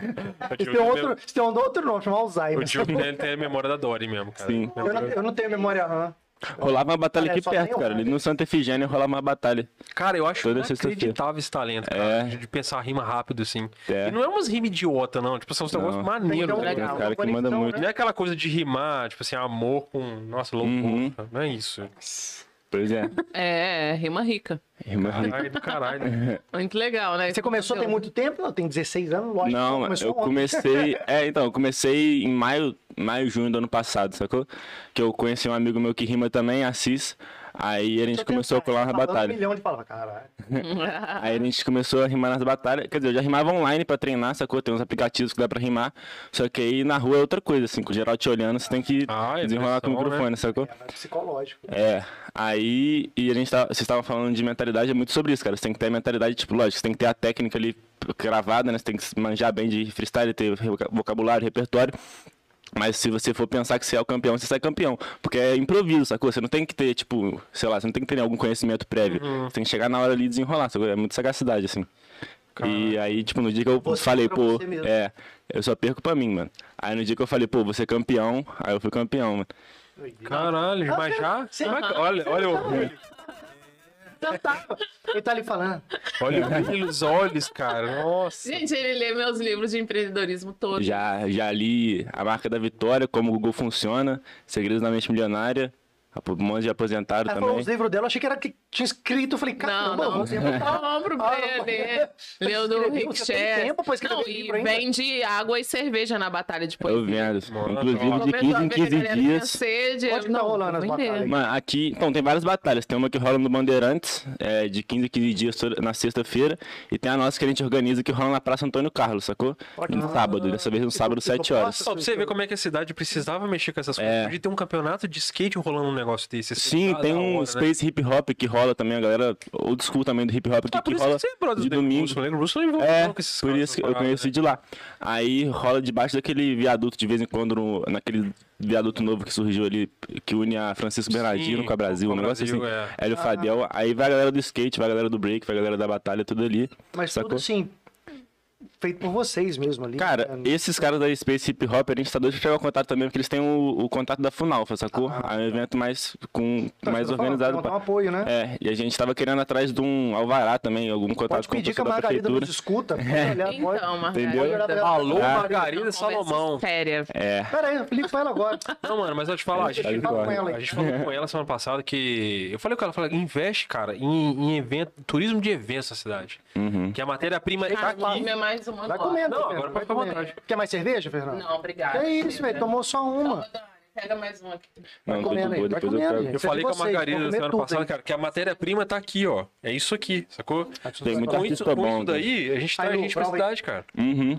[SPEAKER 1] Isso tem, outro, isso tem um outro nome, chama
[SPEAKER 2] O
[SPEAKER 1] Alzheimer.
[SPEAKER 2] Diogo deve ter a memória da Dory mesmo, cara.
[SPEAKER 5] Sim.
[SPEAKER 1] Eu não, eu não tenho memória RAM.
[SPEAKER 5] rolava uma batalha aqui
[SPEAKER 1] Olha, só tem
[SPEAKER 5] perto,
[SPEAKER 1] um,
[SPEAKER 5] cara.
[SPEAKER 1] né?
[SPEAKER 5] Ali no Santa Efigênia rolava uma batalha.
[SPEAKER 2] Cara, eu acho
[SPEAKER 5] Toda
[SPEAKER 2] inacreditável esse talento, cara.
[SPEAKER 5] É.
[SPEAKER 2] De de pensar rima rápido, assim.
[SPEAKER 5] É.
[SPEAKER 2] E não é umas rimas idiota, não. Tipo, são uns negócios
[SPEAKER 5] Não.
[SPEAKER 2] maneiros,
[SPEAKER 1] Então,
[SPEAKER 2] tá
[SPEAKER 5] Tem
[SPEAKER 1] legal.
[SPEAKER 5] um
[SPEAKER 2] ligado?
[SPEAKER 5] cara que manda
[SPEAKER 1] Conexão,
[SPEAKER 5] muito.
[SPEAKER 2] Não é aquela coisa de rimar, tipo assim, amor com. Nossa, loucura.
[SPEAKER 5] Uhum.
[SPEAKER 2] cara. Não é isso. (laughs)
[SPEAKER 5] Pois é.
[SPEAKER 3] É, é, rima rica.
[SPEAKER 5] Rima rica.
[SPEAKER 2] Caralho do caralho. né?
[SPEAKER 3] Muito legal, né?
[SPEAKER 1] Você começou tem muito tempo? Não, tem 16 anos, lógico.
[SPEAKER 2] (laughs)
[SPEAKER 5] Não,
[SPEAKER 1] começou
[SPEAKER 5] eu
[SPEAKER 1] ontem.
[SPEAKER 5] comecei. É, então, eu comecei em maio, maio, junho do ano passado, sacou? Que eu conheci um amigo meu que rima também, Assis. Aí a gente começou a colar na
[SPEAKER 1] Falando Um
[SPEAKER 5] batalha.
[SPEAKER 1] milhão de palavras, caralho.
[SPEAKER 5] Aí a gente começou a rimar nas batalhas. Quer dizer, eu já rimava online pra treinar, sacou? Tem uns aplicativos que dá pra rimar. Só que aí na rua é outra coisa, assim, com o geral te olhando, você tem que
[SPEAKER 2] Ah, é
[SPEAKER 5] desenrolar com o
[SPEAKER 2] pressão, né?
[SPEAKER 5] microfone, sacou?
[SPEAKER 1] É, mas é psicológico.
[SPEAKER 5] É, aí, e a gente tava, vocês estavam falando de mentalidade, é muito sobre isso, cara. Você tem que ter a mentalidade, tipo, lógico, você tem que ter a técnica ali cravada, né? Você tem que se manjar bem de freestyle, ter voca- vocabulário, repertório. Mas se você for pensar que você é o campeão, você sai campeão. Porque é improviso, sacou? Você não tem que ter, tipo, sei lá, você não tem que ter algum conhecimento prévio. Você tem que chegar na hora ali e desenrolar, sacou? É muita sagacidade, assim. E aí, tipo, no dia que eu
[SPEAKER 1] Você
[SPEAKER 5] falei,
[SPEAKER 1] pra
[SPEAKER 5] pô,
[SPEAKER 1] você mesmo.
[SPEAKER 5] é, eu só perco pra mim, mano. Aí no dia que eu falei, pô, você é campeão, aí eu fui campeão, mano.
[SPEAKER 2] Caralho, mas já?
[SPEAKER 1] Sim.
[SPEAKER 2] Como é que- Olha, olha o brilho.
[SPEAKER 1] Então tá, ele tá ali falando.
[SPEAKER 2] Olha o brilho nos olhos, cara. Nossa.
[SPEAKER 3] Gente, ele lê meus livros de empreendedorismo todos.
[SPEAKER 5] Já, já li A Marca da Vitória, Como o Google Funciona, Segredos da Mente Milionária, apo- um monte de aposentado
[SPEAKER 3] Tá
[SPEAKER 1] Ela falou
[SPEAKER 5] também.
[SPEAKER 1] os livros dela, eu achei que era que tinha escrito. Eu falei,
[SPEAKER 3] Não,
[SPEAKER 1] caramba,
[SPEAKER 3] não.
[SPEAKER 1] você é vai
[SPEAKER 3] Eu
[SPEAKER 5] (laughs)
[SPEAKER 3] compro pra
[SPEAKER 1] Ah, não.
[SPEAKER 3] ele. Leu do
[SPEAKER 1] Escreveu?
[SPEAKER 3] Rick
[SPEAKER 1] Você tem
[SPEAKER 3] Chess.
[SPEAKER 1] tempo pra escrever
[SPEAKER 3] Não,
[SPEAKER 1] livro
[SPEAKER 3] e
[SPEAKER 1] ainda?
[SPEAKER 3] vende água e cerveja na batalha de
[SPEAKER 5] Eu
[SPEAKER 3] poesia.
[SPEAKER 5] vendo.
[SPEAKER 2] Mano,
[SPEAKER 5] Inclusive
[SPEAKER 2] ó.
[SPEAKER 5] de 15 em
[SPEAKER 3] Começou a ver que a
[SPEAKER 5] 15
[SPEAKER 3] galera tinha
[SPEAKER 5] dias.
[SPEAKER 3] sede,
[SPEAKER 1] Onde que
[SPEAKER 3] eu,
[SPEAKER 1] tá
[SPEAKER 3] não,
[SPEAKER 1] rolando
[SPEAKER 3] vou
[SPEAKER 1] as
[SPEAKER 3] vender.
[SPEAKER 1] batalhas?
[SPEAKER 5] Mano, aqui. Então, tem várias batalhas. Tem uma que rola no Bandeirantes, é, de 15 em 15 dias toda- na sexta-feira. E tem a nossa que a gente organiza que rola na Praça Antônio Carlos, sacou? No sábado, dessa vez no sábado,
[SPEAKER 1] Ficou-
[SPEAKER 5] 7
[SPEAKER 1] ficou
[SPEAKER 5] horas.
[SPEAKER 1] próximo?
[SPEAKER 2] Só pra você ver como é que a cidade precisava mexer com essas coisas.
[SPEAKER 5] É.
[SPEAKER 2] Podia ter um campeonato de skate rolando um negócio desse. assim,
[SPEAKER 5] Sim,
[SPEAKER 2] da-
[SPEAKER 5] tem
[SPEAKER 2] da
[SPEAKER 5] um
[SPEAKER 2] hora, né?
[SPEAKER 5] Space Hip Hop que rola também, a galera old school também do hip hop que,
[SPEAKER 2] Ah, por
[SPEAKER 5] que
[SPEAKER 2] isso
[SPEAKER 5] rola
[SPEAKER 2] que você é brother
[SPEAKER 5] de
[SPEAKER 2] do
[SPEAKER 5] domingo.
[SPEAKER 2] Russo, né? O Russo não envolve
[SPEAKER 5] É,
[SPEAKER 2] não com esses
[SPEAKER 5] por
[SPEAKER 2] caras,
[SPEAKER 5] isso que
[SPEAKER 2] essas
[SPEAKER 5] eu
[SPEAKER 2] paradas,
[SPEAKER 5] conheci
[SPEAKER 2] né?
[SPEAKER 5] de lá. Aí rola debaixo daquele viaduto de vez em quando, no- naquele viaduto novo que surgiu ali, que une a Francisco Bernardino
[SPEAKER 2] Sim,
[SPEAKER 5] com a Brasil,
[SPEAKER 2] com
[SPEAKER 5] um
[SPEAKER 2] a
[SPEAKER 5] negócio
[SPEAKER 2] Brasil, é.
[SPEAKER 5] assim. Hélio
[SPEAKER 1] Ah.
[SPEAKER 5] Fadel, aí vai a galera do skate, vai a galera do break, vai a galera da batalha, tudo ali.
[SPEAKER 1] Mas tudo
[SPEAKER 5] sacou?
[SPEAKER 1] assim, feito por vocês mesmo ali.
[SPEAKER 5] Cara,
[SPEAKER 1] né?
[SPEAKER 5] esses caras da Space Hip Hop, a gente tá doido pra pegar o contato também, porque eles têm o, o contato da Funalfa, sacou?
[SPEAKER 1] Ah,
[SPEAKER 5] Aí é um evento mais, com,
[SPEAKER 1] Tá,
[SPEAKER 5] mais
[SPEAKER 1] você tá falando,
[SPEAKER 5] organizado.
[SPEAKER 1] tem que dar
[SPEAKER 5] pra-
[SPEAKER 1] um apoio, né?
[SPEAKER 5] É, e a gente tava querendo atrás de um alvará também, algum contato
[SPEAKER 1] Pode
[SPEAKER 5] com o
[SPEAKER 1] pedir que a
[SPEAKER 5] pessoal da
[SPEAKER 1] Margarida
[SPEAKER 5] prefeitura.
[SPEAKER 1] nos escuta. Pode olhar, pode.
[SPEAKER 3] Então,
[SPEAKER 5] Entendeu?
[SPEAKER 3] Margarida.
[SPEAKER 1] Olha,
[SPEAKER 2] Alô,
[SPEAKER 5] Ah.
[SPEAKER 2] Margarida
[SPEAKER 3] uma
[SPEAKER 2] Salomão.
[SPEAKER 3] conversa Séria.
[SPEAKER 5] É,
[SPEAKER 1] Pera aí, eu ligo pra ela agora.
[SPEAKER 2] Não, mano, mas eu te falar, a gente,
[SPEAKER 5] Tá de
[SPEAKER 1] Fala com
[SPEAKER 5] boa.
[SPEAKER 1] ela aí.
[SPEAKER 2] a gente falou com ela semana passada que. Eu falei com ela, falei, investe, cara, em, em evento, turismo de eventos na cidade.
[SPEAKER 5] Uhum.
[SPEAKER 2] Que a matéria-prima tá
[SPEAKER 3] Cara,
[SPEAKER 2] aqui.
[SPEAKER 3] é mais uma
[SPEAKER 1] Vai
[SPEAKER 3] cola.
[SPEAKER 1] comendo.
[SPEAKER 2] Não,
[SPEAKER 1] Fernando,
[SPEAKER 2] agora
[SPEAKER 1] vai
[SPEAKER 2] pode ficar à
[SPEAKER 1] comendo.
[SPEAKER 2] vontade.
[SPEAKER 1] Quer mais cerveja, Fernando?
[SPEAKER 3] Não, obrigada.
[SPEAKER 1] Que isso, velho, tomou só uma.
[SPEAKER 3] Pega mais uma aqui.
[SPEAKER 5] não, tudo
[SPEAKER 1] comendo aí, vai
[SPEAKER 5] bom, depois eu
[SPEAKER 1] comendo,
[SPEAKER 5] pego.
[SPEAKER 1] gente.
[SPEAKER 2] Eu
[SPEAKER 1] Isso é de
[SPEAKER 2] falei com a
[SPEAKER 1] vocês, vou
[SPEAKER 2] Margarida
[SPEAKER 1] comer
[SPEAKER 2] semana
[SPEAKER 1] tudo,
[SPEAKER 2] passada,
[SPEAKER 1] hein?
[SPEAKER 2] cara, que a matéria-prima tá aqui, ó. É isso aqui, sacou?
[SPEAKER 5] Tem muito
[SPEAKER 2] Com
[SPEAKER 5] artista
[SPEAKER 2] isso, com
[SPEAKER 5] bom,
[SPEAKER 2] isso daí, a gente tá
[SPEAKER 1] Aí,
[SPEAKER 2] a
[SPEAKER 1] Lu,
[SPEAKER 2] gente pra
[SPEAKER 1] prova aí.
[SPEAKER 2] cidade, cara.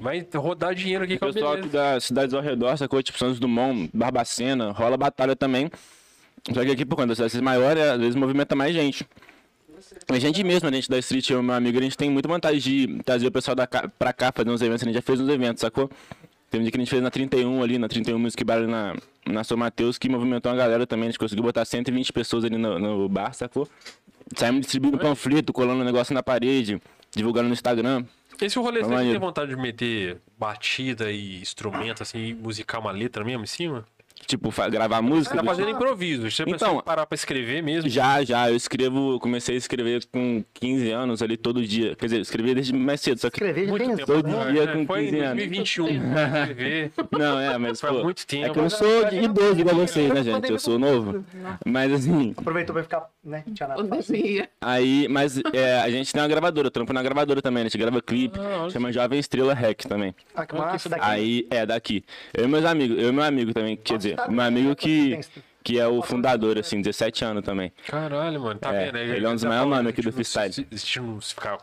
[SPEAKER 2] Vai rodar dinheiro aqui
[SPEAKER 5] O
[SPEAKER 2] com a
[SPEAKER 5] pessoal aqui
[SPEAKER 2] Então, beleza.
[SPEAKER 5] das cidades ao redor, sacou? Tipo Santos Dumont, Barbacena, rola batalha também. Só que aqui, por conta das cidades maiores, às vezes movimenta mais gente. A gente mesmo, a gente da Street, eu e meu amigo, a gente tem muita vantagem de trazer o pessoal da cá, pra cá fazer uns eventos. A gente já fez uns eventos, sacou? Tem um dia que a gente fez na 31 ali, na 31 Music Bar ali na, na São Mateus, que movimentou uma galera também. A gente conseguiu botar 120 pessoas ali no, no bar, sacou? Saímos distribuindo panfleto, colando um negócio na parede, divulgando no Instagram.
[SPEAKER 2] Esse rolê,
[SPEAKER 5] Tá
[SPEAKER 2] você tem
[SPEAKER 5] maneiro.
[SPEAKER 2] vontade de meter batida e instrumento, assim, e musicar uma letra mesmo em cima?
[SPEAKER 5] Tipo, fa- gravar música.
[SPEAKER 2] Tá
[SPEAKER 5] do-
[SPEAKER 2] fazendo improviso. Você
[SPEAKER 5] Então-
[SPEAKER 2] então, parar pra escrever mesmo?
[SPEAKER 5] Já, já. Eu escrevo, eu comecei a escrever com 15 anos ali todo dia. Quer dizer, eu escrevia desde mais cedo, só que.
[SPEAKER 1] Escrever já tem
[SPEAKER 2] Muito
[SPEAKER 1] isso.
[SPEAKER 2] tempo.
[SPEAKER 5] todo
[SPEAKER 2] atrás,
[SPEAKER 5] dia
[SPEAKER 2] né?
[SPEAKER 5] com
[SPEAKER 2] Foi em
[SPEAKER 5] 15 anos.
[SPEAKER 2] 2021. escrever.
[SPEAKER 5] Não, é, mas.
[SPEAKER 2] Faz
[SPEAKER 5] pô,
[SPEAKER 2] muito tempo.
[SPEAKER 5] É que eu não sou de idoso igual vocês, né, gente? Eu sou novo. Mas assim.
[SPEAKER 1] Aproveitou pra ficar, né? não Tinha nada. pra fazer.
[SPEAKER 3] Poderia.
[SPEAKER 5] Aí, mas é, a gente tem uma gravadora, eu trampo na gravadora também, né? a gente grava clipe, chama Jovem Estrela Rec também.
[SPEAKER 1] Ah,
[SPEAKER 2] Uhum.
[SPEAKER 1] que massa, daqui.
[SPEAKER 5] Aí, é, daqui. Eu e meus amigos, eu e meu amigo também, quer dizer, meu amigo que, que é o fundador, assim, 17 anos também.
[SPEAKER 2] Caralho, mano. Tá
[SPEAKER 5] É,
[SPEAKER 2] vendo?
[SPEAKER 5] ele é um dos
[SPEAKER 2] tá
[SPEAKER 5] maiores
[SPEAKER 2] falando,
[SPEAKER 5] mano aqui do
[SPEAKER 2] tipo, se-
[SPEAKER 5] freestyle.
[SPEAKER 2] Se, se, se não ficar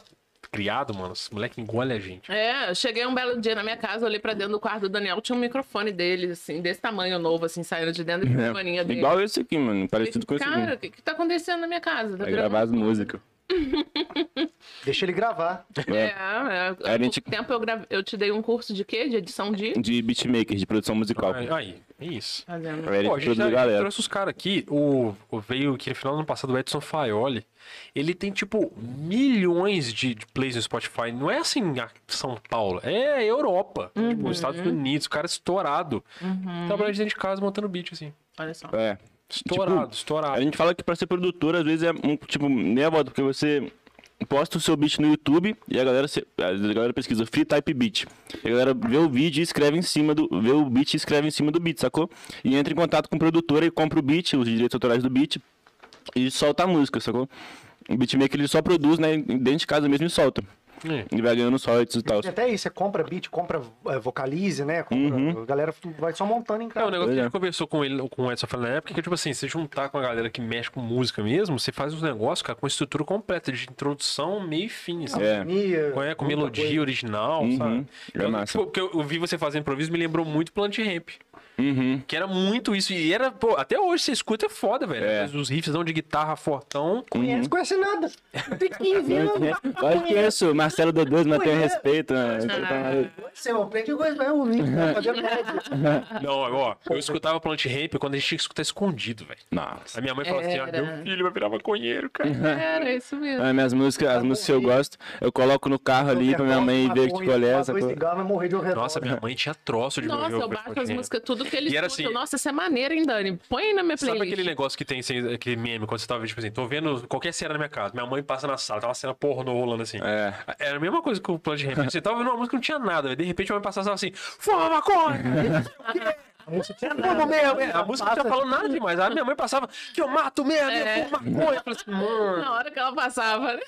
[SPEAKER 2] criado, mano. Esse moleque engole a gente.
[SPEAKER 3] É, eu cheguei um belo dia na minha casa, olhei pra dentro do quarto do Daniel, tinha um microfone dele, assim, desse tamanho novo, assim, saindo de dentro da microfonia
[SPEAKER 5] É,
[SPEAKER 3] dele.
[SPEAKER 5] igual esse aqui, mano. Parecido com esse aqui.
[SPEAKER 3] Cara, o que, que tá acontecendo na minha casa? Tá
[SPEAKER 5] Pra
[SPEAKER 3] virando-
[SPEAKER 5] gravar as músicas.
[SPEAKER 1] Deixa ele gravar.
[SPEAKER 3] (laughs) É,
[SPEAKER 5] É.
[SPEAKER 3] é.
[SPEAKER 5] A
[SPEAKER 3] Há
[SPEAKER 5] gente-
[SPEAKER 3] pouco tempo eu, grave... eu te dei um curso de quê? De edição de.
[SPEAKER 5] De beatmaker, de produção musical.
[SPEAKER 2] Aí, aí, é isso.
[SPEAKER 3] Fazendo.
[SPEAKER 5] Pra ele
[SPEAKER 2] Pô, a gente
[SPEAKER 5] produzir
[SPEAKER 2] tá-
[SPEAKER 5] galera.
[SPEAKER 2] trouxe os caras aqui, o, o veio que no final do ano passado, o Edson Faioli, ele tem, tipo, milhões de, de plays no Spotify. Não é assim a São Paulo, é a Europa, tipo, os Estados Unidos, o cara estourado. Trabalhando dentro de casa, montando beat, assim.
[SPEAKER 3] Olha só.
[SPEAKER 5] É.
[SPEAKER 2] Estourado,
[SPEAKER 5] A
[SPEAKER 2] estourado.
[SPEAKER 5] gente fala que pra ser produtor, às vezes é um, tipo, né, Walter? Porque você posta o seu beat no YouTube e a galera, se- a galera pesquisa free type beat. E a galera vê o vídeo e escreve em cima do. vê o beat e escreve em cima do beat, sacou? E entra em contato com o produtor e compra o beat, os direitos autorais do beat e solta a música, sacou? O beatmaker ele só produz, né? Dentro de casa mesmo e solta.
[SPEAKER 2] É.
[SPEAKER 5] E vai ganhando sortes e tal.
[SPEAKER 1] E Até isso, você compra beat, compra eh, vocalize, né? Compra-
[SPEAKER 5] Uhum.
[SPEAKER 1] A galera vai só montando em
[SPEAKER 2] É, o
[SPEAKER 1] casa.
[SPEAKER 2] negócio que a
[SPEAKER 5] Pois é.
[SPEAKER 2] gente conversou com ele, com o Edson Faioli na época, que tipo assim, você juntar com a galera que mexe com música mesmo, você faz uns negócios, cara, com estrutura completa, de introdução, meio e fim, assim.
[SPEAKER 5] É.
[SPEAKER 1] Harmonia,
[SPEAKER 2] Com, é, com
[SPEAKER 1] muita
[SPEAKER 2] melodia
[SPEAKER 1] coisa.
[SPEAKER 2] original,
[SPEAKER 5] Uhum,
[SPEAKER 2] sabe?
[SPEAKER 5] é
[SPEAKER 2] Eu-
[SPEAKER 5] massa.
[SPEAKER 2] tipo, que eu, eu vi você fazer improviso me lembrou muito Plant Ramp.
[SPEAKER 5] Uhum.
[SPEAKER 2] Que era muito isso. E era, pô, até hoje você escuta é foda, velho.
[SPEAKER 5] É. Uhum.
[SPEAKER 2] Mas Os riffs não de guitarra fortão.
[SPEAKER 1] Não conhece nada. Tem 15 anos.
[SPEAKER 5] Lógico que é isso, Marcelo Dodô, mas tem respeito, né?
[SPEAKER 3] Ah.
[SPEAKER 1] Você aprende coisa, vai ouvir. Tá fazendo nada.
[SPEAKER 2] Não, ó, eu escutava Plant Ramp quando a gente tinha que escutar escondido, velho.
[SPEAKER 5] Nossa.
[SPEAKER 2] A minha mãe falava assim: ah,
[SPEAKER 3] Era.
[SPEAKER 2] meu filho vai virar maconheiro, cara.
[SPEAKER 3] Era isso mesmo.
[SPEAKER 5] Ah, minhas músicas,
[SPEAKER 1] Tá
[SPEAKER 5] as músicas que eu gosto, eu coloco no carro (laughs) ali pra minha mãe ver que qual é essa
[SPEAKER 1] Dois
[SPEAKER 5] coisa.
[SPEAKER 1] cigarros, vai morrer de um retorno.
[SPEAKER 2] Nossa, minha mãe tinha troço de
[SPEAKER 3] Nossa,
[SPEAKER 2] meu
[SPEAKER 3] eu baixo as músicas, tudo que ele
[SPEAKER 2] E era
[SPEAKER 3] escuta.
[SPEAKER 2] assim-
[SPEAKER 3] Nossa, essa é maneira, hein, Dani? Põe aí na minha
[SPEAKER 2] Sabe
[SPEAKER 3] playlist.
[SPEAKER 2] aquele negócio que tem, assim, aquele meme, quando você tava, tipo assim, tô vendo qualquer cena na minha casa, minha mãe passa na sala, tá uma cena pornô rolando assim.
[SPEAKER 5] É.
[SPEAKER 2] Era a mesma coisa que o plano de repente. Você tava vendo uma música que não tinha nada, velho. De repente a mãe passava e falava assim, fuma maconha!
[SPEAKER 1] A música tinha
[SPEAKER 2] Fuma
[SPEAKER 1] nada.
[SPEAKER 2] mesmo! É, A música não tinha falando nada demais. Aí minha mãe passava, que eu mato mesmo,
[SPEAKER 3] É.
[SPEAKER 2] eu fumo maconha! Eu falei assim, mano.
[SPEAKER 3] Na hora que ela passava, né?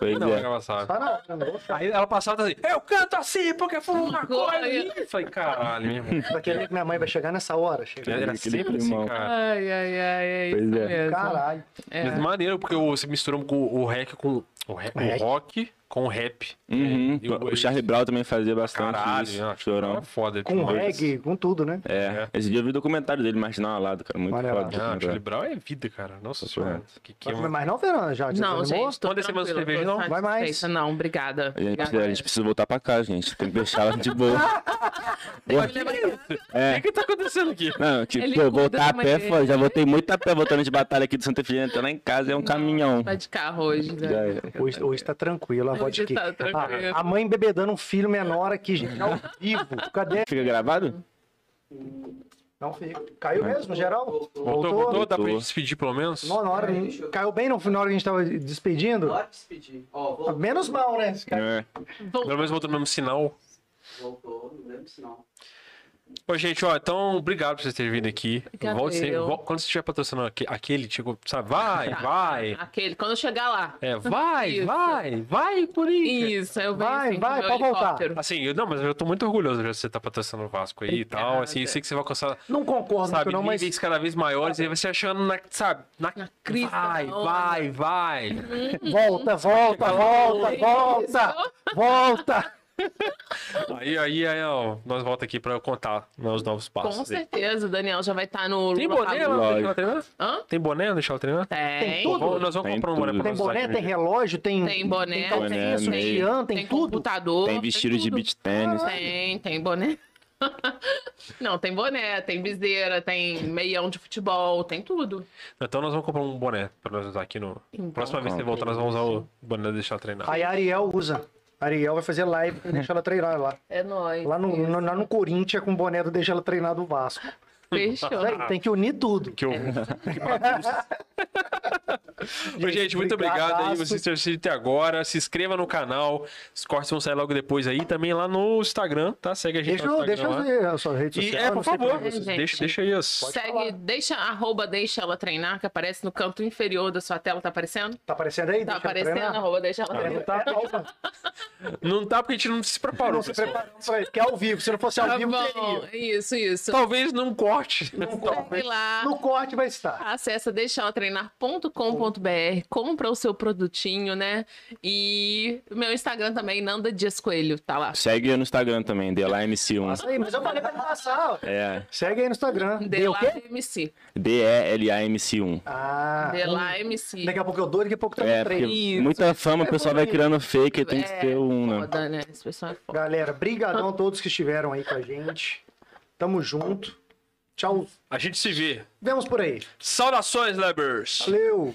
[SPEAKER 5] Pois
[SPEAKER 2] Não,
[SPEAKER 5] é.
[SPEAKER 2] ela passava.
[SPEAKER 1] Tá na hora, não. Vou ficar
[SPEAKER 2] Aí ela passava assim, eu canto assim porque fumo maconha!
[SPEAKER 3] Maconha.
[SPEAKER 2] Eu falei, caralho, meu irmão.
[SPEAKER 5] (laughs)
[SPEAKER 1] daquele que minha mãe vai chegar nessa hora. Chega.
[SPEAKER 2] Era
[SPEAKER 5] Aquele
[SPEAKER 2] sempre assim,
[SPEAKER 5] climão.
[SPEAKER 2] cara.
[SPEAKER 1] Ah.
[SPEAKER 3] Ai, ai, ai, é
[SPEAKER 5] Pois
[SPEAKER 3] isso
[SPEAKER 5] é.
[SPEAKER 3] mesmo.
[SPEAKER 1] Caralho.
[SPEAKER 3] É.
[SPEAKER 2] Mas maneiro, porque você misturou com o rec com. O, rec, o
[SPEAKER 1] Rec.
[SPEAKER 2] rock com o rap. É,
[SPEAKER 5] Uhum.
[SPEAKER 2] E
[SPEAKER 5] O Charlie Brown também fazia bastante isso.
[SPEAKER 2] Caralho, chorão.
[SPEAKER 5] Chorão.
[SPEAKER 2] É foda.
[SPEAKER 1] Com
[SPEAKER 2] demais.
[SPEAKER 1] reggae, com tudo, né?
[SPEAKER 5] É. Esse dia eu vi o documentário dele, Marginal Alado, cara. Muito
[SPEAKER 1] Olha lá.
[SPEAKER 5] foda.
[SPEAKER 2] Ah, o Charlie
[SPEAKER 5] documentário.
[SPEAKER 2] Brown é vida, cara. Nossa senhora. Que, que
[SPEAKER 1] Vai comer
[SPEAKER 2] uma-
[SPEAKER 1] mais não, Fernanda? Já
[SPEAKER 3] Não,
[SPEAKER 1] desanimou?
[SPEAKER 3] gente, tô
[SPEAKER 2] Manda esse mais
[SPEAKER 3] tranquila,
[SPEAKER 2] cerveja,
[SPEAKER 3] tô
[SPEAKER 2] não?
[SPEAKER 1] Vai mais.
[SPEAKER 3] satisfeita. Não, obrigada.
[SPEAKER 5] A gente,
[SPEAKER 3] Obrigada.
[SPEAKER 5] precisa, a gente precisa voltar pra casa, gente. Tem que deixar ela de boa.
[SPEAKER 1] (laughs)
[SPEAKER 5] Boa.
[SPEAKER 2] O que, que tá acontecendo aqui?
[SPEAKER 5] Não,
[SPEAKER 3] Ele
[SPEAKER 5] tipo, pô,
[SPEAKER 3] cuida
[SPEAKER 5] voltar a
[SPEAKER 3] da
[SPEAKER 5] pé,
[SPEAKER 3] mãe
[SPEAKER 5] foda. Já voltei muito a pé voltando de batalha aqui do Santa Efigênia. Até lá em casa é um caminhão.
[SPEAKER 3] Vai de carro hoje, né?
[SPEAKER 5] Já é.
[SPEAKER 1] Hoje, hoje tá tranquilo, a voz de aqui.
[SPEAKER 3] Hoje tá tranquilo.
[SPEAKER 1] Ah, a mãe bebedando um filho menor aqui, gente, é ao vivo. Cadê?
[SPEAKER 5] Fica gravado?
[SPEAKER 1] Não fica. Caiu mesmo, geral?
[SPEAKER 2] Voltou, voltou, Dá pra
[SPEAKER 5] Voltou.
[SPEAKER 2] gente despedir pelo menos?
[SPEAKER 1] Não, na hora, caiu bem no, na hora que a gente tava despedindo?
[SPEAKER 4] Bora despedir. Ó, voltou.
[SPEAKER 1] Menos mal, né?
[SPEAKER 5] É.
[SPEAKER 3] Bom,
[SPEAKER 2] Pelo menos botou no mesmo sinal.
[SPEAKER 4] Voltou, não lembro se não.
[SPEAKER 2] Ô, gente, ó, então, obrigado por vocês terem vindo aqui.
[SPEAKER 3] Obrigada,
[SPEAKER 2] Volte sempre-
[SPEAKER 3] eu.
[SPEAKER 2] vol- quando você estiver patrocinando aque- aquele, tipo, sabe,
[SPEAKER 3] (laughs)
[SPEAKER 2] vai,
[SPEAKER 3] Tá.
[SPEAKER 2] vai.
[SPEAKER 3] aquele, quando eu chegar lá.
[SPEAKER 2] É, vai,
[SPEAKER 3] Isso.
[SPEAKER 2] vai, vai, Corinthians.
[SPEAKER 3] Isso, eu venho
[SPEAKER 1] Vai,
[SPEAKER 3] assim, com
[SPEAKER 1] vai,
[SPEAKER 3] meu
[SPEAKER 1] pode voltar.
[SPEAKER 3] helicóptero.
[SPEAKER 2] Assim, eu, não, mas eu tô muito orgulhoso já de você estar patrocinando o Vasco aí e tal.
[SPEAKER 3] Obrigada.
[SPEAKER 2] Assim, eu sei que você vai alcançar,
[SPEAKER 1] Não concordo
[SPEAKER 2] sabe,
[SPEAKER 1] muito, não, mas.
[SPEAKER 2] níveis cada vez maiores e aí vai se achando, na, sabe, na,
[SPEAKER 3] crista
[SPEAKER 2] Vai,
[SPEAKER 3] da onda.
[SPEAKER 2] vai, vai.
[SPEAKER 1] Volta, volta, volta, volta! Volta!
[SPEAKER 2] Aí, aí, aí, ó, nós volta aqui pra eu contar né, os novos
[SPEAKER 3] Com
[SPEAKER 2] passos. aí.
[SPEAKER 3] certeza, o Daniel já vai estar no.
[SPEAKER 2] Tem boné
[SPEAKER 3] Lollapalooza.
[SPEAKER 2] lá? Deixa eu treinar?
[SPEAKER 3] Hã?
[SPEAKER 2] Tem boné? Deixar eu treinar?
[SPEAKER 3] Tem.
[SPEAKER 1] Tem tudo.
[SPEAKER 2] Vamos- nós vamos
[SPEAKER 5] Tem
[SPEAKER 2] comprar um boné
[SPEAKER 5] tudo.
[SPEAKER 2] pra
[SPEAKER 1] Tem
[SPEAKER 2] nós usar
[SPEAKER 1] boné,
[SPEAKER 2] aqui no
[SPEAKER 1] tem
[SPEAKER 2] dia.
[SPEAKER 1] relógio, tem. Então,
[SPEAKER 3] Tem boné,
[SPEAKER 1] Tem
[SPEAKER 5] boné,
[SPEAKER 1] calcinha, sutiã, tem,
[SPEAKER 3] Tem
[SPEAKER 1] tudo.
[SPEAKER 3] computador.
[SPEAKER 5] Tem vestido de
[SPEAKER 3] tudo. É.
[SPEAKER 5] beach tênis.
[SPEAKER 3] Tem, tem boné. (laughs) Não, tem boné, tem viseira, tem meião de futebol, tem tudo.
[SPEAKER 2] Então nós vamos comprar um boné pra nós usar aqui no.
[SPEAKER 3] Então,
[SPEAKER 2] Próxima vez que você voltar, nós vamos usar o boné e deixar eu treinar.
[SPEAKER 1] Aí a Ariel usa. A Ariel vai fazer live pra deixar ela treinar lá.
[SPEAKER 3] É nóis.
[SPEAKER 1] Lá no, no- lá no Corinthians, com o boné do Deixa ela treinar do Vasco.
[SPEAKER 3] Fechou.
[SPEAKER 1] Peraí, tem que unir tudo.
[SPEAKER 2] Ah. (laughs) Que eu...
[SPEAKER 3] É. (laughs)
[SPEAKER 2] Ô, gente, muito obrigado aí vocês terem assistido até agora. Se inscreva no canal. Os cortes vão sair logo depois aí. Também lá no Instagram, tá? Segue a gente
[SPEAKER 1] Deixa,
[SPEAKER 2] no
[SPEAKER 1] eu-
[SPEAKER 2] Instagram.
[SPEAKER 1] deixa eu
[SPEAKER 2] lá.
[SPEAKER 1] ver a sua rede
[SPEAKER 2] E
[SPEAKER 1] social.
[SPEAKER 2] é,
[SPEAKER 1] não
[SPEAKER 2] por
[SPEAKER 1] sei
[SPEAKER 2] favor,
[SPEAKER 1] pra-
[SPEAKER 3] vocês.
[SPEAKER 2] deixa,
[SPEAKER 3] Gente.
[SPEAKER 2] deixa aí as.
[SPEAKER 3] Segue, deixa, arroba, deixa ela treinar, que aparece no canto inferior da sua tela, tá aparecendo?
[SPEAKER 1] Tá aparecendo aí?
[SPEAKER 3] Tá
[SPEAKER 1] Deixa eu
[SPEAKER 3] aparecendo,
[SPEAKER 1] treinar.
[SPEAKER 3] arroba, deixa ela
[SPEAKER 1] É,
[SPEAKER 3] treinar.
[SPEAKER 1] não tá,
[SPEAKER 2] (laughs)
[SPEAKER 1] calma.
[SPEAKER 2] Não tá porque a gente não se preparou.
[SPEAKER 1] Não se
[SPEAKER 2] pessoal.
[SPEAKER 1] preparamos pra isso, porque é ao vivo. Se não fosse ao
[SPEAKER 3] Tá
[SPEAKER 1] vivo,
[SPEAKER 3] bom,
[SPEAKER 1] teria.
[SPEAKER 3] isso, isso.
[SPEAKER 2] Talvez não corte corte.
[SPEAKER 1] No
[SPEAKER 3] Segue
[SPEAKER 1] corte,
[SPEAKER 3] lá.
[SPEAKER 1] Então, no corte vai estar.
[SPEAKER 3] Acessa deixalatreinar.com.br, compra o seu produtinho, né? E o meu Instagram também, Nanda Dias Coelho, tá lá.
[SPEAKER 5] Segue eu no Instagram também, DLAMC1.
[SPEAKER 1] Passa aí, mas eu falei pra ele passar, ó.
[SPEAKER 5] É,
[SPEAKER 1] Segue aí no Instagram.
[SPEAKER 3] Dê
[SPEAKER 1] Deu o
[SPEAKER 3] lá
[SPEAKER 1] quê?
[SPEAKER 3] MC.
[SPEAKER 5] D-E-L-A-M-C1.
[SPEAKER 3] Tá
[SPEAKER 1] Ah,
[SPEAKER 3] Dê lá
[SPEAKER 1] um-
[SPEAKER 3] MC.
[SPEAKER 1] Daqui a pouco eu dou, daqui a pouco tá
[SPEAKER 5] É,
[SPEAKER 1] no
[SPEAKER 5] porque
[SPEAKER 1] trem.
[SPEAKER 5] muita fama, o pessoal vai criando fake, tem que
[SPEAKER 3] É,
[SPEAKER 5] ter um, né?
[SPEAKER 3] Foda, né? Esse pessoal é foda.
[SPEAKER 1] Galera, brigadão a todos que estiveram aí com a gente. Tamo junto. Tchau.
[SPEAKER 2] A gente se vê.
[SPEAKER 1] Vemos por aí.
[SPEAKER 2] Saudações, Lebers!
[SPEAKER 1] Valeu.